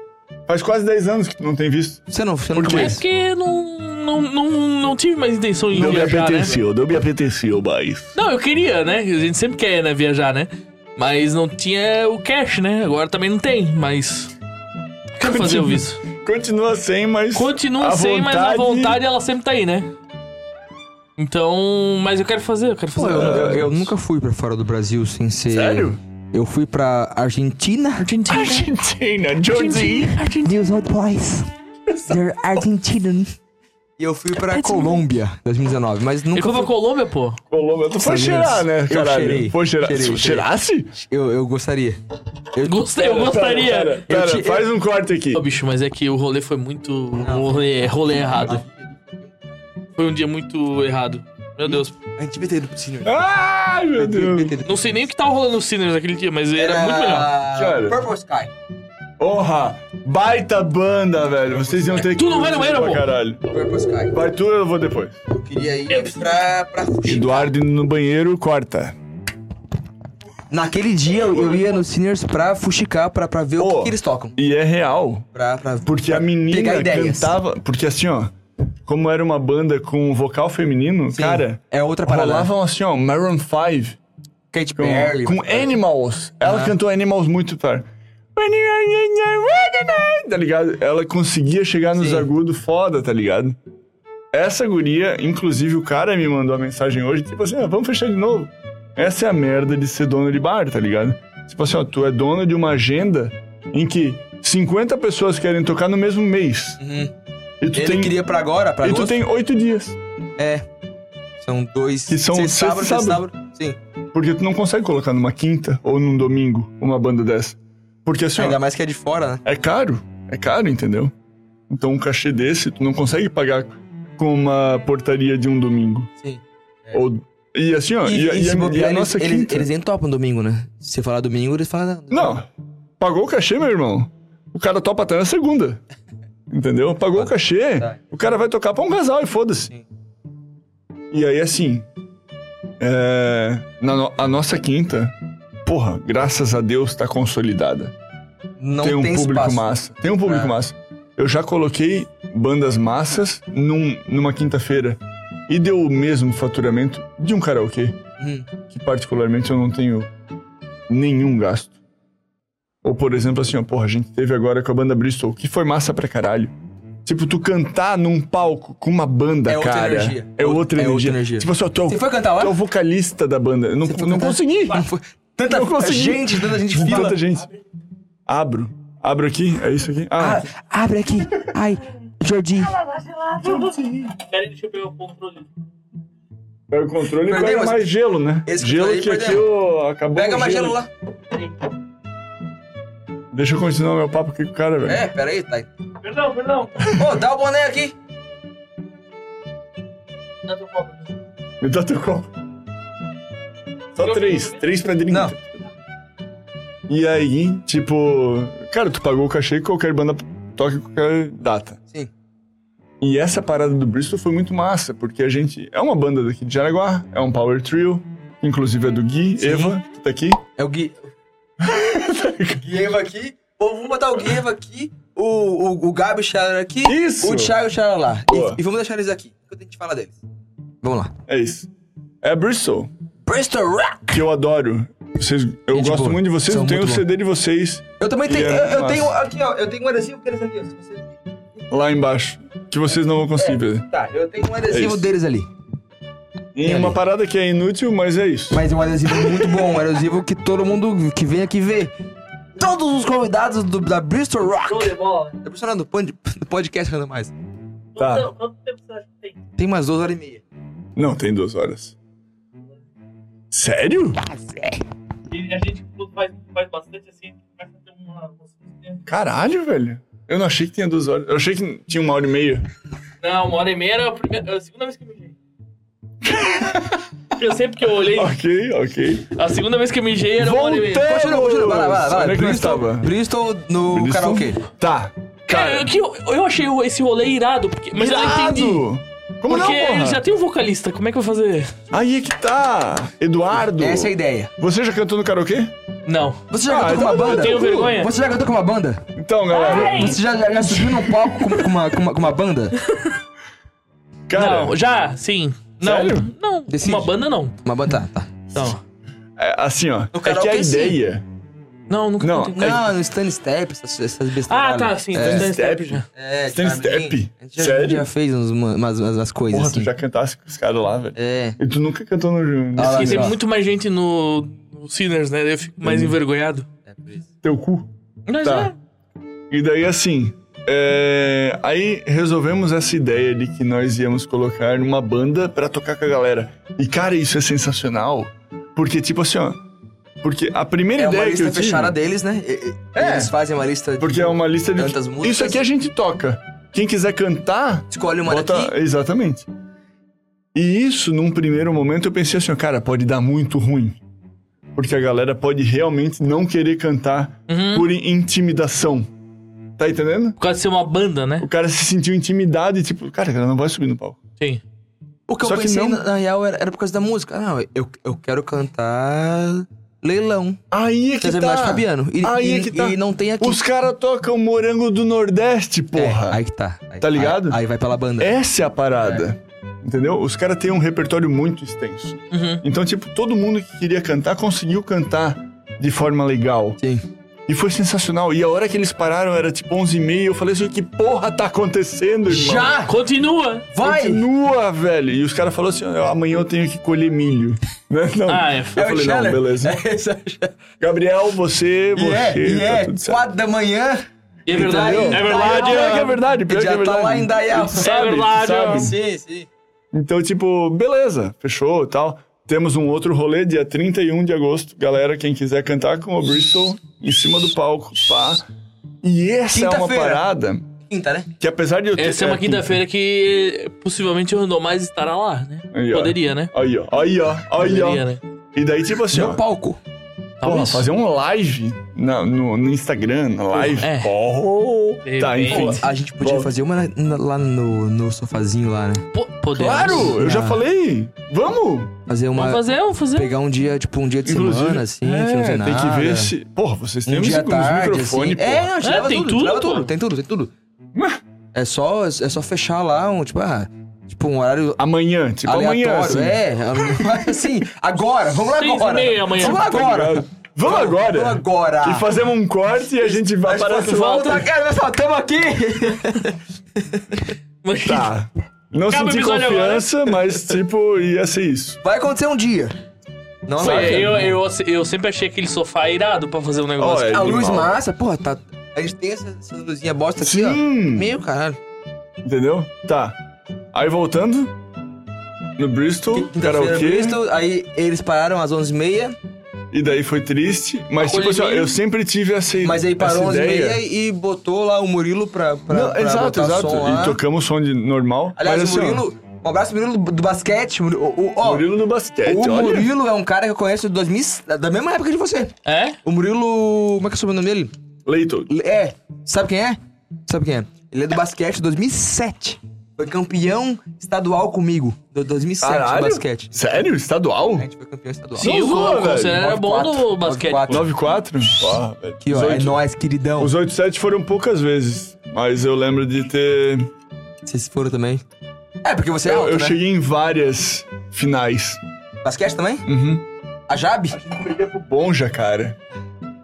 [SPEAKER 2] Faz quase 10 anos que tu não tem visto.
[SPEAKER 3] Você não, você não
[SPEAKER 2] Por quê?
[SPEAKER 1] É porque não, não, não, não tive mais intenção de viajar, né?
[SPEAKER 2] não me apeteceu mais.
[SPEAKER 1] Não, eu queria, né? A gente sempre quer, né, viajar, né? Mas não tinha o cash, né? Agora também não tem, mas. Quero fazer o visto.
[SPEAKER 2] Continua sem, mas.
[SPEAKER 1] Continua
[SPEAKER 2] a
[SPEAKER 1] sem, mas a
[SPEAKER 2] vontade-
[SPEAKER 1] vontade ela sempre tá aí, né? Então. Mas eu quero fazer, eu quero
[SPEAKER 3] Pô,
[SPEAKER 1] fazer.
[SPEAKER 3] eu, eu- eu nunca fui pra fora do Brasil sem ser.
[SPEAKER 2] Sério?
[SPEAKER 3] Eu fui pra Argentina.
[SPEAKER 1] Argentina.
[SPEAKER 2] Argentina, Georgie.
[SPEAKER 6] These old boys. They're Argentinian.
[SPEAKER 3] E eu fui pra Colômbia, 2019. Mas
[SPEAKER 1] Ele
[SPEAKER 3] nunca.
[SPEAKER 1] foi pra
[SPEAKER 3] Fui,
[SPEAKER 1] Colômbia, pô.
[SPEAKER 2] Colômbia, tu foi
[SPEAKER 3] Estados
[SPEAKER 2] cheirar, né,
[SPEAKER 3] Unidos. Eu
[SPEAKER 2] caralho?
[SPEAKER 3] cheirei,
[SPEAKER 2] Foi cheirar.
[SPEAKER 3] cheirei, cheirei.
[SPEAKER 2] Cheirasse?
[SPEAKER 3] eu, eu gostaria. Eu,
[SPEAKER 1] Gostei, eu
[SPEAKER 2] Pera,
[SPEAKER 1] gostaria.
[SPEAKER 2] pera,
[SPEAKER 3] Eu te-
[SPEAKER 2] faz um corte aqui.
[SPEAKER 1] Ô, bicho, mas é que o rolê foi muito. O rolê, rolê errado. Foi um dia muito errado. Meu Deus.
[SPEAKER 3] A gente devia ter ido pro cinema.
[SPEAKER 2] Ai, meu Deus.
[SPEAKER 1] Não sei nem o que tava rolando no cinema naquele dia, mas era muito melhor.
[SPEAKER 3] [LAUGHS]
[SPEAKER 2] Sério?
[SPEAKER 3] Purple Sky.
[SPEAKER 2] Porra, baita banda, velho. Vocês iam ter que...
[SPEAKER 1] Tu não vai no banheiro,
[SPEAKER 2] pra
[SPEAKER 1] pô.
[SPEAKER 2] caralho.
[SPEAKER 3] Purple Sky.
[SPEAKER 2] Vai tu, eu vou depois.
[SPEAKER 3] Eu queria ir pra, pra Fuji.
[SPEAKER 2] Eduardo indo no banheiro, corta.
[SPEAKER 3] Naquele dia eu, eu ia nos Sinners pra fuxicar, pra, pra ver o
[SPEAKER 2] Ô.
[SPEAKER 3] que, que eles tocam.
[SPEAKER 2] E é real.
[SPEAKER 3] Pra, pra...
[SPEAKER 2] Porque a menina
[SPEAKER 3] Pegar ideias.
[SPEAKER 2] cantava. Porque assim, ó. Como era uma banda com vocal feminino,
[SPEAKER 3] Sim,
[SPEAKER 2] cara.
[SPEAKER 3] É outra parada.
[SPEAKER 2] Rolavam assim, ó. Maroon 5.
[SPEAKER 3] Kate
[SPEAKER 2] Com,
[SPEAKER 3] Perry.
[SPEAKER 2] com Animals.
[SPEAKER 3] Ah.
[SPEAKER 2] Ela cantou Animals muito tarde. Tá ligado? Ela conseguia chegar nos
[SPEAKER 3] Sim.
[SPEAKER 2] agudos foda, tá ligado? Essa guria, inclusive o cara me mandou uma mensagem hoje, tipo assim, ah, vamos fechar de novo. Essa é a merda de ser dono de bar, tá ligado? Tipo assim, ó, tu é dono de uma agenda em que 50 pessoas querem tocar no mesmo mês.
[SPEAKER 3] Uhum.
[SPEAKER 2] E tu,
[SPEAKER 3] Ele
[SPEAKER 2] tem,
[SPEAKER 3] queria pra agora, pra
[SPEAKER 2] e tu
[SPEAKER 3] agosto.
[SPEAKER 2] tem 8 dias.
[SPEAKER 3] São dois...
[SPEAKER 2] Que são
[SPEAKER 3] seis
[SPEAKER 2] sexta
[SPEAKER 3] sábado,
[SPEAKER 2] e
[SPEAKER 3] seis
[SPEAKER 2] sábado.
[SPEAKER 3] sábado. Sim.
[SPEAKER 2] Porque tu não consegue colocar numa quinta ou num domingo uma banda dessa. Porque assim, ó,
[SPEAKER 3] Ainda mais que é de fora, né?
[SPEAKER 2] é caro, é caro, entendeu? Então um cachê desse tu não consegue pagar com uma portaria de um domingo.
[SPEAKER 3] Sim.
[SPEAKER 2] Ou, e assim, ó, e, e
[SPEAKER 3] se
[SPEAKER 2] a, e
[SPEAKER 3] bobear,
[SPEAKER 2] a
[SPEAKER 3] É. eles,
[SPEAKER 2] nossa
[SPEAKER 3] eles,
[SPEAKER 2] quinta.
[SPEAKER 3] eles nem topam domingo, né? Se você falar domingo, eles falam...
[SPEAKER 2] Não, pagou o cachê, meu irmão. O cara topa até na segunda. Entendeu? Pagou o cachê,
[SPEAKER 3] Tá.
[SPEAKER 2] o cara vai tocar pra um casal e foda-se.
[SPEAKER 3] Sim.
[SPEAKER 2] E aí, assim. é, na no- a nossa quinta, porra, graças a Deus tá consolidada.
[SPEAKER 3] Não
[SPEAKER 2] tem um público
[SPEAKER 3] espaço.
[SPEAKER 2] massa. Tem um público
[SPEAKER 3] É.
[SPEAKER 2] massa. Eu já coloquei bandas massas num- numa quinta-feira e deu o mesmo faturamento de um karaokê,
[SPEAKER 3] Hum.
[SPEAKER 2] que particularmente eu não tenho nenhum gasto. Ou, por exemplo, assim, ó, porra, a gente teve agora com a banda Bristol, que foi massa pra caralho. Tipo, tu cantar num palco com uma banda,
[SPEAKER 3] É outra
[SPEAKER 2] cara.
[SPEAKER 3] energia.
[SPEAKER 2] É outra
[SPEAKER 3] É outra
[SPEAKER 2] energia.
[SPEAKER 3] energia.
[SPEAKER 2] Tipo, assim, ó, tu é o-
[SPEAKER 3] Você foi cantar lá?
[SPEAKER 2] tu é o vocalista da banda. Eu não,
[SPEAKER 3] Você foi
[SPEAKER 2] não
[SPEAKER 3] cantar?
[SPEAKER 2] consegui.
[SPEAKER 3] Não foi- Tanta
[SPEAKER 2] Não consegui.
[SPEAKER 3] gente, tanta gente
[SPEAKER 2] De
[SPEAKER 3] fila.
[SPEAKER 2] tanta gente. Abro. Abro aqui, é isso aqui? Ah,
[SPEAKER 6] Abre aqui. Ai, Jordi.
[SPEAKER 1] Peraí, deixa eu pegar o controle.
[SPEAKER 2] pega o controle e
[SPEAKER 3] Perdeu,
[SPEAKER 2] pega
[SPEAKER 3] mas-
[SPEAKER 2] mais gelo, né?
[SPEAKER 3] Esse
[SPEAKER 2] gelo
[SPEAKER 3] controle aí
[SPEAKER 2] que aqui
[SPEAKER 3] perdeu.
[SPEAKER 2] eu... acabou.
[SPEAKER 3] Pega
[SPEAKER 2] o
[SPEAKER 3] mais gelo lá.
[SPEAKER 2] Deixa eu continuar meu papo aqui com o cara, velho.
[SPEAKER 3] É, pera aí, tá.
[SPEAKER 1] Perdão, perdão.
[SPEAKER 3] Ô, dá o boné aqui.
[SPEAKER 2] Me dá teu copo. Só três. Três pra drink.
[SPEAKER 3] Não.
[SPEAKER 2] E aí, tipo... Cara, tu pagou o cachê que qualquer banda toca em qualquer data.
[SPEAKER 3] Sim.
[SPEAKER 2] E essa parada do Bristol foi muito massa, porque a gente... É uma banda daqui de Jaraguá, é um power trio. Inclusive é do Gui,
[SPEAKER 3] Sim.
[SPEAKER 2] Eva, que tá aqui.
[SPEAKER 3] É o Gui. [LAUGHS] Guieva aqui. Pô, vamos botar o Guieva aqui. O, o, o Gabi Chaler aqui.
[SPEAKER 2] Isso.
[SPEAKER 3] O Thiago Chaler lá.
[SPEAKER 2] Boa.
[SPEAKER 3] E, e vamos deixar eles aqui. Enquanto a gente fala deles. Vamos lá.
[SPEAKER 2] É isso. É Bristol,
[SPEAKER 3] Bristol Rock.
[SPEAKER 2] que eu adoro. Vocês, eu
[SPEAKER 3] Gente
[SPEAKER 2] gosto
[SPEAKER 3] boa.
[SPEAKER 2] muito de vocês,
[SPEAKER 3] São
[SPEAKER 2] eu tenho o
[SPEAKER 3] muito bom.
[SPEAKER 2] CD de vocês
[SPEAKER 3] Eu também tenho.
[SPEAKER 2] Yeah,
[SPEAKER 3] eu, eu
[SPEAKER 2] massa.
[SPEAKER 3] tenho aqui, ó. Eu tenho um adesivo deles ali, ó. se você-
[SPEAKER 2] lá embaixo, que vocês não vão conseguir ver.
[SPEAKER 3] Tá, eu tenho um adesivo
[SPEAKER 2] É isso.
[SPEAKER 3] deles ali.
[SPEAKER 2] E uma parada que é inútil, mas é isso.
[SPEAKER 3] Mas é um adesivo muito bom. Um adesivo que todo mundo que vem aqui vê. Todos os convidados do- da Bristol Rock.
[SPEAKER 1] bola.
[SPEAKER 3] Tá funcionando [LAUGHS] do podcast ainda mais.
[SPEAKER 2] Tá.
[SPEAKER 1] Quanto tempo você acha que tem?
[SPEAKER 3] Tem umas duas horas e meia.
[SPEAKER 2] Não, tem duas horas. Sério?
[SPEAKER 1] E a gente faz, faz bastante assim, começa a ter uma.
[SPEAKER 2] Caralho, velho. Eu não achei que tinha duas horas. Eu achei que tinha uma hora e meia. [LAUGHS]
[SPEAKER 1] Não, uma hora e meia era a, primeira, a segunda vez que eu me vi. Eu sei porque eu olhei.
[SPEAKER 2] Ok, ok.
[SPEAKER 1] A segunda vez que eu mijei era uma hora e meia.
[SPEAKER 2] Voltamos!
[SPEAKER 3] Continua, continua, vai lá, vai lá, vai lá.
[SPEAKER 2] Onde é que nós
[SPEAKER 3] Bristol,
[SPEAKER 2] tava?
[SPEAKER 3] Bristol no
[SPEAKER 2] Bristol?
[SPEAKER 3] karaokê.
[SPEAKER 2] Tá.
[SPEAKER 1] Cara, eu, que eu, eu achei esse rolê irado, porque, mas eu não entendi.
[SPEAKER 2] Irado! Como
[SPEAKER 1] Porque
[SPEAKER 2] não, porra?
[SPEAKER 1] ele já tem um vocalista, como é que vai fazer?
[SPEAKER 2] Aí que tá! Eduardo!
[SPEAKER 3] Essa é a ideia.
[SPEAKER 2] Você já cantou no karaokê?
[SPEAKER 1] Não.
[SPEAKER 3] Você já
[SPEAKER 2] Ah,
[SPEAKER 3] cantou
[SPEAKER 2] então
[SPEAKER 3] com uma
[SPEAKER 2] eu
[SPEAKER 3] banda?
[SPEAKER 1] tenho vergonha.
[SPEAKER 3] Você já cantou com uma banda?
[SPEAKER 2] Então, galera.
[SPEAKER 3] Você já, já, já subiu num palco com, com uma, com, uma, com uma banda?
[SPEAKER 2] Cara,
[SPEAKER 1] Não, já, sim. Não.
[SPEAKER 2] Sério?
[SPEAKER 1] Não.
[SPEAKER 3] Decide.
[SPEAKER 1] Uma banda não.
[SPEAKER 3] Uma banda, tá. tá.
[SPEAKER 1] Então.
[SPEAKER 2] é assim, ó. É que
[SPEAKER 5] karaokê,
[SPEAKER 2] a
[SPEAKER 5] sim.
[SPEAKER 2] ideia.
[SPEAKER 1] Não, nunca
[SPEAKER 2] Não,
[SPEAKER 1] cantei.
[SPEAKER 3] Não, no Stan Step, essas, essas besteiras.
[SPEAKER 1] Ah, tá, sim.
[SPEAKER 3] É.
[SPEAKER 1] Dance
[SPEAKER 2] Step.
[SPEAKER 1] Step já.
[SPEAKER 3] É,
[SPEAKER 2] Stan
[SPEAKER 3] cara,
[SPEAKER 2] Step?
[SPEAKER 3] ninguém- A gente já,
[SPEAKER 2] Sério?
[SPEAKER 3] já fez uns- uma- umas, umas, umas coisas
[SPEAKER 2] Porra,
[SPEAKER 3] assim.
[SPEAKER 2] tu já cantasse com os caras lá, velho.
[SPEAKER 3] É.
[SPEAKER 2] E tu nunca cantou no, no
[SPEAKER 3] Ah, lá,
[SPEAKER 1] E tem
[SPEAKER 3] só.
[SPEAKER 1] muito mais gente no, no Sinners, né? Daí Eu fico
[SPEAKER 2] Uhum.
[SPEAKER 1] mais envergonhado.
[SPEAKER 2] teu cu.
[SPEAKER 1] Mas
[SPEAKER 2] Tá.
[SPEAKER 5] é.
[SPEAKER 2] E daí, assim, é, aí resolvemos essa ideia de que nós íamos colocar numa banda pra tocar com a galera. E, cara, isso é sensacional, porque, tipo assim, ó, porque a primeira
[SPEAKER 3] É uma
[SPEAKER 2] ideia que
[SPEAKER 3] lista
[SPEAKER 2] eu tive...
[SPEAKER 3] fechada deles, né? E- e-
[SPEAKER 2] É.
[SPEAKER 3] Eles fazem uma lista de
[SPEAKER 2] Porque é uma lista de...
[SPEAKER 3] tantas músicas.
[SPEAKER 2] Isso aqui a gente toca. Quem quiser cantar,
[SPEAKER 3] Escolhe uma
[SPEAKER 2] bota...
[SPEAKER 3] daqui.
[SPEAKER 2] Exatamente. E isso, num primeiro momento, eu pensei assim, ó, cara, pode dar muito ruim. Porque a galera pode realmente não querer cantar
[SPEAKER 1] é. Uhum.
[SPEAKER 2] por intimidação. Tá entendendo?
[SPEAKER 1] Por causa de ser uma banda, né?
[SPEAKER 2] O cara se sentiu intimidado e tipo, cara, ela não vai subir no palco.
[SPEAKER 1] Sim.
[SPEAKER 3] O que
[SPEAKER 2] Só
[SPEAKER 3] eu
[SPEAKER 2] que
[SPEAKER 3] pensei,
[SPEAKER 2] não-
[SPEAKER 3] na, na real, era, era por causa da música. Ah, Não, eu, eu quero cantar leilão.
[SPEAKER 2] Aí é que
[SPEAKER 3] Quer dizer, homenagem
[SPEAKER 2] tá.
[SPEAKER 3] ao Fabiano. E,
[SPEAKER 2] Aí
[SPEAKER 3] e-
[SPEAKER 2] é que tá.
[SPEAKER 3] e não tem aqui.
[SPEAKER 2] Os caras tocam morango do Nordeste,
[SPEAKER 3] É,
[SPEAKER 2] porra.
[SPEAKER 3] aí que tá. Aí-
[SPEAKER 2] Tá ligado?
[SPEAKER 3] Aí, aí vai pela banda.
[SPEAKER 2] Essa é a parada. Entendeu? Os caras têm um repertório muito extenso.
[SPEAKER 1] Uhum.
[SPEAKER 2] Então, tipo, todo mundo que queria cantar conseguiu cantar de forma legal.
[SPEAKER 3] Sim.
[SPEAKER 2] E foi sensacional. E a hora que eles pararam era tipo 11h30. Eu falei assim: que porra tá acontecendo, irmão?
[SPEAKER 3] Já!
[SPEAKER 1] Continua!
[SPEAKER 3] Vai!
[SPEAKER 2] Continua, velho. E os caras falaram assim: ó, amanhã eu tenho que colher milho. [LAUGHS] Né? Não.
[SPEAKER 1] Ah, é.
[SPEAKER 2] Eu falei, não,
[SPEAKER 3] [LAUGHS]
[SPEAKER 2] beleza.
[SPEAKER 3] É,
[SPEAKER 2] Gabriel, você,
[SPEAKER 3] E é,
[SPEAKER 2] você,
[SPEAKER 3] e é,
[SPEAKER 2] tá tudo certo.
[SPEAKER 3] quatro da manã,
[SPEAKER 1] E é verdade.
[SPEAKER 2] Entendeu?
[SPEAKER 1] É verdade.
[SPEAKER 2] Pior que é verdade, pior
[SPEAKER 3] ele
[SPEAKER 2] que é
[SPEAKER 3] já tá
[SPEAKER 2] verdade.
[SPEAKER 3] lá em Dayal.
[SPEAKER 2] Tu sabe,
[SPEAKER 1] É
[SPEAKER 2] tu
[SPEAKER 1] verdade,
[SPEAKER 2] sabe.
[SPEAKER 3] Sim, sim.
[SPEAKER 2] Então, tipo, beleza, fechou e tal. Temos um outro rolê dia 31 de agosto. Galera, quem quiser cantar com o Bristol em cima do palco, pá. E essa é uma
[SPEAKER 3] Quinta-feira.
[SPEAKER 2] parada
[SPEAKER 3] Quinta, né?
[SPEAKER 2] que apesar de eu ter...
[SPEAKER 1] Essa é uma
[SPEAKER 2] aqui.
[SPEAKER 1] quinta-feira que possivelmente o Randomais estará lá, né?
[SPEAKER 2] Aí, ó.
[SPEAKER 1] Poderia, né?
[SPEAKER 2] Aí, ó, aí, ó, aí, ó.
[SPEAKER 1] Poderia, né? tá
[SPEAKER 2] E daí, tipo assim, ó.
[SPEAKER 3] No palco.
[SPEAKER 2] Porra,
[SPEAKER 1] Talvez.
[SPEAKER 2] fazer um live na- no, no Instagram, na live.
[SPEAKER 1] É.
[SPEAKER 2] Porra.
[SPEAKER 1] De
[SPEAKER 2] Tá,
[SPEAKER 1] repente.
[SPEAKER 2] enfim.
[SPEAKER 3] A gente podia
[SPEAKER 2] Bom.
[SPEAKER 3] fazer uma na- na- lá no, no sofazinho lá, né?
[SPEAKER 1] Po- Poderia.
[SPEAKER 2] Claro, eu já
[SPEAKER 3] Ah.
[SPEAKER 2] falei. Vamos!
[SPEAKER 3] Fazer uma...
[SPEAKER 1] Vamos fazer, vamos fazer.
[SPEAKER 3] Pegar um dia, tipo, um dia de
[SPEAKER 2] Inclusive,
[SPEAKER 3] semana, assim,
[SPEAKER 2] é,
[SPEAKER 3] que não tem nada.
[SPEAKER 2] que ver se. Porra, vocês têm
[SPEAKER 3] Um
[SPEAKER 2] um
[SPEAKER 3] dia à tarde,
[SPEAKER 2] microfone,
[SPEAKER 3] assim.
[SPEAKER 2] porra.
[SPEAKER 3] É, não, te
[SPEAKER 1] É,
[SPEAKER 3] leva
[SPEAKER 1] tem
[SPEAKER 3] tudo,
[SPEAKER 1] tudo,
[SPEAKER 3] te leva
[SPEAKER 1] pô.
[SPEAKER 3] tudo, tem tudo, tem tudo.
[SPEAKER 2] Ué.
[SPEAKER 3] É só, é só fechar lá um, tipo, ah, tipo, um horário
[SPEAKER 2] Amanhã, tipo
[SPEAKER 3] aleatório.
[SPEAKER 2] amanhã. Assim.
[SPEAKER 3] É, [LAUGHS] mas assim, agora, vamos lá
[SPEAKER 1] Seis e
[SPEAKER 3] agora.
[SPEAKER 1] meia amanhã.
[SPEAKER 3] Vamos lá
[SPEAKER 2] Tá
[SPEAKER 3] agora.
[SPEAKER 2] ligado? Vamos agora.
[SPEAKER 3] Vamos agora.
[SPEAKER 2] E fazemos um corte e a gente vai
[SPEAKER 3] Mas
[SPEAKER 2] para
[SPEAKER 3] volta, volta, cara,
[SPEAKER 2] né?
[SPEAKER 3] mas fala, tamo aqui.
[SPEAKER 1] Mas-
[SPEAKER 2] Tá. Não
[SPEAKER 1] Acaba o
[SPEAKER 2] senti
[SPEAKER 1] episódio
[SPEAKER 2] confiança, mas, tipo, ia ser isso.
[SPEAKER 3] [LAUGHS] Vai acontecer um dia. Não,
[SPEAKER 1] Pô,
[SPEAKER 3] não.
[SPEAKER 1] eu, eu, eu sempre achei aquele sofá irado pra fazer um negócio.
[SPEAKER 2] Ó, é
[SPEAKER 3] A luz
[SPEAKER 2] animal.
[SPEAKER 3] massa, porra, tá... A gente tem essa, essa luzinha bosta aqui, Assim, ó.
[SPEAKER 2] Sim.
[SPEAKER 3] Meio caralho.
[SPEAKER 2] Entendeu? Tá. Aí voltando. No Bristol,
[SPEAKER 3] Quinta-feira,
[SPEAKER 2] karaokê.
[SPEAKER 3] Bristol, aí eles pararam às 11h30,
[SPEAKER 2] E daí foi triste. Mas, tipo assim, ó,
[SPEAKER 1] Acolhimento.
[SPEAKER 2] eu sempre tive essa,
[SPEAKER 3] mas aí parou
[SPEAKER 2] essa
[SPEAKER 3] 11h30
[SPEAKER 2] ideia.
[SPEAKER 3] e botou lá o Murilo pra, pra,
[SPEAKER 2] Não,
[SPEAKER 3] pra
[SPEAKER 2] exato,
[SPEAKER 3] botar
[SPEAKER 2] exato.
[SPEAKER 3] som lá.
[SPEAKER 2] E tocamos som de normal.
[SPEAKER 3] Aliás,
[SPEAKER 2] mas,
[SPEAKER 3] o
[SPEAKER 2] assim, ó,
[SPEAKER 3] Murilo... Um abraço, Murilo, do basquete. Murilo, o, o, ó,
[SPEAKER 2] Murilo do basquete,
[SPEAKER 3] o
[SPEAKER 2] olha.
[SPEAKER 3] Murilo é um cara que eu conheço de 2000, da mesma época de você.
[SPEAKER 1] É?
[SPEAKER 3] O Murilo... Como é que é o sobrenome dele?
[SPEAKER 2] Leito.
[SPEAKER 3] É. Sabe quem é? Sabe quem é? Ele é do basquete de 2007. Foi campeão estadual comigo. Do 2007,
[SPEAKER 2] Caralho?
[SPEAKER 3] do basquete.
[SPEAKER 2] Sério? Estadual?
[SPEAKER 3] A gente foi campeão estadual.
[SPEAKER 1] Sim, o
[SPEAKER 2] zoa,
[SPEAKER 1] Con- o
[SPEAKER 2] velho.
[SPEAKER 1] Conselheiro era bom
[SPEAKER 3] 9-4,
[SPEAKER 1] no basquete.
[SPEAKER 3] 9-4.
[SPEAKER 2] 9-4? Porra, velho.
[SPEAKER 3] Aqui, ó,
[SPEAKER 2] Os
[SPEAKER 3] é
[SPEAKER 2] oito-
[SPEAKER 3] nóis, queridão.
[SPEAKER 2] Os 8-7 foram poucas vezes, mas eu lembro de ter.
[SPEAKER 3] Vocês foram também. É, porque você é
[SPEAKER 2] eu
[SPEAKER 3] alto,
[SPEAKER 2] eu
[SPEAKER 3] né?
[SPEAKER 2] cheguei em várias finais.
[SPEAKER 3] Basquete também?
[SPEAKER 2] Uhum.
[SPEAKER 3] A Jabe?
[SPEAKER 2] Perder pro Bonja, cara.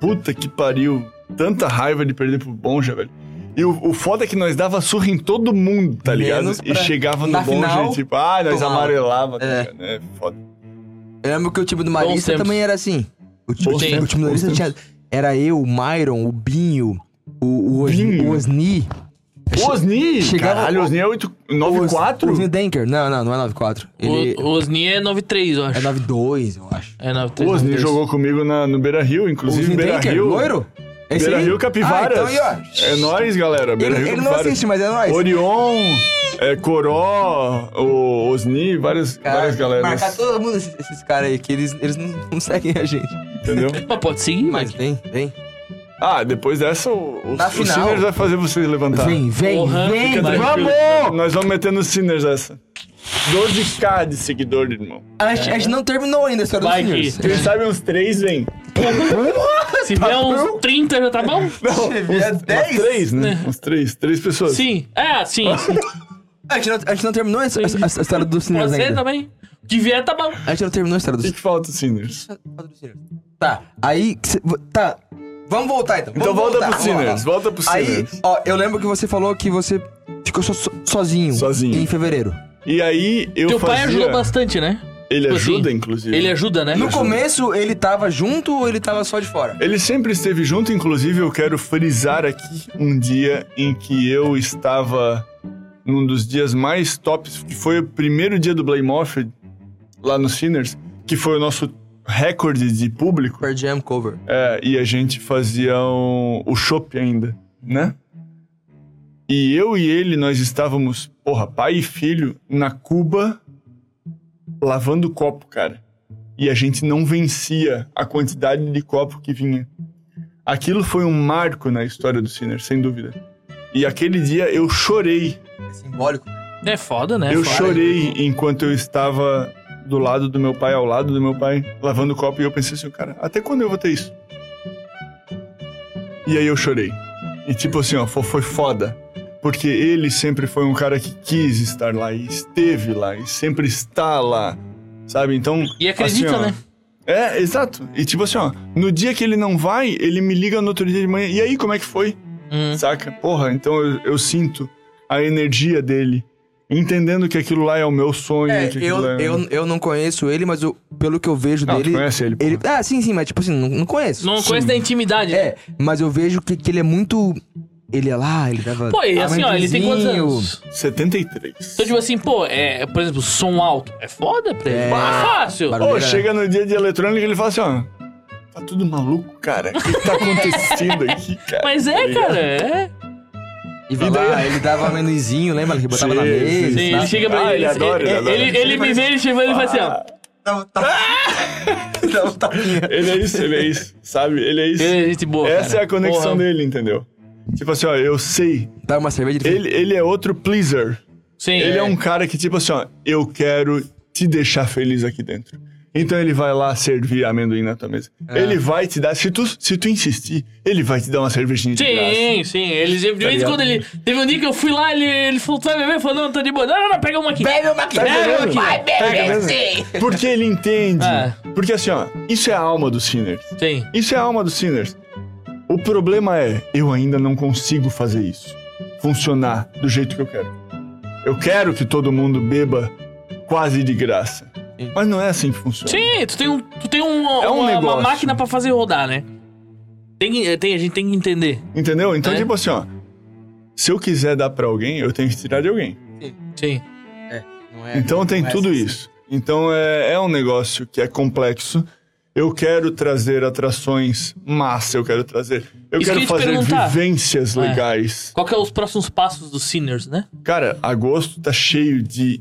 [SPEAKER 2] Puta que pariu. Tanta raiva de perder pro Bonja, velho. E o, o foda é que nós dava surra em todo mundo, tá ligado?
[SPEAKER 3] Menos
[SPEAKER 2] E
[SPEAKER 3] pra-
[SPEAKER 2] chegava
[SPEAKER 3] na
[SPEAKER 2] no Bonja
[SPEAKER 3] final,
[SPEAKER 2] e tipo, ah, nós
[SPEAKER 3] tomava.
[SPEAKER 2] amarelava, tá
[SPEAKER 3] É.
[SPEAKER 2] ligado? É, foda.
[SPEAKER 3] Eu lembro que o time do Marista
[SPEAKER 1] tempos.
[SPEAKER 3] também era assim. O, ti- o
[SPEAKER 1] Bons
[SPEAKER 3] time-
[SPEAKER 1] tempos,
[SPEAKER 3] o time do Marista tinha... Era eu, o Myron, o Binho, o, o, Osni-
[SPEAKER 2] Binho?
[SPEAKER 3] o Osni.
[SPEAKER 2] Osni!
[SPEAKER 3] chegava-
[SPEAKER 2] Caralho, Osni é 8,
[SPEAKER 3] O Osni
[SPEAKER 2] 9-4?
[SPEAKER 3] Denker. Não, não, não é 9-4. Ele
[SPEAKER 1] O, o Osni é 9-3, eu acho.
[SPEAKER 3] é 9-2, eu acho.
[SPEAKER 1] É 9-3.
[SPEAKER 2] O Osni
[SPEAKER 1] 9-3.
[SPEAKER 2] jogou comigo na- no Beira Rio, inclusive
[SPEAKER 3] Osni
[SPEAKER 2] Beira
[SPEAKER 3] Denker,
[SPEAKER 2] Rio.
[SPEAKER 3] loiro? Esse
[SPEAKER 2] Beira
[SPEAKER 3] aí?
[SPEAKER 2] Rio Capivaras.
[SPEAKER 3] Ah, então aí, ó.
[SPEAKER 2] É nóis, galera. Beira
[SPEAKER 3] Ele,
[SPEAKER 2] Rio
[SPEAKER 3] ele não
[SPEAKER 2] Capivaras.
[SPEAKER 3] assiste, mas é nóis.
[SPEAKER 2] Orion, É, Coró, o Osni, várias, várias galeras.
[SPEAKER 3] Marcar todo mundo esses, esses caras aí, que eles, eles não, não seguem a gente.
[SPEAKER 2] Entendeu?
[SPEAKER 1] Mas pode seguir,
[SPEAKER 3] Mas
[SPEAKER 1] mas.
[SPEAKER 3] vem, vem.
[SPEAKER 2] Ah, depois dessa, o, o,
[SPEAKER 3] Na
[SPEAKER 2] o
[SPEAKER 3] final.
[SPEAKER 2] Sinners vai fazer vocês levantar.
[SPEAKER 3] Vem, vem,
[SPEAKER 1] Porra,
[SPEAKER 3] vem.
[SPEAKER 1] tá. fica tranquilo.
[SPEAKER 2] Vamos! Nós vamos meter no Sinners essa. 12k de seguidor, irmão.
[SPEAKER 3] A gente, a gente não terminou ainda a história
[SPEAKER 1] Vai
[SPEAKER 3] dos
[SPEAKER 1] que-
[SPEAKER 3] senhores.
[SPEAKER 2] Quem sabe uns três vem.
[SPEAKER 3] tá
[SPEAKER 1] Se vier uns 30 já tá
[SPEAKER 3] [LAUGHS]
[SPEAKER 1] bom?
[SPEAKER 2] Não,
[SPEAKER 3] Devia
[SPEAKER 2] uns,
[SPEAKER 3] dez? É.
[SPEAKER 2] Uns três, né? Uns três. Três pessoas.
[SPEAKER 1] Sim. É, sim. sim.
[SPEAKER 3] A gente não, a gente não terminou essa- essa- essa história dos
[SPEAKER 1] Pode
[SPEAKER 3] Sinners
[SPEAKER 1] ser
[SPEAKER 3] ainda.
[SPEAKER 1] também. O que vier tá bom.
[SPEAKER 3] A gente não terminou a história
[SPEAKER 2] O
[SPEAKER 3] dos
[SPEAKER 2] que, que falta, Sinners?
[SPEAKER 3] Tá, aí. que cê- vo- tá. Vamos voltar então.
[SPEAKER 2] Então
[SPEAKER 3] Vamos
[SPEAKER 2] volta
[SPEAKER 3] voltar,
[SPEAKER 2] pro
[SPEAKER 3] vamos
[SPEAKER 2] Sinners.
[SPEAKER 3] voltar.
[SPEAKER 2] Volta pro
[SPEAKER 3] Aí,
[SPEAKER 2] Sinners.
[SPEAKER 3] ó, eu lembro que você falou que você ficou so- so- sozinho.
[SPEAKER 2] Sozinho.
[SPEAKER 3] Em fevereiro.
[SPEAKER 2] E aí eu
[SPEAKER 1] Teu pai
[SPEAKER 2] fazia-
[SPEAKER 1] ajudou bastante, né?
[SPEAKER 2] Ele
[SPEAKER 1] Tipo assim,
[SPEAKER 2] ajuda, inclusive.
[SPEAKER 1] Ele ajuda, né?
[SPEAKER 3] No começo, ele tava junto ou ele tava só de fora?
[SPEAKER 2] Ele sempre esteve junto, inclusive eu quero frisar aqui um dia em que eu estava num dos dias mais tops, que foi o primeiro dia do Blame Off lá no Sinners, que foi o nosso recorde de público.
[SPEAKER 3] Super Jam cover.
[SPEAKER 2] É, e a gente fazia um- o chopp ainda, né? E eu e ele, nós estávamos, porra, pai e filho, na Cuba, lavando copo, cara. E a gente não vencia a quantidade de copo que vinha. Aquilo foi um marco na história do Sinner, sem dúvida. E aquele dia eu chorei.
[SPEAKER 3] É simbólico.
[SPEAKER 1] É foda, né?
[SPEAKER 2] eu
[SPEAKER 1] Foda.
[SPEAKER 2] chorei enquanto eu estava do lado do meu pai, ao lado do meu pai, lavando copo. E eu pensei assim, cara, até quando eu vou ter isso? E aí eu chorei. E tipo assim, ó, fo- foi foda. Porque ele sempre foi um cara que quis estar lá e esteve lá e sempre está lá, sabe? Então.
[SPEAKER 1] E acredita,
[SPEAKER 2] assim, ó,
[SPEAKER 1] né?
[SPEAKER 2] É, exato. E tipo assim, ó, no dia que ele não vai, ele me liga no outro dia de manhã. E aí, como é que foi?
[SPEAKER 1] Hum.
[SPEAKER 2] Saca? Porra, então eu, eu sinto a energia dele. Entendendo que aquilo lá é o meu sonho.
[SPEAKER 3] É,
[SPEAKER 2] que
[SPEAKER 3] eu,
[SPEAKER 2] aquilo é...
[SPEAKER 3] eu, eu não conheço ele, mas eu- pelo que eu vejo
[SPEAKER 2] Não, tu
[SPEAKER 3] dele.
[SPEAKER 2] conhece ele, pô.
[SPEAKER 3] ele. Ah, sim, sim, mas tipo assim, não, não conheço.
[SPEAKER 1] Não conhece da intimidade, né?
[SPEAKER 3] É, mas eu vejo que, que ele é muito. Ele é lá, ele tava.
[SPEAKER 1] Pô, e assim, ó, ele tem quantos
[SPEAKER 3] amendoinzinho.
[SPEAKER 1] anos?
[SPEAKER 2] 73.
[SPEAKER 1] Então, tipo assim, pô, é, por exemplo, som alto. É foda pra ele.
[SPEAKER 3] É.
[SPEAKER 1] É, fácil.
[SPEAKER 3] Barulho. né?
[SPEAKER 2] Pô, chega no dia de eletrônica e ele fala assim, ó. Tá tudo maluco, cara? O que que tá acontecendo
[SPEAKER 1] [LAUGHS]
[SPEAKER 2] aqui, cara?
[SPEAKER 1] Mas é,
[SPEAKER 2] ligado?
[SPEAKER 1] cara, é.
[SPEAKER 3] E vai
[SPEAKER 2] E daí-
[SPEAKER 3] lá, ele dava amendoinzinho, lembra? Ele botava
[SPEAKER 2] Sim,
[SPEAKER 3] na mesa.
[SPEAKER 2] sim,
[SPEAKER 1] Sim,
[SPEAKER 3] tá?
[SPEAKER 1] ele chega pra
[SPEAKER 2] Ah, ele adora, ele adora.
[SPEAKER 1] ele, ele me vê, ele chega e ele fala assim, ó.
[SPEAKER 3] Dá um tapinha.
[SPEAKER 2] Ele é isso, ele é isso. Sabe? Ele é isso.
[SPEAKER 1] Ele é gente boa.
[SPEAKER 2] Essa
[SPEAKER 1] cara.
[SPEAKER 2] é a conexão
[SPEAKER 1] Porra.
[SPEAKER 2] dele, entendeu? Tipo assim, ó, eu sei.
[SPEAKER 3] Dá uma cerveja ele
[SPEAKER 2] Ele, ele é outro pleaser.
[SPEAKER 1] Sim.
[SPEAKER 2] Ele é um cara que, tipo assim, ó, eu quero te deixar feliz aqui dentro. Então ele vai lá servir amendoim na tua mesa.
[SPEAKER 1] É.
[SPEAKER 2] Ele vai te dar, se tu, se tu insistir, ele vai te dar uma cervejinha de graça. Tá
[SPEAKER 1] Sim, sim. Ele, de vez em
[SPEAKER 2] ligado?
[SPEAKER 1] quando ele. Teve um dia que eu fui lá, ele, ele falou: Tu vai beber? Eu falei: Não, tá de boa. Não, não, não, pega uma aqui. Bebe uma aqui. Bebe uma aqui.
[SPEAKER 2] Vai
[SPEAKER 1] Pega.
[SPEAKER 2] Tá Porque ele entende.
[SPEAKER 1] Tá É.
[SPEAKER 2] Porque assim, ó, isso é a alma do Sinners.
[SPEAKER 1] Sim.
[SPEAKER 2] Isso é a alma do Sinners. O problema é, eu ainda não consigo fazer isso funcionar do jeito que eu quero. Eu quero que todo mundo beba quase de graça. Mas não é assim que funciona.
[SPEAKER 1] Sim, tu tem, um, tu tem um,
[SPEAKER 2] É
[SPEAKER 1] uma,
[SPEAKER 2] um
[SPEAKER 1] uma
[SPEAKER 2] negócio.
[SPEAKER 1] máquina pra fazer rodar, né? Tem, que- tem, a gente tem que entender.
[SPEAKER 2] Entendeu? Então,
[SPEAKER 1] É.
[SPEAKER 2] tipo assim, ó. Se eu quiser dar pra alguém, eu tenho que tirar de alguém.
[SPEAKER 1] Sim.
[SPEAKER 3] Não é-
[SPEAKER 2] então tem
[SPEAKER 3] não é
[SPEAKER 2] tudo
[SPEAKER 3] assim.
[SPEAKER 2] isso. Então é, é um negócio que é complexo. Eu quero trazer atrações massa, eu quero trazer. Eu
[SPEAKER 1] Isso que eu
[SPEAKER 2] quero
[SPEAKER 1] ia te
[SPEAKER 2] fazer
[SPEAKER 1] perguntar.
[SPEAKER 2] vivências
[SPEAKER 1] É.
[SPEAKER 2] legais.
[SPEAKER 1] Qual que é os próximos passos dos Sinners, né?
[SPEAKER 2] Cara, agosto tá cheio de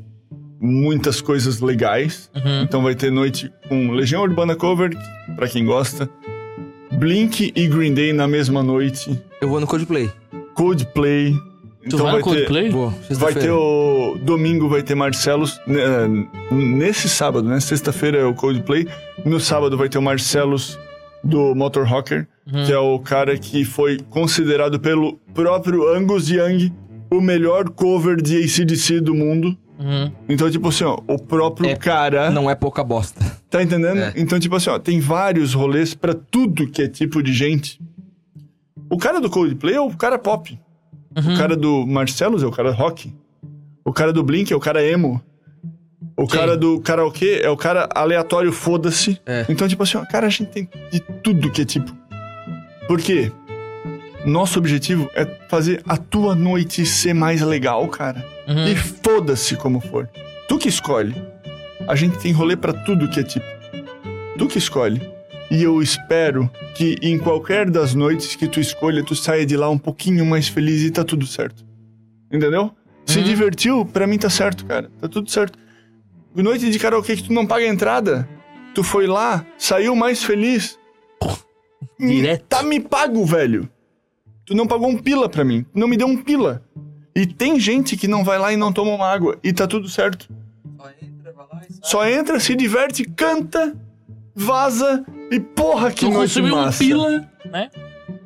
[SPEAKER 2] muitas coisas legais.
[SPEAKER 1] Uhum.
[SPEAKER 2] Então vai ter noite com Legião Urbana Cover, pra quem gosta. Blink e Green Day na mesma noite.
[SPEAKER 3] Eu vou no Coldplay.
[SPEAKER 2] Coldplay.
[SPEAKER 1] Tu
[SPEAKER 2] Então
[SPEAKER 1] vai
[SPEAKER 2] vai
[SPEAKER 1] no
[SPEAKER 2] ter.
[SPEAKER 1] Coldplay?
[SPEAKER 3] Vou.
[SPEAKER 2] Vai
[SPEAKER 3] sexta-feira.
[SPEAKER 2] ter o. Domingo vai ter Marcelo. né, Nesse sábado, né? Sexta-feira é o Coldplay. No sábado vai ter o Marcelo do Motor Rocker,
[SPEAKER 3] Uhum.
[SPEAKER 2] que é o cara que foi considerado pelo próprio Angus Young o melhor cover de ACDC do mundo.
[SPEAKER 1] Uhum.
[SPEAKER 2] Então, tipo assim, ó, o próprio
[SPEAKER 3] É,
[SPEAKER 2] cara.
[SPEAKER 3] Não é pouca bosta.
[SPEAKER 2] Tá entendendo?
[SPEAKER 3] É.
[SPEAKER 2] Então, tipo assim, ó, tem vários rolês pra tudo que é tipo de gente. O cara do Coldplay é o cara pop.
[SPEAKER 3] Uhum.
[SPEAKER 2] O cara do Marcelos é o cara rock. O cara do Blink é o cara emo. O
[SPEAKER 1] Sim.
[SPEAKER 2] cara do karaokê é o cara aleatório, foda-se.
[SPEAKER 3] É.
[SPEAKER 2] Então, tipo assim, ó, cara, a gente tem de tudo que é tipo. Por quê? Nosso objetivo é fazer a tua noite ser mais legal, cara.
[SPEAKER 1] Uhum.
[SPEAKER 2] E foda-se como for. Tu que escolhe. A gente tem rolê pra tudo que é tipo. Tu que escolhe. E eu espero que em qualquer das noites que tu escolha, tu saia de lá um pouquinho mais feliz e tá tudo certo. Entendeu? Se
[SPEAKER 1] Uhum.
[SPEAKER 2] divertiu, pra mim tá certo, cara. Tá tudo certo. Noite de karaokê que tu não paga a entrada. Tu foi lá, saiu mais feliz.
[SPEAKER 1] Direto.
[SPEAKER 2] Tá me pago, velho. Tu não pagou um pila pra mim. Tu não me deu um pila. E tem gente que não vai lá e não toma uma água. E tá tudo certo.
[SPEAKER 5] Só entra, vai lá e sai.
[SPEAKER 2] Só entra, se diverte, canta, vaza e porra que
[SPEAKER 1] Tu
[SPEAKER 2] noite
[SPEAKER 1] consumiu um
[SPEAKER 2] massa.
[SPEAKER 1] pila, né?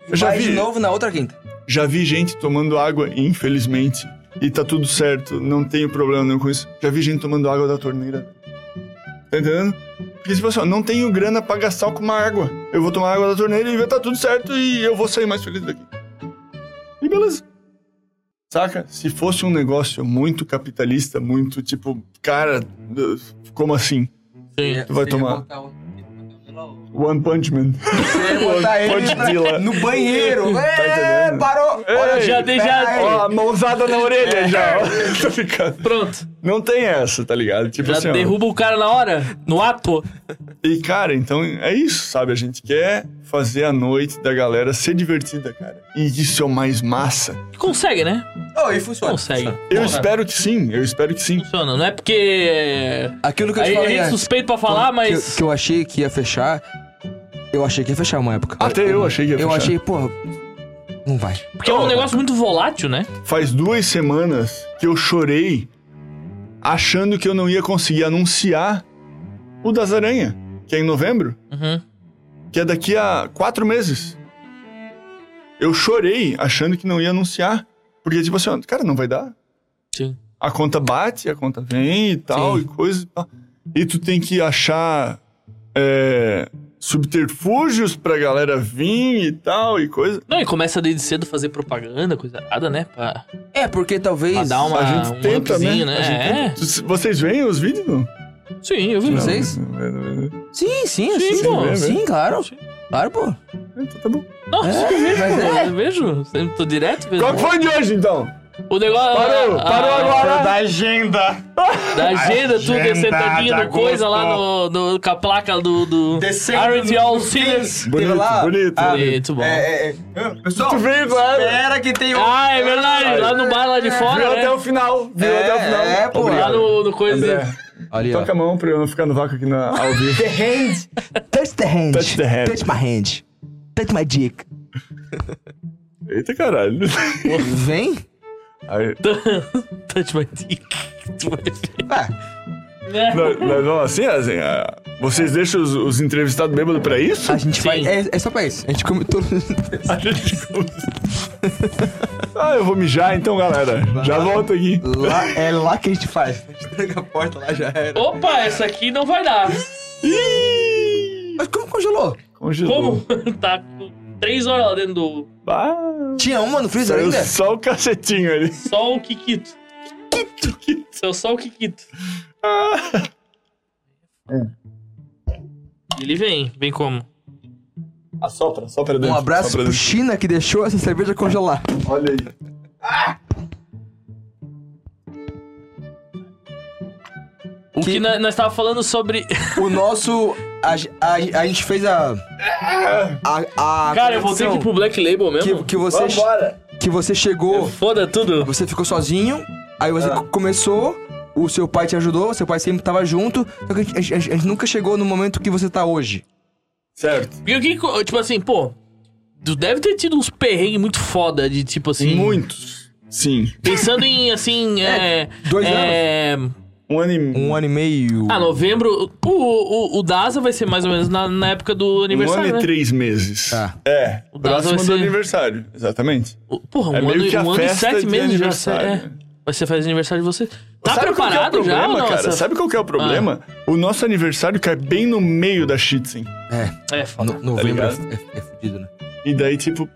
[SPEAKER 2] Eu Já
[SPEAKER 3] Vai de
[SPEAKER 2] vi,
[SPEAKER 3] novo na outra quinta.
[SPEAKER 2] já vi gente tomando água, infelizmente. E tá tudo certo, não tenho problema nenhum com isso. Já vi gente tomando água da torneira. Tá entendendo? Porque tipo assim, ó, não tenho grana pra gastar com uma água. Eu vou tomar água da torneira e vai tá tudo certo e eu vou sair mais feliz daqui. E beleza. Saca? Se fosse um negócio muito capitalista, muito tipo, cara, como assim?
[SPEAKER 1] Sim.
[SPEAKER 2] Tu vai tomar. One Punch Man.
[SPEAKER 3] Você botar ele
[SPEAKER 2] Pode ir lá.
[SPEAKER 3] pra- no banheiro. É,
[SPEAKER 2] entendendo?
[SPEAKER 3] parou.
[SPEAKER 2] Ei,
[SPEAKER 1] Já dei, já.
[SPEAKER 2] Ó, a mãozada na orelha já. ó. [LAUGHS] Tô ficando.
[SPEAKER 1] Pronto.
[SPEAKER 2] Não tem essa, tá ligado? Tipo
[SPEAKER 1] Já
[SPEAKER 2] assim, ó.
[SPEAKER 1] derruba o cara na hora, no ato.
[SPEAKER 2] E, cara, então é isso, sabe? A gente quer fazer a noite da galera ser divertida, cara. E isso é o mais massa.
[SPEAKER 1] E consegue, né?
[SPEAKER 3] Oh, e funciona.
[SPEAKER 1] Consegue.
[SPEAKER 2] Eu espero que sim, eu espero que sim.
[SPEAKER 1] Funciona. Não é porque.
[SPEAKER 3] Aquilo que eu te
[SPEAKER 1] Aí a
[SPEAKER 3] falei
[SPEAKER 1] gente
[SPEAKER 3] antes.
[SPEAKER 1] suspeito pra falar,
[SPEAKER 3] que,
[SPEAKER 1] mas.
[SPEAKER 3] que eu achei que ia fechar. Eu achei que ia fechar uma época.
[SPEAKER 2] Até eu achei que ia
[SPEAKER 3] Eu
[SPEAKER 2] fechar.
[SPEAKER 3] achei, porra. Não vai.
[SPEAKER 1] Porque é um negócio muito volátil, né?
[SPEAKER 2] Faz duas semanas que eu chorei achando que eu não ia conseguir anunciar o das Aranha, que é em novembro.
[SPEAKER 1] Uhum.
[SPEAKER 2] que é daqui a quatro meses. Eu chorei achando que não ia anunciar. Porque, tipo assim, ó, cara, não vai dar.
[SPEAKER 1] Sim.
[SPEAKER 2] A conta bate, a conta vem e tal,
[SPEAKER 3] Sim.
[SPEAKER 2] e coisa e tal. E tu tem que achar é, subterfúgios pra galera vir e tal, e coisa.
[SPEAKER 1] Não, e começa desde cedo fazer propaganda, coisa errada, né? Pra,
[SPEAKER 3] É, porque
[SPEAKER 1] pra
[SPEAKER 3] talvez.
[SPEAKER 1] dar uma,
[SPEAKER 2] a gente
[SPEAKER 1] um
[SPEAKER 2] tenta, né?
[SPEAKER 1] upzinho,
[SPEAKER 2] A gente
[SPEAKER 1] né? É.
[SPEAKER 2] tenta. Tu- Vocês veem os vídeos? Não? Então
[SPEAKER 1] Sim, eu vi.
[SPEAKER 3] Não. Vocês?
[SPEAKER 2] Não,
[SPEAKER 3] Sim,
[SPEAKER 1] Sim,
[SPEAKER 3] sim, sim.
[SPEAKER 1] pô.
[SPEAKER 3] Sim,
[SPEAKER 2] Sim.
[SPEAKER 3] claro.
[SPEAKER 1] Sim.
[SPEAKER 3] Claro, pô.
[SPEAKER 2] Então tá bom.
[SPEAKER 1] Não,
[SPEAKER 3] É,
[SPEAKER 1] sim, eu vejo,
[SPEAKER 3] mas
[SPEAKER 1] pô,
[SPEAKER 3] é.
[SPEAKER 1] eu vejo. Sempre tô direto. vejo.
[SPEAKER 2] Qual que foi de hoje, então?
[SPEAKER 1] O negócio.
[SPEAKER 2] Parou,
[SPEAKER 1] a-
[SPEAKER 2] parou
[SPEAKER 1] a-
[SPEAKER 2] agora.
[SPEAKER 4] Da agenda.
[SPEAKER 1] Da agenda, tudo
[SPEAKER 4] Agenda
[SPEAKER 1] sentadinho
[SPEAKER 4] da
[SPEAKER 1] no coisa lá no, no, com a placa do. do
[SPEAKER 4] Descendo
[SPEAKER 1] Aren't
[SPEAKER 4] no-
[SPEAKER 1] All Sinners.
[SPEAKER 2] Bonito,
[SPEAKER 3] lá-
[SPEAKER 2] bonito.
[SPEAKER 3] Ah,
[SPEAKER 2] bonito.
[SPEAKER 1] Muito bom.
[SPEAKER 3] É, é, é.
[SPEAKER 4] Pessoal,
[SPEAKER 2] Tu veio, claro.
[SPEAKER 4] espera que tem um...
[SPEAKER 1] Ah, é verdade. Lá no bar lá de
[SPEAKER 2] Viu
[SPEAKER 1] fora.
[SPEAKER 2] até o
[SPEAKER 1] Né?
[SPEAKER 2] final. Viu
[SPEAKER 3] É,
[SPEAKER 2] até o final.
[SPEAKER 3] é, pô.
[SPEAKER 1] Lá no, no coisa.
[SPEAKER 2] André.
[SPEAKER 3] Ali, ó.
[SPEAKER 2] Toca a mão pra eu não ficar no vácuo aqui na ao
[SPEAKER 3] [LAUGHS]
[SPEAKER 2] vivo.
[SPEAKER 3] The hand. Touch the hand.
[SPEAKER 2] Touch the hand.
[SPEAKER 3] Touch my hand. Touch my dick.
[SPEAKER 2] Eita caralho.
[SPEAKER 3] Vem?
[SPEAKER 2] Aí,
[SPEAKER 1] Touch my dick. [LAUGHS] Tu vai ver.
[SPEAKER 3] Ah,
[SPEAKER 1] Né?
[SPEAKER 2] nós- nós vamos assim, assim, ah, vocês deixam os, os entrevistados bêbados pra isso?
[SPEAKER 3] a gente
[SPEAKER 1] Sim.
[SPEAKER 3] faz. É, é só pra isso. A gente come todo.
[SPEAKER 2] A gente Ah, eu vou mijar então, galera. Já volto aqui.
[SPEAKER 3] lá, é lá que a gente faz. A gente tranca a porta lá já era.
[SPEAKER 1] Opa, essa aqui não vai [LAUGHS] dar.
[SPEAKER 2] Ih,
[SPEAKER 3] Mas como congelou?
[SPEAKER 2] Congelou.
[SPEAKER 1] Como? tá com três horas lá dentro do.
[SPEAKER 2] Ah,
[SPEAKER 3] Tinha uma no freezer
[SPEAKER 2] saiu
[SPEAKER 3] ainda?
[SPEAKER 2] só o cacetinho ali.
[SPEAKER 1] Só o Kikito. Kikito. Seu é só o Kikito.
[SPEAKER 2] É.
[SPEAKER 1] Ele vem. Vem como?
[SPEAKER 2] Assopra, assopra dentro.
[SPEAKER 3] Um abraço
[SPEAKER 2] assopra
[SPEAKER 3] pro
[SPEAKER 2] dentro.
[SPEAKER 3] China que deixou essa cerveja congelar.
[SPEAKER 2] Olha aí.
[SPEAKER 1] O que,
[SPEAKER 3] Que-
[SPEAKER 1] nós, nós tava falando sobre.
[SPEAKER 3] O nosso. A, a, a gente fez a. A. a
[SPEAKER 1] Cara, eu voltei aqui
[SPEAKER 3] conexão
[SPEAKER 1] pro Black Label mesmo. É
[SPEAKER 3] que, que você.
[SPEAKER 2] Vambora.
[SPEAKER 3] Que você chegou,
[SPEAKER 1] Foda tudo.
[SPEAKER 3] você ficou sozinho, aí
[SPEAKER 2] Ah.
[SPEAKER 3] você co- começou, o seu pai te ajudou, seu pai sempre tava junto, só que a gente, a gente- a gente nunca chegou no momento que você tá hoje.
[SPEAKER 2] Certo.
[SPEAKER 1] E o que. co- Tipo assim, pô. Tu deve ter tido uns perrengues muito foda de tipo assim.
[SPEAKER 2] Muitos. Sim.
[SPEAKER 1] Pensando em
[SPEAKER 2] [LAUGHS]
[SPEAKER 1] assim. é.
[SPEAKER 3] dois
[SPEAKER 1] é,
[SPEAKER 2] Um ano e
[SPEAKER 3] Um ano e meio.
[SPEAKER 1] Ah, novembro. O, o, o Daza vai ser mais ou menos na, na época do
[SPEAKER 2] Um
[SPEAKER 1] aniversário.
[SPEAKER 2] ano e
[SPEAKER 1] né?
[SPEAKER 2] três meses.
[SPEAKER 3] Tá.
[SPEAKER 2] É,
[SPEAKER 1] O Dazo vai
[SPEAKER 2] próximo do
[SPEAKER 1] ser-
[SPEAKER 2] aniversário. Exatamente.
[SPEAKER 1] O- Porra, um
[SPEAKER 2] É
[SPEAKER 1] ano,
[SPEAKER 2] meio que a
[SPEAKER 1] um ano e
[SPEAKER 2] festa
[SPEAKER 1] sete
[SPEAKER 2] de
[SPEAKER 1] meses já. Você,
[SPEAKER 2] aniversário,
[SPEAKER 1] é,
[SPEAKER 2] né?
[SPEAKER 1] vai ser faz aniversário de você. Tá
[SPEAKER 2] Sabe qual que é o
[SPEAKER 1] preparado já Ah.
[SPEAKER 2] problema,
[SPEAKER 1] ou não?
[SPEAKER 2] cara?
[SPEAKER 1] essa-
[SPEAKER 2] Sabe qual que é o problema? O nosso aniversário cai bem no meio da Shitzen.
[SPEAKER 3] É,
[SPEAKER 1] É, foda.
[SPEAKER 3] no- novembro
[SPEAKER 2] Tá ligado?
[SPEAKER 3] é, é fudido, né?
[SPEAKER 2] E daí, tipo,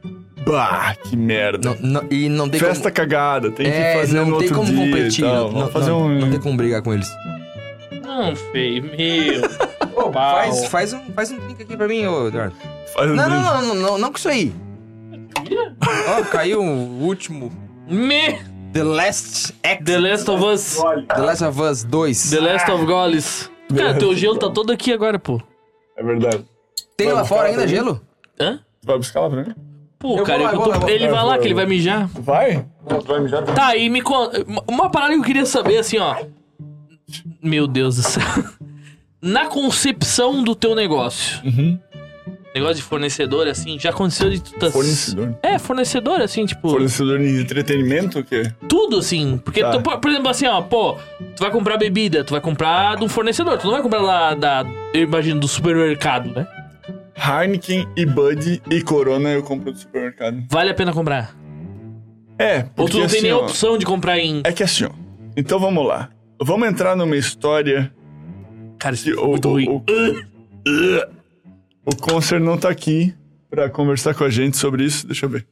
[SPEAKER 2] bah, que merda.
[SPEAKER 3] Não- não- e não tem
[SPEAKER 2] Festa
[SPEAKER 3] como...
[SPEAKER 2] cagada, tem
[SPEAKER 3] É,
[SPEAKER 2] que fazer
[SPEAKER 3] não
[SPEAKER 2] no
[SPEAKER 3] tem
[SPEAKER 2] outro
[SPEAKER 3] como
[SPEAKER 2] dia e
[SPEAKER 3] competir.
[SPEAKER 2] tal.
[SPEAKER 3] Não,
[SPEAKER 2] Vamos
[SPEAKER 3] não,
[SPEAKER 2] fazer
[SPEAKER 3] não,
[SPEAKER 2] um...
[SPEAKER 3] não tem como brigar com eles.
[SPEAKER 1] Não, feio, meu. Pau.
[SPEAKER 3] Faz, faz, um, faz um drink aqui pra mim, ô Eduardo.
[SPEAKER 2] faz um
[SPEAKER 3] Não, não,
[SPEAKER 2] brinde.
[SPEAKER 3] não, não, não, não com isso aí. Ó, caiu o último.
[SPEAKER 1] Me!
[SPEAKER 3] The Last Act.
[SPEAKER 1] The Last of Us.
[SPEAKER 3] The Last of Us 2.
[SPEAKER 1] The Last of Goles. Cara, teu gelo tá todo aqui agora, pô.
[SPEAKER 2] É verdade.
[SPEAKER 3] Tem lá
[SPEAKER 2] Vamos,
[SPEAKER 3] fora
[SPEAKER 2] cara,
[SPEAKER 3] ainda
[SPEAKER 2] pra mim?
[SPEAKER 3] gelo?
[SPEAKER 1] Hã?
[SPEAKER 2] Tu vai buscar lá pra mim?
[SPEAKER 1] Pô,
[SPEAKER 3] Eu
[SPEAKER 1] cara,
[SPEAKER 3] vou lá,
[SPEAKER 1] eu
[SPEAKER 3] vou
[SPEAKER 1] tô-
[SPEAKER 3] lá, vou lá.
[SPEAKER 1] ele vai
[SPEAKER 2] Eu
[SPEAKER 1] lá
[SPEAKER 2] vou.
[SPEAKER 1] que ele vai mijar.
[SPEAKER 2] Tu vai?
[SPEAKER 1] Tá, e me conta. Uma parada que eu queria saber, assim, ó. Meu Deus do céu. Na concepção do teu negócio.
[SPEAKER 2] Uhum.
[SPEAKER 1] Negócio de fornecedor, assim, já aconteceu de tu tá...
[SPEAKER 2] Fornecedor?
[SPEAKER 1] É, fornecedor, assim, tipo.
[SPEAKER 2] Fornecedor de entretenimento, o quê?
[SPEAKER 1] Tudo, assim. Porque,
[SPEAKER 2] Tá.
[SPEAKER 1] tu- por, por exemplo, assim, ó, pô, tu vai comprar bebida, tu vai comprar de um fornecedor, tu não vai comprar lá da. Eu imagino, do supermercado, né?
[SPEAKER 2] Heineken e Bud e Corona eu compro do supermercado.
[SPEAKER 1] Vale a pena comprar.
[SPEAKER 2] É,
[SPEAKER 1] Ou tu
[SPEAKER 2] porque
[SPEAKER 1] não tem
[SPEAKER 2] assim,
[SPEAKER 1] nem
[SPEAKER 2] ó,
[SPEAKER 1] opção de comprar em.
[SPEAKER 2] É que assim, ó. Então vamos lá. Vamos entrar numa história
[SPEAKER 1] Cara, isso
[SPEAKER 2] que
[SPEAKER 1] é
[SPEAKER 2] o,
[SPEAKER 1] muito ruim.
[SPEAKER 2] o, o, o Concer não tá aqui pra conversar com a gente sobre isso. Deixa eu ver.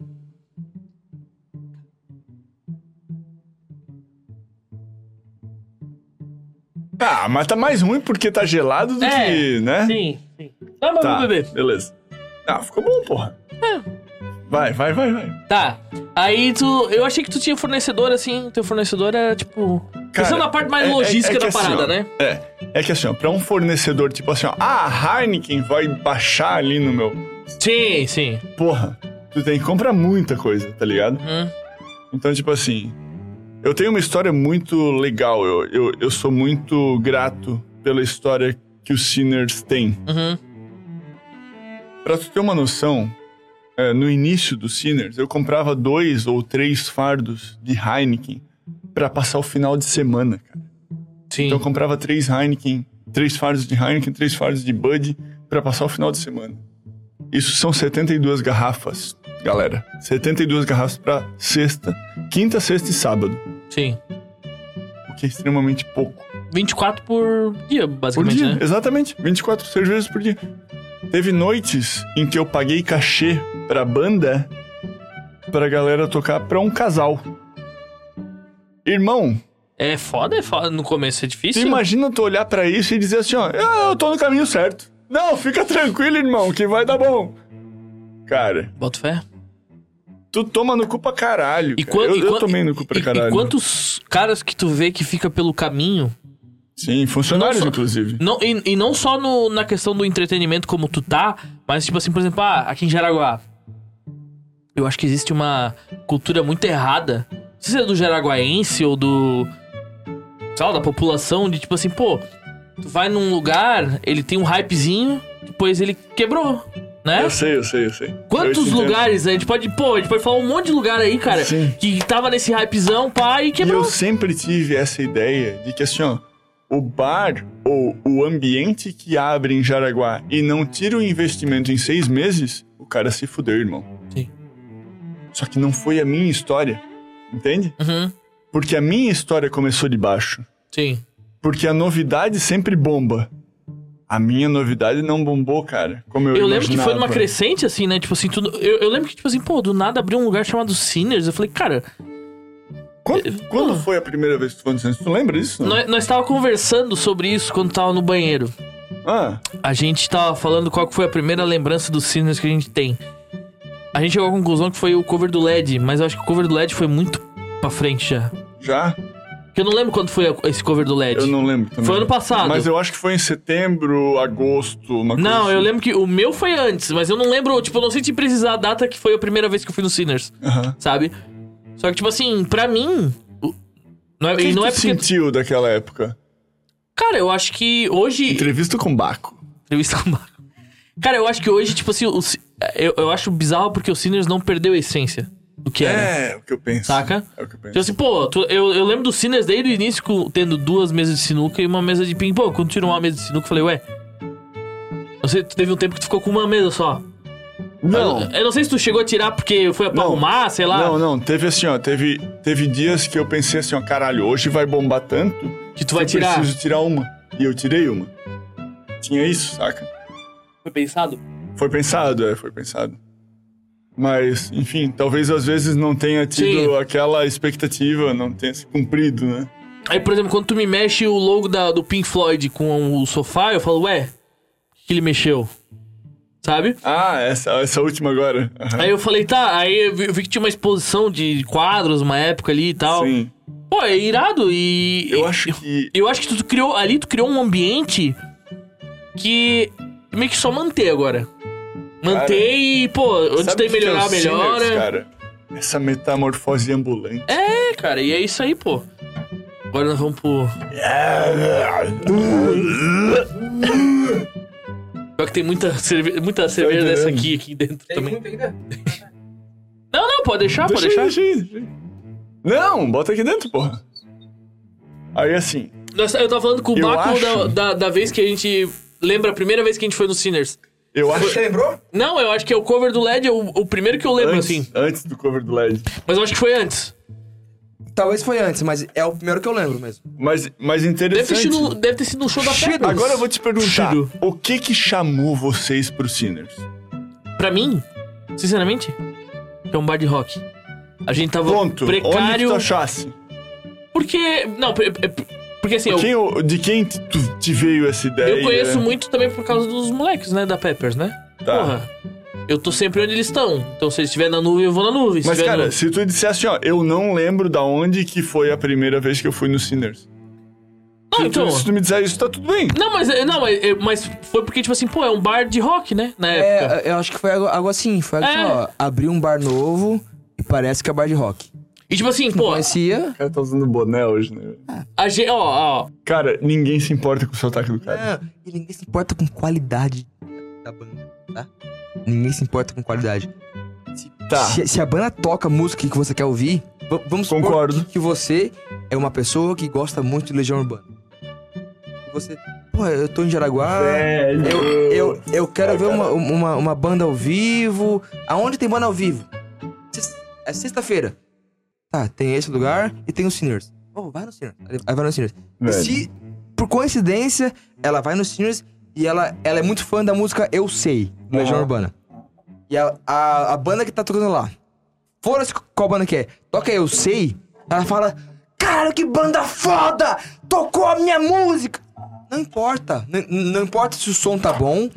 [SPEAKER 2] Ah, mas tá mais ruim porque tá gelado do
[SPEAKER 1] É,
[SPEAKER 2] que, né?
[SPEAKER 1] Sim, sim. Dá pra
[SPEAKER 2] Tá,
[SPEAKER 1] beber. É.
[SPEAKER 2] beleza. Ah, ficou bom, porra. Vai, vai, vai, vai.
[SPEAKER 1] Tá. Aí tu. Eu achei que tu tinha fornecedor, assim. Teu fornecedor era tipo. Pensando na parte mais
[SPEAKER 2] é- é-
[SPEAKER 1] logística
[SPEAKER 2] é que
[SPEAKER 1] da
[SPEAKER 2] assim,
[SPEAKER 1] parada,
[SPEAKER 2] ó,
[SPEAKER 1] né?
[SPEAKER 2] É. É que assim, ó, pra um fornecedor, tipo assim, ó, ah, a Heineken vai baixar ali no meu.
[SPEAKER 1] Sim, sim.
[SPEAKER 2] Porra, tu tem que comprar muita coisa, tá ligado?
[SPEAKER 1] Hum.
[SPEAKER 2] Então, tipo assim, eu tenho uma história muito legal. Eu, eu, eu sou muito grato pela história que os Sinners têm.
[SPEAKER 1] Uhum.
[SPEAKER 2] Pra tu ter uma noção, é, no início do Sinners, eu comprava dois ou três fardos de Heineken pra passar o final de semana, cara.
[SPEAKER 1] Sim.
[SPEAKER 2] Então eu comprava três Heineken, três fardos de Heineken, três fardos de Bud pra passar o final de semana. Isso são 72 garrafas, galera. 72 garrafas pra sexta, quinta, sexta e sábado,
[SPEAKER 1] Sim.
[SPEAKER 2] o que é extremamente pouco.
[SPEAKER 1] 24 por dia,
[SPEAKER 2] Por
[SPEAKER 1] basicamente,
[SPEAKER 2] dia,
[SPEAKER 1] né?
[SPEAKER 2] exatamente. 24 cervejas por dia. Teve noites em que eu paguei cachê pra banda pra galera tocar pra um casal. Irmão,
[SPEAKER 1] É foda, é foda. No começo é
[SPEAKER 2] tu
[SPEAKER 1] difícil.
[SPEAKER 2] imagina tu olhar pra isso e dizer assim, ó, "Ah, eu tô no caminho certo. Não, fica tranquilo, irmão, que vai dar bom. Cara,
[SPEAKER 1] Bota fé.
[SPEAKER 2] tu toma no cu pra caralho.
[SPEAKER 1] E
[SPEAKER 2] cara.
[SPEAKER 1] quan-
[SPEAKER 2] eu,
[SPEAKER 1] e
[SPEAKER 2] eu
[SPEAKER 1] quan-
[SPEAKER 2] tomei no cu pra
[SPEAKER 1] e-
[SPEAKER 2] caralho.
[SPEAKER 1] E quantos caras que tu vê que fica pelo caminho
[SPEAKER 2] Sim, funcionários,
[SPEAKER 1] Não só-
[SPEAKER 2] inclusive.
[SPEAKER 1] Não, e, e não só no- na questão do entretenimento como tu tá, mas tipo assim, por exemplo, ah, aqui em Jaraguá. Eu acho que existe uma cultura muito errada. Não sei se é do jaraguaense ou do. Sei lá, da população, de tipo assim, pô, tu vai num lugar, ele tem um hypezinho, depois ele quebrou, né?
[SPEAKER 2] Eu sei, eu sei, eu sei. Eu
[SPEAKER 1] Quantos
[SPEAKER 2] te entendo.
[SPEAKER 1] lugares aí? A gente pode, pô, a gente pode falar um monte de lugar aí, cara,
[SPEAKER 2] Sim.
[SPEAKER 1] que tava nesse hypezão, pá, e
[SPEAKER 2] E
[SPEAKER 1] quebrou.
[SPEAKER 2] eu sempre tive essa ideia de que assim, ó, o bar ou o ambiente que abre em Jaraguá e não tira o investimento em seis meses, o cara se fudeu, irmão.
[SPEAKER 1] Sim.
[SPEAKER 2] Só que não foi a minha história, entende?
[SPEAKER 1] Uhum,
[SPEAKER 2] Porque a minha história começou de baixo.
[SPEAKER 1] sim.
[SPEAKER 2] Porque a novidade sempre bomba. A minha novidade não bombou, cara. Como eu
[SPEAKER 1] Eu lembro que foi numa
[SPEAKER 2] imaginava.
[SPEAKER 1] crescente, assim, né? Tipo assim, tudo. Eu, eu lembro que, tipo assim, pô, do nada abriu um lugar chamado Sinners. Eu falei, cara,
[SPEAKER 2] Quando, quando
[SPEAKER 1] Ah.
[SPEAKER 2] foi a primeira vez que tu foi no centro? Tu lembra disso? não?
[SPEAKER 1] nós, nós tava conversando sobre isso quando tava no banheiro.
[SPEAKER 2] Ah,
[SPEAKER 1] A gente tava falando qual que foi a primeira lembrança do Sinners que a gente tem. A gente chegou à conclusão que foi o cover do LED, mas eu acho que o cover do LED foi muito pra frente já.
[SPEAKER 2] já?
[SPEAKER 1] Porque eu não lembro quando foi a- esse cover do LED.
[SPEAKER 2] Eu não lembro também.
[SPEAKER 1] Foi ano passado.
[SPEAKER 2] Mas eu acho que foi em setembro, agosto, uma coisa
[SPEAKER 1] Não,
[SPEAKER 2] assim.
[SPEAKER 1] eu lembro que o meu foi antes, mas eu não lembro, tipo, eu não sei te precisar a data que foi a primeira vez que eu fui no Sinners,
[SPEAKER 2] Aham.
[SPEAKER 1] sabe? Só que, tipo assim, pra mim. o- Não é,
[SPEAKER 2] O que
[SPEAKER 1] e não
[SPEAKER 2] tu
[SPEAKER 1] é porque.
[SPEAKER 2] sentiu daquela época?
[SPEAKER 1] Cara, eu acho que hoje.
[SPEAKER 2] Entrevista com Baco.
[SPEAKER 1] Entrevista com o Marco. Cara, eu acho que hoje, tipo assim, o Ci- eu, eu acho bizarro porque o Sinners não perdeu a essência do que era.
[SPEAKER 2] É, é o que eu penso.
[SPEAKER 1] né? Saca?
[SPEAKER 2] É o que eu penso.
[SPEAKER 1] Tipo assim, pô, tu- eu, eu lembro do Sinners desde o início com- tendo duas mesas de sinuca e uma mesa de ping. Pô, quando tirou uma mesa de sinuca, eu falei, ué. Eu sei, tu teve um tempo que tu ficou com uma mesa só.
[SPEAKER 2] Não,
[SPEAKER 1] Eu, eu não sei se tu chegou a tirar porque foi pra
[SPEAKER 2] Não.
[SPEAKER 1] arrumar, sei lá.
[SPEAKER 2] não, não. Teve assim, ó. Teve, teve dias que eu pensei assim, ó. Caralho, hoje vai bombar tanto.
[SPEAKER 1] Que tu vai
[SPEAKER 2] eu
[SPEAKER 1] tirar.
[SPEAKER 2] preciso tirar uma. E eu tirei uma. Tinha isso, saca?
[SPEAKER 1] Foi pensado?
[SPEAKER 2] Foi pensado, é, foi pensado. Mas, enfim, talvez às vezes não tenha tido
[SPEAKER 1] Sim.
[SPEAKER 2] aquela expectativa, não tenha se cumprido, né?
[SPEAKER 1] Aí, por exemplo, quando tu me mexe o logo da- do Pink Floyd com o sofá, eu falo, ué, o que ele mexeu? Sabe?
[SPEAKER 2] Ah, essa, essa última agora. Aham.
[SPEAKER 1] Aí eu falei, tá, aí eu vi eu vi que tinha uma exposição de quadros, uma época ali e tal.
[SPEAKER 2] Sim.
[SPEAKER 1] Pô, é irado e.
[SPEAKER 2] Eu acho que.
[SPEAKER 1] Eu acho que tu criou. Ali tu criou um ambiente que. Meio que só manter agora. Manter
[SPEAKER 2] Cara,
[SPEAKER 1] e, pô, antes
[SPEAKER 2] Sabe
[SPEAKER 1] de
[SPEAKER 2] o que que é
[SPEAKER 1] melhorar,
[SPEAKER 2] o Sinners,
[SPEAKER 1] melhora.
[SPEAKER 2] cara? Essa metamorfose ambulante.
[SPEAKER 1] É, cara, e é isso aí, pô. Agora nós vamos pro. Pior que tem muita, cerve... muita cerveja
[SPEAKER 2] Tá entendendo.
[SPEAKER 1] dessa aqui, aqui dentro
[SPEAKER 4] Tem
[SPEAKER 1] também.
[SPEAKER 4] muito ainda?
[SPEAKER 1] Não, não, pode deixar, pode
[SPEAKER 2] Deixa
[SPEAKER 1] deixar.
[SPEAKER 2] aí, deixa aí, deixa aí. Não, bota aqui dentro, porra. Aí assim,
[SPEAKER 1] Nós- Eu tava falando com o
[SPEAKER 2] Eu
[SPEAKER 1] Baco da,
[SPEAKER 2] acho-
[SPEAKER 1] da, da vez que a gente. Lembra a primeira vez que a gente foi no Sinners?
[SPEAKER 2] eu acho
[SPEAKER 4] Você lembrou?
[SPEAKER 1] Não, eu acho que é o cover do LED, é o, o primeiro que eu lembro,
[SPEAKER 2] antes,
[SPEAKER 1] assim.
[SPEAKER 2] antes do cover do LED.
[SPEAKER 1] Mas eu acho que foi antes.
[SPEAKER 3] Talvez foi antes, mas é o primeiro que eu lembro mesmo.
[SPEAKER 2] Mas, mas
[SPEAKER 1] Deve ter,
[SPEAKER 2] interessante.
[SPEAKER 1] sido, deve ter sido um show da
[SPEAKER 3] Chido.
[SPEAKER 1] Peppa.
[SPEAKER 2] Agora eu vou te perguntar,
[SPEAKER 1] Chido.
[SPEAKER 2] o que que chamou vocês pro Sinners?
[SPEAKER 1] Pra mim, sinceramente, é um bar de rock. A gente tava
[SPEAKER 2] Pronto, onde
[SPEAKER 1] precário.
[SPEAKER 2] tu achasse?
[SPEAKER 1] Porque. Não, pre- é- porque assim, eu,
[SPEAKER 2] Quem o- de quem t- tu- te veio essa ideia?
[SPEAKER 1] eu conheço muito também por causa dos moleques, né? Da Peppers, né?
[SPEAKER 2] é. Tá.
[SPEAKER 1] Porra. Eu tô sempre onde eles estão. Então, se eles estiver na nuvem, eu vou na nuvem. Se
[SPEAKER 2] Mas,
[SPEAKER 1] tiver
[SPEAKER 2] cara,
[SPEAKER 1] no-
[SPEAKER 2] se tu dissesse, ó, eu não lembro da onde que foi a primeira vez que eu fui no Sinners.
[SPEAKER 1] Não,
[SPEAKER 2] Se tu-
[SPEAKER 1] então.
[SPEAKER 2] Se tu me disser isso, tá tudo bem.
[SPEAKER 1] Não, mas, é, não mas, é, mas foi porque, tipo assim, pô, é um bar de rock, né? Na época.
[SPEAKER 3] É, eu acho que foi algo, algo assim. Foi algo
[SPEAKER 1] É.
[SPEAKER 3] assim, ó. Abriu um bar novo e parece que é bar de rock.
[SPEAKER 1] E tipo assim, pô,
[SPEAKER 3] Conhecia.
[SPEAKER 2] O cara tá usando boné hoje, né?
[SPEAKER 1] a gente. Ó, ó.
[SPEAKER 2] Cara, ninguém se importa com o sotaque do cara.
[SPEAKER 3] Não, e ninguém se importa com qualidade da banda, tá? Ninguém se importa com qualidade.
[SPEAKER 2] Tá.
[SPEAKER 3] É. Se, é se a banda toca a música que você quer ouvir, va- vamos supor
[SPEAKER 2] Concordo.
[SPEAKER 3] que, que você é uma pessoa que gosta muito de Legião Urbana. Você, pô, eu tô em Jaraguá,
[SPEAKER 2] Velho.
[SPEAKER 3] eu, eu, eu quero ver uma, uma, uma banda ao vivo. Aonde tem banda ao vivo? Sexta- É sexta-feira. Tá, tem esse lugar e tem o Sinners. Pô, vai no Sinners. Aí vai no Sinners. E
[SPEAKER 2] Velho.
[SPEAKER 3] se, por coincidência, ela vai no Sinners e ela, ela é muito fã da música Eu Sei, do Legião
[SPEAKER 2] Aham.
[SPEAKER 3] Urbana. E a, a, a banda que tá tocando lá, foda-se qual banda que é, toca Eu Sei, ela fala, caralho, que banda foda, tocou a minha música. Não importa, N- n- não importa se o som tá bom,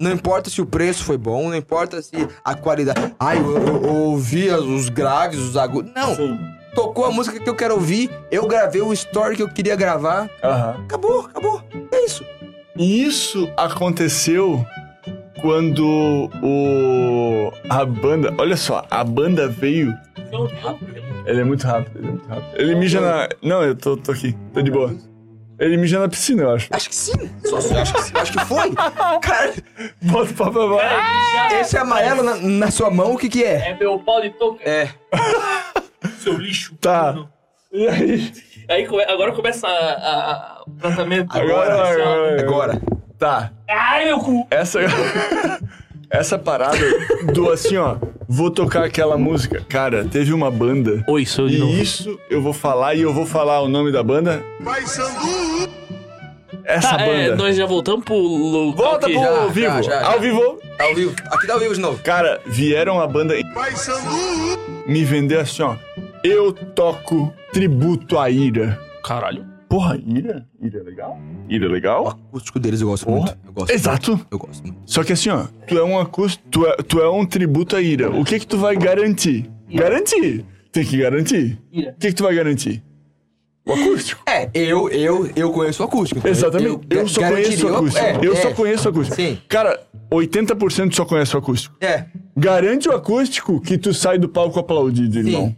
[SPEAKER 3] não importa se o preço foi bom, não importa se a qualidade... Ai, eu, eu- eu ouvi as- os graves, os agudos... Não,
[SPEAKER 2] Sim.
[SPEAKER 3] tocou a música que eu quero ouvir, eu gravei o story que eu queria gravar,
[SPEAKER 2] Aham.
[SPEAKER 3] acabou, acabou, é isso.
[SPEAKER 2] E Isso aconteceu quando o a banda, olha só, a banda veio. Ele é muito rápido, ele é muito rápido. Ele mija na, não, eu tô, tô aqui, tô de boa. Ele mija na piscina, eu acho.
[SPEAKER 3] Acho que sim. Só se- acho, que, sim. acho que foi. Cara,
[SPEAKER 2] Bota o papo pra baixo.
[SPEAKER 3] esse amarelo na, na sua mão, o que que é?
[SPEAKER 1] É meu pau de touca,
[SPEAKER 3] É.
[SPEAKER 1] seu É lixo.
[SPEAKER 2] Tá. E aí?
[SPEAKER 1] Aí come- agora começa a- a- a- o tratamento.
[SPEAKER 2] Agora, agora,
[SPEAKER 3] Agora.
[SPEAKER 2] Tá.
[SPEAKER 1] Ai, meu cu!
[SPEAKER 2] Essa [LAUGHS] essa parada do assim, ó, vou tocar aquela música. Cara, teve uma banda
[SPEAKER 1] Oi, sou eu de novo.
[SPEAKER 2] E isso eu vou falar e eu vou falar o nome da banda. Essa
[SPEAKER 1] Tá, é,
[SPEAKER 2] banda.
[SPEAKER 1] nós já voltamos pro local
[SPEAKER 2] Volta
[SPEAKER 1] que
[SPEAKER 2] pro
[SPEAKER 1] já-
[SPEAKER 2] ao vivo.
[SPEAKER 3] já, já,
[SPEAKER 2] Ao
[SPEAKER 3] já.
[SPEAKER 2] vivo.
[SPEAKER 3] Tá ao vivo. Aqui tá ao vivo de novo.
[SPEAKER 2] Cara, vieram a banda e me vender assim, ó. Eu toco tributo à ira.
[SPEAKER 1] Caralho.
[SPEAKER 2] Porra, ira? Ira é legal? Ira é legal?
[SPEAKER 3] acústico deles eu gosto
[SPEAKER 2] Porra.
[SPEAKER 3] Eu gosto.
[SPEAKER 2] Exato.
[SPEAKER 3] Eu gosto muito.
[SPEAKER 2] Só que assim, ó, tu é um acústico, tu é, tu é um tributo à ira. O que que tu vai garantir? Garantir. Tem que garantir.
[SPEAKER 1] Ira.
[SPEAKER 2] O que que tu vai garantir? O acústico.
[SPEAKER 3] É, eu, eu, eu conheço o acústico. então
[SPEAKER 2] Exatamente. Eu,
[SPEAKER 3] ga-
[SPEAKER 2] só
[SPEAKER 3] garantiria
[SPEAKER 2] conheço o
[SPEAKER 3] o-
[SPEAKER 2] acústico.
[SPEAKER 3] é,
[SPEAKER 2] eu
[SPEAKER 3] é.
[SPEAKER 2] só conheço o acústico.
[SPEAKER 3] Sim.
[SPEAKER 2] Cara, 80% só conhece o acústico.
[SPEAKER 3] É.
[SPEAKER 2] Garante o acústico que tu sai do palco aplaudido, irmão.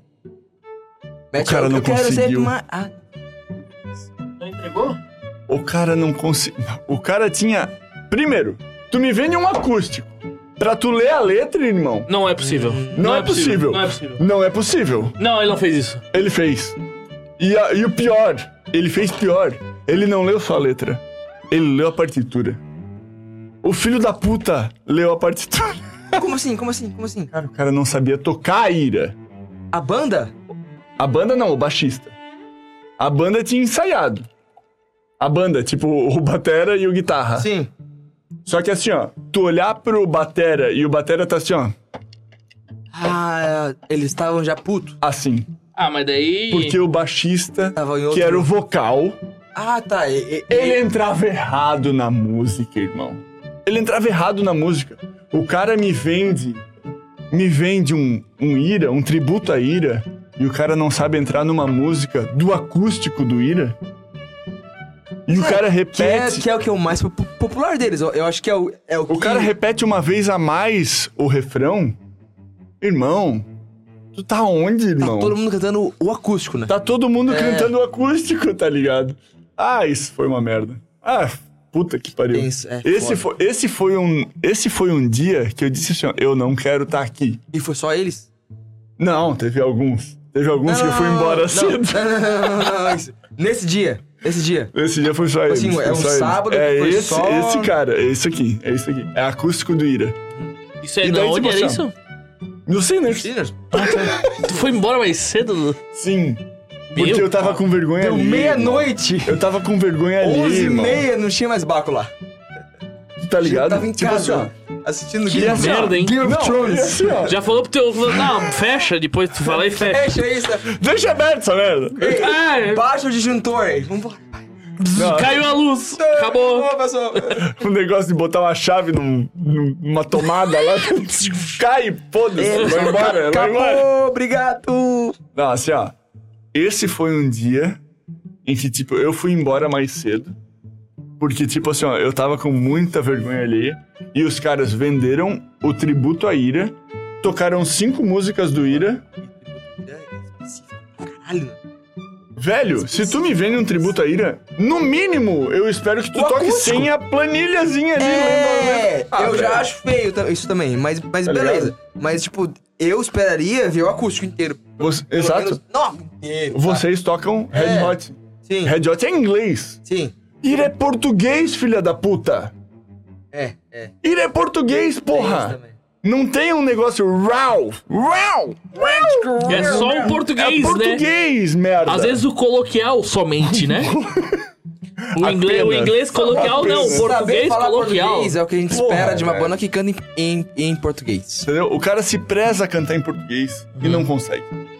[SPEAKER 3] Mete
[SPEAKER 2] cara
[SPEAKER 3] eu
[SPEAKER 2] não
[SPEAKER 3] quero ser
[SPEAKER 2] conseguiu.
[SPEAKER 3] ma- ah,
[SPEAKER 1] Não entregou?
[SPEAKER 2] O cara não conseguiu. O cara tinha. Primeiro, tu me vende um acústico. Pra tu ler a letra, irmão.
[SPEAKER 1] Não é possível.
[SPEAKER 2] Não, é, possível.
[SPEAKER 1] Não é possível.
[SPEAKER 2] Não é possível.
[SPEAKER 1] Não, ele não fez isso.
[SPEAKER 2] Ele fez. E, a- e o pior, ele fez pior. Ele não leu só a letra. Ele leu a partitura. O filho da puta leu a partitura. [LAUGHS]
[SPEAKER 3] Como assim? Como assim? Como assim?
[SPEAKER 2] Cara, o cara não sabia tocar a ira.
[SPEAKER 3] A banda?
[SPEAKER 2] A banda não, o baixista. A banda tinha ensaiado. A banda, tipo, o batera e o guitarra.
[SPEAKER 3] Sim.
[SPEAKER 2] Só que assim, ó, tu olhar pro batera e o batera tá assim, ó,
[SPEAKER 3] Ah, eles estavam já puto.
[SPEAKER 2] assim.
[SPEAKER 1] Ah, mas daí.
[SPEAKER 2] Porque o baixista,
[SPEAKER 3] Tava em outro-
[SPEAKER 2] que era o vocal,
[SPEAKER 3] Ah, tá. e- e-
[SPEAKER 2] ele entrava errado na música, irmão. Ele entrava errado na música. O cara me vende, me vende um, um ira, um tributo a ira, e o cara não sabe entrar numa música do acústico do ira. E o cara
[SPEAKER 3] Que é,
[SPEAKER 2] repete.
[SPEAKER 3] que é o que é o mais po- popular deles. Eu, eu acho que é o. É o,
[SPEAKER 2] O cara
[SPEAKER 3] que...
[SPEAKER 2] repete uma vez a mais o refrão. Irmão, Tu tá onde,
[SPEAKER 3] Tá
[SPEAKER 2] irmão?
[SPEAKER 3] todo mundo cantando o acústico, né?
[SPEAKER 2] Tá todo mundo
[SPEAKER 3] É.
[SPEAKER 2] cantando o acústico, tá ligado? Ah, isso foi uma merda. Ah, puta que pariu.
[SPEAKER 3] Isso, é,
[SPEAKER 2] esse,
[SPEAKER 3] foda.
[SPEAKER 2] foi, esse, foi um, esse foi um dia que eu disse assim, ó, eu não quero estar aqui.
[SPEAKER 3] E foi só eles?
[SPEAKER 2] Não, teve alguns. Teve alguns que eu fui embora
[SPEAKER 3] não,
[SPEAKER 2] cedo.
[SPEAKER 3] Não, não, não, não, não, não, isso. Nesse dia, nesse dia.
[SPEAKER 2] Esse dia foi só
[SPEAKER 3] Assim,
[SPEAKER 2] eles,
[SPEAKER 3] é
[SPEAKER 2] foi
[SPEAKER 3] um
[SPEAKER 2] só eles.
[SPEAKER 3] sábado que
[SPEAKER 2] É
[SPEAKER 3] foi
[SPEAKER 2] esse,
[SPEAKER 3] só-
[SPEAKER 2] esse cara, é isso aqui, é isso aqui. É acústico do Ira.
[SPEAKER 1] Isso é
[SPEAKER 2] E
[SPEAKER 1] na
[SPEAKER 2] daí,
[SPEAKER 1] onde
[SPEAKER 2] tipo
[SPEAKER 1] era
[SPEAKER 2] assim, ó.
[SPEAKER 1] isso?
[SPEAKER 2] No Sinners?
[SPEAKER 3] Sinners.
[SPEAKER 1] Tu foi embora mais cedo? Dudu?
[SPEAKER 2] Sim. Porque eu tava com vergonha
[SPEAKER 3] Deu
[SPEAKER 2] ali.
[SPEAKER 3] meia-noite.
[SPEAKER 2] Eu tava com vergonha ali,
[SPEAKER 3] Onze e
[SPEAKER 2] irmão.
[SPEAKER 3] meia, não tinha mais baco lá.
[SPEAKER 2] Tá
[SPEAKER 3] Eu
[SPEAKER 2] ligado?
[SPEAKER 3] tava em
[SPEAKER 2] Tipo
[SPEAKER 3] casa,
[SPEAKER 2] assim,
[SPEAKER 3] ó, assistindo
[SPEAKER 1] Que
[SPEAKER 3] Game of
[SPEAKER 1] merda,
[SPEAKER 3] Thrones.
[SPEAKER 1] hein?
[SPEAKER 3] Game of
[SPEAKER 2] Não,
[SPEAKER 3] Thrones.
[SPEAKER 2] e assim, ó.
[SPEAKER 1] Já falou pro teu. Não, fecha, depois tu fala e fecha.
[SPEAKER 3] Fecha isso.
[SPEAKER 2] Deixa aberto essa merda.
[SPEAKER 3] Ei,
[SPEAKER 1] Ah, é.
[SPEAKER 3] Baixa o disjuntor aí. Vambora.
[SPEAKER 2] Não.
[SPEAKER 1] Caiu a luz, acabou.
[SPEAKER 3] Acabou, pessoal.
[SPEAKER 2] O negócio de botar uma chave num- num- numa tomada lá, [LAUGHS] cai, foda-se, vai embora, vai embora.
[SPEAKER 3] Acabou, obrigado.
[SPEAKER 2] Não, assim, ó. Esse foi um dia em que, tipo, eu fui embora mais cedo. Porque, tipo assim, ó, eu tava com muita vergonha ali. E os caras venderam o tributo à Ira. Tocaram cinco músicas do Ira.
[SPEAKER 3] Caralho.
[SPEAKER 2] Velho, se tu me vende um tributo à Ira, no mínimo, eu espero que tu
[SPEAKER 3] O
[SPEAKER 2] toque
[SPEAKER 3] acústico.
[SPEAKER 2] sem a planilhazinha ali.
[SPEAKER 3] É,
[SPEAKER 2] Ah,
[SPEAKER 3] eu já
[SPEAKER 2] velho.
[SPEAKER 3] acho feio tam- isso também, mas, mas
[SPEAKER 2] Tá
[SPEAKER 3] beleza. Mas, tipo, eu esperaria ver o acústico inteiro.
[SPEAKER 2] Você-
[SPEAKER 3] Pelo
[SPEAKER 2] exato.
[SPEAKER 3] menos- Não, inteiro. tá?
[SPEAKER 2] Vocês tocam Red
[SPEAKER 3] É.
[SPEAKER 2] Hot.
[SPEAKER 3] Sim,
[SPEAKER 2] Red Hot é inglês.
[SPEAKER 3] sim.
[SPEAKER 2] Ira é português, filha da puta.
[SPEAKER 3] É, é.
[SPEAKER 2] Ira é português,
[SPEAKER 3] Tem isso
[SPEAKER 2] porra.
[SPEAKER 3] também.
[SPEAKER 2] Não tem um negócio raw. Raw. Raw.
[SPEAKER 1] É só o
[SPEAKER 2] É
[SPEAKER 1] português, né?
[SPEAKER 2] português, merda.
[SPEAKER 1] Às vezes o coloquial somente, [LAUGHS] né? O inglês, o
[SPEAKER 2] Apenas.
[SPEAKER 1] inglês coloquial não, o
[SPEAKER 2] Apenas.
[SPEAKER 1] português
[SPEAKER 3] Saber falar
[SPEAKER 1] coloquial.
[SPEAKER 3] português é o que a gente
[SPEAKER 2] Porra,
[SPEAKER 3] espera de uma
[SPEAKER 2] velho.
[SPEAKER 3] banda que canta em, em, em português.
[SPEAKER 2] Entendeu? O cara se preza a cantar em português e não consegue.
[SPEAKER 1] Hum.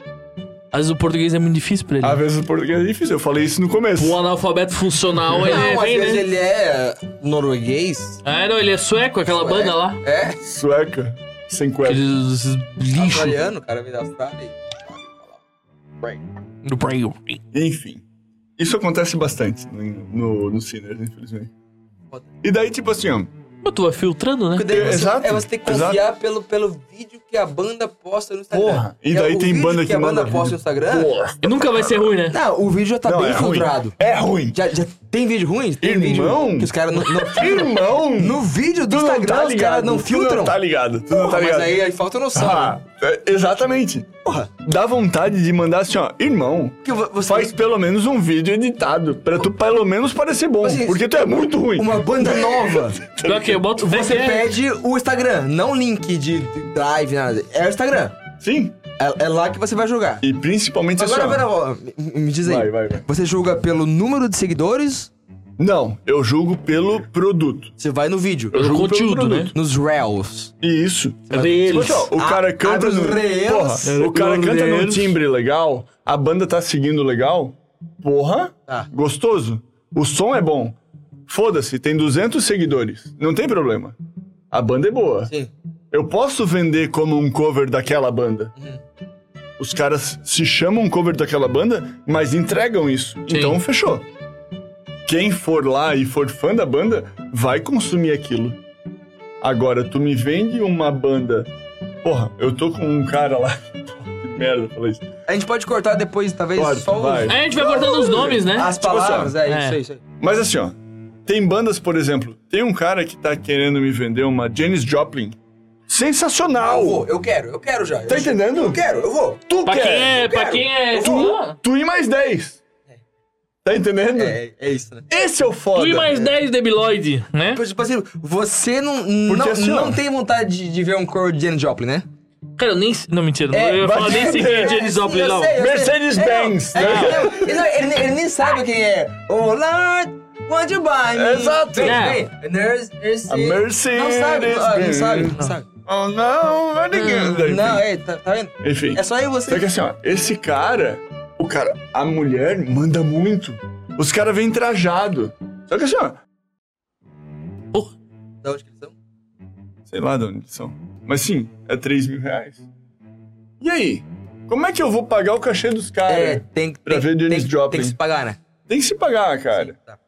[SPEAKER 1] Às vezes o português é muito difícil pra ele.
[SPEAKER 2] Às vezes o português é difícil. Eu falei isso no começo.
[SPEAKER 1] O analfabeto funcional, ele é
[SPEAKER 3] Não, às
[SPEAKER 1] bem,
[SPEAKER 3] vezes
[SPEAKER 1] né?
[SPEAKER 3] ele é norueguês.
[SPEAKER 1] Ah, não, ele é sueco, aquela
[SPEAKER 3] Sueco.
[SPEAKER 1] banda lá.
[SPEAKER 3] É,
[SPEAKER 2] Sueca. Sem cueca.
[SPEAKER 1] Aqueles lixo
[SPEAKER 3] australiano, cara, vem da Austrália.
[SPEAKER 1] do Braille.
[SPEAKER 2] Enfim. Isso acontece bastante no, no, no Sinners, infelizmente.
[SPEAKER 3] Foda.
[SPEAKER 2] E daí, tipo assim, ó.
[SPEAKER 1] Pô, tu vai filtrando, né?
[SPEAKER 3] Porque daí você,
[SPEAKER 2] Exato,
[SPEAKER 3] é você tem que confiar pelo, pelo vídeo que a banda posta no Instagram.
[SPEAKER 2] Porra, e
[SPEAKER 3] É,
[SPEAKER 2] daí
[SPEAKER 3] o
[SPEAKER 2] tem
[SPEAKER 3] vídeo
[SPEAKER 2] banda
[SPEAKER 3] que
[SPEAKER 2] que
[SPEAKER 3] a banda
[SPEAKER 2] manda
[SPEAKER 3] posta no
[SPEAKER 2] vídeo.
[SPEAKER 3] Instagram.
[SPEAKER 1] E nunca vai ser ruim, né?
[SPEAKER 3] Não, o vídeo já tá
[SPEAKER 2] Não,
[SPEAKER 3] bem
[SPEAKER 2] é ruim.
[SPEAKER 3] filtrado.
[SPEAKER 2] É ruim.
[SPEAKER 3] Já, já tem vídeo ruim? Tem
[SPEAKER 2] Irmão?
[SPEAKER 3] vídeo que os caras não, não-
[SPEAKER 2] Irmão!
[SPEAKER 3] No vídeo
[SPEAKER 2] Tu
[SPEAKER 3] do
[SPEAKER 2] não
[SPEAKER 3] Instagram
[SPEAKER 2] tá
[SPEAKER 3] os caras
[SPEAKER 2] ligado,
[SPEAKER 3] não
[SPEAKER 2] tu
[SPEAKER 3] filtram.
[SPEAKER 2] Não tá ligado, tu não
[SPEAKER 3] Porra,
[SPEAKER 2] tá ligado.
[SPEAKER 3] Mas aí, aí falta noção. né?
[SPEAKER 2] Ah, é, exatamente.
[SPEAKER 3] Porra,
[SPEAKER 2] Dá vontade de mandar assim, ó, irmão,
[SPEAKER 3] porque vo- você
[SPEAKER 2] faz pelo menos um vídeo editado pra tu pelo menos parecer bom,
[SPEAKER 3] Mas, assim,
[SPEAKER 2] porque tu é muito ruim.
[SPEAKER 3] uma
[SPEAKER 2] [LAUGHS]
[SPEAKER 3] banda nova.
[SPEAKER 1] Pior que eu boto fé
[SPEAKER 3] Você
[SPEAKER 1] que é-
[SPEAKER 3] pede o Instagram, não link de de drive, nada. É o Instagram.
[SPEAKER 2] Sim.
[SPEAKER 3] É, é lá que você vai julgar.
[SPEAKER 2] E principalmente assim,
[SPEAKER 3] Agora,
[SPEAKER 2] ó,
[SPEAKER 3] pera, ó, me, me diz aí.
[SPEAKER 2] Vai, vai, vai.
[SPEAKER 3] Você julga pelo número de seguidores?
[SPEAKER 2] Não, eu julgo pelo produto.
[SPEAKER 3] Você vai no vídeo.
[SPEAKER 1] Eu
[SPEAKER 2] jogo
[SPEAKER 1] jogo
[SPEAKER 2] pelo
[SPEAKER 1] conteúdo, né?
[SPEAKER 3] Nos Reels.
[SPEAKER 2] E isso.
[SPEAKER 1] Reels.
[SPEAKER 2] Tipo assim, ó, o
[SPEAKER 3] Ah,
[SPEAKER 2] cara canta
[SPEAKER 3] abre os
[SPEAKER 2] no,
[SPEAKER 3] reels.
[SPEAKER 2] porra, o cara
[SPEAKER 1] Abre os
[SPEAKER 2] canta num
[SPEAKER 1] reels.
[SPEAKER 2] timbre legal, a banda tá seguindo legal. Porra,
[SPEAKER 3] Tá.
[SPEAKER 2] gostoso. O som é bom. Foda-se, tem 200 seguidores. Não tem problema. A banda é boa.
[SPEAKER 3] Sim.
[SPEAKER 2] Eu posso vender como um cover daquela banda. Os caras se chamam um cover daquela banda, mas entregam isso.
[SPEAKER 1] Sim.
[SPEAKER 2] Então fechou. Quem for lá e for fã da banda, vai consumir aquilo. Agora, tu me vende uma banda. Porra, eu tô com um cara lá. [LAUGHS] Que merda, falei isso.
[SPEAKER 3] A gente pode cortar depois, talvez,
[SPEAKER 2] Pode,
[SPEAKER 3] só os-
[SPEAKER 2] vai.
[SPEAKER 1] Aí a gente vai cortando os nomes, né?
[SPEAKER 3] as
[SPEAKER 2] Tipo assim,
[SPEAKER 3] palavras.
[SPEAKER 2] ó.
[SPEAKER 3] é,
[SPEAKER 1] É.
[SPEAKER 3] isso aí, isso aí.
[SPEAKER 2] Mas assim, ó. Tem bandas, por exemplo, tem um cara que tá querendo me vender uma Janis Joplin.
[SPEAKER 3] Eu
[SPEAKER 2] Sensacional!
[SPEAKER 3] vou, eu quero, eu quero já.
[SPEAKER 2] Tá
[SPEAKER 3] eu,
[SPEAKER 2] entendendo?
[SPEAKER 3] eu quero, eu vou.
[SPEAKER 2] Tu
[SPEAKER 1] Pra
[SPEAKER 2] quer?
[SPEAKER 1] quem é.
[SPEAKER 3] Ah, quero,
[SPEAKER 1] Pra quem é.
[SPEAKER 3] eu
[SPEAKER 1] Tu,
[SPEAKER 2] Tu e mais 10. Tá entendendo?
[SPEAKER 3] É, é isso, né?
[SPEAKER 2] Esse é o foda.
[SPEAKER 1] tu e mais 10 debiloid, né?
[SPEAKER 3] Tipo, tipo assim, você não, não,
[SPEAKER 2] assim, ó.
[SPEAKER 3] não tem vontade de, de ver um cover de Janis Joplin, né?
[SPEAKER 1] Cara, eu nem. Não, mentira.
[SPEAKER 3] É,
[SPEAKER 1] não, eu ia
[SPEAKER 2] vai
[SPEAKER 1] falar nem
[SPEAKER 2] saber.
[SPEAKER 3] [LAUGHS]
[SPEAKER 1] seguir Janis Joplin,
[SPEAKER 3] eu
[SPEAKER 1] não.
[SPEAKER 3] sei, eu sei.
[SPEAKER 2] Mercedes-Benz,
[SPEAKER 3] É, não,
[SPEAKER 2] né?
[SPEAKER 3] é, não, ele, não- ele nem- ele nem sabe quem é. Oh, Lord, won't you buy me?
[SPEAKER 2] Exato.
[SPEAKER 3] Vem,
[SPEAKER 1] É.
[SPEAKER 3] vem. Nurse, nurse.
[SPEAKER 2] A Mercedes.
[SPEAKER 3] Não sabe, ah, não sabe, não
[SPEAKER 2] Benz.
[SPEAKER 3] sabe.
[SPEAKER 2] Oh, não, vai ninguém.
[SPEAKER 3] Não, é, tá, tá vendo?
[SPEAKER 2] Enfim.
[SPEAKER 3] É só eu e
[SPEAKER 2] Só que
[SPEAKER 3] você.
[SPEAKER 2] assim, ó, esse cara, o cara, a mulher manda muito. Os caras vêm trajado. Só que assim, ó,
[SPEAKER 1] é
[SPEAKER 3] Da onde que eles são?
[SPEAKER 2] sei lá de onde eles são. Mas sim, é 3 mil reais. E aí? Como é que eu vou pagar o cachê dos caras?
[SPEAKER 3] É, tem,
[SPEAKER 2] pra
[SPEAKER 3] tem,
[SPEAKER 2] ver
[SPEAKER 3] tem,
[SPEAKER 2] Janis Joplin.
[SPEAKER 3] tem que se pagar, né?
[SPEAKER 2] Tem que se pagar, cara.
[SPEAKER 3] Tá.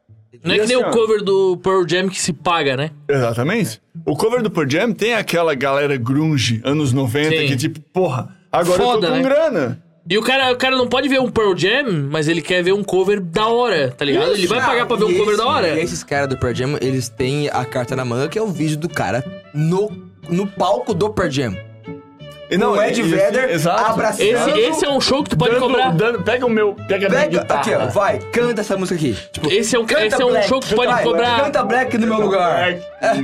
[SPEAKER 1] Não é que nem
[SPEAKER 2] assim,
[SPEAKER 1] o
[SPEAKER 2] ó.
[SPEAKER 1] cover do Pearl Jam que se paga, né?
[SPEAKER 2] Exatamente. O cover do Pearl Jam tem aquela galera grunge, anos 90,
[SPEAKER 1] Sim.
[SPEAKER 2] que tipo, porra, Agora
[SPEAKER 1] Foda,
[SPEAKER 2] eu tô
[SPEAKER 1] né?
[SPEAKER 2] com grana.
[SPEAKER 1] E o cara, o cara não pode ver um Pearl Jam, mas ele quer ver um cover da hora, tá ligado? ele vai pagar pra ver um cover da hora.
[SPEAKER 3] E esses caras do Pearl Jam, eles têm a carta na manga, que é o vídeo do cara no, no palco do Pearl Jam.
[SPEAKER 2] E
[SPEAKER 3] Com o Ed
[SPEAKER 2] e- e-
[SPEAKER 3] Vedder
[SPEAKER 2] exato.
[SPEAKER 3] abraçando.
[SPEAKER 1] Esse, esse é um show que tu pode
[SPEAKER 2] Dando-
[SPEAKER 1] cobrar.
[SPEAKER 2] dando- pega o meu. Pega, a minha
[SPEAKER 3] Pega,
[SPEAKER 2] guitarra.
[SPEAKER 3] aqui ó, vai, canta essa música aqui. Tipo,
[SPEAKER 1] Esse é um,
[SPEAKER 3] canta
[SPEAKER 1] esse é um
[SPEAKER 3] Black,
[SPEAKER 1] show que tu pode
[SPEAKER 3] vai,
[SPEAKER 1] cobrar.
[SPEAKER 3] Canta Black no meu lugar.
[SPEAKER 2] Black.
[SPEAKER 3] É.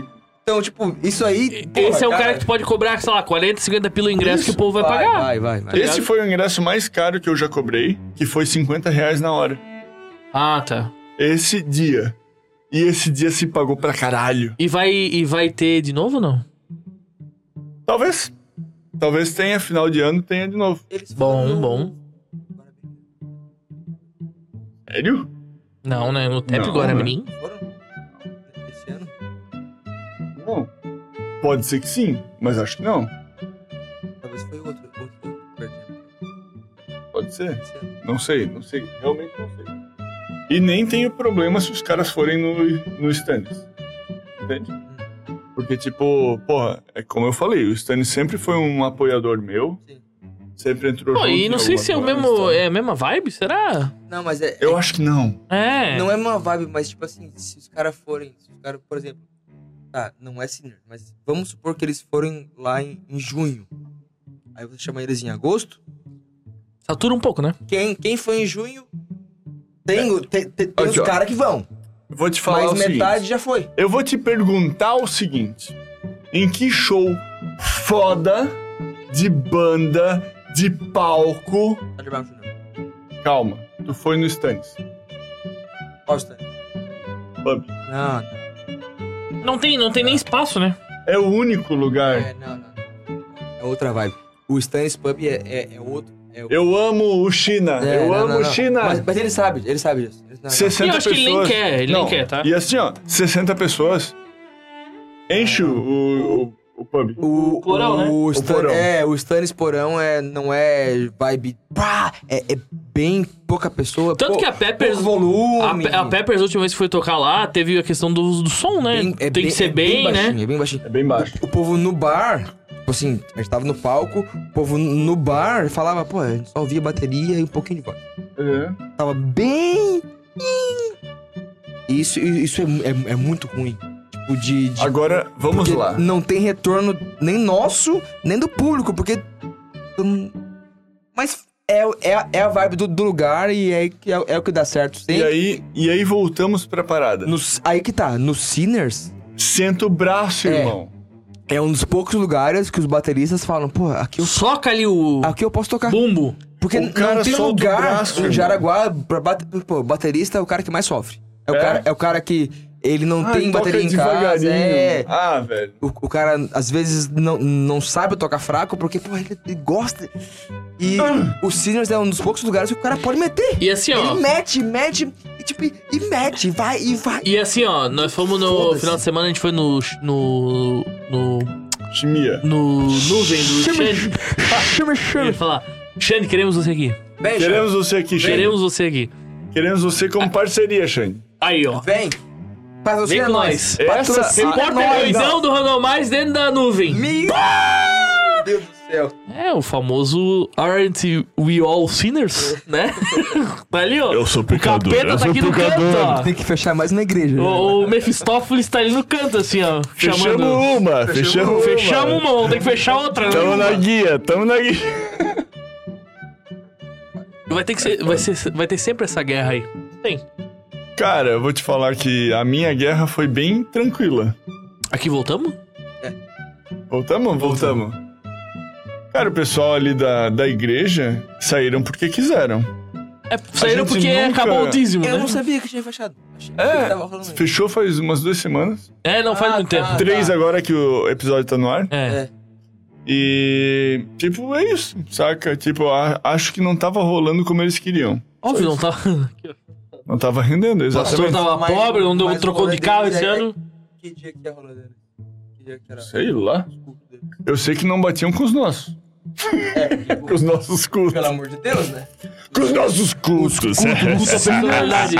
[SPEAKER 3] Então, tipo, isso aí...
[SPEAKER 1] esse
[SPEAKER 3] porra,
[SPEAKER 1] é um cara, que tu pode cobrar, sei lá, 40, 50 pila o ingresso que o povo vai, pagar.
[SPEAKER 3] Vai, vai, vai.
[SPEAKER 2] Esse foi o ingresso mais caro que eu já cobrei, que foi 50 reais na hora.
[SPEAKER 1] Ah, tá.
[SPEAKER 2] Esse dia. E esse dia se pagou pra caralho.
[SPEAKER 1] E vai, e vai ter de novo ou não?
[SPEAKER 2] Talvez. Talvez tenha, final de ano tenha de novo.
[SPEAKER 1] Bom, bom.
[SPEAKER 2] Sério?
[SPEAKER 1] Não, né? No Tep
[SPEAKER 2] Não,
[SPEAKER 1] Guaramirim.
[SPEAKER 3] Esse ano?
[SPEAKER 2] Não. Pode ser que sim, mas acho que não.
[SPEAKER 3] Talvez foi outro, outro Pearl Jam.
[SPEAKER 2] Pode ser.
[SPEAKER 3] Esse ano.
[SPEAKER 2] Não sei, não sei. Realmente não sei. E nem tenho problema se os caras forem no, no Stannis. Entende? Porque, tipo, porra, é como eu falei, o Stannis sempre foi um apoiador meu.
[SPEAKER 3] Sim.
[SPEAKER 2] Sempre entrou
[SPEAKER 1] Pô,
[SPEAKER 2] junto
[SPEAKER 1] e
[SPEAKER 2] em
[SPEAKER 1] não sei
[SPEAKER 2] alguma
[SPEAKER 1] se é o
[SPEAKER 2] coisa,
[SPEAKER 1] mesmo.
[SPEAKER 2] tá?
[SPEAKER 1] É a mesma vibe? Será?
[SPEAKER 3] Não, mas é...
[SPEAKER 2] Eu acho que não.
[SPEAKER 1] É.
[SPEAKER 3] Não é uma vibe, mas tipo assim, se os caras forem, se os caras, por exemplo, tá, não é senior, mas vamos supor que eles forem lá em, em junho. Aí você chama eles em agosto.
[SPEAKER 1] Satura um pouco, né?
[SPEAKER 3] Quem, quem foi em junho tem, o- tem, tem, tem
[SPEAKER 2] É.
[SPEAKER 3] os
[SPEAKER 2] Aqui, ó.
[SPEAKER 3] caras que vão.
[SPEAKER 2] Eu Vou te falar
[SPEAKER 3] mas
[SPEAKER 2] o
[SPEAKER 3] metade
[SPEAKER 2] seguinte.
[SPEAKER 3] já foi.
[SPEAKER 2] Eu vou te perguntar o seguinte: em que show foda de banda de palco?
[SPEAKER 3] Charlie Brown Jr.
[SPEAKER 2] Calma, tu foi no Stannis.
[SPEAKER 3] Austin.
[SPEAKER 2] Pub.
[SPEAKER 3] Não, não.
[SPEAKER 1] Não tem, não tem nem espaço, né?
[SPEAKER 2] É o único lugar.
[SPEAKER 3] É, não, não. É outra vibe. O Stannis Pub é, é, é outro. É, o-
[SPEAKER 2] Eu amo o China.
[SPEAKER 3] É,
[SPEAKER 2] eu
[SPEAKER 3] não,
[SPEAKER 2] amo
[SPEAKER 3] não,
[SPEAKER 2] o
[SPEAKER 3] não.
[SPEAKER 2] China.
[SPEAKER 3] Mas, mas ele sabe, ele sabe disso. Ele- não, não.
[SPEAKER 2] 60
[SPEAKER 1] E eu acho que
[SPEAKER 2] pessoas.
[SPEAKER 1] ele nem quer, ele nem
[SPEAKER 2] Não,
[SPEAKER 1] quer, tá?
[SPEAKER 2] E assim, ó, 60 pessoas. Enche o, o, o- o pub.
[SPEAKER 3] O,
[SPEAKER 1] porão, né?
[SPEAKER 3] o Stan-
[SPEAKER 2] porão.
[SPEAKER 3] É, o Stannis Porão é, não é vibe. Pá, é, é bem pouca pessoa.
[SPEAKER 1] Tanto
[SPEAKER 3] pou-
[SPEAKER 1] que a Peppers-
[SPEAKER 3] pouco volume.
[SPEAKER 1] A, Pe- a Peppers, a última vez que foi tocar lá, teve a questão do, do som, né?
[SPEAKER 3] Bem-
[SPEAKER 1] tem que ser
[SPEAKER 3] é
[SPEAKER 1] bem, né?
[SPEAKER 3] baixinho, É bem baixinho.
[SPEAKER 2] É bem baixo.
[SPEAKER 3] O povo no bar, tipo assim, a gente tava no palco, o povo no bar falava, pô, a gente só ouvia bateria e um pouquinho de voz.
[SPEAKER 2] É.
[SPEAKER 3] Tava bem. Isso, isso é, é- é muito ruim. Tipo, de. de-
[SPEAKER 2] Agora, vamos
[SPEAKER 3] porque
[SPEAKER 2] lá.
[SPEAKER 3] Não tem retorno nem nosso, nem do público, porque. hum, Mas é, é, é a vibe do, do lugar e é, que- é, é o que dá certo. Tem,
[SPEAKER 2] E aí, e aí voltamos pra parada.
[SPEAKER 3] nos- aí que tá, no Sinners
[SPEAKER 2] Senta o braço,
[SPEAKER 3] É.
[SPEAKER 2] irmão.
[SPEAKER 3] é um dos poucos lugares que os bateristas falam, pô, aqui eu,
[SPEAKER 1] Soca ali o
[SPEAKER 3] aqui eu posso tocar.
[SPEAKER 1] bumbo.
[SPEAKER 3] Porque
[SPEAKER 2] O
[SPEAKER 3] não
[SPEAKER 2] cara
[SPEAKER 3] tem
[SPEAKER 2] solta o
[SPEAKER 3] lugar
[SPEAKER 2] braço,
[SPEAKER 3] em
[SPEAKER 2] irmão.
[SPEAKER 3] Jaraguá pra bate... Pô, baterista é o cara que mais sofre. É, O,
[SPEAKER 2] É?
[SPEAKER 3] cara, é o cara que ele não
[SPEAKER 2] Ah,
[SPEAKER 3] tem
[SPEAKER 2] toca
[SPEAKER 3] bateria em casa.
[SPEAKER 2] devagarinho.
[SPEAKER 3] É...
[SPEAKER 2] Ah, velho.
[SPEAKER 3] O, o cara, às vezes, não, não sabe tocar fraco porque, pô, ele, ele gosta. E
[SPEAKER 2] Ah.
[SPEAKER 3] o Sinners é um dos poucos lugares que o cara pode meter.
[SPEAKER 1] E assim, ó.
[SPEAKER 3] Ele mete, mete, e tipo, e mete, vai, e vai.
[SPEAKER 1] E assim, ó, nós fomos no
[SPEAKER 3] Foda-se.
[SPEAKER 1] final de semana, a gente foi no. no. no.
[SPEAKER 2] Chimia.
[SPEAKER 1] no nuvem do Xande. Eu
[SPEAKER 3] Chama,
[SPEAKER 1] ia
[SPEAKER 3] chama.
[SPEAKER 1] falar. Xande, queremos você aqui.
[SPEAKER 3] Vem, Xande.
[SPEAKER 2] Queremos você aqui, Shane. Queremos,
[SPEAKER 1] Queremos você aqui.
[SPEAKER 2] você
[SPEAKER 1] Ah.
[SPEAKER 2] como parceria, Shane.
[SPEAKER 1] Aí, ó.
[SPEAKER 3] Vem.
[SPEAKER 1] Vem
[SPEAKER 3] Patrocina
[SPEAKER 1] com
[SPEAKER 3] nós.
[SPEAKER 1] nós.
[SPEAKER 2] Essa- é
[SPEAKER 3] Patrocina
[SPEAKER 1] Repórter
[SPEAKER 3] nós.
[SPEAKER 1] doidão do Randomize dentro da nuvem.
[SPEAKER 3] Meu Deus do céu.
[SPEAKER 1] É, o famoso Aren't We All Sinners,
[SPEAKER 3] É.
[SPEAKER 1] né? [LAUGHS] tá ali, ó.
[SPEAKER 7] Eu sou
[SPEAKER 1] O
[SPEAKER 7] pecador,
[SPEAKER 1] capeta
[SPEAKER 7] eu
[SPEAKER 1] tá
[SPEAKER 7] sou
[SPEAKER 1] aqui no
[SPEAKER 7] pecador.
[SPEAKER 1] canto,
[SPEAKER 3] Tem que fechar mais uma igreja.
[SPEAKER 1] ó. O, o Mephistófeles tá ali no canto, assim, ó.
[SPEAKER 2] Fechamos
[SPEAKER 1] chamando.
[SPEAKER 2] uma, fechamos uma.
[SPEAKER 1] Fechamos uma, vamos ter que fechar outra,
[SPEAKER 2] Tamo na
[SPEAKER 1] né?
[SPEAKER 2] guia, tamo na guia.
[SPEAKER 1] Vai ter que ser. Vai, ser, vai ter sempre essa guerra aí. Tem.
[SPEAKER 2] Cara, eu vou te falar que a minha guerra foi bem tranquila.
[SPEAKER 1] Aqui voltamos?
[SPEAKER 2] Voltamos? Voltamos. Cara, o pessoal ali da, da igreja saíram porque quiseram.
[SPEAKER 1] É, saíram
[SPEAKER 2] gente
[SPEAKER 1] porque
[SPEAKER 2] nunca-
[SPEAKER 1] acabou o dízimo, né?
[SPEAKER 3] Eu não sabia que tinha fechado. Achei
[SPEAKER 2] É.
[SPEAKER 3] que tava rolando.
[SPEAKER 2] Fechou faz umas duas semanas.
[SPEAKER 1] É, não faz
[SPEAKER 3] Ah,
[SPEAKER 1] muito
[SPEAKER 3] tá.
[SPEAKER 1] tempo.
[SPEAKER 2] Três agora que o episódio tá no ar.
[SPEAKER 1] É.
[SPEAKER 3] É.
[SPEAKER 2] E, tipo, é isso, saca? Tipo, a- acho que não tava rolando como eles queriam.
[SPEAKER 1] Óbvio, não tá.
[SPEAKER 2] Não tava rendendo,
[SPEAKER 1] O pastor
[SPEAKER 2] exatamente.
[SPEAKER 1] tava
[SPEAKER 3] Mas-
[SPEAKER 1] pobre, não deu
[SPEAKER 3] mas o
[SPEAKER 1] trocou de
[SPEAKER 3] rolê
[SPEAKER 1] carro
[SPEAKER 3] deles
[SPEAKER 1] esse
[SPEAKER 3] é-
[SPEAKER 1] ano.
[SPEAKER 3] Que dia que ia rolar dele? Que dia que era?
[SPEAKER 2] Sei lá.
[SPEAKER 3] Os cultos dele.
[SPEAKER 2] Eu sei que não batiam com os nossos. com os nossos cultos.
[SPEAKER 3] É, tipo, Pelo amor de Deus, né?
[SPEAKER 2] Com os nossos cultos.
[SPEAKER 7] [LAUGHS]
[SPEAKER 1] Puta
[SPEAKER 2] [LAUGHS]
[SPEAKER 1] personalidade.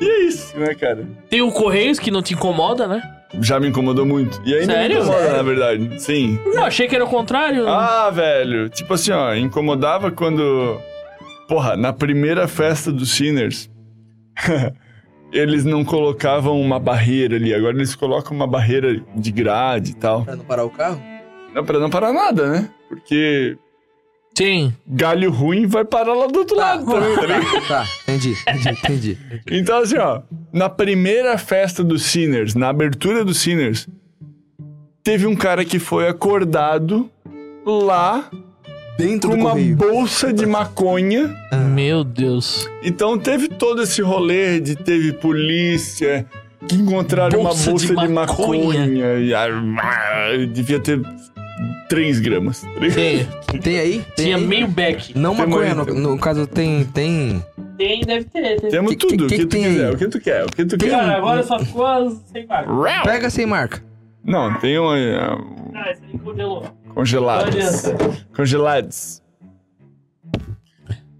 [SPEAKER 2] e é isso, né, cara? é
[SPEAKER 1] Tem o Correios que não te incomoda, né?
[SPEAKER 2] Já me incomodou muito. E ainda
[SPEAKER 1] Sério?
[SPEAKER 2] me incomoda,
[SPEAKER 1] Sério?
[SPEAKER 2] na verdade. Sim.
[SPEAKER 1] Eu achei que era o contrário.
[SPEAKER 2] Ah, velho. Tipo assim, ó, incomodava quando. Porra, na primeira festa dos Sinners, [LAUGHS] eles não colocavam uma barreira ali. Agora eles colocam uma barreira de grade e tal.
[SPEAKER 3] Pra não parar o carro?
[SPEAKER 2] Não, pra não parar nada, né? Porque
[SPEAKER 1] Sim.
[SPEAKER 2] galho ruim vai parar lá do outro lado também, tá ligado?
[SPEAKER 3] Tá, entendi, entendi, entendi.
[SPEAKER 2] Então, assim, ó, na primeira festa do Sinners, na abertura do Sinners, teve um cara que foi acordado lá
[SPEAKER 3] Dentro
[SPEAKER 2] com
[SPEAKER 3] do
[SPEAKER 2] uma
[SPEAKER 3] correio.
[SPEAKER 2] bolsa de maconha.
[SPEAKER 1] Meu Deus.
[SPEAKER 2] Então teve todo esse rolê de teve polícia que encontraram
[SPEAKER 1] Bolsa
[SPEAKER 2] uma bolsa
[SPEAKER 1] de
[SPEAKER 2] de maconha. e ah, devia ter 3 gramas. tá ligado?
[SPEAKER 1] Tem,
[SPEAKER 3] Tem aí? Tem
[SPEAKER 1] tinha
[SPEAKER 3] aí?
[SPEAKER 1] meio back.
[SPEAKER 3] Não
[SPEAKER 2] Tem
[SPEAKER 3] maconha, no,
[SPEAKER 2] muito.
[SPEAKER 3] no caso tem. Tem.
[SPEAKER 1] Tem, deve ter. deve-
[SPEAKER 2] Temos
[SPEAKER 3] Que- que-
[SPEAKER 2] tudo,
[SPEAKER 3] que
[SPEAKER 2] o que,
[SPEAKER 3] que
[SPEAKER 2] tu
[SPEAKER 3] tem
[SPEAKER 2] quiser,
[SPEAKER 3] aí?
[SPEAKER 2] o que tu quer, o que tu
[SPEAKER 3] Tem um
[SPEAKER 2] quer.
[SPEAKER 1] Cara, agora só ficou as sem marca.
[SPEAKER 3] Pega sem marca.
[SPEAKER 2] Não, tem uma, ah,
[SPEAKER 1] Ah, esse aí congelou. Não
[SPEAKER 2] congelados.
[SPEAKER 1] adianta.
[SPEAKER 2] Congelados.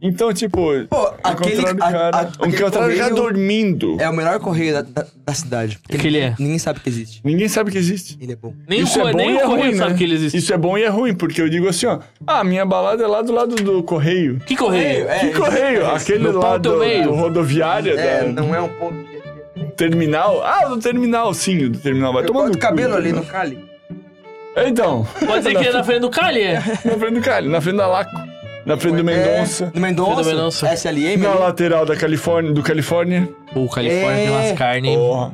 [SPEAKER 2] Então, tipo,
[SPEAKER 3] Pô,
[SPEAKER 2] aquele,
[SPEAKER 3] aquele-
[SPEAKER 2] o cara,
[SPEAKER 3] a- a-
[SPEAKER 2] um
[SPEAKER 3] aquele
[SPEAKER 2] contrário cara
[SPEAKER 3] correio-
[SPEAKER 2] dormindo.
[SPEAKER 3] É o melhor correio da, da, da cidade.
[SPEAKER 1] O que ele é?
[SPEAKER 3] Ninguém sabe que existe.
[SPEAKER 2] Ninguém sabe que existe.
[SPEAKER 3] Ele é bom.
[SPEAKER 1] Nem
[SPEAKER 2] Isso
[SPEAKER 1] o,
[SPEAKER 2] é bom
[SPEAKER 1] nem
[SPEAKER 2] e
[SPEAKER 1] o
[SPEAKER 2] é
[SPEAKER 1] correio
[SPEAKER 2] ruim,
[SPEAKER 1] sabe
[SPEAKER 2] né?
[SPEAKER 1] que ele existe.
[SPEAKER 2] Isso é bom e é ruim, porque eu digo assim, ó. Ah, minha balada é lá do lado do correio.
[SPEAKER 1] Que correio?
[SPEAKER 3] É,
[SPEAKER 2] que correio? Aquele
[SPEAKER 1] No
[SPEAKER 2] lá
[SPEAKER 1] ponto
[SPEAKER 2] do,
[SPEAKER 1] meio.
[SPEAKER 2] do rodoviária,
[SPEAKER 3] É,
[SPEAKER 2] da-
[SPEAKER 3] não é um ponto.
[SPEAKER 2] do terminal. Ah, do terminal, sim, o do terminal. Vai
[SPEAKER 3] Eu
[SPEAKER 2] tomando
[SPEAKER 3] boto o cabelo
[SPEAKER 2] né?
[SPEAKER 3] ali no cali.
[SPEAKER 2] Então,
[SPEAKER 1] Pode
[SPEAKER 2] [LAUGHS]
[SPEAKER 1] ser que ele é na frente do Cali, é.
[SPEAKER 2] na frente do Cali, na frente da Laco, na frente do Mendonça,
[SPEAKER 3] É, no Mendonça.
[SPEAKER 1] Foi do Mendonça.
[SPEAKER 3] SLM.
[SPEAKER 2] na
[SPEAKER 3] ali.
[SPEAKER 2] lateral da Califórnia, do Califórnia.
[SPEAKER 1] Pô, o Califórnia
[SPEAKER 3] É.
[SPEAKER 1] tem umas carnes, hein?
[SPEAKER 2] Porra.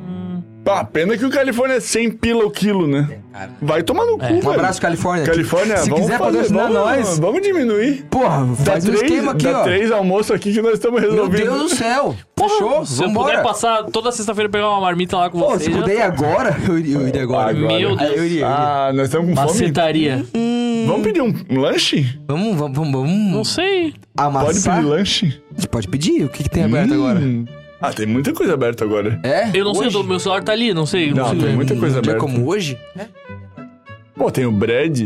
[SPEAKER 2] Ah, pena que o Califórnia é 100 pila o quilo, né?
[SPEAKER 3] É, cara.
[SPEAKER 2] Vai tomar no cu,
[SPEAKER 1] Um
[SPEAKER 2] velho.
[SPEAKER 3] Um abraço, Califórnia.
[SPEAKER 2] Califórnia, é
[SPEAKER 3] Se
[SPEAKER 2] vamos
[SPEAKER 3] quiser
[SPEAKER 2] fazer,
[SPEAKER 3] patrocinar
[SPEAKER 2] vamos,
[SPEAKER 3] nós.
[SPEAKER 2] Vamos diminuir.
[SPEAKER 3] é Porra,
[SPEAKER 2] Dá
[SPEAKER 3] faz um
[SPEAKER 2] três,
[SPEAKER 3] esquema aqui,
[SPEAKER 2] dá
[SPEAKER 3] ó.
[SPEAKER 2] três almoços aqui que nós estamos
[SPEAKER 3] Meu
[SPEAKER 2] resolvendo.
[SPEAKER 3] Deus do céu.
[SPEAKER 1] [LAUGHS]
[SPEAKER 3] Fechou?
[SPEAKER 1] Se eu
[SPEAKER 3] Vambora.
[SPEAKER 1] puder passar toda sexta-feira pegar uma marmita lá com
[SPEAKER 3] Pô,
[SPEAKER 1] vocês.
[SPEAKER 3] se
[SPEAKER 1] já- tá.
[SPEAKER 3] puder ir agora, eu iria, eu iria agora.
[SPEAKER 2] Agora.
[SPEAKER 1] Meu
[SPEAKER 3] Ah, eu iria, tá- eu iria.
[SPEAKER 2] Ah, nós estamos com fome.
[SPEAKER 1] Macetaria.
[SPEAKER 2] Vamos pedir um um lanche?
[SPEAKER 3] Vamos, vamos, vamos,
[SPEAKER 1] Não
[SPEAKER 3] vamos
[SPEAKER 1] sei.
[SPEAKER 2] Pode
[SPEAKER 3] amassar.
[SPEAKER 2] pedir lanche?
[SPEAKER 3] A gente pode pedir? O que, que tem aberto agora?
[SPEAKER 2] Hum. Ah, tem muita coisa aberta agora.
[SPEAKER 3] É?
[SPEAKER 1] Eu não sei,
[SPEAKER 3] hoje?
[SPEAKER 1] o meu celular tá ali, não sei.
[SPEAKER 2] Não,
[SPEAKER 1] Não,
[SPEAKER 2] tem
[SPEAKER 1] sei.
[SPEAKER 2] muita
[SPEAKER 3] Um
[SPEAKER 2] coisa
[SPEAKER 3] dia
[SPEAKER 2] aberta.
[SPEAKER 3] como hoje?
[SPEAKER 2] Pô, tem o Brad,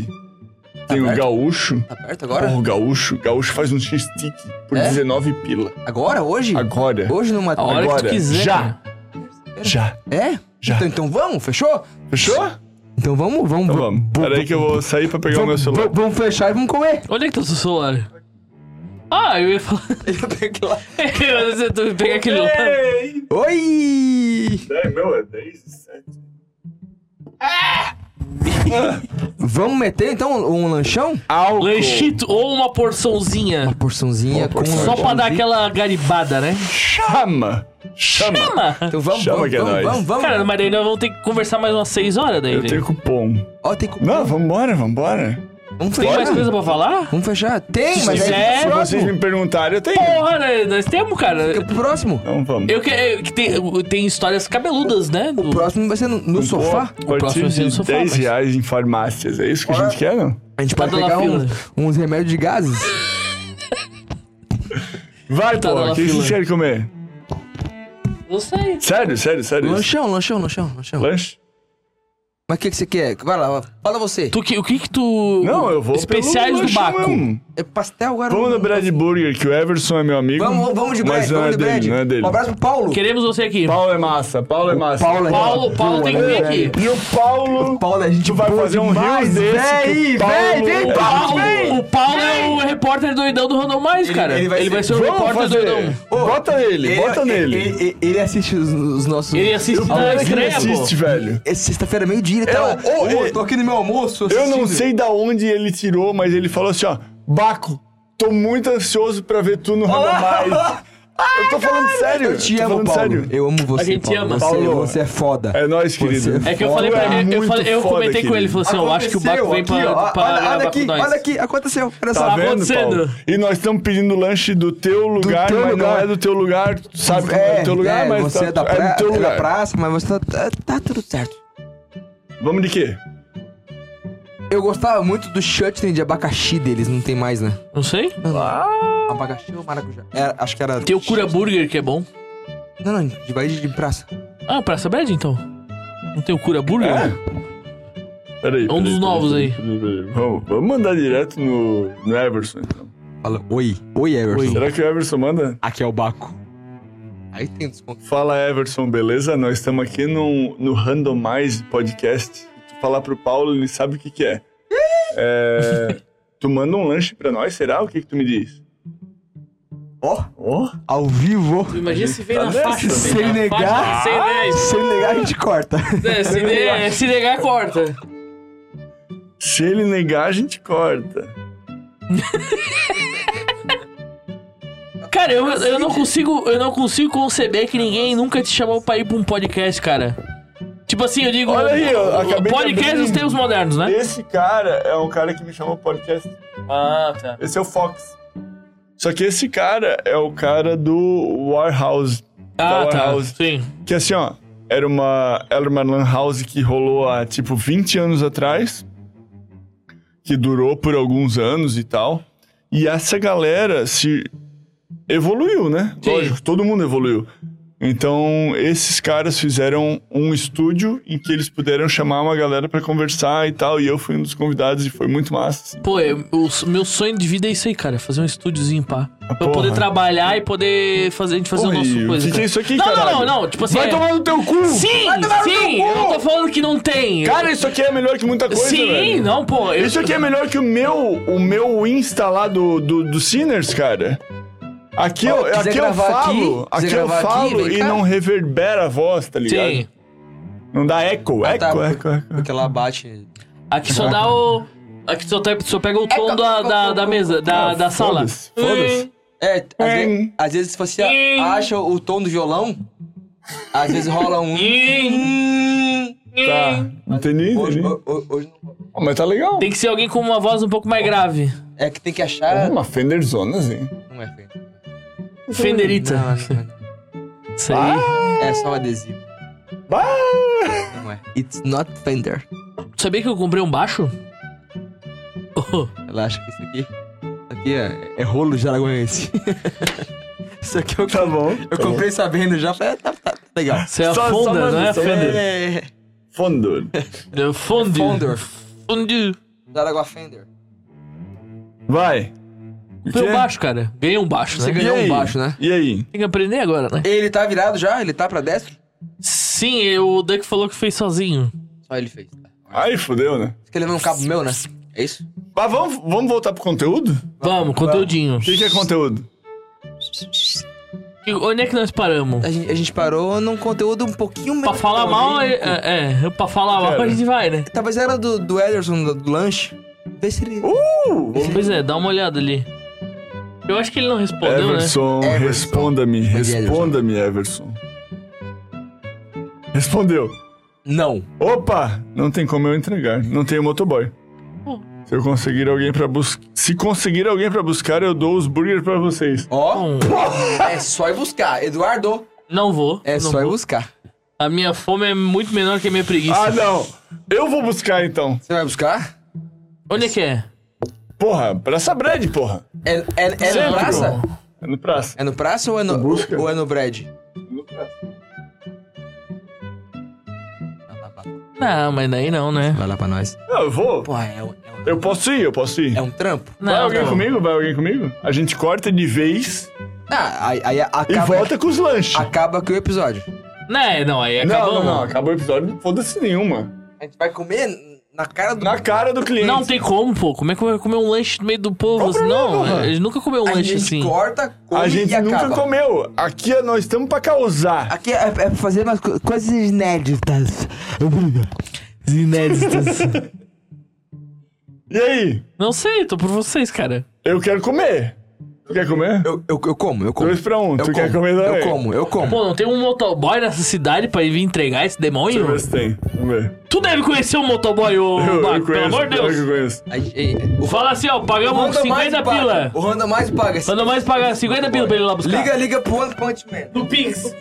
[SPEAKER 2] tem o
[SPEAKER 3] aberto?
[SPEAKER 2] Gaúcho.
[SPEAKER 3] Tá aberto
[SPEAKER 2] Porra,
[SPEAKER 3] agora?
[SPEAKER 2] o Gaúcho. Gaúcho faz um X-Stick por
[SPEAKER 3] É?
[SPEAKER 2] 19 pila.
[SPEAKER 3] Agora? Hoje?
[SPEAKER 2] Agora.
[SPEAKER 3] Hoje numa...
[SPEAKER 1] A hora que
[SPEAKER 2] Agora,
[SPEAKER 1] tu quiser.
[SPEAKER 2] já.
[SPEAKER 1] cara.
[SPEAKER 2] Já.
[SPEAKER 3] É?
[SPEAKER 2] Já.
[SPEAKER 3] Então, então vamos, fechou?
[SPEAKER 2] Fechou?
[SPEAKER 3] Então vamos, vamos.
[SPEAKER 2] Então vamos. Peraí que eu vou sair pra pegar o meu
[SPEAKER 3] Vamos,
[SPEAKER 2] celular.
[SPEAKER 3] vamos, vamos fechar e vamos comer.
[SPEAKER 1] Onde é que tá o seu celular? Ah, [LAUGHS] eu ia É. falar. eu ia tu ia pegar aquele lá.
[SPEAKER 3] Oi!
[SPEAKER 2] É, meu, é 10 e 7.
[SPEAKER 3] Vamos meter então um lanchão?
[SPEAKER 1] Lanchito ou uma porçãozinha.
[SPEAKER 3] Porçãozinha com
[SPEAKER 2] porção.
[SPEAKER 3] lanchão.
[SPEAKER 1] Só pra dar aquela garibada, né?
[SPEAKER 2] Chama! Chama!
[SPEAKER 1] Chama!
[SPEAKER 3] Então vamos,
[SPEAKER 2] Chama
[SPEAKER 3] vamos,
[SPEAKER 2] que é
[SPEAKER 3] vamos,
[SPEAKER 2] nóis.
[SPEAKER 3] vamos, vamos.
[SPEAKER 1] Cara, mas daí nós vamos ter que conversar mais umas 6 horas daí.
[SPEAKER 2] Eu
[SPEAKER 1] velho.
[SPEAKER 2] tenho cupom.
[SPEAKER 3] Ó, tem cupom.
[SPEAKER 2] Não, vambora, vambora.
[SPEAKER 3] Vamos
[SPEAKER 1] Tem
[SPEAKER 3] fechar.
[SPEAKER 1] mais coisa pra falar?
[SPEAKER 3] Vamos fechar. Tem,
[SPEAKER 1] Se
[SPEAKER 3] mas
[SPEAKER 1] quiser,
[SPEAKER 3] aí é
[SPEAKER 2] Se
[SPEAKER 3] fica pro
[SPEAKER 2] vocês
[SPEAKER 3] próximo.
[SPEAKER 2] me perguntarem, eu tenho.
[SPEAKER 1] Porra, né? nós temos, cara.
[SPEAKER 3] Fica pro próximo.
[SPEAKER 2] Então vamos.
[SPEAKER 1] Eu que, eu que tem, tem histórias cabeludas, né? Do-
[SPEAKER 3] O próximo vai ser no,
[SPEAKER 2] Um
[SPEAKER 3] no
[SPEAKER 2] A
[SPEAKER 3] sofá.
[SPEAKER 1] O próximo
[SPEAKER 2] partir
[SPEAKER 1] vai ser no
[SPEAKER 2] de
[SPEAKER 1] sofá,
[SPEAKER 2] 10
[SPEAKER 1] mas-
[SPEAKER 2] reais em farmácias. É isso que a gente quer, não?
[SPEAKER 3] A gente
[SPEAKER 1] Tá
[SPEAKER 3] pode
[SPEAKER 1] dando
[SPEAKER 3] pegar
[SPEAKER 1] a
[SPEAKER 3] um- uns remédios de gases.
[SPEAKER 2] Vai,
[SPEAKER 1] Tá
[SPEAKER 2] pô.
[SPEAKER 1] na
[SPEAKER 2] O que
[SPEAKER 1] fila.
[SPEAKER 2] vocês querem comer?
[SPEAKER 1] Não sei.
[SPEAKER 2] Sério, sério, sério.
[SPEAKER 3] lanchão, lanchão, lanchão, lanchão.
[SPEAKER 2] Lanche?
[SPEAKER 3] Mas o que, que você quer? Vai lá, fala você.
[SPEAKER 1] Tu, que, o que que tu...
[SPEAKER 2] Não, eu vou
[SPEAKER 1] Especiais
[SPEAKER 2] pelo
[SPEAKER 1] do
[SPEAKER 2] lanche
[SPEAKER 1] Baco.
[SPEAKER 2] mesmo.
[SPEAKER 3] É pastel agora.
[SPEAKER 2] Vamos no Brad Burger, que o Everson é meu amigo.
[SPEAKER 3] Vamos, vamos de
[SPEAKER 2] Mas
[SPEAKER 3] bread,
[SPEAKER 2] não
[SPEAKER 3] vamos
[SPEAKER 2] é
[SPEAKER 3] de
[SPEAKER 2] dele,
[SPEAKER 3] bread.
[SPEAKER 2] não é dele.
[SPEAKER 3] Um abraço pro Paulo.
[SPEAKER 1] Queremos você aqui.
[SPEAKER 2] Paulo é massa, Paulo é massa.
[SPEAKER 3] Paulo é-
[SPEAKER 1] Paulo, Paulo tem que
[SPEAKER 3] Boa,
[SPEAKER 1] vir
[SPEAKER 3] né,
[SPEAKER 1] aqui.
[SPEAKER 2] E o Paulo...
[SPEAKER 3] Paulo, a gente
[SPEAKER 2] Tu vai
[SPEAKER 3] boa
[SPEAKER 2] fazer um
[SPEAKER 3] demais,
[SPEAKER 2] rio desse que
[SPEAKER 3] Vem,
[SPEAKER 2] o Paulo-
[SPEAKER 3] vem, vem,
[SPEAKER 1] O
[SPEAKER 2] Tá,
[SPEAKER 1] Paulo,
[SPEAKER 2] vem.
[SPEAKER 1] o Paulo é o repórter doidão do Random Mais, cara. Ele vai, ser, o
[SPEAKER 2] Vamos
[SPEAKER 1] repórter
[SPEAKER 2] fazer.
[SPEAKER 1] doidão.
[SPEAKER 2] Bota ele, bota nele.
[SPEAKER 3] Ele, ele- ele assiste os, os nossos.
[SPEAKER 1] Ele assiste
[SPEAKER 3] Ah,
[SPEAKER 1] na
[SPEAKER 2] Olha que ele
[SPEAKER 1] estreia, pô.
[SPEAKER 2] assiste, velho.
[SPEAKER 3] É sexta-feira, meio-dia, ele tá
[SPEAKER 2] Eu-
[SPEAKER 3] lá.
[SPEAKER 2] ou-
[SPEAKER 3] Ô,
[SPEAKER 2] ele-
[SPEAKER 3] tô aqui no meu almoço.
[SPEAKER 2] Eu não
[SPEAKER 3] assistindo.
[SPEAKER 2] sei da onde ele tirou, mas ele falou assim, ó, Baco, tô muito ansioso pra ver tu
[SPEAKER 3] [LAUGHS]
[SPEAKER 2] no Randomize. eu tô falando sério.
[SPEAKER 3] Eu te
[SPEAKER 2] tô
[SPEAKER 3] amo,
[SPEAKER 2] falando
[SPEAKER 3] Paulo.
[SPEAKER 2] sério.
[SPEAKER 3] Eu amo você.
[SPEAKER 1] A gente
[SPEAKER 3] Paulo.
[SPEAKER 1] ama.
[SPEAKER 3] Você,
[SPEAKER 2] Paulo.
[SPEAKER 3] você é foda.
[SPEAKER 2] É nóis, querido.
[SPEAKER 3] Você
[SPEAKER 1] É que eu falei pra
[SPEAKER 2] Paulo é
[SPEAKER 1] ele, eu,
[SPEAKER 2] muito
[SPEAKER 1] falei- eu
[SPEAKER 2] foda,
[SPEAKER 1] comentei com ele,
[SPEAKER 2] querido.
[SPEAKER 1] falei assim, eu acho que o Baco vem pra,
[SPEAKER 3] Aconteceu, ó,
[SPEAKER 1] pra
[SPEAKER 3] olha,
[SPEAKER 1] gravar
[SPEAKER 3] olha
[SPEAKER 1] com
[SPEAKER 3] aqui,
[SPEAKER 1] nós.
[SPEAKER 3] olha aqui, aconteceu. Olha
[SPEAKER 2] Tá
[SPEAKER 3] só.
[SPEAKER 2] vendo, Paulo?
[SPEAKER 1] acontecendo.
[SPEAKER 2] E nós estamos pedindo lanche do teu lugar,
[SPEAKER 3] teu
[SPEAKER 2] mas não
[SPEAKER 3] lugar.
[SPEAKER 2] é do teu lugar. Tu sabe que não é do teu lugar,
[SPEAKER 3] é,
[SPEAKER 2] mas tá-
[SPEAKER 3] você é, da
[SPEAKER 2] é
[SPEAKER 3] pra-
[SPEAKER 2] do teu
[SPEAKER 3] é da
[SPEAKER 2] lugar.
[SPEAKER 3] praça, mas você tá, tá- tá tudo certo.
[SPEAKER 2] Vamos de quê?
[SPEAKER 3] Eu gostava muito do chutney de abacaxi deles, não tem mais, né?
[SPEAKER 1] Não sei.
[SPEAKER 3] Abacaxi ou maracujá? Era- acho que era...
[SPEAKER 1] Tem o Cura Burger, que é bom.
[SPEAKER 3] Não, não, de vai de praça.
[SPEAKER 1] Ah, Praça Bread, então. Não tem o Cura Burger?
[SPEAKER 2] É? Peraí.
[SPEAKER 1] É um
[SPEAKER 2] peraí,
[SPEAKER 1] dos
[SPEAKER 2] peraí,
[SPEAKER 1] novos
[SPEAKER 2] peraí,
[SPEAKER 1] aí.
[SPEAKER 2] peraí, peraí. Vamos, vamos mandar direto no, no Everson, então.
[SPEAKER 3] Fala, oi. Oi, Everson.
[SPEAKER 1] Oi.
[SPEAKER 2] Será que o Everson manda?
[SPEAKER 3] Aqui é o Baco. Aí tem desconto.
[SPEAKER 2] Fala Everson, beleza? Nós estamos aqui no, no Randomize Podcast. Se Tu falar pro Paulo, ele sabe o que que é. É, Tu manda um lanche pra nós, será? O que que tu me diz?
[SPEAKER 3] Ó,
[SPEAKER 2] Ó,
[SPEAKER 3] ao
[SPEAKER 2] [LAUGHS]
[SPEAKER 3] vivo.
[SPEAKER 1] Imagina se vem
[SPEAKER 2] Tá
[SPEAKER 1] na
[SPEAKER 2] nessa,
[SPEAKER 1] faixa.
[SPEAKER 2] né?
[SPEAKER 1] vem
[SPEAKER 3] Sem
[SPEAKER 1] na
[SPEAKER 3] negar.
[SPEAKER 1] faixa, Sem negar.
[SPEAKER 3] Sem negar, a gente corta.
[SPEAKER 1] É, se, ne- é, se negar, corta.
[SPEAKER 2] se ele negar, a gente corta.
[SPEAKER 1] Cara, eu, eu não consigo, eu não consigo conceber que ninguém nunca te chamou pra ir pra um podcast, cara. Tipo assim, eu digo.
[SPEAKER 2] Olha aí, eu
[SPEAKER 1] o- o-
[SPEAKER 2] acabei de
[SPEAKER 1] podcast
[SPEAKER 2] abrir
[SPEAKER 1] nos
[SPEAKER 2] um-
[SPEAKER 1] tempos modernos, né?
[SPEAKER 2] Esse cara é um cara que me chama podcast.
[SPEAKER 1] Ah, tá.
[SPEAKER 2] Esse é o Fox. Só que esse cara é o cara do Warhouse.
[SPEAKER 1] Ah,
[SPEAKER 2] Da
[SPEAKER 1] tá.
[SPEAKER 2] Warehouse.
[SPEAKER 1] Sim.
[SPEAKER 2] Que assim, ó, era uma, era uma lan house que rolou há tipo 20 anos atrás, que durou por alguns anos e tal. E essa galera se evoluiu, né?
[SPEAKER 1] Sim.
[SPEAKER 2] Lógico, todo mundo evoluiu. Então, esses caras fizeram um estúdio em que eles puderam chamar uma galera pra conversar e tal. E eu fui um dos convidados e foi muito massa. assim.
[SPEAKER 1] Pô, eu- o meu sonho de vida é isso aí, cara. Fazer um estúdiozinho, pá. Pra eu
[SPEAKER 2] porra.
[SPEAKER 1] poder trabalhar e poder fazer, a gente fazer
[SPEAKER 2] Porra,
[SPEAKER 1] o
[SPEAKER 2] e
[SPEAKER 1] nosso
[SPEAKER 2] o
[SPEAKER 1] coisa.
[SPEAKER 2] que que é
[SPEAKER 1] cara.
[SPEAKER 2] isso aqui,
[SPEAKER 1] não,
[SPEAKER 2] caralho?
[SPEAKER 1] Não, não, não. Tipo assim.
[SPEAKER 2] Vai
[SPEAKER 1] é-
[SPEAKER 2] tomar no teu cu!
[SPEAKER 1] Sim,
[SPEAKER 2] tomar no
[SPEAKER 1] sim.
[SPEAKER 2] teu cu!
[SPEAKER 1] Eu não tô falando que não tem.
[SPEAKER 2] Cara, isso aqui é melhor que muita coisa,
[SPEAKER 1] sim,
[SPEAKER 2] velho.
[SPEAKER 1] não, pô. eu-
[SPEAKER 2] Isso aqui é melhor que o meu, o meu Insta lá do, do, do Sinners, cara. Aqui
[SPEAKER 3] Ó,
[SPEAKER 2] eu,
[SPEAKER 3] quiser
[SPEAKER 2] aqui eu
[SPEAKER 3] gravar
[SPEAKER 2] falo,
[SPEAKER 3] aqui, quiser
[SPEAKER 2] aqui, eu
[SPEAKER 3] gravar aqui,
[SPEAKER 2] falo
[SPEAKER 3] vem
[SPEAKER 2] e
[SPEAKER 3] cá.
[SPEAKER 2] não reverbera a voz, tá ligado?
[SPEAKER 1] Sim.
[SPEAKER 2] Não dá eco,
[SPEAKER 3] Ah,
[SPEAKER 2] eco,
[SPEAKER 3] tá,
[SPEAKER 2] eco, eco.
[SPEAKER 3] Porque ela bate.
[SPEAKER 1] Aqui só dá o. Aqui só, tá- só pega o tom da, da, da mesa, da,
[SPEAKER 2] Ah,
[SPEAKER 1] da sala.
[SPEAKER 2] foda-se, foda-se.
[SPEAKER 3] É, às,
[SPEAKER 2] Hum.
[SPEAKER 3] ve- às vezes você acha o tom do violão, às vezes rola um. Hum.
[SPEAKER 2] Tá, entendi, entendi.
[SPEAKER 3] Hoje, ho- ho- hoje não-
[SPEAKER 2] Ó, mas tá legal. Tá
[SPEAKER 1] Tem que ser alguém com uma voz um pouco mais grave.
[SPEAKER 3] É que tem que achar.
[SPEAKER 2] Uma Fender Zona, assim.
[SPEAKER 3] Não é feio.
[SPEAKER 1] Fenderita.
[SPEAKER 3] Não, não,
[SPEAKER 1] Isso aí.
[SPEAKER 2] Ah.
[SPEAKER 3] não. É só um adesivo.
[SPEAKER 2] Bah!
[SPEAKER 3] Não é. It's not Fender.
[SPEAKER 1] Sabia que eu comprei um baixo? Oh,
[SPEAKER 3] Ela acha que isso aqui. Isso aqui é, é
[SPEAKER 2] [LAUGHS]
[SPEAKER 3] rolo jaraguense. isso aqui eu,
[SPEAKER 2] Tá bom.
[SPEAKER 3] eu
[SPEAKER 2] tá bom.
[SPEAKER 3] comprei sabendo já. Falei, ah, tá, tá, tá legal.
[SPEAKER 1] Você é a
[SPEAKER 2] Só- só
[SPEAKER 1] Fonda,
[SPEAKER 2] manda,
[SPEAKER 1] não é a
[SPEAKER 2] só
[SPEAKER 1] Fender?
[SPEAKER 3] É.
[SPEAKER 2] Fondor.
[SPEAKER 1] É Fonde.
[SPEAKER 3] Fonder.
[SPEAKER 1] Fonde.
[SPEAKER 3] Jaraguá Fender.
[SPEAKER 2] Vai. O
[SPEAKER 1] Comprei
[SPEAKER 2] quê?
[SPEAKER 1] um baixo, cara. Ganhei um baixo,
[SPEAKER 3] Você
[SPEAKER 1] né?
[SPEAKER 3] ganhou
[SPEAKER 2] E aí?
[SPEAKER 3] um baixo, né?
[SPEAKER 2] E aí?
[SPEAKER 1] Tem que aprender agora, né?
[SPEAKER 3] Ele tá virado já? Ele tá pra destro?
[SPEAKER 1] Sim, eu- o Duck falou que fez sozinho.
[SPEAKER 3] Só ele fez. Tá.
[SPEAKER 2] Aí, fodeu, né?
[SPEAKER 3] Acho que ele levou um cabo meu, né? É isso?
[SPEAKER 2] Mas vamos, vamos voltar pro conteúdo?
[SPEAKER 1] Vamos, conteúdinho.
[SPEAKER 2] O que, que é conteúdo?
[SPEAKER 1] E Onde é que nós paramos?
[SPEAKER 3] A gente, a gente parou num conteúdo um pouquinho
[SPEAKER 1] Pra
[SPEAKER 3] menos.
[SPEAKER 1] falar mal, é,
[SPEAKER 3] polêmico.
[SPEAKER 1] é, é, pra falar mal
[SPEAKER 2] Cara.
[SPEAKER 1] a gente vai, né?
[SPEAKER 3] Talvez era do, do Ederson, do, do lanche. Vê se ele.
[SPEAKER 2] uh,
[SPEAKER 1] Pois é, dá uma olhada ali. Eu acho que ele não respondeu, né?
[SPEAKER 2] Everson,
[SPEAKER 3] Everson.
[SPEAKER 2] responda-me,
[SPEAKER 3] Foi de Everson.
[SPEAKER 2] responda-me, Everson. Respondeu.
[SPEAKER 3] Não.
[SPEAKER 2] Opa, não tem como eu entregar, não tenho motoboy.
[SPEAKER 1] Hum.
[SPEAKER 2] Se eu conseguir alguém para buscar, se conseguir alguém pra buscar, eu dou os burgers pra vocês.
[SPEAKER 1] né?
[SPEAKER 3] Ó,
[SPEAKER 1] Não,
[SPEAKER 3] é só ir buscar. Eduardo,
[SPEAKER 1] não vou.
[SPEAKER 3] é
[SPEAKER 1] não
[SPEAKER 3] só ir
[SPEAKER 1] vou.
[SPEAKER 3] buscar.
[SPEAKER 1] A minha fome é muito menor que a minha preguiça.
[SPEAKER 2] Ah, não. Eu vou buscar então.
[SPEAKER 3] Você vai buscar?
[SPEAKER 1] Onde é que é?
[SPEAKER 2] Porra, Praça Brad, porra.
[SPEAKER 3] É, é, é no
[SPEAKER 2] Centro.
[SPEAKER 3] praça?
[SPEAKER 2] É no praça.
[SPEAKER 3] É no praça ou é no,
[SPEAKER 2] Busca.
[SPEAKER 3] ou é no bread?
[SPEAKER 2] É no praça.
[SPEAKER 1] Não, mas daí não, né?
[SPEAKER 3] Vai lá pra nós.
[SPEAKER 2] Não, eu vou.
[SPEAKER 3] Pô, é, um- é um-
[SPEAKER 2] Eu posso ir, eu posso ir.
[SPEAKER 3] é um trampo?
[SPEAKER 1] Não,
[SPEAKER 2] Vai alguém
[SPEAKER 1] não.
[SPEAKER 2] comigo? Vai alguém comigo? A gente corta de vez
[SPEAKER 3] Ah, aí, aí
[SPEAKER 2] e
[SPEAKER 3] acaba,
[SPEAKER 2] volta com os lanches.
[SPEAKER 3] acaba aqui o episódio.
[SPEAKER 1] Não, não, aí
[SPEAKER 2] Não,
[SPEAKER 1] acabamos.
[SPEAKER 2] não, não. Acabou o episódio, foda-se nenhuma.
[SPEAKER 3] A gente vai comer na cara do.
[SPEAKER 2] Na cara do cliente.
[SPEAKER 1] Não tem como, pô. Como é que vai comer um lanche no meio do povo?
[SPEAKER 2] Qual o
[SPEAKER 1] assim? não,
[SPEAKER 2] problema?
[SPEAKER 1] a gente nunca comeu um
[SPEAKER 3] a
[SPEAKER 1] lanche
[SPEAKER 3] gente
[SPEAKER 1] assim.
[SPEAKER 3] corta, come
[SPEAKER 2] A gente
[SPEAKER 3] e
[SPEAKER 2] nunca
[SPEAKER 3] acaba.
[SPEAKER 2] comeu. Aqui é- nós estamos pra causar.
[SPEAKER 3] Aqui é, é pra fazer umas co- coisas inéditas.
[SPEAKER 1] Inéditas.
[SPEAKER 2] E aí?
[SPEAKER 1] não sei, tô por vocês, cara.
[SPEAKER 2] Eu quero comer. Tu quer comer?
[SPEAKER 3] [LAUGHS] Eu, eu, eu como, eu como.
[SPEAKER 2] Dois pra um.
[SPEAKER 3] Eu
[SPEAKER 2] tu
[SPEAKER 3] como,
[SPEAKER 2] quer comer também?
[SPEAKER 3] Eu como, eu como.
[SPEAKER 1] Pô, não tem um motoboy nessa cidade pra ir vir entregar esse
[SPEAKER 2] Deixa eu
[SPEAKER 1] demônio?
[SPEAKER 2] ver se tem. Vamos ver.
[SPEAKER 1] Tu deve conhecer um motoboy, ô
[SPEAKER 2] Eu, eu
[SPEAKER 1] Baco, pelo
[SPEAKER 2] conheço.
[SPEAKER 1] amor de
[SPEAKER 2] pior que eu
[SPEAKER 1] Deus.
[SPEAKER 2] conheço.
[SPEAKER 3] Aí, aí, o-
[SPEAKER 1] Fala assim, ó,
[SPEAKER 3] o
[SPEAKER 1] pagamos
[SPEAKER 3] Honda mais
[SPEAKER 1] 50
[SPEAKER 3] paga.
[SPEAKER 1] pila.
[SPEAKER 3] O Honda mais paga.
[SPEAKER 1] Quando mais pagar 50 pila pra ele ir lá buscar.
[SPEAKER 3] Liga, liga pro One Punch Man.
[SPEAKER 1] No Pix.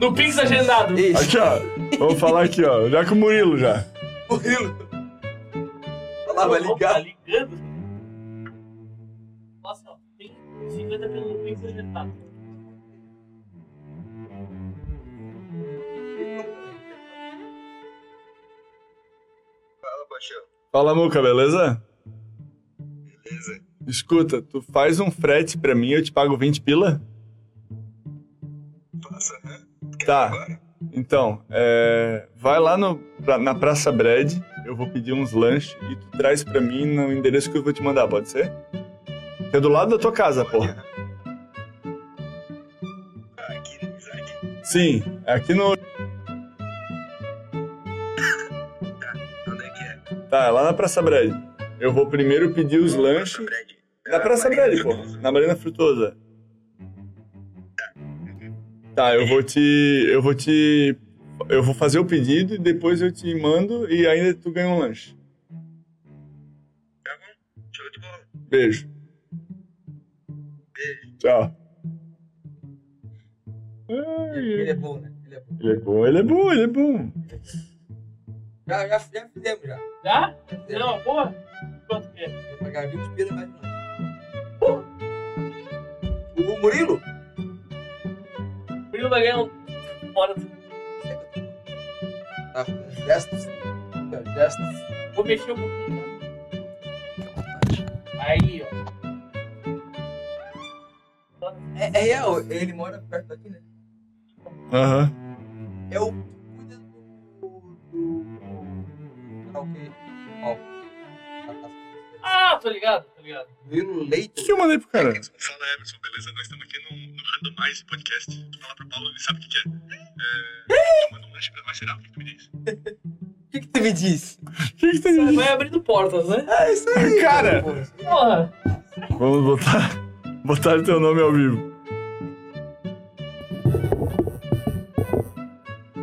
[SPEAKER 1] No Pix agendado.
[SPEAKER 3] Isso.
[SPEAKER 2] Aqui, ó. Vamos falar aqui, ó. Já com o Murilo, já.
[SPEAKER 3] Murilo. Falava Tá ligar.
[SPEAKER 1] ligando. Tá Nossa, ó, tem 50 pila no Pix agendado.
[SPEAKER 2] Fala, Muca, beleza? Beleza. Escuta, tu faz um frete pra mim, eu te pago 20 pila? Passa. Tá. Então, é, vai lá no- pra- na Praça Bread, eu vou pedir uns lanches e tu traz pra mim no endereço que eu vou te mandar, pode ser? Que é do lado da tua casa, porra. Sim, é aqui no. Tá, é lá na Praça Bread. Eu vou primeiro pedir os lanches. Na Praça Bread, porra. Na Marina Frutosa. Tá, eu vou te. Eu vou te. Eu vou fazer o pedido e depois eu te mando e ainda tu ganha um lanche. Tá Beijo. Tchau. Ai,
[SPEAKER 3] é bom, né? Ele é bom.
[SPEAKER 2] Ele é bom, ele é bom, ele é bom.
[SPEAKER 3] Já, já, já fizemos, já.
[SPEAKER 1] Dá? Não, boa. Quanto que é?
[SPEAKER 3] Vou pagar 20 pila mais um. O Murilo?
[SPEAKER 1] O menino vai ganhar um... Fora.
[SPEAKER 3] Tá, gestos. Gestos.
[SPEAKER 1] Vou mexer um pouquinho. Aí, ó.
[SPEAKER 3] É, é real, ele mora perto daqui, né?
[SPEAKER 2] Aham.
[SPEAKER 3] É o. cuida do- do- Karaokê. Ó. Tá, tá.
[SPEAKER 1] Ah, tô ligado, tô ligado.
[SPEAKER 3] Murilo
[SPEAKER 2] O
[SPEAKER 3] Leite.
[SPEAKER 2] que eu mandei pro cara?
[SPEAKER 7] Fala Everson, beleza? Nós estamos aqui no, no Randomize Podcast. Tu fala pro Paulo, ele sabe o que, que é. é tu manda um lanche pra nós, será? O que tu me diz?
[SPEAKER 3] O que, que tu me diz?
[SPEAKER 2] O que que tem?
[SPEAKER 1] Vai abrindo portas, né?
[SPEAKER 3] É isso aí.
[SPEAKER 2] Cara!
[SPEAKER 3] pô.
[SPEAKER 1] Porra.
[SPEAKER 2] Vamos botar. Botar o teu nome ao vivo.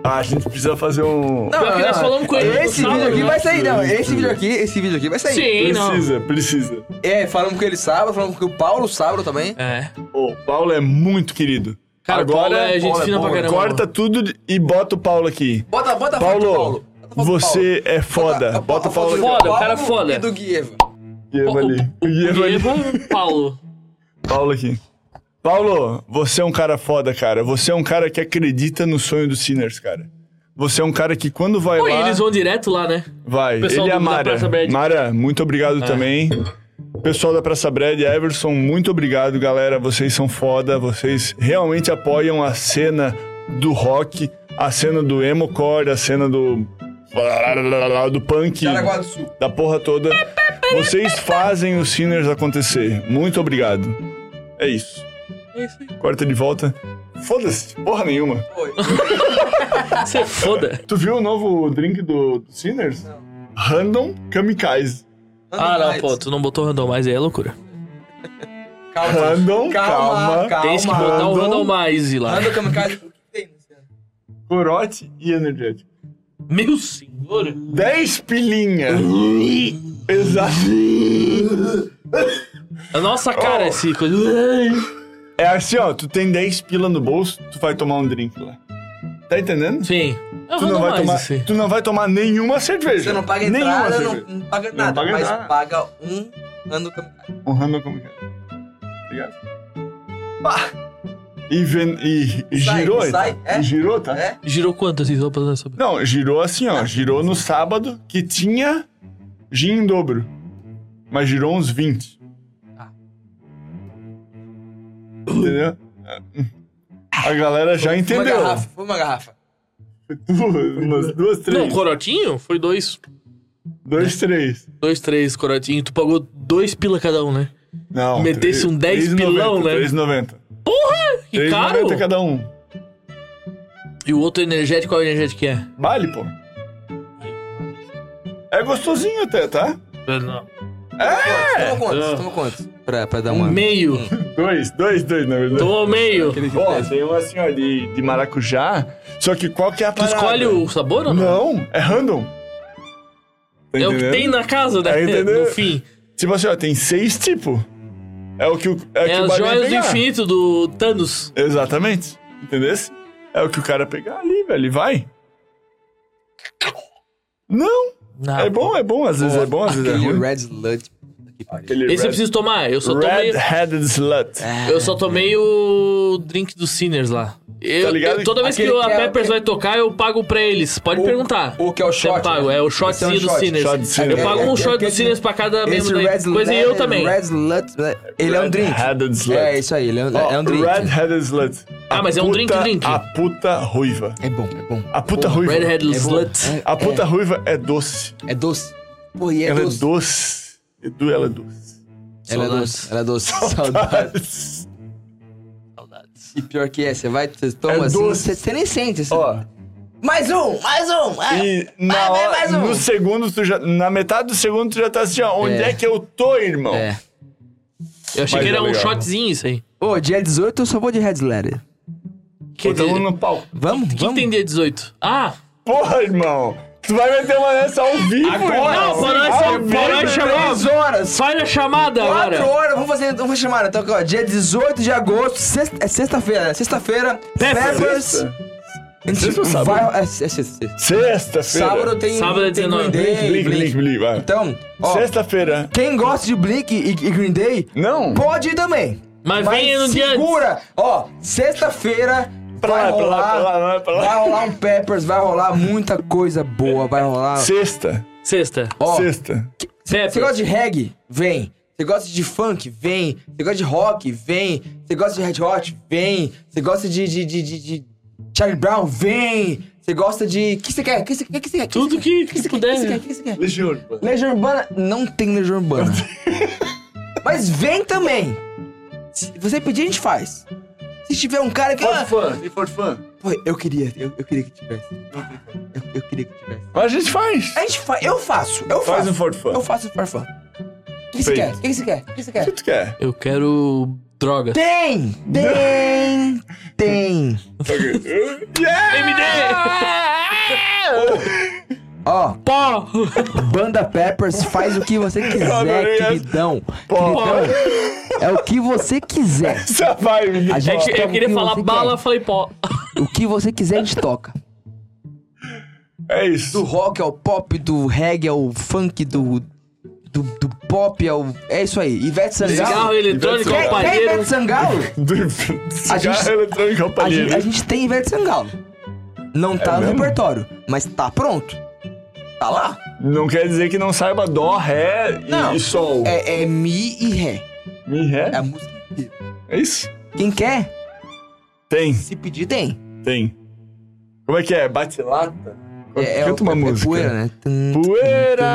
[SPEAKER 2] Ah, a gente precisa fazer um.
[SPEAKER 1] Pior que nós falamos com ele no
[SPEAKER 3] Esse
[SPEAKER 1] sábado,
[SPEAKER 3] vídeo aqui
[SPEAKER 1] né?
[SPEAKER 3] vai sair, não. Esse
[SPEAKER 2] Sim.
[SPEAKER 3] vídeo aqui, esse vídeo aqui vai sair.
[SPEAKER 1] Sim, não.
[SPEAKER 2] Precisa, precisa.
[SPEAKER 3] É, falamos com ele sábado, falamos com o Paulo sábado também.
[SPEAKER 1] É.
[SPEAKER 2] Ô, o Paulo é muito querido.
[SPEAKER 1] Cara, o Paulo é gente
[SPEAKER 3] Paulo é
[SPEAKER 1] fina
[SPEAKER 3] bom,
[SPEAKER 1] pra caramba.
[SPEAKER 2] Corta tudo de- e bota o Paulo aqui.
[SPEAKER 3] Bota, bota a foto do
[SPEAKER 2] Paulo,
[SPEAKER 3] Paulo. Bota a foto do
[SPEAKER 2] você é
[SPEAKER 3] Paulo.
[SPEAKER 2] foda. Bota o Paulo
[SPEAKER 3] do
[SPEAKER 1] Paulo. Foda, o cara é
[SPEAKER 3] Paulo
[SPEAKER 1] foda.
[SPEAKER 3] E do Guievo.
[SPEAKER 2] aqui. Eva ali.
[SPEAKER 1] [LAUGHS]
[SPEAKER 2] O Eva ali.
[SPEAKER 1] Eva, é Paulo.
[SPEAKER 2] Paulo aqui. Paulo, você é um cara foda, cara. Você é um cara que acredita no sonho dos Sinners, cara. Você é um cara que quando vai
[SPEAKER 1] Pô, e
[SPEAKER 2] lá...
[SPEAKER 1] eles vão direto lá, né?
[SPEAKER 2] Vai,
[SPEAKER 1] Pessoal
[SPEAKER 2] ele e a
[SPEAKER 1] do- da
[SPEAKER 2] Mara.
[SPEAKER 1] Praça Bread.
[SPEAKER 2] Mara, muito obrigado também. Pessoal da Praça Bread, Everson, muito obrigado, galera. Vocês são foda, vocês realmente apoiam a cena do rock, a cena do emocore, a cena do do punk,
[SPEAKER 3] Jaraguá do Sul.
[SPEAKER 2] da porra toda. Vocês fazem os Sinners acontecer. Muito obrigado. É isso.
[SPEAKER 1] É isso aí.
[SPEAKER 2] Corta de volta. Foda-se, porra nenhuma.
[SPEAKER 3] Foi.
[SPEAKER 2] Tá.
[SPEAKER 1] Você é foda.
[SPEAKER 2] Tu viu o novo drink do, do Sinners?
[SPEAKER 3] Não.
[SPEAKER 2] Random Kamikaze.
[SPEAKER 1] Ah, não,
[SPEAKER 3] Mas-
[SPEAKER 1] pô, tu não botou randomize aí, é loucura.
[SPEAKER 3] Calma,
[SPEAKER 2] Random,
[SPEAKER 3] calma,
[SPEAKER 2] calma,
[SPEAKER 3] calma.
[SPEAKER 1] Tem que botar o
[SPEAKER 2] Random.
[SPEAKER 1] randomize lá.
[SPEAKER 3] Anda kamikaze, o que tem, Luciano?
[SPEAKER 2] corote e energético.
[SPEAKER 1] Meu senhor.
[SPEAKER 2] 10 pilinha. Exato.
[SPEAKER 1] A nossa
[SPEAKER 2] Oh.
[SPEAKER 1] cara, esse coisa.
[SPEAKER 2] É assim, ó, tu tem 10 pila no bolso, tu vai tomar um drink lá. Tá entendendo?
[SPEAKER 1] Sim. É o
[SPEAKER 2] Tu não, vai tomar,
[SPEAKER 1] randomize.
[SPEAKER 2] tu não vai tomar nenhuma cerveja.
[SPEAKER 3] Você não paga
[SPEAKER 2] nenhuma
[SPEAKER 3] entrada, não,
[SPEAKER 2] cerveja.
[SPEAKER 3] não paga nada,
[SPEAKER 2] paga
[SPEAKER 3] mas
[SPEAKER 2] nada.
[SPEAKER 3] paga um ano kamikaze.
[SPEAKER 2] Honrando como que é. Obrigado. Pá! E, ven- e- e
[SPEAKER 3] Sai,
[SPEAKER 2] girou,
[SPEAKER 3] sai,
[SPEAKER 2] tá?
[SPEAKER 3] é?
[SPEAKER 2] E girou, tá?
[SPEAKER 3] É? Ah.
[SPEAKER 1] Girou quanto assim, só pra nós saber?
[SPEAKER 2] Não, girou assim, ó. Girou no sábado, que tinha gin em dobro. Mas girou uns 20.
[SPEAKER 3] Ah.
[SPEAKER 2] Entendeu? A galera já entendeu.
[SPEAKER 3] Uma garrafa, foi uma garrafa.
[SPEAKER 2] Duas, [LAUGHS] umas duas,
[SPEAKER 1] Não,
[SPEAKER 2] três.
[SPEAKER 1] corotinho? Foi dois.
[SPEAKER 2] Dois, três.
[SPEAKER 1] Dois, três, corotinho. Tu pagou dois pila cada um, né?
[SPEAKER 2] Não.
[SPEAKER 1] Metesse
[SPEAKER 2] três-
[SPEAKER 1] um 10
[SPEAKER 2] 3,90,
[SPEAKER 1] pilão, né?
[SPEAKER 2] 3,90.
[SPEAKER 1] Que caro.
[SPEAKER 2] 3,90 cada um.
[SPEAKER 1] E o outro energético, qual energético que é?
[SPEAKER 2] Vale, pô. É gostosinho até, tá?
[SPEAKER 1] Não.
[SPEAKER 2] É.
[SPEAKER 3] Toma quantos?
[SPEAKER 1] Ah.
[SPEAKER 3] Toma quantos? Pra, pra dar
[SPEAKER 1] Um
[SPEAKER 3] uma.
[SPEAKER 1] meio.
[SPEAKER 2] Hum. Dois, dois, dois, na verdade.
[SPEAKER 1] Tomou um meio. Tu
[SPEAKER 2] Ó, tem uma assim, ó, de, de maracujá. Só que qual que é a parada?
[SPEAKER 1] escolhe o sabor ou não?
[SPEAKER 2] Não, é random. Tá
[SPEAKER 1] É o que
[SPEAKER 2] entendendo?
[SPEAKER 1] tem na casa,
[SPEAKER 2] Tá
[SPEAKER 1] né?
[SPEAKER 2] entendendo?
[SPEAKER 1] No fim.
[SPEAKER 2] Tipo assim, ó, tem seis tipos. É o que o, é o
[SPEAKER 1] É
[SPEAKER 2] que o
[SPEAKER 1] as
[SPEAKER 2] bagulho
[SPEAKER 1] joias do
[SPEAKER 2] pegar.
[SPEAKER 1] infinito do Thanos.
[SPEAKER 2] Exatamente. Entendesse? É o que o cara pegar ali, velho. E vai. Não,
[SPEAKER 1] Não.
[SPEAKER 2] é bom, é bom. Às vezes é bom, às vezes é
[SPEAKER 3] Aquele
[SPEAKER 2] ruim.
[SPEAKER 3] Red Slut.
[SPEAKER 2] Aquele
[SPEAKER 1] Esse eu
[SPEAKER 2] red-
[SPEAKER 1] preciso tomar. Eu só tomei.
[SPEAKER 2] Red-headed slut.
[SPEAKER 1] Eu só tomei o drink dos Sinners lá. Eu,
[SPEAKER 2] Tá ligado?
[SPEAKER 1] eu- toda vez que
[SPEAKER 3] Aquele
[SPEAKER 1] o a
[SPEAKER 3] que é-
[SPEAKER 1] Peppers vai tocar, eu pago pra eles. Pode
[SPEAKER 3] O-
[SPEAKER 1] perguntar.
[SPEAKER 3] o que é o shot,
[SPEAKER 1] Eu pago,
[SPEAKER 3] né?
[SPEAKER 1] é o
[SPEAKER 3] Esse é o
[SPEAKER 1] shotzinho do
[SPEAKER 3] shot,
[SPEAKER 1] Sinners.
[SPEAKER 2] shot de Sinners.
[SPEAKER 1] eu pago
[SPEAKER 3] É,
[SPEAKER 1] um
[SPEAKER 3] é,
[SPEAKER 1] shot
[SPEAKER 3] aquele-
[SPEAKER 1] do Sinners pra cada
[SPEAKER 3] Esse
[SPEAKER 1] membro da
[SPEAKER 3] Red
[SPEAKER 1] coisa e eu
[SPEAKER 3] Lemon-
[SPEAKER 1] também.
[SPEAKER 3] Red Slut. Ele é um drink.
[SPEAKER 2] Red-headed slut. Oh,
[SPEAKER 3] É isso aí, ele é, um- é um drink.
[SPEAKER 2] Red-headed slut.
[SPEAKER 1] Ah,
[SPEAKER 2] A
[SPEAKER 1] mas é um drink,
[SPEAKER 2] puta-
[SPEAKER 1] drink.
[SPEAKER 2] A puta ruiva.
[SPEAKER 3] É bom, é bom.
[SPEAKER 2] A puta
[SPEAKER 3] Porra,
[SPEAKER 2] ruiva.
[SPEAKER 1] Redhead
[SPEAKER 3] É bom.
[SPEAKER 1] Slut.
[SPEAKER 3] É-
[SPEAKER 2] A puta ruiva é doce.
[SPEAKER 3] É, é doce. Porra, e é
[SPEAKER 2] ela
[SPEAKER 3] doce.
[SPEAKER 2] é doce. Edu, ela é doce.
[SPEAKER 3] Ela é doce. Ela
[SPEAKER 2] [LAUGHS]
[SPEAKER 3] é doce. Saudade.
[SPEAKER 1] Saudades.
[SPEAKER 3] E pior que é, você vai, você toma
[SPEAKER 2] É
[SPEAKER 3] assim,
[SPEAKER 2] doce.
[SPEAKER 3] você- você nem sente. Assim.
[SPEAKER 2] Ó,
[SPEAKER 6] Mais um, mais um. Ah,
[SPEAKER 2] [LAUGHS]
[SPEAKER 3] é.
[SPEAKER 2] e na
[SPEAKER 6] vai
[SPEAKER 2] hora-
[SPEAKER 6] mais um.
[SPEAKER 2] no segundo, tu já, na metade do segundo, tu já tá assim, ó, onde
[SPEAKER 3] É.
[SPEAKER 2] é, que eu tô, irmão?
[SPEAKER 3] É.
[SPEAKER 1] Eu achei
[SPEAKER 2] Mas
[SPEAKER 1] que
[SPEAKER 2] é
[SPEAKER 1] era um
[SPEAKER 2] legal.
[SPEAKER 1] shotzinho isso aí.
[SPEAKER 3] Ô, dia 18 eu só vou de Red Letter.
[SPEAKER 1] Que
[SPEAKER 2] Botamos
[SPEAKER 1] dia-
[SPEAKER 2] tá no pau.
[SPEAKER 3] então Vamos,
[SPEAKER 1] Quem
[SPEAKER 3] vamos.
[SPEAKER 1] tem dia 18? Ah!
[SPEAKER 2] Porra, irmão. Tu vai meter uma dessa ao vivo,
[SPEAKER 1] Agora,
[SPEAKER 2] irmão.
[SPEAKER 1] não, bora nós- bora
[SPEAKER 2] Ao
[SPEAKER 1] nós
[SPEAKER 2] vivo,
[SPEAKER 1] chamar-
[SPEAKER 2] irmão.
[SPEAKER 3] Três horas.
[SPEAKER 1] Faz a chamada agora!
[SPEAKER 3] 4 horas, vamos fazer, vamos chamar. Então, aqui, ó, dia 18 de agosto, sexta, é sexta-feira, né? Sexta-feira,
[SPEAKER 1] Peppers.
[SPEAKER 3] Peppers. A gente
[SPEAKER 2] Sexta ou sábado?
[SPEAKER 3] vai- É, é sexta, sexta.
[SPEAKER 2] Sexta-feira.
[SPEAKER 3] Sábado tem.
[SPEAKER 1] Sábado é
[SPEAKER 3] tem
[SPEAKER 1] 19.
[SPEAKER 3] Green Day,
[SPEAKER 2] Blink,
[SPEAKER 3] Blink.
[SPEAKER 2] blink, blink, vai.
[SPEAKER 3] Então, ó,
[SPEAKER 2] Sexta-feira.
[SPEAKER 3] quem gosta de Blink e, e Green Day,
[SPEAKER 2] Não.
[SPEAKER 3] pode ir também.
[SPEAKER 1] Mas vem no dia-
[SPEAKER 3] segura. Ó, sexta-feira
[SPEAKER 2] Pra
[SPEAKER 3] vai
[SPEAKER 2] lá, pra
[SPEAKER 3] rolar,
[SPEAKER 2] lá, pra lá, vai pra lá.
[SPEAKER 3] vai rolar um Peppers, vai rolar muita coisa boa, vai rolar.
[SPEAKER 2] Sexta.
[SPEAKER 1] Sexta.
[SPEAKER 3] Ó,
[SPEAKER 2] Sexta. é
[SPEAKER 3] Você gosta de reggae? Vem. Você gosta de funk? Vem. Você gosta de rock? Vem. Você gosta de Red Hot? Vem. Você gosta de, de, de, de- de Charlie Brown? Vem. Você gosta de... O que você quer? O que você quer? O que você quer?
[SPEAKER 1] Tudo que, que puder.
[SPEAKER 3] O que você quer?
[SPEAKER 2] Legião Urbana.
[SPEAKER 3] Legião Urbana? Não tem Legião
[SPEAKER 2] [LAUGHS]
[SPEAKER 3] Urbana. Mas vem também. Se você pedir, a gente faz. Se tiver um cara que...
[SPEAKER 2] For
[SPEAKER 3] Ah,
[SPEAKER 2] fã, e for fã.
[SPEAKER 3] pô, eu queria. Eu, eu queria que tivesse. Eu, eu queria que tivesse.
[SPEAKER 2] Mas a gente faz.
[SPEAKER 3] A gente faz. Eu faço. Eu faço.
[SPEAKER 2] Faz um for fã.
[SPEAKER 3] Eu faço o farfã. O que
[SPEAKER 2] Feito.
[SPEAKER 3] você quer? O que você quer? O que você
[SPEAKER 2] O
[SPEAKER 3] quer?
[SPEAKER 2] que tu
[SPEAKER 3] [LAUGHS]
[SPEAKER 2] quer?
[SPEAKER 1] Eu quero droga.
[SPEAKER 3] Tem! Tem! Tem!
[SPEAKER 2] [LAUGHS]
[SPEAKER 3] Ó,
[SPEAKER 1] Pó!
[SPEAKER 3] Banda Peppers faz o que você
[SPEAKER 1] [LAUGHS]
[SPEAKER 2] adorei
[SPEAKER 3] quiser,
[SPEAKER 2] essa.
[SPEAKER 3] queridão.
[SPEAKER 2] Pô,
[SPEAKER 3] Queridão, é o que você quiser.
[SPEAKER 2] [LAUGHS] essa vai, Miguel.
[SPEAKER 3] A
[SPEAKER 1] É
[SPEAKER 3] gente
[SPEAKER 1] que eu
[SPEAKER 3] toca o
[SPEAKER 1] queria
[SPEAKER 3] que
[SPEAKER 1] falar
[SPEAKER 3] um, você
[SPEAKER 1] bala, falei pó.
[SPEAKER 3] quer. O que você quiser, a gente toca.
[SPEAKER 2] É
[SPEAKER 3] Do
[SPEAKER 2] isso.
[SPEAKER 3] rock ao pop, do reggae ao funk, do. do, do pop ao. É isso aí. Ivete
[SPEAKER 1] Cigarro
[SPEAKER 3] Sangalo.
[SPEAKER 1] eletrônico,
[SPEAKER 2] Quer-
[SPEAKER 3] Quer, quer
[SPEAKER 1] palheiro.
[SPEAKER 3] Ivete Sangalo? [LAUGHS]
[SPEAKER 2] Do cigarro
[SPEAKER 3] gente-
[SPEAKER 2] eletrônico né? ao
[SPEAKER 3] A gente,
[SPEAKER 2] palheiro.
[SPEAKER 3] a gente tem Ivete Sangalo.
[SPEAKER 1] É
[SPEAKER 3] Não tá no
[SPEAKER 2] mesmo?
[SPEAKER 3] repertório, mas tá pronto. Tá lá.
[SPEAKER 2] Não quer dizer que não saiba dó, ré e,
[SPEAKER 3] Não.
[SPEAKER 2] e sol.
[SPEAKER 3] É, é Mi e Ré.
[SPEAKER 2] Mi, ré.
[SPEAKER 3] É a música inteira.
[SPEAKER 2] É isso?
[SPEAKER 3] Quem quer,
[SPEAKER 2] Tem,
[SPEAKER 3] se pedir, tem.
[SPEAKER 2] tem. Como é que é? Bate lata?
[SPEAKER 3] É, é,
[SPEAKER 2] Canta uma
[SPEAKER 3] é,
[SPEAKER 2] música.
[SPEAKER 3] É poeira, né? Tum,
[SPEAKER 2] Poeira!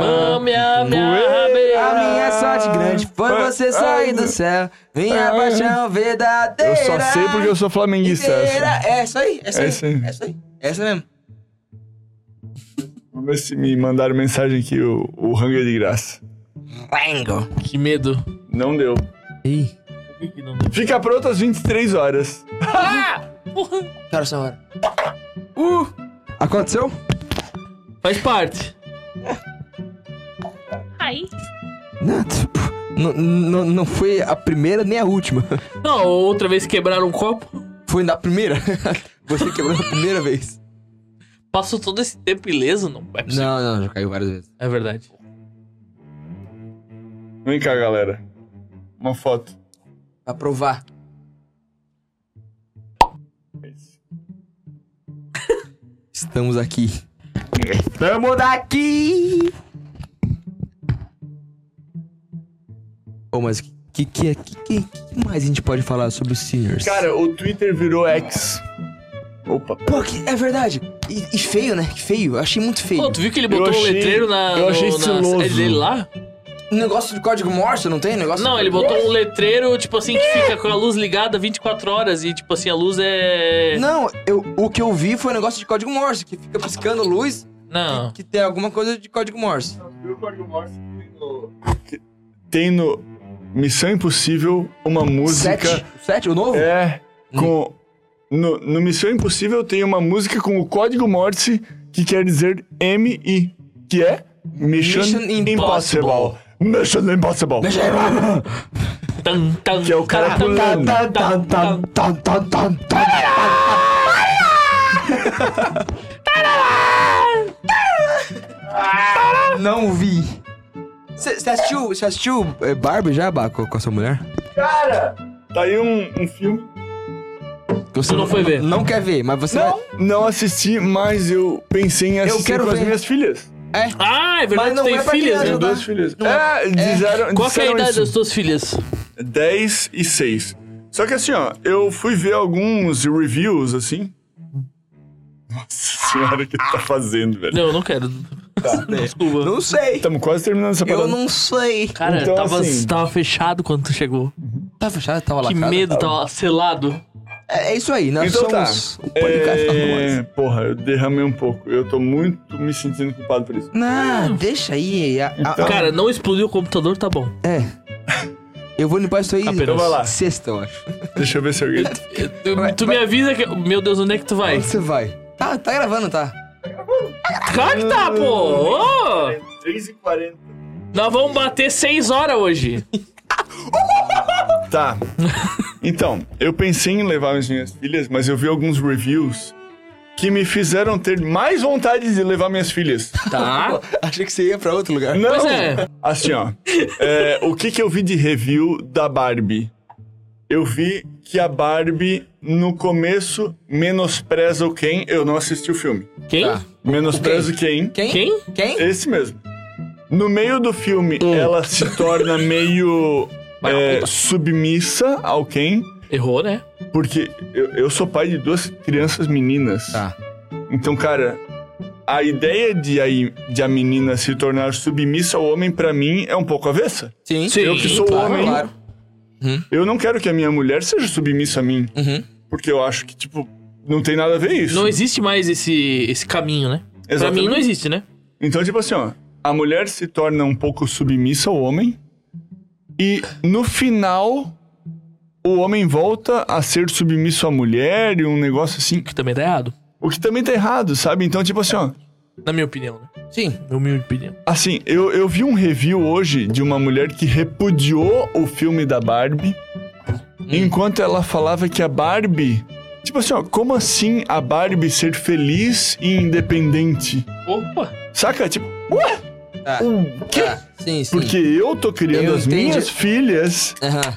[SPEAKER 1] Mame a
[SPEAKER 2] Poeira.
[SPEAKER 3] A minha sorte grande foi
[SPEAKER 2] Ah,
[SPEAKER 3] você sair do céu. Minha
[SPEAKER 2] Ah.
[SPEAKER 3] paixão verdadeira.
[SPEAKER 2] Eu só sei porque eu sou flamenguista. essa.
[SPEAKER 3] Inteira. É isso aí, é isso aí.
[SPEAKER 2] Essa aí.
[SPEAKER 3] É isso aí. É isso mesmo.
[SPEAKER 2] Vamos ver se me mandaram mensagem aqui, o, o Hunger de Graça.
[SPEAKER 3] Rango.
[SPEAKER 1] Que medo.
[SPEAKER 2] Não deu.
[SPEAKER 3] Ih,
[SPEAKER 2] Fica pronto às 23 horas.
[SPEAKER 3] que horas são agora? Uh! Aconteceu?
[SPEAKER 1] Faz parte.
[SPEAKER 8] Ai.
[SPEAKER 3] Não, tipo, não, não, não foi a primeira nem a última. [LAUGHS]
[SPEAKER 1] Não, outra vez quebraram um copo.
[SPEAKER 3] Foi na primeira. [LAUGHS] Você quebrou na primeira vez.
[SPEAKER 1] Passou todo esse tempo ileso, não é possível.
[SPEAKER 3] Não, não, já caiu várias vezes.
[SPEAKER 1] É verdade.
[SPEAKER 2] Vem cá, galera. Uma foto.
[SPEAKER 3] Pra provar. Estamos aqui. Estamos daqui! Ô, mas que que, é- que, que, que mais a gente pode falar sobre os seniors?
[SPEAKER 2] Cara, o Twitter virou X. Opa.
[SPEAKER 3] Pô, que- é verdade. E, e feio, né? Que Feio. Eu achei muito feio.
[SPEAKER 1] Pô, tu viu que ele botou
[SPEAKER 2] achei-
[SPEAKER 1] um letreiro na,
[SPEAKER 2] eu achei
[SPEAKER 1] no, na
[SPEAKER 2] estiloso.
[SPEAKER 1] série dele lá?
[SPEAKER 3] Um Negócio de código morse, não tem? Negócio
[SPEAKER 1] Não, ele botou um letreiro, tipo assim, que fica com a luz ligada 24 horas e, tipo assim, a luz é.
[SPEAKER 3] Não, eu, o que eu vi foi um negócio de código morse, que fica piscando luz
[SPEAKER 1] Não.
[SPEAKER 3] que tem alguma coisa de código morse.
[SPEAKER 2] Tem no Missão Impossível uma música.
[SPEAKER 3] Sete? Sete? O novo?
[SPEAKER 2] É. Com. No, no Missão Impossível tem uma música com o código Morse que quer dizer MI, que é Mission,
[SPEAKER 3] Mission
[SPEAKER 2] Impossible.
[SPEAKER 3] Impossible.
[SPEAKER 2] Mission Impossible.
[SPEAKER 1] Tan, tan,
[SPEAKER 2] Que é o cara
[SPEAKER 1] tan, tan, tan,
[SPEAKER 2] pulando.
[SPEAKER 1] tan, tan.
[SPEAKER 3] Não vi. Você assistiu, você assistiu eh, é, Barbie já, Baco, com a sua mulher?
[SPEAKER 2] Tá aí um, um filme
[SPEAKER 3] Você
[SPEAKER 1] não foi ver.
[SPEAKER 3] Não quer ver, mas você
[SPEAKER 2] Não, não assisti, mas eu pensei em assistir
[SPEAKER 3] quero
[SPEAKER 2] com as
[SPEAKER 3] ver.
[SPEAKER 2] minhas filhas.
[SPEAKER 3] vai. É.
[SPEAKER 1] Ah, é verdade,
[SPEAKER 3] Mas não
[SPEAKER 1] tu tem
[SPEAKER 3] é pra
[SPEAKER 1] filhas,
[SPEAKER 3] criança,
[SPEAKER 1] né?
[SPEAKER 2] Tenho
[SPEAKER 3] Não
[SPEAKER 2] duas
[SPEAKER 3] dá.
[SPEAKER 2] filhas.
[SPEAKER 3] Não
[SPEAKER 2] é,
[SPEAKER 1] Qual
[SPEAKER 2] disseram,
[SPEAKER 1] que é a
[SPEAKER 2] disseram
[SPEAKER 1] idade
[SPEAKER 2] isso.
[SPEAKER 1] das tuas filhas?
[SPEAKER 2] 10 e 6. Só que assim, ó, eu fui ver alguns reviews, assim. Nossa senhora, o que tu tá fazendo, velho?
[SPEAKER 1] Não, eu não quero. Desculpa.
[SPEAKER 3] Não sei.
[SPEAKER 2] Estamos quase terminando essa parada.
[SPEAKER 3] Eu não sei.
[SPEAKER 1] Cara,
[SPEAKER 2] Então,
[SPEAKER 1] tava,
[SPEAKER 2] assim-
[SPEAKER 1] tava fechado quando tu chegou.
[SPEAKER 3] Tá fechado, tava lá.
[SPEAKER 1] que medo,
[SPEAKER 2] tá?
[SPEAKER 1] tava selado.
[SPEAKER 3] É, é isso aí, nós
[SPEAKER 2] Então tá.
[SPEAKER 3] somos o podcast da
[SPEAKER 2] É...
[SPEAKER 3] Romance.
[SPEAKER 2] Porra, eu derramei um pouco. Eu tô muito me sentindo culpado por isso.
[SPEAKER 3] Não, deixa aí. a-
[SPEAKER 2] Então
[SPEAKER 3] a- a-
[SPEAKER 2] tá.
[SPEAKER 1] Cara, não explodiu o computador, tá bom.
[SPEAKER 3] é. Eu vou limpar isso aí
[SPEAKER 1] Apenas. Então
[SPEAKER 2] vai lá.
[SPEAKER 3] sexta, eu acho.
[SPEAKER 2] Deixa eu ver se
[SPEAKER 3] [LAUGHS]
[SPEAKER 2] alguém.
[SPEAKER 1] Tu, tu me avisa que. Meu Deus, onde é que tu vai?
[SPEAKER 3] Onde você vai? Tá, tá gravando, tá?
[SPEAKER 1] Claro que tá, pô! Ô!
[SPEAKER 2] 3h40.
[SPEAKER 1] Nós vamos bater 6 horas hoje.
[SPEAKER 2] Tá. Então, eu pensei em levar as minhas filhas, mas eu vi alguns reviews que me fizeram ter mais vontade de levar minhas filhas. [LAUGHS]
[SPEAKER 1] Tá?
[SPEAKER 3] Achei que você ia pra outro lugar.
[SPEAKER 2] Não!
[SPEAKER 1] Pois é.
[SPEAKER 2] Assim, ó. é, o que, que eu vi de review da Barbie? Eu vi que a Barbie, no começo, menospreza o Ken. Eu não assisti o filme.
[SPEAKER 1] Quem?
[SPEAKER 3] Tá.
[SPEAKER 2] Menospreza o Ken.
[SPEAKER 3] Quem?
[SPEAKER 1] Quem?
[SPEAKER 3] Quem?
[SPEAKER 2] Esse mesmo. No meio do filme, ela se torna meio
[SPEAKER 1] Hum. Vai,
[SPEAKER 2] é,
[SPEAKER 1] puta.
[SPEAKER 2] submissa ao Ken.
[SPEAKER 1] Errou, né?
[SPEAKER 2] Porque eu, eu sou pai de duas crianças meninas.
[SPEAKER 3] Tá.
[SPEAKER 2] Então, cara, a ideia de a, de a menina se tornar submissa ao homem, pra mim, é um pouco avessa.
[SPEAKER 3] Sim.
[SPEAKER 1] Sim.
[SPEAKER 2] Eu que sou
[SPEAKER 1] claro,
[SPEAKER 2] homem,
[SPEAKER 3] Claro.
[SPEAKER 2] eu não quero que a minha mulher seja submissa a mim.
[SPEAKER 3] Uhum.
[SPEAKER 2] Porque eu acho que, tipo, não tem nada a ver isso.
[SPEAKER 1] Não existe mais esse, esse caminho, né? Pra
[SPEAKER 2] Exatamente.
[SPEAKER 1] mim não existe, né?
[SPEAKER 2] Então, tipo assim, ó, a mulher se torna um pouco submissa ao homem e no final o homem volta a ser submisso à mulher e um negócio assim,
[SPEAKER 1] Que também tá errado.
[SPEAKER 2] o que também tá errado, sabe? Então, tipo assim, ó,
[SPEAKER 1] Na minha opinião, né?
[SPEAKER 3] Sim.
[SPEAKER 1] Na minha opinião.
[SPEAKER 2] assim, eu, eu vi um review hoje de uma mulher que repudiou o filme da Barbie enquanto ela falava que a Barbie, tipo assim, ó, como assim a Barbie ser feliz e independente?
[SPEAKER 1] Opa!
[SPEAKER 2] Saca? Tipo, ué,
[SPEAKER 3] Tá.
[SPEAKER 2] o quê?
[SPEAKER 3] Tá. Sim, sim.
[SPEAKER 2] Porque eu tô criando
[SPEAKER 3] Eu
[SPEAKER 2] as
[SPEAKER 3] entendi.
[SPEAKER 2] minhas filhas
[SPEAKER 3] Aham.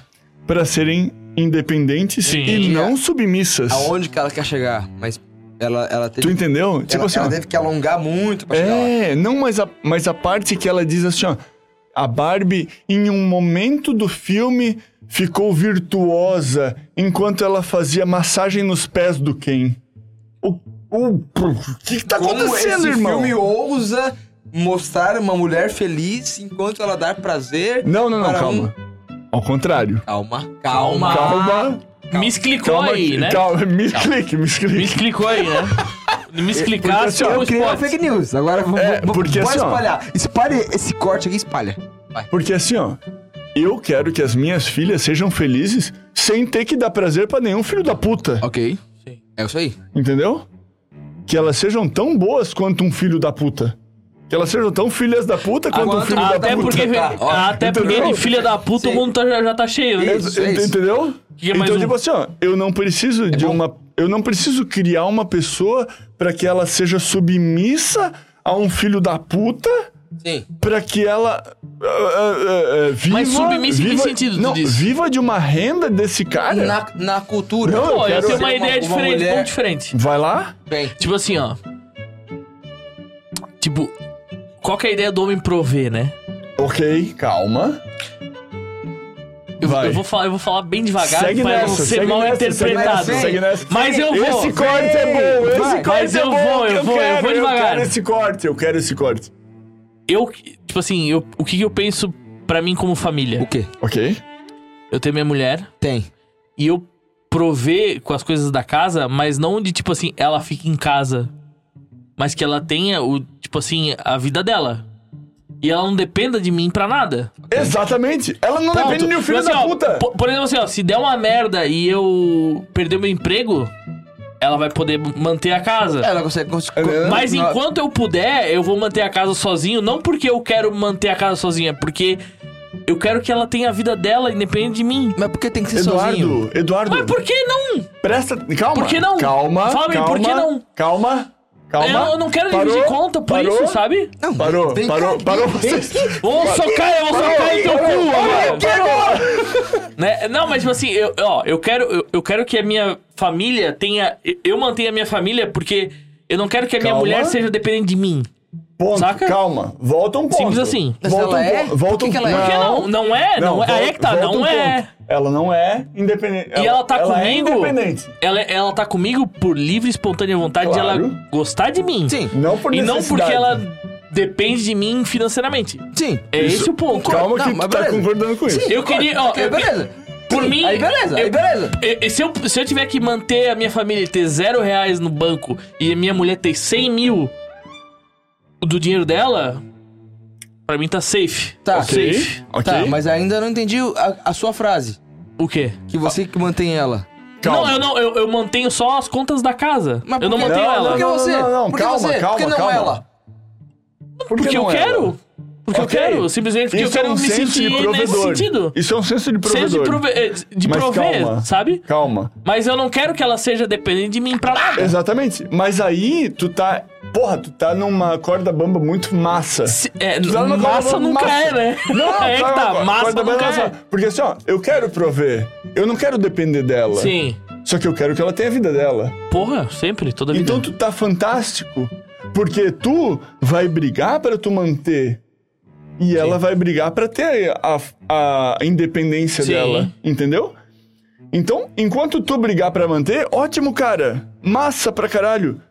[SPEAKER 2] pra serem independentes
[SPEAKER 1] Sim.
[SPEAKER 2] e não submissas.
[SPEAKER 3] Aonde que ela quer chegar? Mas ela, ela teve.
[SPEAKER 2] Tu entendeu? tipo
[SPEAKER 3] ela,
[SPEAKER 2] assim,
[SPEAKER 3] ela
[SPEAKER 2] ó,
[SPEAKER 3] teve que alongar muito pra chegar lá.
[SPEAKER 2] é, não, mas a, mas a parte que ela diz assim, ó, a Barbie em um momento do filme ficou virtuosa enquanto ela fazia massagem nos pés do Ken. O, o, o que, que tá
[SPEAKER 3] Como esse
[SPEAKER 2] acontecendo, irmão?
[SPEAKER 3] filme ousa mostrar uma mulher feliz enquanto ela dá prazer.
[SPEAKER 2] Não, não, não,
[SPEAKER 3] para um-
[SPEAKER 2] calma. Ao contrário.
[SPEAKER 3] Calma, calma.
[SPEAKER 2] Calma,
[SPEAKER 1] Misclicou
[SPEAKER 2] calma,
[SPEAKER 1] aí, né?
[SPEAKER 2] calma, me clique, me clique.
[SPEAKER 1] Misclicou aí,
[SPEAKER 2] [LAUGHS]
[SPEAKER 1] né? Misclicar
[SPEAKER 2] Porque, assim, ó,
[SPEAKER 1] tipo
[SPEAKER 3] Eu criei uma
[SPEAKER 1] esporte.
[SPEAKER 3] fake news. Agora vamos
[SPEAKER 2] É, porque assim, ó-
[SPEAKER 3] espalhar. Espalhe esse corte aqui, espalha.
[SPEAKER 2] Porque assim, ó, eu quero que as minhas filhas sejam felizes sem ter que dar prazer pra nenhum filho da puta,
[SPEAKER 3] Ok.
[SPEAKER 1] Sim.
[SPEAKER 3] É isso aí.
[SPEAKER 2] entendeu? Que elas sejam tão boas quanto um filho da puta. Que elas sejam tão filhas da puta quanto um
[SPEAKER 3] Agora-
[SPEAKER 2] filho da
[SPEAKER 1] Até
[SPEAKER 2] puta.
[SPEAKER 1] porque,
[SPEAKER 3] Tá, ó.
[SPEAKER 1] até porque
[SPEAKER 2] Entendeu?
[SPEAKER 1] de filha da puta o
[SPEAKER 3] Sim.
[SPEAKER 1] mundo tá- já, já tá cheio, né?
[SPEAKER 3] Isso, é isso.
[SPEAKER 2] Entendeu?
[SPEAKER 1] Que é mais
[SPEAKER 2] então,
[SPEAKER 1] um. É
[SPEAKER 2] tipo assim, ó, eu não preciso de
[SPEAKER 3] bom.
[SPEAKER 2] uma. Eu não preciso criar uma pessoa pra que ela seja submissa a um filho da puta
[SPEAKER 3] Sim.
[SPEAKER 2] pra que ela ah, ah, ah, ah, viva,
[SPEAKER 1] Mas submissa em que
[SPEAKER 2] viva-
[SPEAKER 1] sentido tu
[SPEAKER 2] não,
[SPEAKER 1] diz?
[SPEAKER 2] viva de uma renda desse cara.
[SPEAKER 3] Na, na cultura.
[SPEAKER 2] Não,
[SPEAKER 1] Pô, eu
[SPEAKER 2] quero
[SPEAKER 1] tenho
[SPEAKER 2] ser
[SPEAKER 1] uma ideia diferente,
[SPEAKER 3] mulher-
[SPEAKER 1] ponto É diferente.
[SPEAKER 2] Vai lá?
[SPEAKER 3] Bem,
[SPEAKER 1] Tipo assim, ó. Tipo, qual que é a ideia do homem prover, né?
[SPEAKER 2] Ok, calma.
[SPEAKER 1] Eu,
[SPEAKER 2] Vai.
[SPEAKER 1] eu vou falar, eu vou falar bem devagar
[SPEAKER 2] Segue
[SPEAKER 1] pra não
[SPEAKER 2] nessa,
[SPEAKER 1] ser
[SPEAKER 2] segue
[SPEAKER 1] mal
[SPEAKER 2] nessa,
[SPEAKER 1] interpretado.
[SPEAKER 2] segue nessa, segue nessa.
[SPEAKER 1] Mas eu vou.
[SPEAKER 2] Esse corte é bom, esse
[SPEAKER 3] Vai.
[SPEAKER 2] corte
[SPEAKER 1] Mas
[SPEAKER 2] é
[SPEAKER 1] eu
[SPEAKER 2] bom.
[SPEAKER 1] vou, eu vou, eu
[SPEAKER 2] quero,
[SPEAKER 1] vou
[SPEAKER 2] Eu
[SPEAKER 1] devagar.
[SPEAKER 2] quero esse corte, eu quero esse corte.
[SPEAKER 1] Eu, tipo assim, eu, o que que eu penso pra mim como
[SPEAKER 3] o
[SPEAKER 1] família?
[SPEAKER 3] quê?
[SPEAKER 2] Ok.
[SPEAKER 1] Eu tenho minha mulher,
[SPEAKER 3] Tem.
[SPEAKER 1] e eu prover com as coisas da casa, mas não de tipo assim, ela fique em casa, mas que ela tenha o tipo assim, a vida dela. E ela não dependa de mim pra nada.
[SPEAKER 2] Exatamente. Ela não
[SPEAKER 1] Ponto.
[SPEAKER 2] depende de um filho
[SPEAKER 1] Mas, assim,
[SPEAKER 2] da
[SPEAKER 1] ó,
[SPEAKER 2] puta.
[SPEAKER 1] po- por exemplo, assim, ó, se der uma merda e eu perder meu emprego, ela vai poder manter a casa.
[SPEAKER 3] Ela consegue. cons-
[SPEAKER 2] É,
[SPEAKER 1] Mas
[SPEAKER 3] não-
[SPEAKER 1] enquanto eu puder, eu vou manter a casa sozinho, não porque eu quero manter a casa sozinha, é porque eu quero que ela tenha a vida dela, independente de mim.
[SPEAKER 3] Mas por que tem que ser sozinho?
[SPEAKER 2] Eduardo, Eduardo,
[SPEAKER 1] Mas por que não?
[SPEAKER 2] presta. Calma.
[SPEAKER 1] Por que não?
[SPEAKER 2] Calma.
[SPEAKER 1] Fala aí,
[SPEAKER 2] calma,
[SPEAKER 1] por que não? É,
[SPEAKER 2] Calma. Calma.
[SPEAKER 1] Eu, eu não quero
[SPEAKER 2] Parou,
[SPEAKER 1] dividir conta por
[SPEAKER 2] parou,
[SPEAKER 1] isso, sabe?
[SPEAKER 3] Não,
[SPEAKER 2] Parou,
[SPEAKER 3] vem cá,
[SPEAKER 2] parou,
[SPEAKER 3] vem-
[SPEAKER 2] parou vocês.
[SPEAKER 1] Vou socar, eu vou socar em teu cu agora.
[SPEAKER 2] Parou.
[SPEAKER 1] Né? Não, mas tipo assim, eu, ó, eu quero, eu, eu quero que a minha família tenha. eu- Eu mantenha a minha família porque eu não quero que a minha
[SPEAKER 2] Calma.
[SPEAKER 1] mulher seja dependente de mim.
[SPEAKER 2] Ponto.
[SPEAKER 1] Saca?
[SPEAKER 2] Calma. Volta um ponto.
[SPEAKER 1] Simples assim.
[SPEAKER 8] Mas
[SPEAKER 2] Volta um
[SPEAKER 8] ela é?
[SPEAKER 2] ponto. Volta
[SPEAKER 8] Por que
[SPEAKER 2] um
[SPEAKER 8] que ela é?
[SPEAKER 1] Por que não? Não é? Não, é. Aí
[SPEAKER 2] volta-
[SPEAKER 1] é que tá,
[SPEAKER 2] volta
[SPEAKER 1] não
[SPEAKER 2] um
[SPEAKER 1] é.
[SPEAKER 2] ponto. Ela não é independente.
[SPEAKER 1] E ela tá
[SPEAKER 2] é
[SPEAKER 1] comigo?
[SPEAKER 2] independente.
[SPEAKER 1] Ela, ela tá comigo por livre e espontânea vontade de
[SPEAKER 2] Claro.
[SPEAKER 1] ela gostar de mim.
[SPEAKER 3] Sim,
[SPEAKER 2] Não por
[SPEAKER 1] E não porque
[SPEAKER 2] necessidade.
[SPEAKER 1] ela depende de mim financeiramente.
[SPEAKER 3] sim.
[SPEAKER 1] É esse o ponto.
[SPEAKER 2] Calma
[SPEAKER 3] Não,
[SPEAKER 2] que
[SPEAKER 3] mas
[SPEAKER 2] tu tá
[SPEAKER 3] beleza.
[SPEAKER 2] concordando com isso.
[SPEAKER 3] Sim,
[SPEAKER 1] Eu
[SPEAKER 3] concordo.
[SPEAKER 1] queria, ó,
[SPEAKER 3] Ok,
[SPEAKER 1] eu-
[SPEAKER 3] beleza.
[SPEAKER 1] Por mim.
[SPEAKER 3] Aí beleza, aí
[SPEAKER 1] eu-
[SPEAKER 3] beleza.
[SPEAKER 1] eu- se, eu, se eu tiver que manter a minha família e ter zero reais no banco e a minha mulher ter 100 mil do dinheiro dela, pra mim tá safe.
[SPEAKER 3] Tá.
[SPEAKER 2] Ok,
[SPEAKER 1] Safe.
[SPEAKER 2] ok.
[SPEAKER 3] Tá, mas ainda não entendi a, a sua frase.
[SPEAKER 1] O quê?
[SPEAKER 3] Que você que mantém ela.
[SPEAKER 2] Calma.
[SPEAKER 1] Não, eu não, eu, eu mantenho só as contas da casa.
[SPEAKER 3] Mas
[SPEAKER 1] eu não
[SPEAKER 3] por que-
[SPEAKER 1] mantenho
[SPEAKER 2] Não,
[SPEAKER 1] ela.
[SPEAKER 3] Por que
[SPEAKER 2] não,
[SPEAKER 3] você?
[SPEAKER 2] não, não,
[SPEAKER 3] Por que
[SPEAKER 2] calma,
[SPEAKER 3] você?
[SPEAKER 2] calma,
[SPEAKER 3] Por que não
[SPEAKER 2] calma.
[SPEAKER 3] ela?
[SPEAKER 2] Por que
[SPEAKER 1] Porque eu
[SPEAKER 2] não é ela?
[SPEAKER 1] quero. Porque eu
[SPEAKER 2] Ok.
[SPEAKER 1] quero. Simplesmente porque
[SPEAKER 2] Isso
[SPEAKER 1] eu quero
[SPEAKER 2] é um
[SPEAKER 1] me
[SPEAKER 2] senso
[SPEAKER 1] sentir
[SPEAKER 2] de
[SPEAKER 1] nesse
[SPEAKER 2] provedor.
[SPEAKER 1] sentido.
[SPEAKER 2] Isso é um senso de provedor.
[SPEAKER 1] Senso de, prove eh, de
[SPEAKER 2] Mas
[SPEAKER 1] prover,
[SPEAKER 2] calma.
[SPEAKER 1] sabe?
[SPEAKER 2] Calma.
[SPEAKER 1] Mas eu não quero que ela seja dependente de mim pra nada.
[SPEAKER 2] Exatamente. Mas aí tu tá. Porra, tu tá numa corda bamba muito massa.
[SPEAKER 1] Se- é,
[SPEAKER 2] Tu tá numa corda
[SPEAKER 1] massa
[SPEAKER 2] bamba
[SPEAKER 1] nunca
[SPEAKER 2] massa.
[SPEAKER 1] é, né? [LAUGHS]
[SPEAKER 2] Não,
[SPEAKER 1] é que tá,
[SPEAKER 2] agora,
[SPEAKER 1] massa
[SPEAKER 2] corda
[SPEAKER 1] nunca
[SPEAKER 2] bamba
[SPEAKER 1] é.
[SPEAKER 2] massa. Porque assim, ó, eu quero prover. Eu não quero depender dela.
[SPEAKER 1] Sim.
[SPEAKER 2] Só que eu quero que ela tenha a vida dela.
[SPEAKER 1] Porra, sempre, toda vida.
[SPEAKER 2] Então tu tá fantástico. Porque tu vai brigar pra tu manter. E ela vai brigar pra ter a, a independência
[SPEAKER 1] Sim.
[SPEAKER 2] dela. Entendeu? Então, enquanto tu brigar pra manter, ótimo, cara. Massa pra caralho.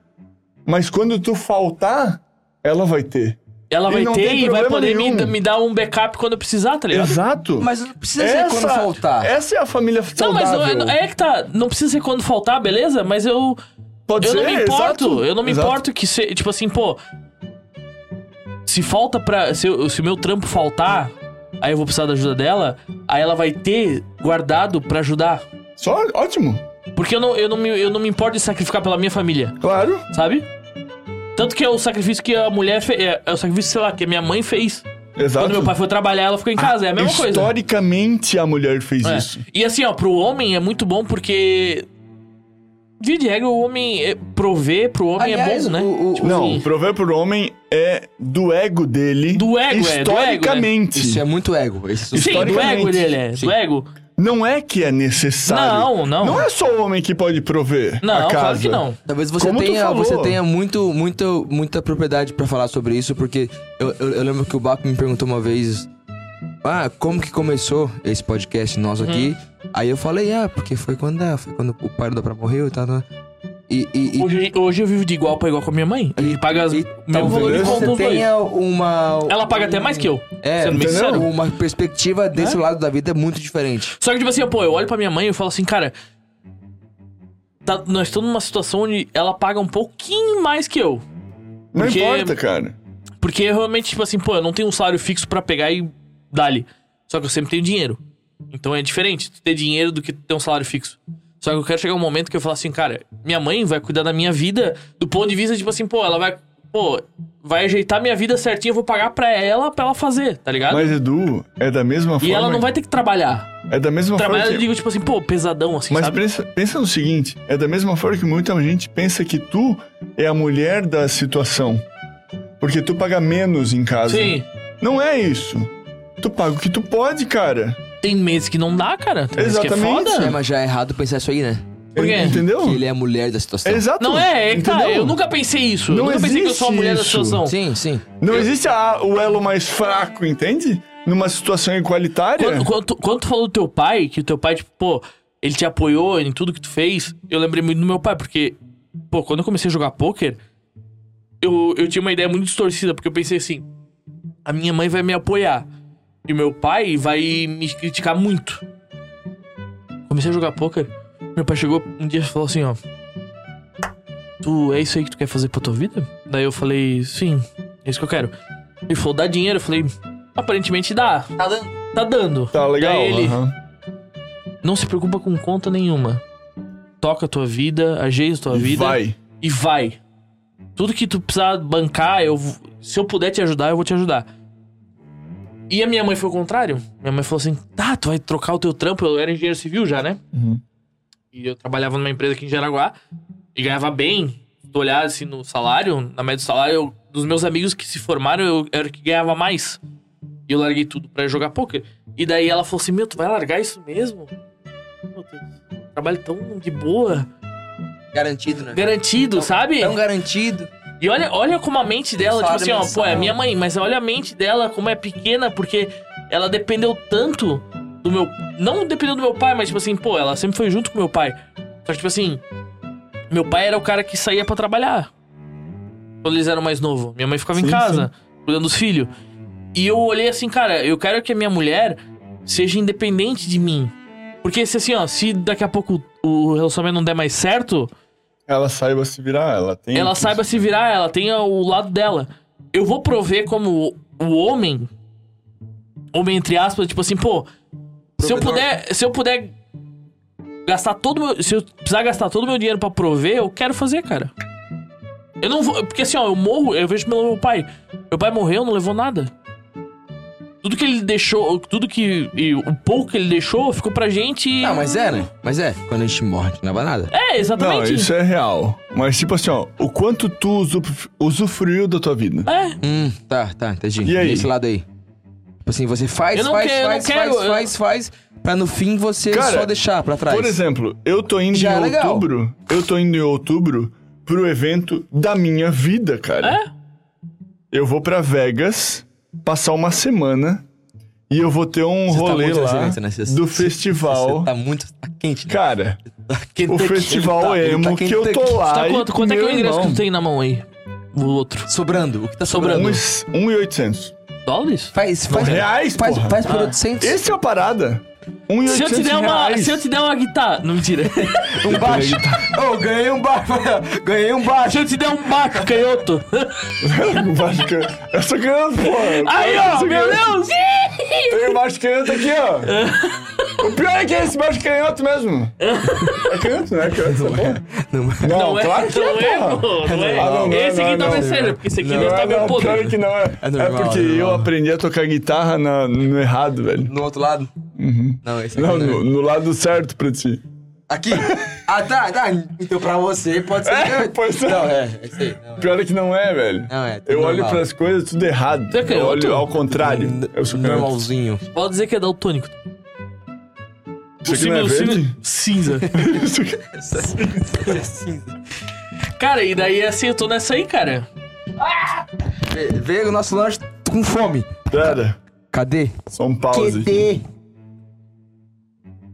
[SPEAKER 2] Mas quando tu faltar, ela vai ter.
[SPEAKER 1] Ela
[SPEAKER 2] e
[SPEAKER 1] vai
[SPEAKER 2] não
[SPEAKER 1] ter
[SPEAKER 2] tem
[SPEAKER 1] e vai
[SPEAKER 2] problema
[SPEAKER 1] poder me,
[SPEAKER 2] nenhum.
[SPEAKER 1] me dar um backup quando eu precisar, tá ligado?
[SPEAKER 2] Exato.
[SPEAKER 3] Mas não precisa ser quando faltar.
[SPEAKER 2] Essa é a família
[SPEAKER 1] Não,
[SPEAKER 2] saudável.
[SPEAKER 1] mas não, é- não- é que tá. Não precisa ser quando faltar, beleza? Mas eu.
[SPEAKER 2] Pode
[SPEAKER 1] eu
[SPEAKER 2] ser,
[SPEAKER 1] não me importo.
[SPEAKER 2] exato,
[SPEAKER 1] Eu não me
[SPEAKER 2] exato.
[SPEAKER 1] importo que se, tipo assim, pô. Se falta pra. Se o meu trampo faltar, aí eu vou precisar da ajuda dela, aí ela vai ter guardado pra ajudar.
[SPEAKER 2] Só, ótimo.
[SPEAKER 1] Porque eu não, eu não, me, eu não me importo de sacrificar pela minha família,
[SPEAKER 2] Claro.
[SPEAKER 1] sabe? Tanto que é o sacrifício que a mulher fez. É, é o sacrifício, sei lá, que a minha mãe fez.
[SPEAKER 2] Exato.
[SPEAKER 1] Quando meu pai foi trabalhar, ela ficou em casa. é a mesma coisa.
[SPEAKER 2] Historicamente, a mulher fez
[SPEAKER 1] É.
[SPEAKER 2] isso.
[SPEAKER 1] E assim, ó, pro homem é muito bom porque. Via de regra, o homem. É, prover pro homem
[SPEAKER 3] Aliás,
[SPEAKER 1] é bom, né?
[SPEAKER 3] o- o-
[SPEAKER 1] Tipo
[SPEAKER 2] Não,
[SPEAKER 1] assim,
[SPEAKER 2] prover pro homem é do ego dele.
[SPEAKER 1] Do ego, é, do ego, né?
[SPEAKER 2] historicamente.
[SPEAKER 3] Isso é muito ego. Esse
[SPEAKER 1] Sim, do
[SPEAKER 2] historicamente,
[SPEAKER 1] ego dele, é. Do
[SPEAKER 3] sim.
[SPEAKER 1] ego?
[SPEAKER 2] Não é que é necessário.
[SPEAKER 1] Não, não.
[SPEAKER 2] Não é só o homem que pode prover.
[SPEAKER 1] Não,
[SPEAKER 2] a casa.
[SPEAKER 1] claro que não.
[SPEAKER 3] Talvez você
[SPEAKER 2] Como tu
[SPEAKER 3] tenha,
[SPEAKER 2] falou.
[SPEAKER 3] você tenha muito, muito, muita propriedade pra falar sobre isso, porque eu, eu- eu lembro que o Baco me perguntou uma vez, ah, como que começou esse podcast
[SPEAKER 1] Uhum.
[SPEAKER 3] nosso aqui? Aí eu falei, ah, porque foi quando, ah, foi quando o pai do Dobra morreu e tal, tal. E, e, e
[SPEAKER 1] Hoje, hoje eu vivo de igual pra igual com a minha mãe. A gente paga as,
[SPEAKER 3] e
[SPEAKER 1] mesmo valor de
[SPEAKER 2] talvez
[SPEAKER 1] conta
[SPEAKER 3] você
[SPEAKER 1] os dois.
[SPEAKER 3] tenha uma...
[SPEAKER 1] Ela paga até mais que eu.
[SPEAKER 3] É,
[SPEAKER 1] sendo bem
[SPEAKER 3] entendeu?
[SPEAKER 1] sincero.
[SPEAKER 3] uma perspectiva desse lado da vida é muito diferente.
[SPEAKER 1] Só que, tipo assim, pô, eu olho pra minha mãe e eu falo assim, cara. tá- nós estamos numa situação onde ela paga um pouquinho mais que eu.
[SPEAKER 2] Não
[SPEAKER 1] Porque-
[SPEAKER 2] importa, cara.
[SPEAKER 1] Porque eu realmente, tipo assim, pô, eu não tenho um salário fixo pra pegar e dali. Só que eu sempre tenho dinheiro. Então é diferente tu ter dinheiro do que tu ter um salário fixo. Só que eu quero chegar um momento que eu falo assim, cara, minha mãe vai cuidar da minha vida do ponto de vista, tipo assim, pô, ela vai. Pô, vai ajeitar minha vida certinho, eu vou pagar pra ela pra ela fazer, tá ligado?
[SPEAKER 2] Mas Edu, é da mesma
[SPEAKER 1] e
[SPEAKER 2] forma.
[SPEAKER 1] ela não vai ter que trabalhar.
[SPEAKER 2] É da mesma
[SPEAKER 1] Trabalhar,
[SPEAKER 2] forma.
[SPEAKER 1] eu
[SPEAKER 2] que-
[SPEAKER 1] digo, tipo assim, pô, pesadão, assim,
[SPEAKER 2] Mas
[SPEAKER 1] sabe?
[SPEAKER 2] pensa, pensa no seguinte: é da mesma forma que muita gente pensa que tu é a mulher da situação. Porque tu paga menos em casa.
[SPEAKER 1] Sim.
[SPEAKER 2] Não é isso. Tu paga o que tu pode, cara.
[SPEAKER 1] Tem meses que não dá, cara. Tem meses que é
[SPEAKER 2] Exatamente.
[SPEAKER 1] foda.
[SPEAKER 3] É, mas já é errado pensar isso aí, né?
[SPEAKER 1] Por quê?
[SPEAKER 2] Entendeu?
[SPEAKER 3] Que ele é a mulher da situação.
[SPEAKER 2] Exato.
[SPEAKER 1] Não é, é que tá,
[SPEAKER 2] Entendeu?
[SPEAKER 1] eu nunca pensei isso. eu
[SPEAKER 2] Não
[SPEAKER 1] nunca pensei que eu sou a
[SPEAKER 2] existe
[SPEAKER 1] mulher da
[SPEAKER 2] isso.
[SPEAKER 1] situação.
[SPEAKER 3] Sim, sim.
[SPEAKER 2] Não existe a- o elo mais fraco, entende? Numa situação igualitária.
[SPEAKER 1] Quando, quando, tu- quando tu falou do teu pai, que o teu pai, tipo, pô, ele te apoiou em tudo que tu fez, eu lembrei muito do meu pai, porque, pô, quando eu comecei a jogar pôquer, eu, eu tinha uma ideia muito distorcida, porque eu pensei assim, a minha mãe vai me apoiar, e meu pai vai me criticar muito. Comecei a jogar pôquer, meu pai chegou um dia e falou assim, ó, tu, é isso aí que tu quer fazer pra tua vida? Daí eu falei, sim, é isso que eu quero. Ele falou, dá dinheiro, eu falei... Aparentemente dá,
[SPEAKER 8] Tá dando.
[SPEAKER 1] Tá dando.
[SPEAKER 2] Tá legal.
[SPEAKER 1] Daí ele,
[SPEAKER 2] aham.
[SPEAKER 1] não se preocupa com conta nenhuma. Toca a tua vida, ajeita a tua
[SPEAKER 2] E
[SPEAKER 1] vida
[SPEAKER 2] Vai.
[SPEAKER 1] e vai. Tudo que tu precisar bancar, eu v- se eu puder te ajudar, eu vou te ajudar. E a minha mãe foi o contrário. Minha mãe falou assim: "Tá, tu vai trocar o teu trampo, eu era engenheiro civil já, né?" E eu trabalhava numa empresa aqui em Jaraguá e ganhava bem. Se tu olhar assim no salário, na média do salário, eu- dos meus amigos que se formaram, eu era o que ganhava mais. E eu larguei tudo pra jogar poker. E daí ela falou assim: Meu, tu vai largar isso mesmo? Meu Deus, trabalho tão de boa,
[SPEAKER 8] Garantido, né?
[SPEAKER 1] garantido,
[SPEAKER 8] Tão-
[SPEAKER 3] então
[SPEAKER 1] sabe?
[SPEAKER 8] Tão garantido.
[SPEAKER 1] E olha, olha como a mente dela, tipo
[SPEAKER 8] Sabe,
[SPEAKER 1] assim, ó,
[SPEAKER 8] mas
[SPEAKER 1] pô, é
[SPEAKER 8] sabe.
[SPEAKER 1] minha mãe, mas olha a mente dela como é pequena, porque ela dependeu tanto do meu. Não dependeu do meu pai, mas tipo assim, pô, ela sempre foi junto com meu pai. Só que, tipo assim, meu pai era o cara que saía pra trabalhar. Quando eles eram mais novos. Minha mãe ficava em
[SPEAKER 2] Sim,
[SPEAKER 1] casa, cuidando dos filhos. E eu olhei assim, cara, eu quero que a minha mulher seja independente de mim. Porque se assim, ó, se daqui a pouco o relacionamento não der mais certo,
[SPEAKER 2] Ela saiba se virar, ela tem.
[SPEAKER 1] ela
[SPEAKER 2] que-
[SPEAKER 1] saiba se virar, ela tenha o lado dela. Eu vou prover como o homem, homem entre aspas, tipo assim, pô, se eu
[SPEAKER 8] Provedor.
[SPEAKER 1] puder, se eu puder gastar todo meu, se eu precisar gastar todo o meu dinheiro pra prover, eu quero fazer, cara. Eu não vou, porque assim, ó, eu morro, eu vejo pelo meu pai. Meu pai morreu, não levou nada. Tudo que ele deixou, tudo que e o pouco que ele deixou ficou pra gente. e-
[SPEAKER 3] Não, mas é, né? Mas é. Quando a gente morre, a gente não leva nada.
[SPEAKER 1] É,
[SPEAKER 2] Não,
[SPEAKER 1] exatamente.
[SPEAKER 2] isso é real. Mas, tipo assim, ó, o quanto tu usuf- usufruiu da tua vida?
[SPEAKER 1] É.
[SPEAKER 3] Hum, tá, tá, entendi.
[SPEAKER 2] E aí?
[SPEAKER 3] Desse lado aí. Tipo assim, você faz,
[SPEAKER 1] Eu não
[SPEAKER 3] faz,
[SPEAKER 1] quero, eu não
[SPEAKER 3] faz,
[SPEAKER 1] quero,
[SPEAKER 3] faz,
[SPEAKER 1] eu-
[SPEAKER 3] faz, faz, pra no fim você
[SPEAKER 2] Cara,
[SPEAKER 3] só deixar pra trás.
[SPEAKER 2] Por exemplo, eu tô indo
[SPEAKER 3] Já é
[SPEAKER 2] em
[SPEAKER 3] legal.
[SPEAKER 2] outubro. Eu tô indo em outubro pro evento da minha vida, cara.
[SPEAKER 1] É?
[SPEAKER 2] Eu vou pra Vegas passar uma semana e eu vou ter um
[SPEAKER 3] Você tá
[SPEAKER 2] rolê
[SPEAKER 3] muito
[SPEAKER 2] lá
[SPEAKER 3] resiliente, né? Você-
[SPEAKER 2] do
[SPEAKER 3] você-
[SPEAKER 2] festival.
[SPEAKER 3] Você tá muito tá quente, né?
[SPEAKER 2] Cara,
[SPEAKER 3] Tá quente
[SPEAKER 2] o
[SPEAKER 3] aqui.
[SPEAKER 2] festival
[SPEAKER 3] Ele tá- ele
[SPEAKER 2] emo
[SPEAKER 3] tá
[SPEAKER 2] que eu
[SPEAKER 3] quente
[SPEAKER 2] tô
[SPEAKER 3] aqui.
[SPEAKER 2] lá.
[SPEAKER 1] Tá
[SPEAKER 2] e
[SPEAKER 1] quanto, quanto é que é
[SPEAKER 2] meu
[SPEAKER 1] o ingresso que
[SPEAKER 2] irmão,
[SPEAKER 1] tu tem na mão aí? O outro.
[SPEAKER 3] Sobrando, o que tá sobrando?
[SPEAKER 1] Sobrando.
[SPEAKER 2] Uns 1,800.
[SPEAKER 1] Dólares?
[SPEAKER 3] Faz, faz,
[SPEAKER 2] Reais,
[SPEAKER 3] faz,
[SPEAKER 2] porra.
[SPEAKER 3] faz por
[SPEAKER 1] Ah.
[SPEAKER 3] 800.
[SPEAKER 2] Esse é a parada. 1,800
[SPEAKER 1] Se eu te der uma,
[SPEAKER 2] reais.
[SPEAKER 1] se eu te der uma guitarra. Não, mentira.
[SPEAKER 3] Um baixo. Ô, ganhei um
[SPEAKER 2] [LAUGHS]
[SPEAKER 3] baixo. ganhei um baixo.
[SPEAKER 1] se eu te der um baco canhoto.
[SPEAKER 2] Eu
[SPEAKER 1] [LAUGHS]
[SPEAKER 2] acho que- Eu sou canhoto, pô.
[SPEAKER 1] Aí,
[SPEAKER 2] Eu um
[SPEAKER 1] ó,
[SPEAKER 2] sou
[SPEAKER 1] meu
[SPEAKER 2] canhoto.
[SPEAKER 1] Deus!
[SPEAKER 2] Tem o baixo canhoto aqui,
[SPEAKER 1] [LAUGHS]
[SPEAKER 2] ó. o pior é que é esse baixo canhoto mesmo. É canhoto, né? Canhoto, não, é. não,
[SPEAKER 1] tá Não é,
[SPEAKER 2] claro que
[SPEAKER 1] não é,
[SPEAKER 2] porra.
[SPEAKER 1] pô, não é.
[SPEAKER 2] Ah, não, não é,
[SPEAKER 1] Esse
[SPEAKER 2] não
[SPEAKER 1] aqui
[SPEAKER 2] é,
[SPEAKER 1] talvez
[SPEAKER 2] não é.
[SPEAKER 1] seja, porque esse aqui
[SPEAKER 2] Não,
[SPEAKER 1] deve
[SPEAKER 2] é,
[SPEAKER 1] tá meu
[SPEAKER 2] não, Pior
[SPEAKER 1] podre.
[SPEAKER 2] que não é.
[SPEAKER 3] É
[SPEAKER 2] É,
[SPEAKER 3] normal,
[SPEAKER 2] porque
[SPEAKER 3] é normal.
[SPEAKER 2] eu aprendi a tocar guitarra na- no errado, velho.
[SPEAKER 3] No outro lado? Não, esse aqui
[SPEAKER 2] Uhum. Não,
[SPEAKER 3] não. é.
[SPEAKER 2] no, no lado certo pra ti. [LAUGHS]
[SPEAKER 3] Aqui? Ah, tá, tá. Então pra você pode ser.
[SPEAKER 2] É, pois é.
[SPEAKER 3] Não, é, é isso aí. Não, é.
[SPEAKER 2] Pior é que não é, velho.
[SPEAKER 3] Não, é, tudo
[SPEAKER 2] Eu olho
[SPEAKER 3] normal.
[SPEAKER 2] pras coisas tudo errado.
[SPEAKER 1] Você é
[SPEAKER 2] eu
[SPEAKER 1] canhoto?
[SPEAKER 2] olho ao contrário. Eu sou canhoto.
[SPEAKER 3] Normalzinho.
[SPEAKER 1] Pode dizer que é daltônico.
[SPEAKER 2] Isso aqui não é verde?
[SPEAKER 1] cinza. [LAUGHS]
[SPEAKER 2] Isso aqui-
[SPEAKER 3] É assim,
[SPEAKER 1] Cara, e daí assim, eu tô nessa aí, cara.
[SPEAKER 3] Vê, vê o nosso lanche tô com fome.
[SPEAKER 2] Pera,
[SPEAKER 3] Cadê?
[SPEAKER 2] só um pause.
[SPEAKER 3] QD.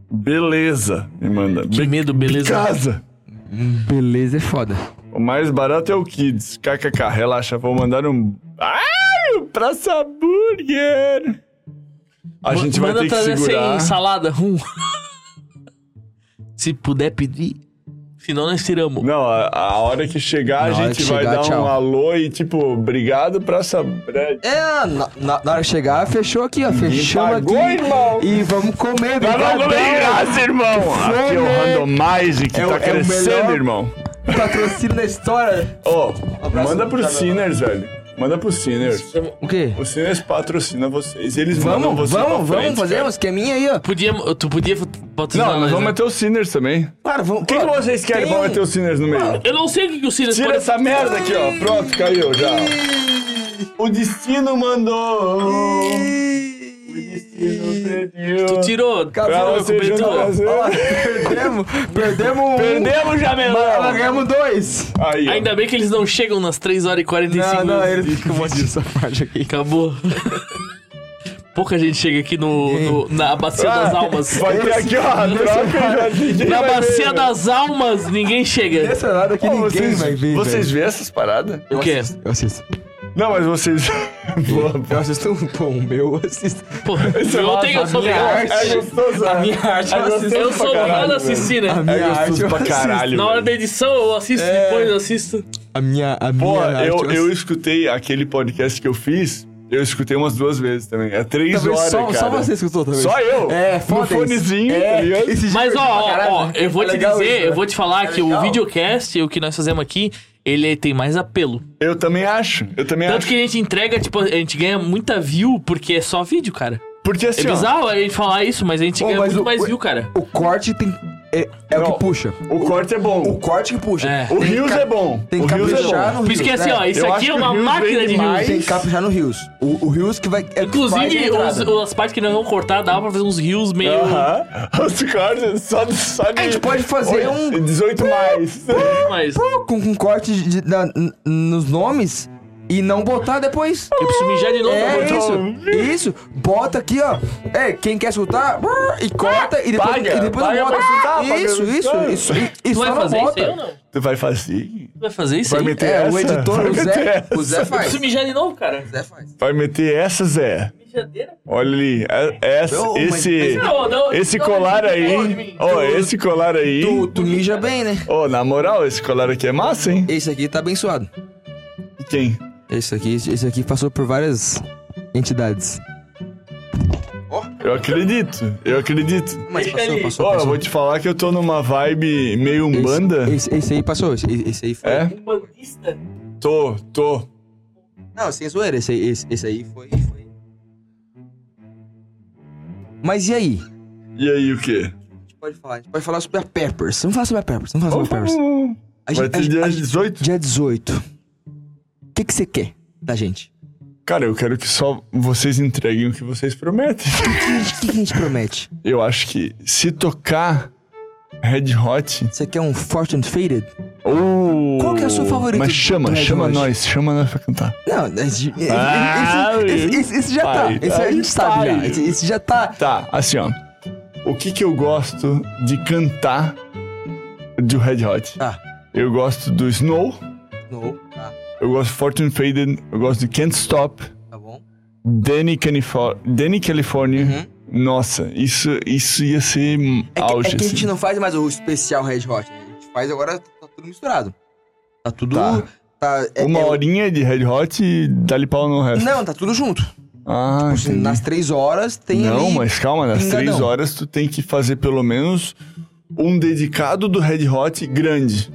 [SPEAKER 2] Beleza, me manda.
[SPEAKER 1] Que
[SPEAKER 2] Be-
[SPEAKER 1] medo, beleza.
[SPEAKER 2] Casa.
[SPEAKER 3] Beleza, é foda.
[SPEAKER 2] O mais barato é o Kids. KKK, relaxa, vou mandar um. Ai, um praça burger! A
[SPEAKER 1] Ma-
[SPEAKER 2] gente vai
[SPEAKER 1] Manda
[SPEAKER 2] ter que
[SPEAKER 1] trazer
[SPEAKER 2] segurar.
[SPEAKER 1] sem salada, rum. Se puder pedir, senão nós tiramos.
[SPEAKER 2] Não, a, a hora que chegar,
[SPEAKER 3] Na
[SPEAKER 2] a
[SPEAKER 3] hora
[SPEAKER 2] gente
[SPEAKER 3] que
[SPEAKER 2] vai
[SPEAKER 3] chegar,
[SPEAKER 2] dar
[SPEAKER 3] tchau.
[SPEAKER 2] um alô e tipo, obrigado, praça. Bre-
[SPEAKER 3] É, na, na- na hora que chegar, fechou aqui, ó. Fechamos aqui.
[SPEAKER 2] pagou, irmão. Tá
[SPEAKER 3] E vamos
[SPEAKER 2] Vai
[SPEAKER 3] comer,
[SPEAKER 2] lá,
[SPEAKER 3] brigadão.
[SPEAKER 2] vamos de graça, irmão! Aqui é o Randomize que
[SPEAKER 3] É o-
[SPEAKER 2] tá
[SPEAKER 3] é o melhor.
[SPEAKER 2] crescendo, irmão.
[SPEAKER 3] Patrocínio da história.
[SPEAKER 2] Ó,
[SPEAKER 3] abraço
[SPEAKER 2] manda pro
[SPEAKER 3] pro canal.
[SPEAKER 2] Sinners, velho. Manda pro Sinners.
[SPEAKER 3] O quê?
[SPEAKER 2] O Sinners patrocina vocês. Eles mandam
[SPEAKER 3] Vamos,
[SPEAKER 2] vocês pra
[SPEAKER 3] vamos,
[SPEAKER 2] frente,
[SPEAKER 3] vamos fazer
[SPEAKER 2] cara.
[SPEAKER 3] um esqueminha aí, ó.
[SPEAKER 1] Podia, tu podia patrocinar
[SPEAKER 2] Não, nós
[SPEAKER 1] nós,
[SPEAKER 2] vamos
[SPEAKER 1] né?
[SPEAKER 2] meter o Sinners também.
[SPEAKER 3] Claro, vamos.
[SPEAKER 2] O que, que vocês querem pra meter o Sinners no meio?
[SPEAKER 1] Eu não sei o que, que o Silas
[SPEAKER 2] Tira
[SPEAKER 1] pode...
[SPEAKER 2] essa merda aqui, ó. Pronto, caiu já. O destino mandou. O destino
[SPEAKER 1] Tu
[SPEAKER 2] pediu.
[SPEAKER 1] tirou.
[SPEAKER 2] Pra
[SPEAKER 1] tirou,
[SPEAKER 2] você
[SPEAKER 1] competiu.
[SPEAKER 2] juntar-
[SPEAKER 3] Perdemos, perdemos um.
[SPEAKER 2] Perdemos,
[SPEAKER 3] Mas
[SPEAKER 2] Jamelão.
[SPEAKER 3] ganhamos dois.
[SPEAKER 2] Aí, ó.
[SPEAKER 1] Ainda bem que eles não chegam nas 3 horas e 45
[SPEAKER 3] Não, não,
[SPEAKER 1] minutos.
[SPEAKER 3] ele fica mostrando essa parte aqui.
[SPEAKER 1] Acabou. Pouca gente chega aqui no, no- na Bacia
[SPEAKER 2] Ah.
[SPEAKER 1] das Almas.
[SPEAKER 2] Vai ter aqui,
[SPEAKER 1] [LAUGHS]
[SPEAKER 2] ó. Troca e já
[SPEAKER 1] Na Bacia das Almas, ninguém chega.
[SPEAKER 3] Dessa hora que
[SPEAKER 2] Pô,
[SPEAKER 3] ninguém
[SPEAKER 2] vocês,
[SPEAKER 3] vai ver.
[SPEAKER 2] vocês
[SPEAKER 3] velho.
[SPEAKER 2] vê essas paradas?
[SPEAKER 1] O quê?
[SPEAKER 3] Eu assisto.
[SPEAKER 2] Não, mas vocês. [LAUGHS] Boa,
[SPEAKER 3] Eu assisto um bom meu, eu assisto.
[SPEAKER 1] Pô, eu tenho, eu sou
[SPEAKER 3] minha
[SPEAKER 1] obrigado.
[SPEAKER 3] arte.
[SPEAKER 2] É gostoso, né?
[SPEAKER 3] minha arte eu
[SPEAKER 2] É gostoso
[SPEAKER 3] assisto
[SPEAKER 1] Eu
[SPEAKER 2] pra
[SPEAKER 1] sou obrigado
[SPEAKER 2] caralho,
[SPEAKER 1] a assistir,
[SPEAKER 3] A
[SPEAKER 1] né?
[SPEAKER 3] minha
[SPEAKER 2] velho. É
[SPEAKER 3] arte
[SPEAKER 2] gostoso
[SPEAKER 3] eu
[SPEAKER 2] pra
[SPEAKER 3] assisto.
[SPEAKER 2] caralho.
[SPEAKER 1] Na hora
[SPEAKER 2] velho.
[SPEAKER 1] da edição eu assisto,
[SPEAKER 3] É.
[SPEAKER 1] depois eu assisto.
[SPEAKER 3] A minha, a minha
[SPEAKER 2] Pô,
[SPEAKER 3] arte é assim.
[SPEAKER 2] eu, eu
[SPEAKER 3] assisto.
[SPEAKER 2] escutei aquele podcast que eu fiz, eu escutei umas duas vezes também. É três
[SPEAKER 3] Talvez
[SPEAKER 2] horas,
[SPEAKER 3] só,
[SPEAKER 2] cara.
[SPEAKER 3] só você escutou também.
[SPEAKER 2] Só eu?
[SPEAKER 3] É, foda É.
[SPEAKER 2] No fonezinho, tá ligado?
[SPEAKER 1] Mas ó, ó,
[SPEAKER 3] né?
[SPEAKER 1] ó, eu vou te dizer, eu vou te falar que o
[SPEAKER 3] legal.
[SPEAKER 1] videocast, o que nós fazemos aqui, ele tem mais apelo.
[SPEAKER 2] Eu também acho. Eu também
[SPEAKER 1] Tanto
[SPEAKER 2] acho.
[SPEAKER 1] que a gente entrega, tipo, a gente ganha muita view porque é só vídeo, cara.
[SPEAKER 2] Porque assim,
[SPEAKER 1] É
[SPEAKER 2] ó,
[SPEAKER 1] bizarro a gente falar isso, mas a gente
[SPEAKER 3] Pô,
[SPEAKER 1] ganha
[SPEAKER 3] mas
[SPEAKER 1] muito
[SPEAKER 3] o-
[SPEAKER 1] mais
[SPEAKER 3] o-
[SPEAKER 1] view, cara.
[SPEAKER 3] O corte tem é, é o
[SPEAKER 2] Não.
[SPEAKER 3] que puxa.
[SPEAKER 2] O corte é
[SPEAKER 3] O
[SPEAKER 2] bom.
[SPEAKER 3] corte que puxa.
[SPEAKER 1] É.
[SPEAKER 2] O
[SPEAKER 3] Tem
[SPEAKER 2] Rios
[SPEAKER 3] ca-
[SPEAKER 2] é bom.
[SPEAKER 3] Tem
[SPEAKER 2] O
[SPEAKER 3] que
[SPEAKER 2] Rios é
[SPEAKER 3] caprichar
[SPEAKER 2] bom.
[SPEAKER 3] no
[SPEAKER 1] Por
[SPEAKER 3] Rios.
[SPEAKER 1] isso que assim,
[SPEAKER 3] né?
[SPEAKER 1] ó, isso
[SPEAKER 2] Eu
[SPEAKER 1] aqui
[SPEAKER 2] acho
[SPEAKER 1] é
[SPEAKER 2] que
[SPEAKER 1] uma
[SPEAKER 2] o Rios
[SPEAKER 1] máquina
[SPEAKER 2] vem
[SPEAKER 1] de
[SPEAKER 2] demais.
[SPEAKER 1] rios.
[SPEAKER 3] Tem que caprichar no Rios. O, o Rios que vai. É, o que faz a
[SPEAKER 1] Inclusive,
[SPEAKER 3] entrada.
[SPEAKER 1] os- as partes que não vão cortar, dá pra fazer uns rios meio.
[SPEAKER 2] Aham. [LAUGHS] Os cortes só, de- só de.
[SPEAKER 3] A gente pode
[SPEAKER 2] Oi,
[SPEAKER 3] fazer um-
[SPEAKER 2] 18 mais.
[SPEAKER 1] Mas
[SPEAKER 3] com, com corte de- na- n- nos nomes e não botar depois.
[SPEAKER 1] eu preciso mijar de novo pra
[SPEAKER 3] É
[SPEAKER 1] cortar o-
[SPEAKER 3] isso, isso. Bota aqui, ó. É, quem quer escutar, brrr, e corta e depois,
[SPEAKER 2] Paga,
[SPEAKER 3] e depois
[SPEAKER 2] paga
[SPEAKER 3] bota.
[SPEAKER 2] pra escutar, paga
[SPEAKER 3] isso,
[SPEAKER 2] pra
[SPEAKER 3] isso,
[SPEAKER 2] escutar.
[SPEAKER 3] isso, isso.
[SPEAKER 1] Tu vai
[SPEAKER 3] E só não
[SPEAKER 1] fazer isso
[SPEAKER 3] bota.
[SPEAKER 1] aí ou não?
[SPEAKER 2] Tu vai assim, fazer.
[SPEAKER 1] Tu vai fazer isso
[SPEAKER 2] Vai
[SPEAKER 1] aí?
[SPEAKER 2] meter
[SPEAKER 3] É,
[SPEAKER 2] essa?
[SPEAKER 3] o editor,
[SPEAKER 2] vai
[SPEAKER 3] o
[SPEAKER 2] meter
[SPEAKER 3] Zé,
[SPEAKER 2] essa?
[SPEAKER 3] o Zé
[SPEAKER 1] Eu
[SPEAKER 3] faz.
[SPEAKER 1] preciso mijar de novo, cara.
[SPEAKER 8] Zé faz.
[SPEAKER 2] Vai meter essa, Zé.
[SPEAKER 1] Mijadeira?
[SPEAKER 2] Olha ali. é- Essa,
[SPEAKER 3] Não, mas-
[SPEAKER 2] esse.
[SPEAKER 3] mas
[SPEAKER 1] Não, não,
[SPEAKER 2] Esse
[SPEAKER 1] não,
[SPEAKER 2] colar
[SPEAKER 1] não,
[SPEAKER 2] aí.
[SPEAKER 1] não,
[SPEAKER 2] Ó, esse colar aí.
[SPEAKER 3] Tu, tu mija bem, né?
[SPEAKER 2] Ô, na moral, esse colar aqui é massa, hein?
[SPEAKER 3] Esse aqui tá abençoado.
[SPEAKER 2] Quem?
[SPEAKER 3] Esse aqui, esse aqui passou por várias entidades.
[SPEAKER 2] Eu acredito, eu acredito.
[SPEAKER 3] Mas
[SPEAKER 1] Deixa
[SPEAKER 3] passou,
[SPEAKER 1] ele.
[SPEAKER 3] passou,
[SPEAKER 2] Ó, eu
[SPEAKER 3] passou.
[SPEAKER 2] vou te falar que eu tô numa vibe meio
[SPEAKER 3] Esse-
[SPEAKER 2] umbanda.
[SPEAKER 3] Esse, esse aí passou, esse, esse aí foi.
[SPEAKER 2] É?
[SPEAKER 1] Um bandista?
[SPEAKER 2] Tô, tô.
[SPEAKER 3] Não, sem zoeira, esse, aí- esse, esse aí foi, foi. Mas e aí?
[SPEAKER 2] E aí, o quê?
[SPEAKER 3] gente pode falar. A gente pode falar sobre a Peppers. Vamos falar sobre a Peppers. Vamos falar sobre a Peppers. A
[SPEAKER 2] Vai
[SPEAKER 3] gente, a
[SPEAKER 2] ter
[SPEAKER 3] gente-
[SPEAKER 2] dia
[SPEAKER 3] a gente-
[SPEAKER 2] 18?
[SPEAKER 3] dia 18. O que que você quer da gente?
[SPEAKER 2] Cara, eu quero que só vocês entreguem o que vocês prometem. [LAUGHS]
[SPEAKER 3] O que, que a gente promete?
[SPEAKER 2] Eu acho que se tocar Red Hot
[SPEAKER 3] Você quer um Fortune Faded?
[SPEAKER 2] ou...
[SPEAKER 3] Qual que é o seu favorito
[SPEAKER 2] Mas
[SPEAKER 3] do
[SPEAKER 2] chama,
[SPEAKER 3] Red
[SPEAKER 2] chama
[SPEAKER 3] Hot?
[SPEAKER 2] nós, chama nós pra cantar.
[SPEAKER 3] Não, a gente-
[SPEAKER 2] Ah,
[SPEAKER 3] esse, esse- esse- esse já tá.
[SPEAKER 2] pai,
[SPEAKER 3] Esse a gente
[SPEAKER 2] aí,
[SPEAKER 3] sabe já.
[SPEAKER 2] pai.
[SPEAKER 3] Esse, esse já tá.
[SPEAKER 2] Tá, assim, ó. O que que eu gosto de cantar do Red Hot?
[SPEAKER 3] Tá.
[SPEAKER 2] Eu gosto do Snow,
[SPEAKER 3] No, tá,
[SPEAKER 2] eu gosto de Fortune Faded, eu gosto de Can't Stop,
[SPEAKER 3] tá bom. Uhum.
[SPEAKER 2] Danny, Canifo Danny California. Nossa, isso, isso ia ser hum,
[SPEAKER 3] É que,
[SPEAKER 2] auge.
[SPEAKER 3] é que a gente
[SPEAKER 2] assim.
[SPEAKER 3] não faz mais o especial Red Hot. né? A gente faz agora, tá tudo misturado. Tá tudo.
[SPEAKER 2] Tá.
[SPEAKER 3] tá- é-
[SPEAKER 2] Uma
[SPEAKER 3] é-
[SPEAKER 2] horinha de Red Hot e dá-lhe pau no resto.
[SPEAKER 3] Não, tá tudo junto.
[SPEAKER 2] ah,
[SPEAKER 3] Assim,
[SPEAKER 2] né? entendi.
[SPEAKER 3] Nas três horas tem
[SPEAKER 2] Não,
[SPEAKER 3] ali-
[SPEAKER 2] mas calma, nas
[SPEAKER 3] pingadão.
[SPEAKER 2] três horas tu tem que fazer pelo menos um dedicado do Red Hot grande.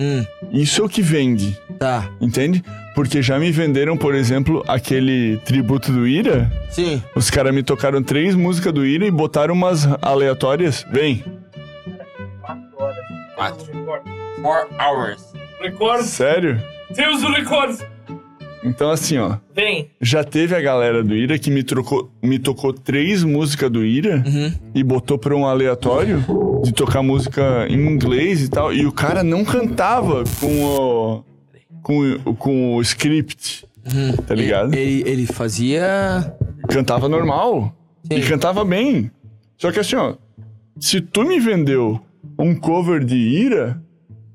[SPEAKER 3] Hum,
[SPEAKER 2] Isso é o que vende,
[SPEAKER 3] tá.
[SPEAKER 2] entende? Porque já me venderam, por exemplo, aquele tributo do Ira.
[SPEAKER 3] Sim.
[SPEAKER 2] Os caras me tocaram três músicas do Ira e botaram umas aleatórias. Vem,
[SPEAKER 8] Four hours.
[SPEAKER 1] Recordes.
[SPEAKER 2] sério?
[SPEAKER 1] Temos o recordes.
[SPEAKER 2] Então assim, ó.
[SPEAKER 1] Vem.
[SPEAKER 2] Já teve a galera do Ira que me, trocou, me tocou três músicas do Ira e botou pra um aleatório de tocar música em inglês e tal. E o cara não cantava com o. com, o- com o script. Tá ligado?
[SPEAKER 3] Ele, ele fazia.
[SPEAKER 2] Cantava normal. E cantava bem. Só que assim, ó. Se tu me vendeu um cover de Ira,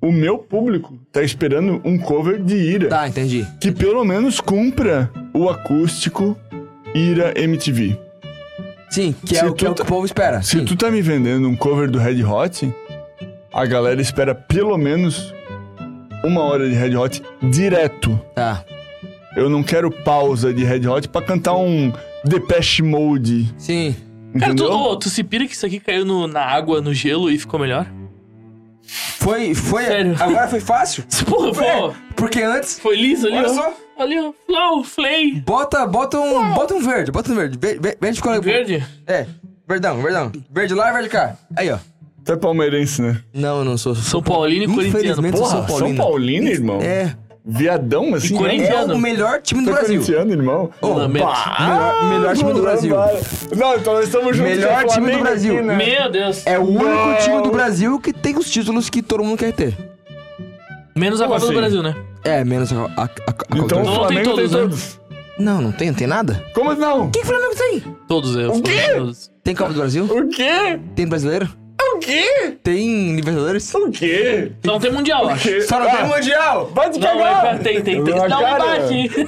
[SPEAKER 2] o meu público tá esperando um cover de Ira
[SPEAKER 3] Tá, entendi.
[SPEAKER 2] que pelo menos cumpra o acústico Ira MTV.
[SPEAKER 3] Sim, que é,
[SPEAKER 2] Se
[SPEAKER 3] o, que, é o
[SPEAKER 2] tu tá-
[SPEAKER 3] que o povo espera.
[SPEAKER 2] Se
[SPEAKER 3] Sim.
[SPEAKER 2] tu tá me vendendo um cover do Red Hot, a galera espera pelo menos uma hora de Red Hot direto.
[SPEAKER 3] Tá.
[SPEAKER 2] Eu não quero pausa de Red Hot pra cantar um Depeche Mode,
[SPEAKER 3] Sim.
[SPEAKER 1] Cara, tu,
[SPEAKER 2] entendeu?
[SPEAKER 1] ô, tu se pira que isso aqui caiu no- na água, no gelo e ficou melhor? [LAUGHS]
[SPEAKER 3] Foi. foi
[SPEAKER 1] Sério?
[SPEAKER 3] Agora foi fácil?
[SPEAKER 1] Porra,
[SPEAKER 3] Foi.
[SPEAKER 1] pô.
[SPEAKER 3] Porque antes.
[SPEAKER 1] Foi liso ali,
[SPEAKER 3] Olha
[SPEAKER 1] ó.
[SPEAKER 3] só.
[SPEAKER 1] Ali, ó. Flau, flay.
[SPEAKER 3] Bota, bota um. Bota um verde, bota um verde. Ve- ve- Verde ficou
[SPEAKER 1] Verde.
[SPEAKER 3] É. Verdão, verdão. Verde lá, verde cá. Aí, ó.
[SPEAKER 2] Tu é palmeirense, né?
[SPEAKER 3] Não, eu não sou.
[SPEAKER 1] São Paulino e corintiano.
[SPEAKER 3] Infelizmente,
[SPEAKER 1] Porra.
[SPEAKER 3] sou São
[SPEAKER 2] Ah, São
[SPEAKER 3] Paulino.
[SPEAKER 2] Paulino, irmão?
[SPEAKER 3] É.
[SPEAKER 2] Viadão, assim,
[SPEAKER 1] E
[SPEAKER 2] né?
[SPEAKER 1] Corinthians?
[SPEAKER 3] É
[SPEAKER 1] Corintiano.
[SPEAKER 3] o melhor time do
[SPEAKER 2] Tu é
[SPEAKER 3] Brasil.
[SPEAKER 2] corintiano, irmão? Ah,
[SPEAKER 3] Ô,
[SPEAKER 1] Lamento.
[SPEAKER 3] melhor, melhor time do Brasil.
[SPEAKER 2] Não, então nós estamos juntos.
[SPEAKER 3] Melhor
[SPEAKER 2] é
[SPEAKER 3] time do
[SPEAKER 2] Flamengo aqui,
[SPEAKER 3] Brasil.
[SPEAKER 2] né?
[SPEAKER 1] Meu Deus.
[SPEAKER 3] É o único
[SPEAKER 2] Não.
[SPEAKER 3] time do Brasil que tem os títulos que todo mundo quer ter.
[SPEAKER 1] Menos a
[SPEAKER 2] Como
[SPEAKER 1] Copa do
[SPEAKER 2] assim?
[SPEAKER 1] Brasil, né?
[SPEAKER 3] É, menos a. a, a, a
[SPEAKER 2] Então
[SPEAKER 1] Não,
[SPEAKER 2] o
[SPEAKER 1] tem
[SPEAKER 2] Flamengo
[SPEAKER 1] todos,
[SPEAKER 2] tem
[SPEAKER 1] né?
[SPEAKER 2] todos.
[SPEAKER 3] Não, não tem, não tem nada.
[SPEAKER 2] Como não?
[SPEAKER 3] O que o Flamengo tem?
[SPEAKER 1] Todos é, eu.
[SPEAKER 2] O quê?
[SPEAKER 1] Todos.
[SPEAKER 3] Tem Copa do Brasil?
[SPEAKER 2] O quê?
[SPEAKER 3] Tem brasileiro?
[SPEAKER 2] O quê?
[SPEAKER 3] Tem Libertadores?
[SPEAKER 2] O quê?
[SPEAKER 1] Então tem mundial,
[SPEAKER 3] [LAUGHS]
[SPEAKER 1] acho.
[SPEAKER 3] Só não tem
[SPEAKER 2] mundial! Vai te
[SPEAKER 1] Não,
[SPEAKER 2] cagar!
[SPEAKER 1] é, tem, tem, tem.
[SPEAKER 2] Na
[SPEAKER 1] Não,
[SPEAKER 2] cara.
[SPEAKER 1] bate. [LAUGHS]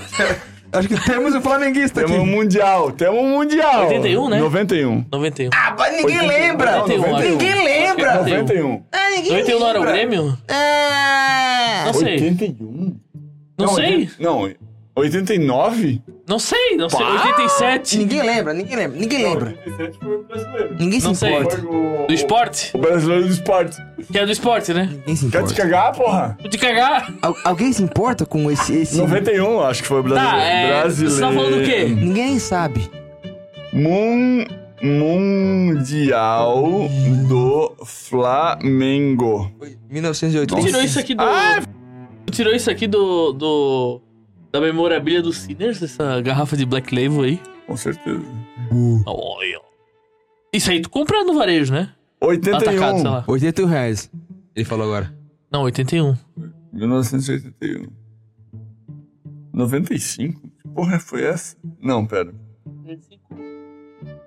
[SPEAKER 3] Acho que temos o flamenguista
[SPEAKER 2] Temos um
[SPEAKER 3] aqui.
[SPEAKER 2] mundial, temos um mundial!
[SPEAKER 1] 81, né?
[SPEAKER 2] 91.
[SPEAKER 1] 91.
[SPEAKER 3] Ah, mas ninguém lembra!
[SPEAKER 1] 91, acho.
[SPEAKER 3] Ninguém lembra!
[SPEAKER 2] 91.
[SPEAKER 6] Ah,
[SPEAKER 3] um.
[SPEAKER 6] ninguém
[SPEAKER 1] 91 não era o
[SPEAKER 6] lembra.
[SPEAKER 1] Grêmio?
[SPEAKER 6] Ah,
[SPEAKER 1] Não sei.
[SPEAKER 2] 81?
[SPEAKER 1] Não
[SPEAKER 3] é
[SPEAKER 1] sei.
[SPEAKER 2] Não, 89?
[SPEAKER 1] Não sei. Não sei. 87.
[SPEAKER 3] Ninguém lembra, ninguém lembra, ninguém lembra.
[SPEAKER 2] 87 foi o brasileiro.
[SPEAKER 3] Ninguém se
[SPEAKER 1] Não sei.
[SPEAKER 3] importa.
[SPEAKER 2] O,
[SPEAKER 1] Do esporte?
[SPEAKER 2] o brasileiro do esporte.
[SPEAKER 1] Que é do esporte, né?
[SPEAKER 3] Ninguém se
[SPEAKER 2] Quer te
[SPEAKER 3] importa.
[SPEAKER 2] cagar, porra?
[SPEAKER 1] Vou te cagar.
[SPEAKER 3] Al- alguém se importa com esse. esse...
[SPEAKER 2] 91, acho que foi o brasileiro.
[SPEAKER 1] Tá, é.
[SPEAKER 2] brasileiro.
[SPEAKER 1] Você tá falando do quê?
[SPEAKER 3] Ninguém sabe.
[SPEAKER 2] Mun... Mundial do Flamengo.
[SPEAKER 3] 1980.
[SPEAKER 1] Tu tirou isso aqui do.
[SPEAKER 2] Ah,
[SPEAKER 1] Tu tirou isso aqui do. do da memorabilia do Sinners, essa garrafa de Black Label aí.
[SPEAKER 2] Ah, Com certeza.
[SPEAKER 1] Olha. Isso aí tu compra no varejo, né? Atacado, sei
[SPEAKER 2] 81.
[SPEAKER 1] lá.
[SPEAKER 3] 81 reais. Ele falou agora.
[SPEAKER 1] Não, 81.
[SPEAKER 2] 1981. 95? Que porra foi essa? Não, pera.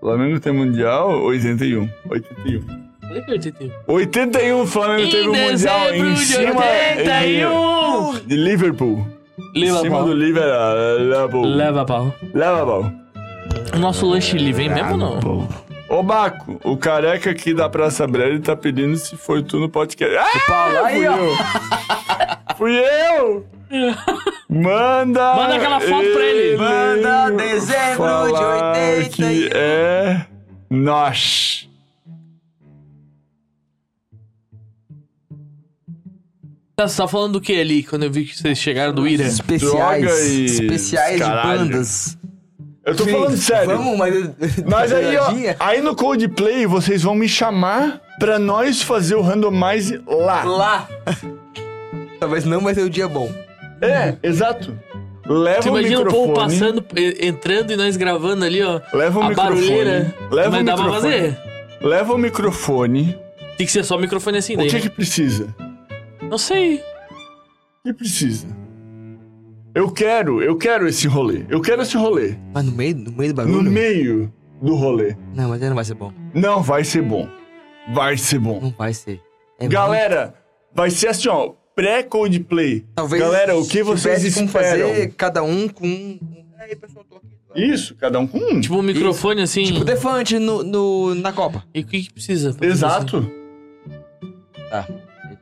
[SPEAKER 2] Flamengo tem Mundial, 81. 81.
[SPEAKER 1] Por que é 81?
[SPEAKER 2] 81 Flamengo teve o Mundial em cima
[SPEAKER 1] um.
[SPEAKER 2] de- de Liverpool.
[SPEAKER 1] Leva
[SPEAKER 2] em cima
[SPEAKER 1] pau.
[SPEAKER 2] do Liverpool.
[SPEAKER 1] Leva pau.
[SPEAKER 2] Liverpool.
[SPEAKER 1] O nosso lanche ele vem mesmo ou não?
[SPEAKER 2] Ô Baco, o careca aqui da Praça Breve tá pedindo se foi tu no podcast. Ah, fui eu. fui eu. Manda.
[SPEAKER 1] Manda aquela foto pra ele.
[SPEAKER 4] Manda dezembro de
[SPEAKER 2] falar
[SPEAKER 4] 81.
[SPEAKER 2] que é nós.
[SPEAKER 1] Tá, você tá falando do que ali quando eu vi que vocês chegaram do Ira?
[SPEAKER 3] Especiais.
[SPEAKER 2] É. Droga e-
[SPEAKER 3] Especiais
[SPEAKER 2] Caralho.
[SPEAKER 3] de bandas.
[SPEAKER 2] Eu tô
[SPEAKER 3] Gente,
[SPEAKER 2] falando sério.
[SPEAKER 3] Vamos, mas.
[SPEAKER 2] Mas aí, ó,
[SPEAKER 3] Jogadinha?
[SPEAKER 2] aí no Coldplay vocês vão me chamar pra nós fazer o randomize lá.
[SPEAKER 3] Lá. Talvez não vai ser o dia bom.
[SPEAKER 2] É, exato. Leva
[SPEAKER 1] Tu
[SPEAKER 2] o
[SPEAKER 1] imagina o
[SPEAKER 2] microfone.
[SPEAKER 1] povo passando, e- entrando e nós gravando ali, ó.
[SPEAKER 2] Leva o
[SPEAKER 1] a
[SPEAKER 2] Tipo um microfone.
[SPEAKER 1] barulheira.
[SPEAKER 2] Leva
[SPEAKER 1] Mas
[SPEAKER 2] o
[SPEAKER 1] dá pra
[SPEAKER 2] microfone.
[SPEAKER 1] fazer.
[SPEAKER 2] Leva o microfone.
[SPEAKER 1] Tem que ser só o microfone assim
[SPEAKER 2] O
[SPEAKER 1] daí.
[SPEAKER 2] que
[SPEAKER 1] né?
[SPEAKER 2] que precisa?
[SPEAKER 1] Não sei.
[SPEAKER 2] O que precisa? Eu quero, eu quero esse rolê. Eu quero esse rolê.
[SPEAKER 3] Mas no meio, no meio do
[SPEAKER 2] No
[SPEAKER 3] bagulho?
[SPEAKER 2] meio do rolê.
[SPEAKER 3] Não, mas aí não vai ser bom.
[SPEAKER 2] Não vai ser bom. Vai ser bom.
[SPEAKER 3] Não vai ser. É
[SPEAKER 2] Galera, vai ser assim, ó. Pré-Coldplay.
[SPEAKER 3] Talvez
[SPEAKER 2] Galera, o que vocês
[SPEAKER 3] tivesse como
[SPEAKER 2] esperam?
[SPEAKER 3] fazer cada um com um. Aí, pessoal, tô aqui.
[SPEAKER 2] Isso, cada um com um.
[SPEAKER 1] Tipo um microfone assim.
[SPEAKER 3] Tipo Defante no, no, na Copa.
[SPEAKER 1] E o que, que precisa? pra fazer assim? isso?
[SPEAKER 2] Exato.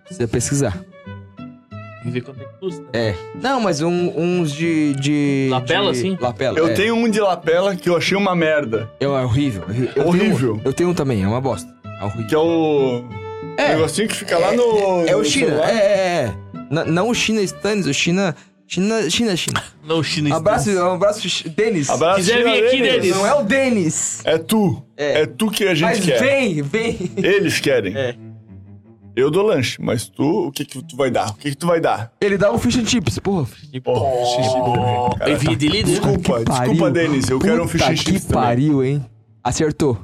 [SPEAKER 3] Precisa pesquisar.
[SPEAKER 1] Tem que ver quanto é que custa.
[SPEAKER 3] É. Não, mas um- uns de, de.
[SPEAKER 1] Lapela,
[SPEAKER 3] de-
[SPEAKER 1] assim?
[SPEAKER 3] Lapela.
[SPEAKER 2] Eu
[SPEAKER 3] é.
[SPEAKER 2] tenho um de lapela que eu achei uma merda.
[SPEAKER 3] Eu, é horrível. Eu tenho um-
[SPEAKER 2] Horrível.
[SPEAKER 3] eu tenho um também, é uma bosta. É horrível.
[SPEAKER 2] Que é o.
[SPEAKER 3] É.
[SPEAKER 2] negocinho que fica lá no.
[SPEAKER 3] É o
[SPEAKER 2] no
[SPEAKER 3] China,
[SPEAKER 2] celular.
[SPEAKER 3] é, é, é. Na- não o China Stannis, o China. China, China, China.
[SPEAKER 1] Não, o chinês.
[SPEAKER 3] Abraço, um abraço, Ch- Denis.
[SPEAKER 2] Abraço,
[SPEAKER 1] Quiser
[SPEAKER 2] China,
[SPEAKER 1] vir aqui, Denis.
[SPEAKER 3] Não é o Denis.
[SPEAKER 2] É tu.
[SPEAKER 3] É.
[SPEAKER 2] É. tu que a gente
[SPEAKER 3] Mas
[SPEAKER 2] quer.
[SPEAKER 3] vem, vem.
[SPEAKER 2] Eles querem.
[SPEAKER 3] É.
[SPEAKER 2] Eu dou lanche, mas tu, o que que tu vai dar? O que que tu vai dar?
[SPEAKER 3] Ele dá um fish and chips, porra.
[SPEAKER 2] Porra, xixi,
[SPEAKER 1] Oh,
[SPEAKER 2] cara. tá.
[SPEAKER 1] envia de líder.
[SPEAKER 2] Desculpa,
[SPEAKER 3] Que pariu.
[SPEAKER 2] desculpa, Denis. Eu quero um fish
[SPEAKER 3] Puta
[SPEAKER 2] and chips
[SPEAKER 3] que
[SPEAKER 2] também.
[SPEAKER 3] pariu, hein? Acertou.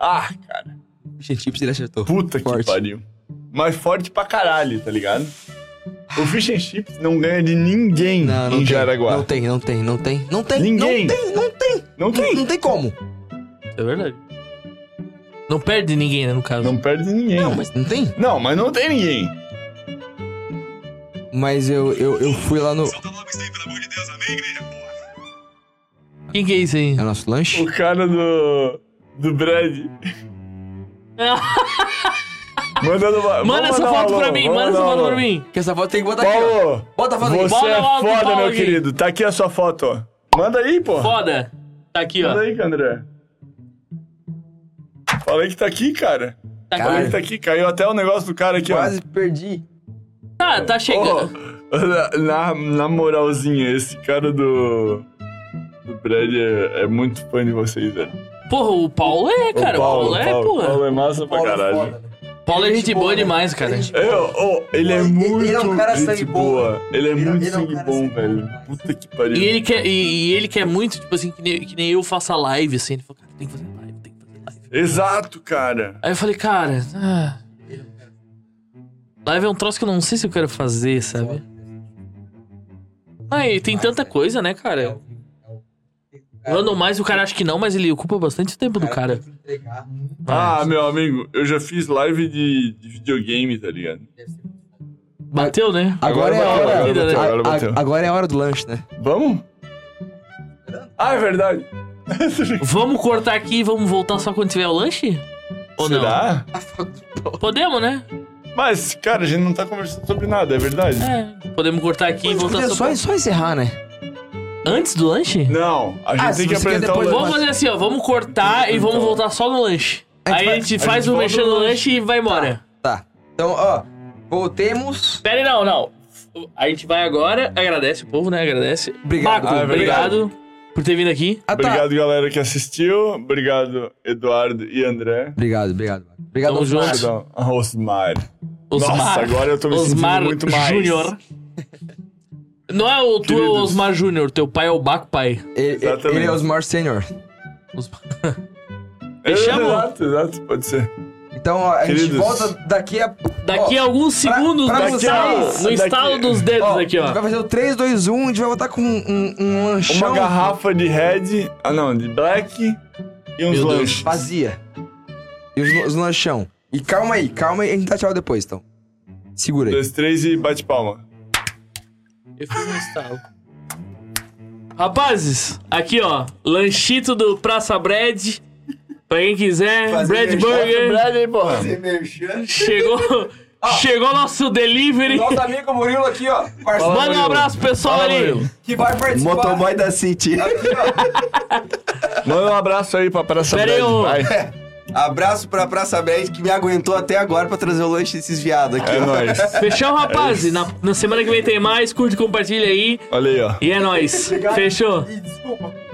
[SPEAKER 2] Ah, cara.
[SPEAKER 3] Fish and chips ele acertou.
[SPEAKER 2] Puta
[SPEAKER 3] Forte.
[SPEAKER 2] que pariu. Mas forte pra caralho, tá ligado? O fish and chips não ganha de ninguém
[SPEAKER 3] Não, não
[SPEAKER 2] em
[SPEAKER 3] tem.
[SPEAKER 2] Jaraguá.
[SPEAKER 3] Não tem, não tem, não tem. Não tem.
[SPEAKER 2] Ninguém.
[SPEAKER 3] Não tem, não tem.
[SPEAKER 2] Não tem.
[SPEAKER 3] Não tem como.
[SPEAKER 1] É verdade. Não perde ninguém, né, no caso.
[SPEAKER 2] Não perde de ninguém.
[SPEAKER 3] Não, mas não tem.
[SPEAKER 2] Não, mas não tem ninguém.
[SPEAKER 3] Mas eu, eu, eu fui lá no. é
[SPEAKER 7] Solta logo isso aí, pelo amor de Deus. Amém, igreja? Porra.
[SPEAKER 1] Quem que é isso aí?
[SPEAKER 3] É o nosso
[SPEAKER 2] O
[SPEAKER 3] lanche?
[SPEAKER 2] cara do.
[SPEAKER 1] [LAUGHS]
[SPEAKER 2] do Brad. Mandando uma.
[SPEAKER 1] Manda essa foto pra mim, manda
[SPEAKER 2] um
[SPEAKER 1] essa foto pra mim.
[SPEAKER 3] Que essa foto tem que botar Tá aqui,
[SPEAKER 2] Paulo,
[SPEAKER 3] ó. Bota a foto aqui.
[SPEAKER 2] você
[SPEAKER 1] Bora
[SPEAKER 2] é
[SPEAKER 1] logo,
[SPEAKER 2] foda,
[SPEAKER 1] Paulo,
[SPEAKER 2] meu
[SPEAKER 1] aqui.
[SPEAKER 2] querido. Tá aqui a sua foto, ó. Manda aí, pô.
[SPEAKER 1] Foda. Tá aqui,
[SPEAKER 2] Manda
[SPEAKER 1] ó.
[SPEAKER 2] aí, André. Falei que tá aqui, cara.
[SPEAKER 1] Tá aqui.
[SPEAKER 2] Falei que tá aqui. Caiu até o negócio do cara aqui,
[SPEAKER 3] Quase perdi.
[SPEAKER 1] Tá, tá
[SPEAKER 2] ó. Ô,
[SPEAKER 1] chegando.
[SPEAKER 2] na, na- na moralzinha, esse cara do. do Brad é, é muito fã de vocês, velho.
[SPEAKER 1] Porra, o Paulo é, cara. O Paulo, é,
[SPEAKER 2] Paulo,
[SPEAKER 1] porra.
[SPEAKER 2] Paulo é massa pra caralho.
[SPEAKER 1] O Paulo é gente
[SPEAKER 2] né?
[SPEAKER 1] boa demais, cara.
[SPEAKER 2] Eu, oh, ele é
[SPEAKER 3] Ele-
[SPEAKER 2] muito
[SPEAKER 3] ele é um cara
[SPEAKER 2] gente
[SPEAKER 3] sangue bom,
[SPEAKER 2] boa. Ele é muito
[SPEAKER 3] ele é um
[SPEAKER 2] sangue
[SPEAKER 3] cara
[SPEAKER 2] bom,
[SPEAKER 3] sangue
[SPEAKER 2] velho.
[SPEAKER 3] bom.
[SPEAKER 2] Puta que pariu.
[SPEAKER 1] E ele quer, e, e ele quer muito, tipo assim, que nem, que nem eu faça live, assim. Ele falou, cara, tem que fazer live, tem que fazer live.
[SPEAKER 2] Exato, cara.
[SPEAKER 1] Aí eu falei, cara. ah, live é um troço que eu não sei se eu quero fazer,
[SPEAKER 3] Tá
[SPEAKER 1] sabe? Ah, e tem tanta coisa, né, cara? Random mais, o cara acha que não, mas ele ocupa bastante tempo do cara.
[SPEAKER 2] Ah, meu amigo, eu já fiz live de, de videogame, tá ligado?
[SPEAKER 1] Bateu, né?
[SPEAKER 2] Agora
[SPEAKER 3] Agora, é a
[SPEAKER 2] bateu,
[SPEAKER 3] hora.
[SPEAKER 1] agora bateu,
[SPEAKER 2] agora
[SPEAKER 3] A- a-
[SPEAKER 2] bateu.
[SPEAKER 3] agora é a hora do lanche, né?
[SPEAKER 2] Vamos? Ah, é [LAUGHS] verdade.
[SPEAKER 1] Vamos cortar aqui e vamos voltar só quando tiver o lanche? Ou
[SPEAKER 2] Será?
[SPEAKER 1] não? Podemos, né?
[SPEAKER 2] Mas, cara, a gente não tá conversando sobre nada, é verdade?
[SPEAKER 1] É. Podemos cortar aqui e voltar
[SPEAKER 3] Podia
[SPEAKER 1] só.
[SPEAKER 3] só, só encerrar, né?
[SPEAKER 1] Antes do lanche?
[SPEAKER 2] é Não, a gente
[SPEAKER 3] Ah, se
[SPEAKER 2] tem que
[SPEAKER 3] você quer
[SPEAKER 2] apresentar
[SPEAKER 3] depois-
[SPEAKER 2] o
[SPEAKER 1] Vamos
[SPEAKER 3] Mas-
[SPEAKER 1] fazer assim, ó. Vamos cortar e vamos voltar só no lanche.
[SPEAKER 3] A gente
[SPEAKER 1] Aí
[SPEAKER 3] vai-
[SPEAKER 1] a gente
[SPEAKER 2] É a
[SPEAKER 1] faz
[SPEAKER 2] gente
[SPEAKER 1] o
[SPEAKER 2] volta
[SPEAKER 1] mexendo
[SPEAKER 2] no
[SPEAKER 1] no lanche e vai embora.
[SPEAKER 3] Tá. Então, ó, voltemos.
[SPEAKER 1] Pera aí, não, não. A gente vai agora, agradece o povo, né? Agradece.
[SPEAKER 3] Obrigado.
[SPEAKER 1] Baco,
[SPEAKER 2] Ah, é verdade.
[SPEAKER 1] obrigado.
[SPEAKER 3] Por
[SPEAKER 1] por ter vindo aqui.
[SPEAKER 3] Ah, tá.
[SPEAKER 2] Obrigado, galera, que assistiu. Obrigado, Eduardo e André.
[SPEAKER 3] Obrigado, obrigado. Obrigado,
[SPEAKER 1] Tamo
[SPEAKER 3] Osmar.
[SPEAKER 1] junto.
[SPEAKER 2] Obrigado, Osmar.
[SPEAKER 1] Osmar.
[SPEAKER 2] Nossa, agora eu tô me
[SPEAKER 1] Osmar
[SPEAKER 2] sentindo muito mais.
[SPEAKER 1] Júnior. Não é o tu é o
[SPEAKER 2] Queridos.
[SPEAKER 1] Osmar Júnior, teu pai é o Baco Pai.
[SPEAKER 3] Ele,
[SPEAKER 2] Exatamente.
[SPEAKER 3] ele é Osmar Senior.
[SPEAKER 1] Osmar.
[SPEAKER 2] É,
[SPEAKER 1] Fechamos?
[SPEAKER 2] Exato, exato, pode ser.
[SPEAKER 3] Então, ó, a gente
[SPEAKER 2] Queridos.
[SPEAKER 3] volta daqui a.
[SPEAKER 1] Daqui a um,
[SPEAKER 3] ó,
[SPEAKER 1] alguns segundos,
[SPEAKER 3] pra
[SPEAKER 1] daqui a-
[SPEAKER 2] vocês-
[SPEAKER 1] no estalo
[SPEAKER 2] daqui-
[SPEAKER 1] dos dedos
[SPEAKER 3] ó,
[SPEAKER 1] aqui,
[SPEAKER 3] A gente vai
[SPEAKER 1] ó.
[SPEAKER 3] fazer o 3, 2, 1, a gente vai voltar com um, um, um
[SPEAKER 2] Uma
[SPEAKER 3] lanchão.
[SPEAKER 2] garrafa de red. Ah, não, de black e
[SPEAKER 1] Meu
[SPEAKER 2] uns
[SPEAKER 1] Deus.
[SPEAKER 2] lanches.
[SPEAKER 3] Vazia. E os, os lanchão. E calma aí, calma aí, a gente dá tchau depois, então. Segura
[SPEAKER 2] Um,
[SPEAKER 3] aí.
[SPEAKER 2] dois, três e bate palma.
[SPEAKER 1] Eu fiz um estalo. Rapazes, aqui ó, lanchito do Praça Bread. Pra quem quiser, Bread Burger.
[SPEAKER 2] Brother, porra.
[SPEAKER 1] Chegou, chegou nosso delivery.
[SPEAKER 3] Nosso amigo Murilo aqui, ó. Parceiro
[SPEAKER 1] Manda um abraço pro pessoal ali.
[SPEAKER 3] que vai participar.
[SPEAKER 9] Motoboy da City.
[SPEAKER 2] Manda um abraço aí pra Praça
[SPEAKER 1] Pera aí,
[SPEAKER 2] Brad,
[SPEAKER 1] ô.
[SPEAKER 2] vai.
[SPEAKER 9] Abraço pra Praça Brad que me aguentou até agora pra trazer o lanche desses viados aqui.
[SPEAKER 2] É
[SPEAKER 9] ó.
[SPEAKER 2] nóis.
[SPEAKER 1] Fechou, rapazes. Na, na semana que vem tem mais. Curte, compartilha aí.
[SPEAKER 2] Olha aí, ó.
[SPEAKER 1] E é nóis. Fechou.
[SPEAKER 4] Ih, desculpa.